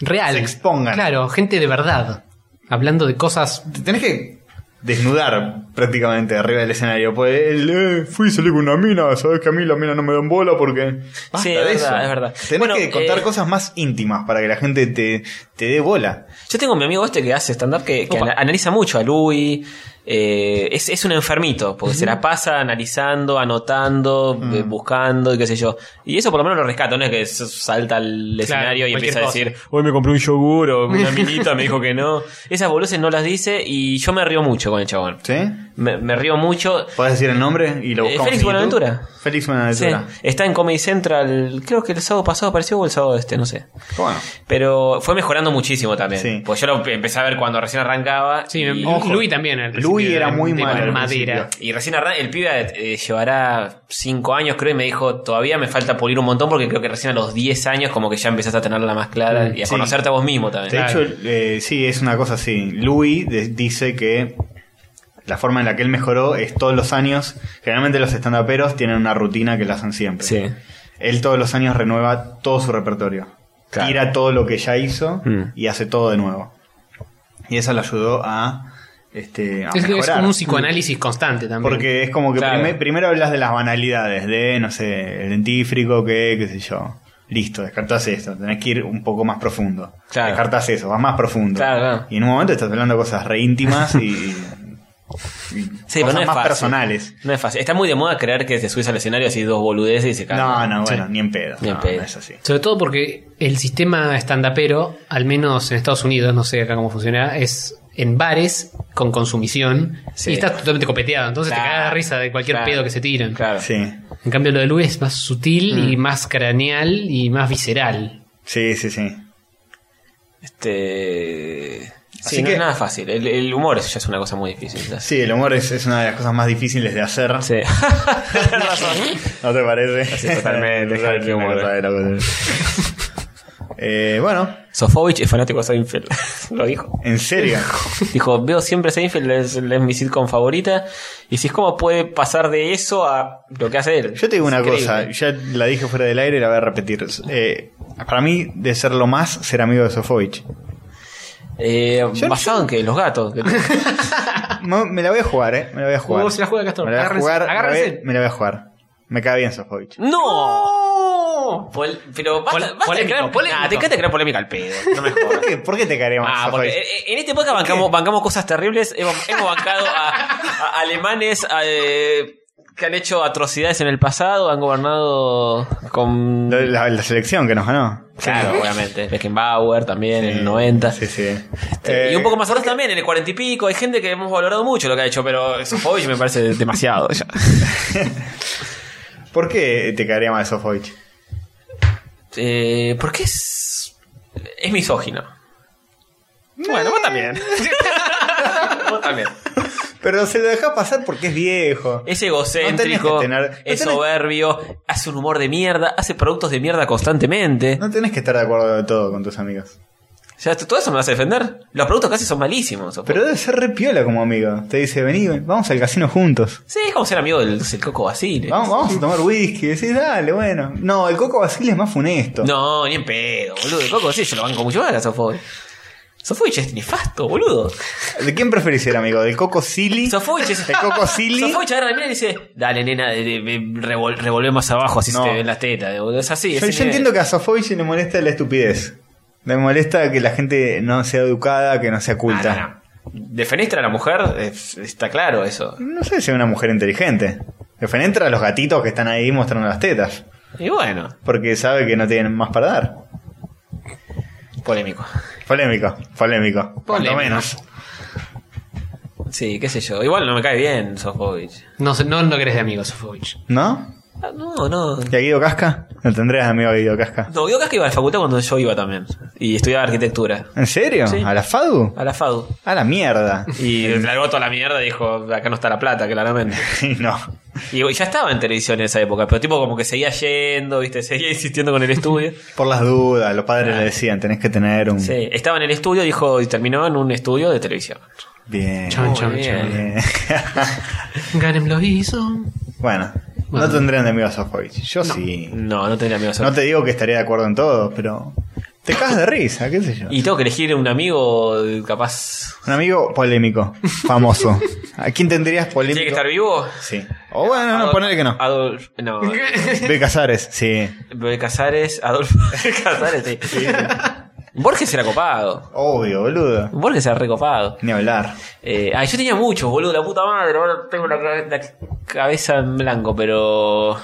S4: Real.
S5: Se expongan.
S4: Claro, gente de verdad. Hablando de cosas.
S5: te tenés que desnudar prácticamente arriba del escenario. Pues él, eh, fui y salí con una mina, sabes que a mí la mina no me dan bola porque. Basta
S3: Sí,
S5: de
S3: es
S5: eso.
S3: verdad, es verdad.
S5: Tenés
S3: Bueno,
S5: que contar
S3: eh,
S5: cosas más íntimas para que la gente te, te dé bola.
S3: Yo tengo a mi amigo este que hace stand-up que, que
S4: Opa.
S3: ana- analiza mucho a Louis. eh, es, es un enfermito, porque se la pasa analizando, anotando, eh, buscando y qué sé yo. Y eso por lo menos lo rescato, no es que s- salta al escenario y
S4: cualquier
S3: empieza a
S4: cosa.
S3: decir, hoy me compré un yogur o una minita, me dijo que no. Esas boludeces no las dice y yo me río mucho con el chabón.
S5: ¿Sí?
S3: Me, me río mucho.
S5: ¿Podés decir el nombre y lo
S3: Eh,
S5: buscamos?
S3: Félix
S5: en YouTube?
S3: Buenaventura.
S5: Félix
S3: Sí,
S5: Buenaventura.
S3: está en Comedy Central, creo que el sábado pasado apareció o el sábado este, no sé.
S5: Bueno,
S3: Pero fue mejorando muchísimo también.
S5: Sí.
S3: Pues yo lo empecé a ver cuando recién arrancaba.
S4: Sí,
S3: y,
S5: ojo.
S4: Louis también. al principio
S5: Louis era
S4: de-
S5: muy
S4: de
S5: malo al
S4: Madera.
S5: principio.
S3: y recién arran- el pibe eh, llevará 5 años, creo, y me dijo, todavía me falta pulir un montón porque creo que recién a los 10 años como que ya empezaste a tenerla más clara y a
S5: Mm, sí.
S3: conocerte a vos mismo también.
S5: De
S4: Claro.
S5: hecho, eh, sí, es una cosa así. Louis de- dice que la forma en la que él mejoró es todos los años. Generalmente los estandaperos tienen una rutina que la hacen siempre.
S3: Sí.
S5: Él todos los años renueva todo su repertorio.
S3: Claro.
S5: Tira todo lo que ya hizo
S3: Mm.
S5: y hace todo de nuevo. Y eso le ayudó a, este, a
S4: Es, es
S5: mejorar.
S4: un psicoanálisis constante también.
S5: Porque es como que
S3: Claro.
S5: prime- primero hablas de las banalidades, de, no sé, el dentífrico, que, qué sé yo. Listo, descartás esto, tenés que ir un poco más profundo.
S3: Claro.
S5: Descartás eso, vas más profundo.
S3: Claro, claro.
S5: Y en un momento estás hablando de cosas re íntimas y, y
S3: Sí, pero
S5: cosas
S3: no es
S5: más
S3: fácil.
S5: personales.
S3: No es fácil. Está muy de moda creer que te subís al escenario así dos boludeces y se cagan.
S5: No, no, bueno, ni en pedo.
S3: Ni en
S5: no,
S3: pedo.
S5: no es así.
S4: Sobre todo porque el sistema estandapero, al menos en Estados Unidos, no sé acá cómo funciona, es en bares con consumición
S3: Sí.
S4: y está totalmente copeteado. Entonces te
S3: Claro.
S4: cagas de risa de cualquier
S3: Claro.
S4: pedo que se tiran.
S3: Claro.
S5: Sí.
S4: En cambio, lo de Luis es más sutil
S5: Mm.
S4: y más craneal y más visceral.
S5: Sí, sí, sí.
S3: Este...
S5: Así
S3: sí, no
S5: que-
S3: es nada fácil. El, el humor ya es una cosa muy difícil. ya.
S5: Sí, el humor es, es una de las cosas más difíciles de hacer.
S3: Sí. Tenés razón.
S5: ¿No te parece?
S3: Sí, totalmente, deja el humor.
S5: Eh, bueno,
S3: Sofovich es fanático de Seinfeld. Lo dijo.
S5: en serio.
S3: Dijo, veo siempre Seinfeld, es, es mi sitcom favorita. Y si es como puede pasar de eso a lo que hace él.
S5: Yo te digo una
S3: Increíble.
S5: cosa, ya la dije fuera del aire y la voy a repetir. Eh, para mí, de ser lo más, ser amigo de Sofovich.
S3: Eh, basado en que los gatos.
S5: me, me la voy a jugar, eh.
S3: Uh,
S5: Me la voy a jugar.
S4: Vos se la juega, Castor.
S5: Me la voy a
S4: Agárrense.
S5: jugar.
S4: Agárrense.
S5: Me la voy- Me la voy a jugar. Me cae bien Sofovich.
S3: ¡No!
S4: ¡No!
S3: Pol- pero basta,
S4: Pol-
S3: basta de
S4: polémico,
S3: crear-
S4: polémico.
S3: Ah, te encanta crear polémica al pedo. No me
S5: ¿Por
S3: jodas.
S5: qué, por qué te caería más
S3: Ah, porque
S5: Sofovich?
S3: en- en este podcast bancamos, bancamos cosas terribles. Hemos, hemos bancado a, a alemanes a, eh, que han hecho atrocidades en el pasado, han gobernado con.
S5: Lo de La, la selección que nos ganó.
S3: Claro, obviamente. Beckenbauer también en el 90.
S5: Sí, sí. Eh,
S3: Este, y un poco
S5: más
S3: más atrás también, en el 40 y pico. Hay gente que hemos valorado mucho lo que ha hecho, pero Sofovich me parece demasiado. ya.
S5: ¿Por qué te caería mal Sofovich?
S3: Eh, ¿Por qué es. es misógino? Bueno, vos también. vos también.
S5: Pero se lo dejas pasar porque es viejo.
S3: Es
S5: No
S3: egocéntrico,
S5: tenés que tener- no
S3: es
S5: tenés-
S3: soberbio, hace un humor de mierda, hace productos de mierda constantemente.
S5: No tenés que estar de acuerdo de todo con tus amigos.
S3: O sea, ¿todo eso me vas a defender? Los productos casi son malísimos.
S5: Pero debe ser re piola como amigo. Te dice, vení, vamos al casino juntos.
S3: Sí, es como ser amigo del, del Coco Basile.
S5: Vamos, vamos a tomar whisky. Decís, dale, bueno. No, el Coco Basile es más funesto.
S3: No, ni en pedo, boludo. El Coco Basile yo lo banco mucho más a Sofovich. Sofovich es nefasto, boludo.
S5: ¿De quién preferís ser amigo? ¿Del Coco Silly?
S3: Sofovich es...
S5: ¿Del Coco Silly?
S3: Sofovich agarra la mina y dice, dale nena, de- de- de- revol- revolvé más abajo así
S5: No.
S3: se te ven las tetas. boludo. Es así. Ah,
S5: Yo, yo entiendo que a Sofovich le molesta la estupidez. Le molesta que la gente no sea educada, que no sea culta.
S3: culta. Defenestra a la mujer, es- está claro eso.
S5: no. sé si es una mujer inteligente. Le fenestra a los gatitos que están ahí mostrando las tetas.
S3: Y bueno,
S5: Porque sabe que no tienen más para dar.
S3: polémico.
S5: Polémico, polémico. Cuanto
S3: Polémico.
S5: menos.
S3: Sí, qué sé yo. Igual no me cae bien Sofovich.
S4: No, sé- no lo querés de amigo, Sofovich.
S5: ¿No?
S3: Ah, No, no.
S5: ¿Y a Guido Casca? No tendrías amigo a Guido Casca.
S3: No, yo acá que iba a la facultad cuando yo iba también. Y estudiaba arquitectura.
S5: ¿En serio?
S3: Sí. Ah.
S5: ¿A la FADU?
S3: A la FADU.
S5: A la mierda.
S3: Y largó toda la mierda y dijo, acá no está la plata, claramente.
S5: Y no.
S3: Y ya estaba en televisión en esa época, pero tipo como que seguía yendo, viste, seguía insistiendo con el estudio.
S5: Por las dudas, los padres le decían, tenés que tener un...
S3: Sí, estaba en el estudio, dijo, y terminó en un estudio de televisión.
S5: Bien.
S4: Chon, chon,
S3: bien.
S4: chon.
S5: bien.
S4: Ganem lo hizo.
S5: bueno,
S4: Bueno.
S5: no tendrían de amigo a Sofovich. Yo sí.
S3: No, no tenía amigos.
S5: No te digo que estaría de acuerdo en todo, pero... Te cagas de risa, qué sé yo.
S3: Y tengo que elegir un amigo capaz...
S5: Un amigo polémico, famoso. ¿A quién tendrías polémico?
S3: ¿Tiene que estar Ah, vivo?
S5: Sí. O bueno, no, ponele que no.
S3: Adolf, no.
S5: De Casares, sí.
S3: Bebe Casares, Adolfo Bebe Casares, sí. Borges era copado.
S5: Obvio, boludo.
S3: Borges era recopado.
S5: Ni hablar.
S3: Eh, ay, yo tenía muchos, boludo, la puta madre. Ahora tengo la, ca- la cabeza en blanco, pero.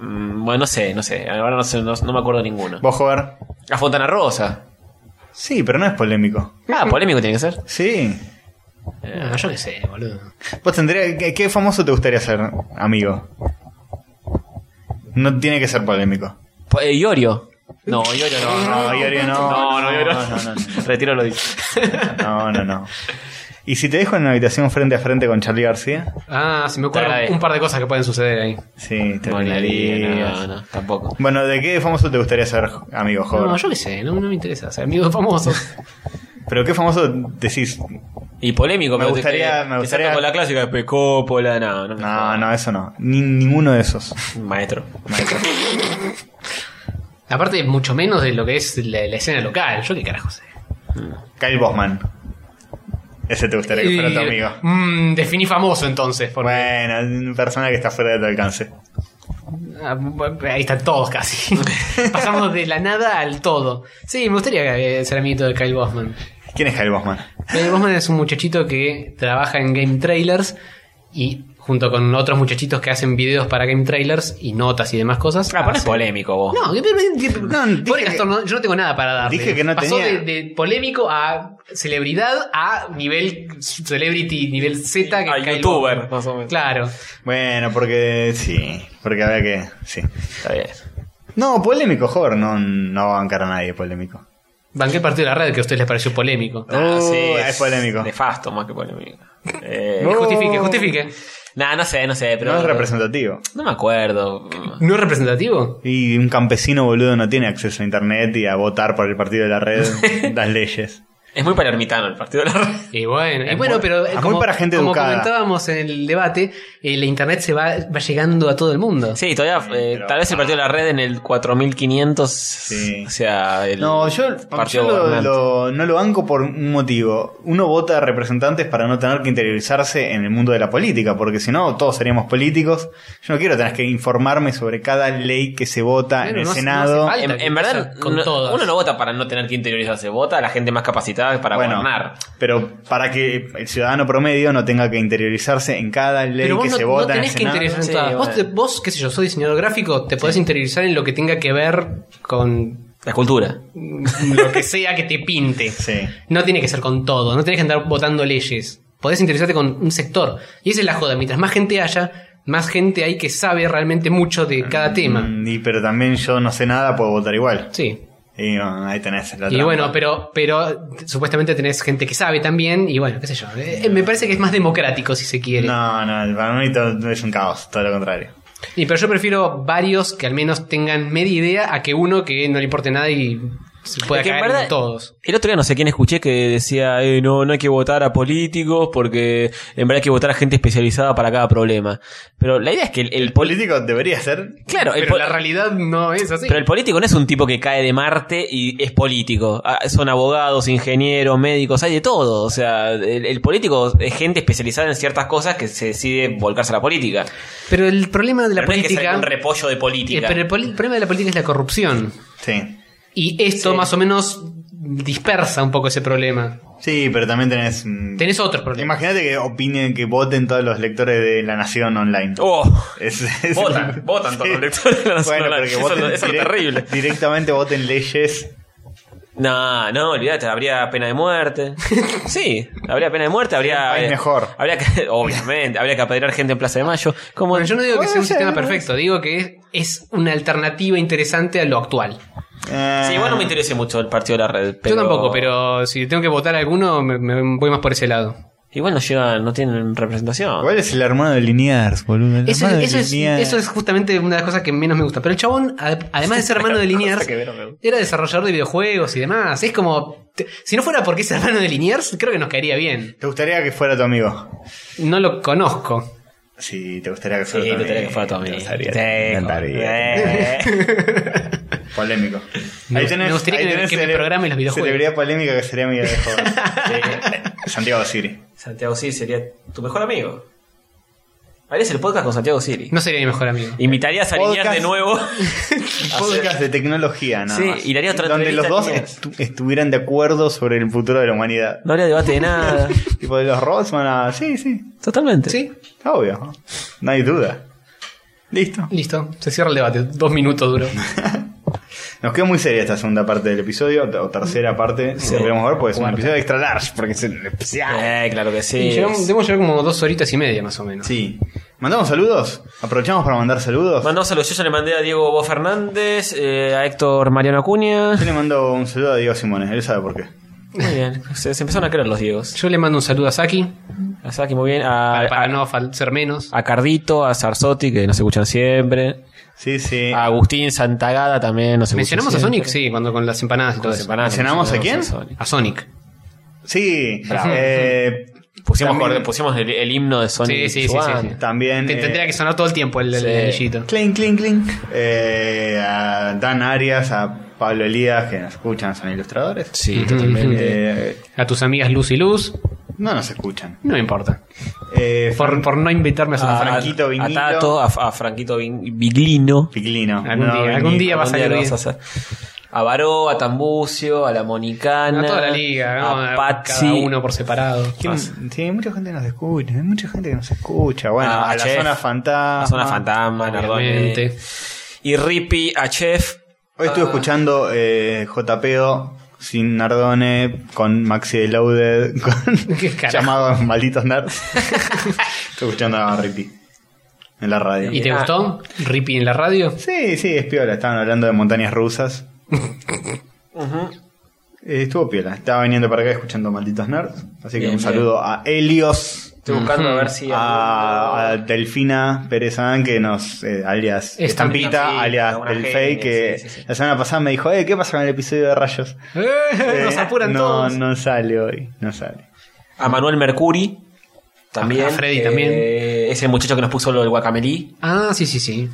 S3: Mm, bueno, no sé, no sé. Ahora no, sé, no, no me acuerdo ninguno.
S5: ¿Vos jugar?
S3: A Fontana Rosa.
S5: Sí, pero no es polémico.
S3: Ah, polémico tiene que ser.
S5: Sí.
S4: No, yo qué sé, boludo.
S5: Vos tendrías. ¿qué, qué famoso te gustaría ser, amigo? No tiene que ser polémico.
S3: Po- eh, Iorio. No, Iorio Eh, no. no.
S5: No, Iorio, no.
S3: No, no, Iorio.
S5: no, no, no.
S3: Retiro lo dicho.
S5: No, no, no. ¿Y si te dejo en una habitación frente a frente con Charlie García?
S4: Ah, se me
S3: Te
S4: ocurren
S3: agradezco.
S4: un par de cosas que pueden suceder ahí.
S5: Sí, te
S3: Molaría,
S5: olvidarías.
S3: No, no, tampoco.
S5: Bueno, ¿de qué famoso te gustaría ser amigo, joven?
S4: No, yo qué sé, no, no me interesa. ser amigo famoso.
S5: Pero ¿qué famoso decís?
S3: Y polémico,
S5: Me
S3: pero te-
S5: gustaría-
S3: te-
S5: me
S3: te
S5: gustaría-
S3: salto con la clásica de Pecópola, no, no. me
S5: No,
S3: jodas.
S5: no, eso no. Ni, ninguno de esos.
S3: Maestro.
S4: Aparte, mucho menos de lo que es la, la escena local. Yo qué carajo sé.
S5: Kyle Bosman. Ese te gustaría que fuera tu amigo.
S4: Mm, definí famoso entonces. Porque,
S5: Bueno, una persona que está fuera de tu alcance.
S4: Ah, bu- ahí están todos casi. Pasamos de la nada al todo. Sí, me gustaría eh, ser amiguito de Kyle Bosman.
S5: ¿Quién es Kyle Bosman?
S4: Kyle Bosman es un muchachito que trabaja en game trailers y junto con otros muchachitos que hacen videos para game trailers y notas y demás cosas.
S3: Ah, pones
S4: hacen-
S3: polémico vos.
S4: No, que- que- que-
S5: No,
S4: pobre
S5: dije
S4: Gastón, no, yo no tengo nada para dar.
S5: Dije que no
S4: Pasó de,
S5: tenía.
S4: de polémico a celebridad a nivel celebrity, nivel Z. que
S3: A
S4: Kyle
S3: Ah, youtuber,
S4: Bosman.
S3: más o menos.
S4: Claro.
S5: Bueno, porque sí. Porque había que. Sí.
S3: Está bien.
S5: No, polémico, joder. No, no va a bancar a nadie polémico.
S4: Banqué el partido de la red que a ustedes les pareció polémico.
S5: Uh, es polémico.
S3: Ah, Nefasto más que polémico. Eh,
S4: Eh,
S5: Oh.
S4: Justifique, justifique.
S3: nah, no sé, no sé, pero.
S5: no es representativo.
S3: No me acuerdo.
S4: ¿No es representativo?
S5: Y un campesino boludo no tiene acceso a internet y a votar por el partido de la red las leyes.
S3: Es muy palermitano el partido de la red.
S4: Y bueno, y
S5: Es
S4: bueno
S5: muy-
S4: pero eh,
S5: es muy
S4: como,
S5: para gente
S4: como
S5: educada.
S4: comentábamos en el debate, eh, la internet se va, va llegando a todo el mundo.
S3: Sí, todavía, eh,
S5: pero-
S3: tal vez el partido de la red en el 4500 o sea el
S5: No, yo, yo
S3: partido
S5: lo-
S3: gobernante.
S5: lo- no lo banco por un motivo. Uno vota representantes para no tener que interiorizarse en el mundo de la política, porque si no, todos seríamos políticos. Yo no quiero tener que informarme sobre cada ley que se vota
S4: Bueno,
S5: en el
S4: no hace- no hace
S5: Senado.
S4: falta.
S3: En, en verdad,
S4: Con
S3: no-
S4: todas.
S3: uno no vota para no tener que interiorizarse, vota a la gente más capacitada para
S5: Bueno,
S3: gobernar.
S5: pero para que el ciudadano promedio no tenga que interiorizarse en cada ley
S4: Pero vos
S5: que
S4: no,
S5: se
S4: no
S5: vota en el
S4: tenés que
S5: Senado.
S4: interiorizar en
S3: Sí,
S4: todas. Vos,
S3: bueno.
S4: te- vos, qué sé yo, soy diseñador gráfico, te podés interiorizar en lo que tenga que ver con
S3: La cultura.
S4: lo que sea que te pinte.
S5: Sí.
S4: No tiene que ser con todo, no tenés que andar votando leyes. Podés interesarte con un sector. Y esa es la joda. Mientras más gente haya, más gente hay que sabe realmente mucho de cada tema.
S5: Mm, y- pero también yo no sé nada, puedo votar igual.
S4: Sí.
S5: Y bueno, ahí tenés la
S4: Y
S5: trampa.
S4: bueno, pero, pero supuestamente tenés gente que sabe también, y bueno, qué sé yo. Eh, me parece que es más democrático si se
S3: eh,
S4: quiere.
S5: No, no, para mí todo es un caos, todo lo contrario.
S4: Y pero yo prefiero varios que al menos tengan media idea a que uno que no le importe nada y se pueda
S3: Es que en
S4: caer en
S3: verdad-
S4: todos.
S3: El otro día no sé quién escuché que decía, eh, no, no hay que votar a políticos porque en verdad hay que votar a gente especializada para cada problema. Pero la idea es que el, el
S5: El
S3: poli-
S5: político debería ser
S3: Claro, el
S4: Pero
S3: pol-
S4: la realidad no es así.
S3: Pero el político no es un tipo que cae de Marte y es político. Ah, Son abogados, ingenieros, médicos, hay de todo. O sea, el, el político es gente especializada en ciertas cosas que se decide volcarse a la política.
S4: Pero el problema de la
S3: Pero no es que
S4: política.
S3: salga un repollo de
S4: eh,
S3: política.
S4: pero el, poli- el problema de la política es la corrupción.
S5: Sí.
S4: Y esto más o menos dispersa un poco ese problema.
S5: Sí, pero también tenés. mm,
S4: Tenés otros problemas.
S5: Imagínate que opinen, que voten todos los lectores de La Nación online.
S3: Oh,
S5: Es- es-
S3: Votan, votan todos los lectores de La Nación
S5: Bueno,
S3: online.
S5: pero que
S3: Eso
S5: voten
S3: no- eso es
S5: direct-
S3: terrible.
S5: Directamente voten leyes.
S3: no, no, olvídate, habría pena de muerte. Sí, habría pena de muerte, habría.
S5: un país
S3: eh,
S5: mejor.
S3: Habría que, obviamente, habría que apedrear gente en Plaza de Mayo. Como
S4: Bueno, yo no digo que sea un
S5: Bueno,
S4: sistema
S5: sí,
S4: perfecto, digo que es- es una alternativa interesante a lo actual.
S5: Eh,
S3: Sí, igual no me interesa mucho el partido de la red.
S4: Yo tampoco, pero si tengo que votar alguno, me, me voy más por ese lado.
S3: Igual no llegan, no tienen representación.
S5: Igual es el hermano de Liniers, boludo.
S4: Ah.
S5: El
S4: Eso,
S5: hermano de
S4: eso es,
S5: Liniers.
S4: eso es justamente una de las cosas que menos me gusta. Pero el chabón, a- además de ser hermano de Liniers,
S5: que menos me gusta.
S4: era desarrollador de videojuegos y demás. Es como. te- Si no fuera porque es hermano de Liniers, creo que nos caería bien.
S5: ¿Te gustaría que fuera tu amigo?
S4: No lo conozco.
S5: Sí, te gustaría que
S3: Sí,
S5: fuera tu
S3: te
S5: amigo.
S3: tenés que fuera tu amigo.
S5: Te gustaría,
S3: Sí, Eh.
S5: te encantaría.
S3: joder.
S5: Polémico.
S4: Me-
S5: Ahí tenés,
S4: me gustaría
S5: ahí
S4: que-
S5: tenés
S4: que me
S5: cele-
S4: programe los videojuegos.
S5: Celebridad polémica que sería amiga de Jorge. Santiago Siri.
S3: Santiago Siri sería tu mejor amigo. Harías el podcast con Santiago Siri.
S4: No sería mi mejor amigo.
S3: Invitarías a
S5: Podcast.
S3: Liniers de nuevo.
S5: podcast de tecnología, nada
S3: Sí,
S5: más.
S3: y le haría otra
S5: Donde los dos
S3: entrevista a
S5: estu- estuvieran de acuerdo sobre el futuro de la humanidad.
S3: No habría debate de nada.
S5: Tipo, de los robots van a. Sí, sí,
S3: Totalmente.
S4: Sí,
S5: está obvio. No hay duda. Listo.
S4: listo. Se cierra el debate. Dos minutos duró.
S5: Nos quedó muy seria esta segunda parte del episodio, o tercera parte, si lo queremos ver, porque es un episodio extra large, porque es el especial.
S3: Eh, claro que
S4: Y
S3: sí.
S4: llegamos- debemos llevar como dos horitas y media más o menos.
S5: Sí. ¿Mandamos saludos? ¿Aprovechamos para mandar saludos?
S3: Mandamos saludos. Yo ya le mandé a Diego Bo Fernández, eh, a Héctor Mariano Acuña.
S5: Yo le mando un saludo a Diego Simones, él sabe por qué.
S3: Muy bien. Se, se empezaron a creer los Diegos.
S4: Yo le mando un saludo a Saki,
S3: A Saki, muy bien. A,
S4: para, para
S3: a-
S4: no fal- ser menos.
S3: a Cardito, a Sarsotti, que nos escuchan siempre.
S5: Sí, sí.
S3: A Agustín Santagada también nos escuchan
S4: ¿Mencionamos a
S3: siempre.
S4: Sonic? Sí, cuando con las empanadas y todo
S3: Entonces,
S4: eso.
S3: empanadas,
S5: ¿Mencionamos a quién?
S3: Sonic.
S4: A Sonic.
S5: Sí.
S3: Bravo.
S5: Eh,
S3: Pusimos,
S5: También-
S3: corde- pusimos el, el himno de Sonic.
S4: Sí, sí, sí,
S3: y su
S4: sí,
S3: banda.
S4: sí.
S5: también.
S4: Te-
S5: eh,
S4: tendría que sonar todo el tiempo el, el
S3: sí.
S4: anillito.
S5: Clink, clink, clink. Eh, a Dan Arias, a Pablo Elías, que nos escuchan, son ilustradores.
S3: Sí, totalmente.
S5: Eh,
S4: A tus amigas Luz y Luz,
S5: no nos escuchan.
S4: no me importa.
S5: Eh,
S4: Por, por no invitarme a su
S5: Ah,
S4: Frank.
S5: Franquito
S3: a
S5: Vinilo.
S3: Tato, a, a Franquito Vin- Biglino.
S5: Piclino.
S4: Algún día,
S5: Benito.
S4: algún día va a
S3: Algún día
S4: salir
S3: lo
S4: bien.
S3: vas a hacer. A Baró, a Tambucio, a la Monicana.
S4: A toda la liga, ¿no?
S3: A
S4: cada
S3: Patsy.
S4: uno por separado.
S5: ¿Quién- Sí, mucha gente nos escucha, hay mucha gente que nos escucha. Bueno,
S3: Ah,
S5: a la
S3: Chef.
S5: zona fantasma.
S3: a Zona Fantasma, Nardone.
S4: Obviamente.
S3: Y Rippy, a Chef.
S5: Hoy estuve escuchando eh, JPO sin Nardone, con Maxi de Loaded, con
S4: ¿Qué carajo?
S5: llamados malditos nerds. estuve escuchando a Rippy en la radio.
S4: ¿Y te
S3: Ah.
S4: gustó? Rippy en la radio.
S5: Sí, sí, es piola. Estaban hablando de montañas rusas. Eh, estuvo piola. Estaba viniendo para acá escuchando Malditos Nerds. Así que
S3: Bien,
S5: un saludo a Helios
S3: Estoy buscando a ver si.
S5: a, a Delfina Pérez Adán, que nos, eh, alias
S4: Estampita,
S5: Estampita,
S3: sí,
S5: alias
S3: alguna
S5: Del
S3: genia,
S5: Fey, que
S3: sí, sí, sí.
S5: la semana pasada me dijo, eh, ¿qué pasa con el episodio de Rayos?
S4: Eh, nos
S5: Eh,
S4: apuran
S5: no,
S4: todos.
S5: No sale hoy, no sale.
S3: a Manuel Mercuri. También.
S4: A Freddy también.
S3: Es el muchacho que nos puso lo del guacamelí.
S4: Ah, sí, sí, sí.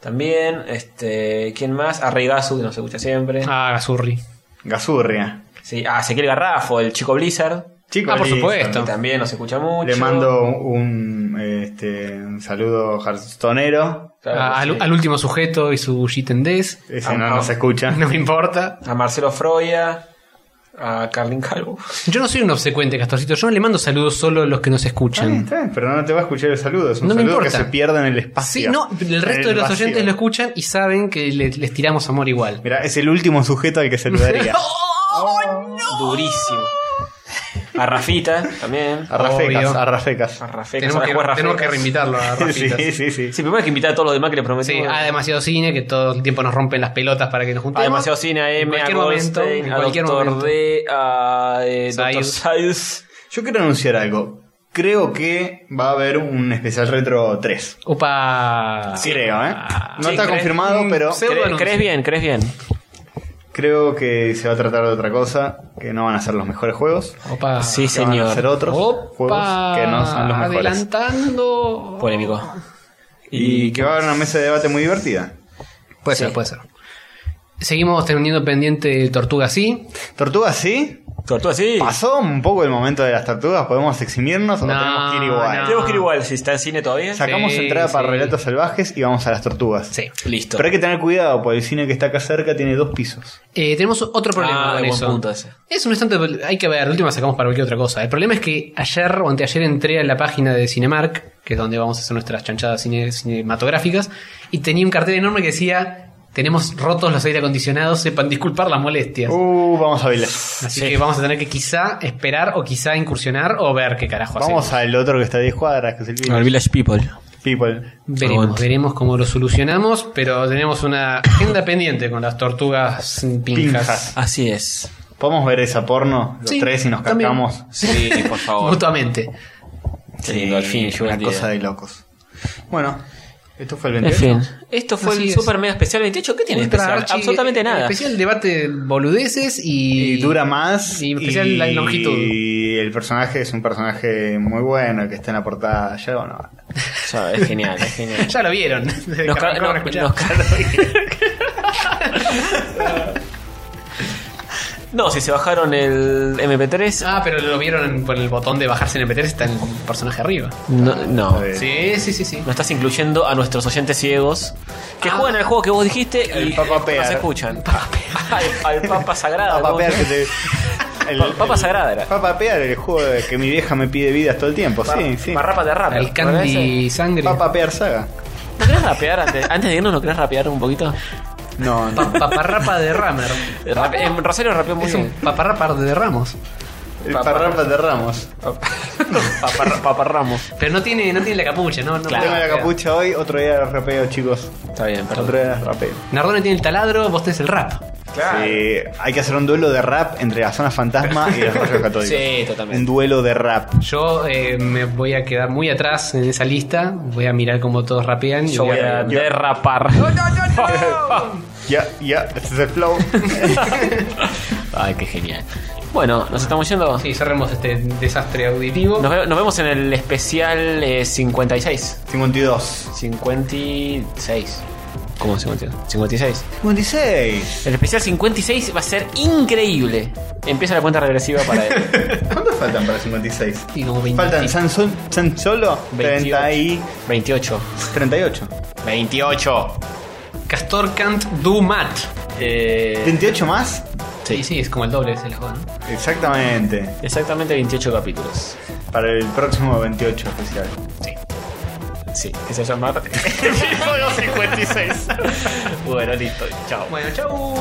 S3: También. Este, ¿Quién más? A Rey Gasu, que nos escucha siempre.
S4: Ah, Gazurri.
S5: Gazurria.
S3: Sí, a Ezequiel Garrafo, el chico Blizzard.
S5: Chico,
S4: Ah, por
S5: listo.
S4: supuesto.
S3: Que también nos escucha mucho.
S5: Le mando un, este, un saludo hearthstonero.
S3: Claro,
S4: Ah, al,
S3: sí.
S4: al último sujeto y su Jitendés.
S5: Ese
S3: Ah,
S5: no
S3: no.
S5: nos escucha.
S4: No me importa.
S3: a Marcelo Froya. A Carlin Calvo.
S4: Yo no soy un obsecuente, Castorcito. Yo le mando saludos solo a los que nos
S5: Está bien,
S4: escuchan.
S5: está bien, pero no te va a escuchar el saludo. Es un
S4: No me
S5: saludo que
S4: importa.
S5: se pierde en el
S4: Sí,
S5: espacio.
S4: no, el resto de los oyentes lo escuchan y saben que le- les tiramos amor igual.
S5: Mira, es el último sujeto al que saludaría.
S4: ¡Oh,
S5: Oh.
S3: Durísimo. A Rafita también.
S5: A Rafecas,
S4: Obvio.
S5: a Rafecas.
S3: A Rafecas.
S4: Tenemos
S3: a
S4: que,
S3: Rafecas.
S4: tenemos que reinvitarlo a Rafitas.
S5: Sí,
S4: sí,
S5: sí, sí.
S3: Sí, primero hay que invitar a todos los demás que les prometimos.
S4: a demasiado cine, que todo el tiempo nos rompen las pelotas para que nos
S3: A
S5: Ah,
S4: juntemos.
S3: demasiado cine, a
S4: En
S3: M, a
S4: cualquier momento,
S3: Goldstein,
S4: en
S3: a
S4: cualquier
S3: Doctor
S4: momento.
S3: D, a eh, Dr.
S4: Sayus.
S3: Sayus.
S5: Yo quiero anunciar algo. Creo que va a haber un especial retro 3.
S4: Opa. Ah,
S5: Creo, ¿eh? No
S3: Sí,
S5: está
S3: cre-
S5: confirmado,
S4: mm,
S5: pero
S4: sí. Pseudo
S3: Cre-
S4: anuncio.
S3: ¿Crees bien? ¿Crees bien?
S5: creo que se va a tratar de otra cosa, que no van a ser los mejores juegos.
S4: Opa.
S3: Sí,
S5: que Van a
S3: señor.
S5: ser otros
S4: Opa.
S5: juegos que no son los mejores.
S4: Adelantando.
S3: Polémico.
S5: Y que va a haber una mesa de debate muy divertida.
S4: Puede
S3: Sí.
S4: ser, puede ser. Seguimos teniendo pendiente Tortuga sí.
S5: ¿Tortugas sí?
S3: Tortuga, sí.
S5: ¿Pasó un poco el momento de las tortugas? ¿Podemos eximirnos o
S4: No,
S5: tenemos que ir igual?
S4: no.
S3: Tenemos que ir igual si está en cine todavía.
S5: Sacamos
S4: Sí,
S5: entrada para
S4: sí.
S5: relatos salvajes y vamos a las tortugas.
S4: Sí.
S3: Listo.
S5: Pero hay que tener cuidado, porque el cine que está acá cerca tiene dos pisos.
S4: Eh, tenemos otro problema
S3: Ah,
S4: con
S3: buen
S4: eso.
S3: punto ese.
S4: Es un instante, hay que ver, la última sacamos para cualquier otra cosa. El problema es que ayer o anteayer entré a la página de Cinemark, que es donde vamos a hacer nuestras chanchadas cine- cinematográficas, y tenía un cartel enorme que decía, tenemos rotos los aire acondicionados, sepan disculpar las molestias.
S5: Uh, vamos a bailar.
S4: Así que vamos a tener que quizá esperar o quizá incursionar o ver qué carajo hacemos.
S5: Vamos al otro que está a 10 cuadras, que es el Village
S3: Village People.
S5: People.
S4: Veremos, veremos cómo lo solucionamos, pero tenemos una agenda pendiente con las tortugas pinjas.
S5: Pinjas.
S3: Así es.
S5: ¿Podemos ver esa porno? Los
S4: Sí,
S5: tres y nos
S4: también.
S5: cargamos.
S3: Sí, por favor.
S4: Mutuamente.
S3: Qué lindo, al fin, llegó
S5: Una
S3: el día.
S5: cosa de locos. Bueno, esto fue el
S3: En
S5: 28.
S3: fin. Esto fue
S4: Así
S3: el
S4: es.
S3: Super Mega Especial 28. ¿Qué tiene de
S4: Ultra
S3: especial?
S4: archi-
S3: Absolutamente nada.
S4: Especial debate de boludeces y.
S5: Y dura más.
S4: Y en especial la longitud.
S5: Y el personaje es un personaje muy bueno que está en la portada ayer o no.
S3: O sea, es genial, es genial.
S4: Ya lo vieron. Desde
S3: Nos
S4: que
S3: ca-
S4: arrancó
S3: no-
S4: para escuchar.
S3: nos ca- No, si se bajaron el MP3.
S4: Ah, pero lo vieron con el botón de bajarse en MP3 está el personaje arriba.
S3: No, no.
S5: Eh,
S4: Sí, sí, sí, sí.
S3: No estás incluyendo a nuestros oyentes ciegos que
S4: Ah.
S3: juegan al juego que vos dijiste y
S5: El Papa
S3: no
S5: Pear.
S3: se escuchan. al, al Papa Sagrada.
S5: Papa
S3: ¿cómo
S5: Pear
S3: se
S5: que
S3: llama?
S5: te-
S3: Pa- Papa Sagrada era.
S5: Papa Pear, el juego de que mi vieja me pide vidas todo el tiempo. sí, sí.
S3: Pa- Parrapa de rap.
S4: El Candy Sangre.
S5: Papa Pear Saga.
S3: ¿No querés rapear antes, antes de irnos? ¿No querés rapear un poquito?
S5: No, no.
S4: Pa- Paparrapa de Rammer.
S3: Rap- en Rosario rapeó muy
S4: Es un
S3: bien.
S4: paparrapa de Ramos.
S5: El
S3: Papa-
S5: Parrapa de Ramos.
S3: Papar- Paparramos.
S4: Pero no tiene, no tiene la capucha, ¿no? no
S3: Claro.
S5: Tengo la capucha hoy, otro día de rapeo, chicos.
S3: Está bien, perdón.
S5: Otro día de rapeo.
S4: Nardone tiene el taladro, vos tenés el rap.
S5: Sí, hay que hacer un duelo de rap entre la zona fantasma y los rayos católicos.
S3: Sí,
S5: Un
S3: totalmente.
S5: duelo de rap.
S4: Yo eh, me voy a quedar muy atrás en esa lista. Voy a mirar cómo todos rapean. y
S3: Yo voy a
S5: Yo-
S3: derrapar.
S5: Ya, ya, este es el flow.
S3: Ay, qué genial. Bueno, nos estamos yendo.
S4: Sí, cerremos este desastre auditivo.
S3: Nos, ve- nos vemos en el especial eh, 56.
S5: 52.
S3: 56. ¿Cómo 52? 56.
S5: 56.
S3: El especial 56 va a ser increíble. Empieza la cuenta regresiva para él.
S5: ¿Cuántos faltan para 56?
S4: Y como 20.
S5: Faltan San, Sol- San Solo 30 y
S3: 28.
S5: 38.
S3: 28.
S4: Castor Kant Du Mat.
S3: Eh,
S5: ¿28 más?
S3: Sí.
S4: Sí. sí, es como el doble es el juego, ¿no?
S5: Exactamente.
S3: exactamente 28 capítulos.
S5: Para el próximo 28 especial.
S3: Sí, que se llama. Episodio 56. bueno, listo. Chao.
S4: Bueno, chau.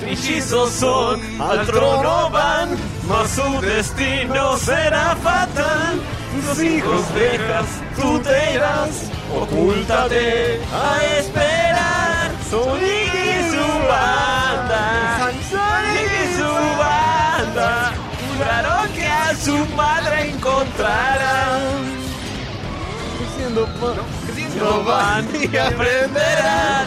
S8: Trillizos son, al trono van, mas su destino será fatal.
S3: Los hijos dejas, tú te irás, ocúltate a esperar. Sonic y su banda, Sonic y su banda, juraron que a su madre encontrarán. Creciendo van y aprenderán.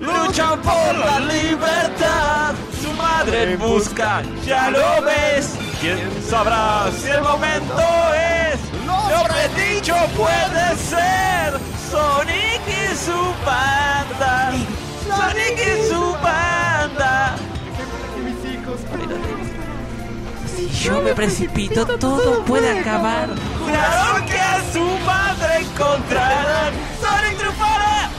S3: Luchan por la libertad. Su madre busca, ya lo ves. ¿Quién sabrá si el momento es? Lo predicho puede ser. Sonic y su banda. Sonic y su banda.
S9: Yo me precipito, todo puede acabar.
S3: Juraron que a su madre encontrarán. Sonic triunfará.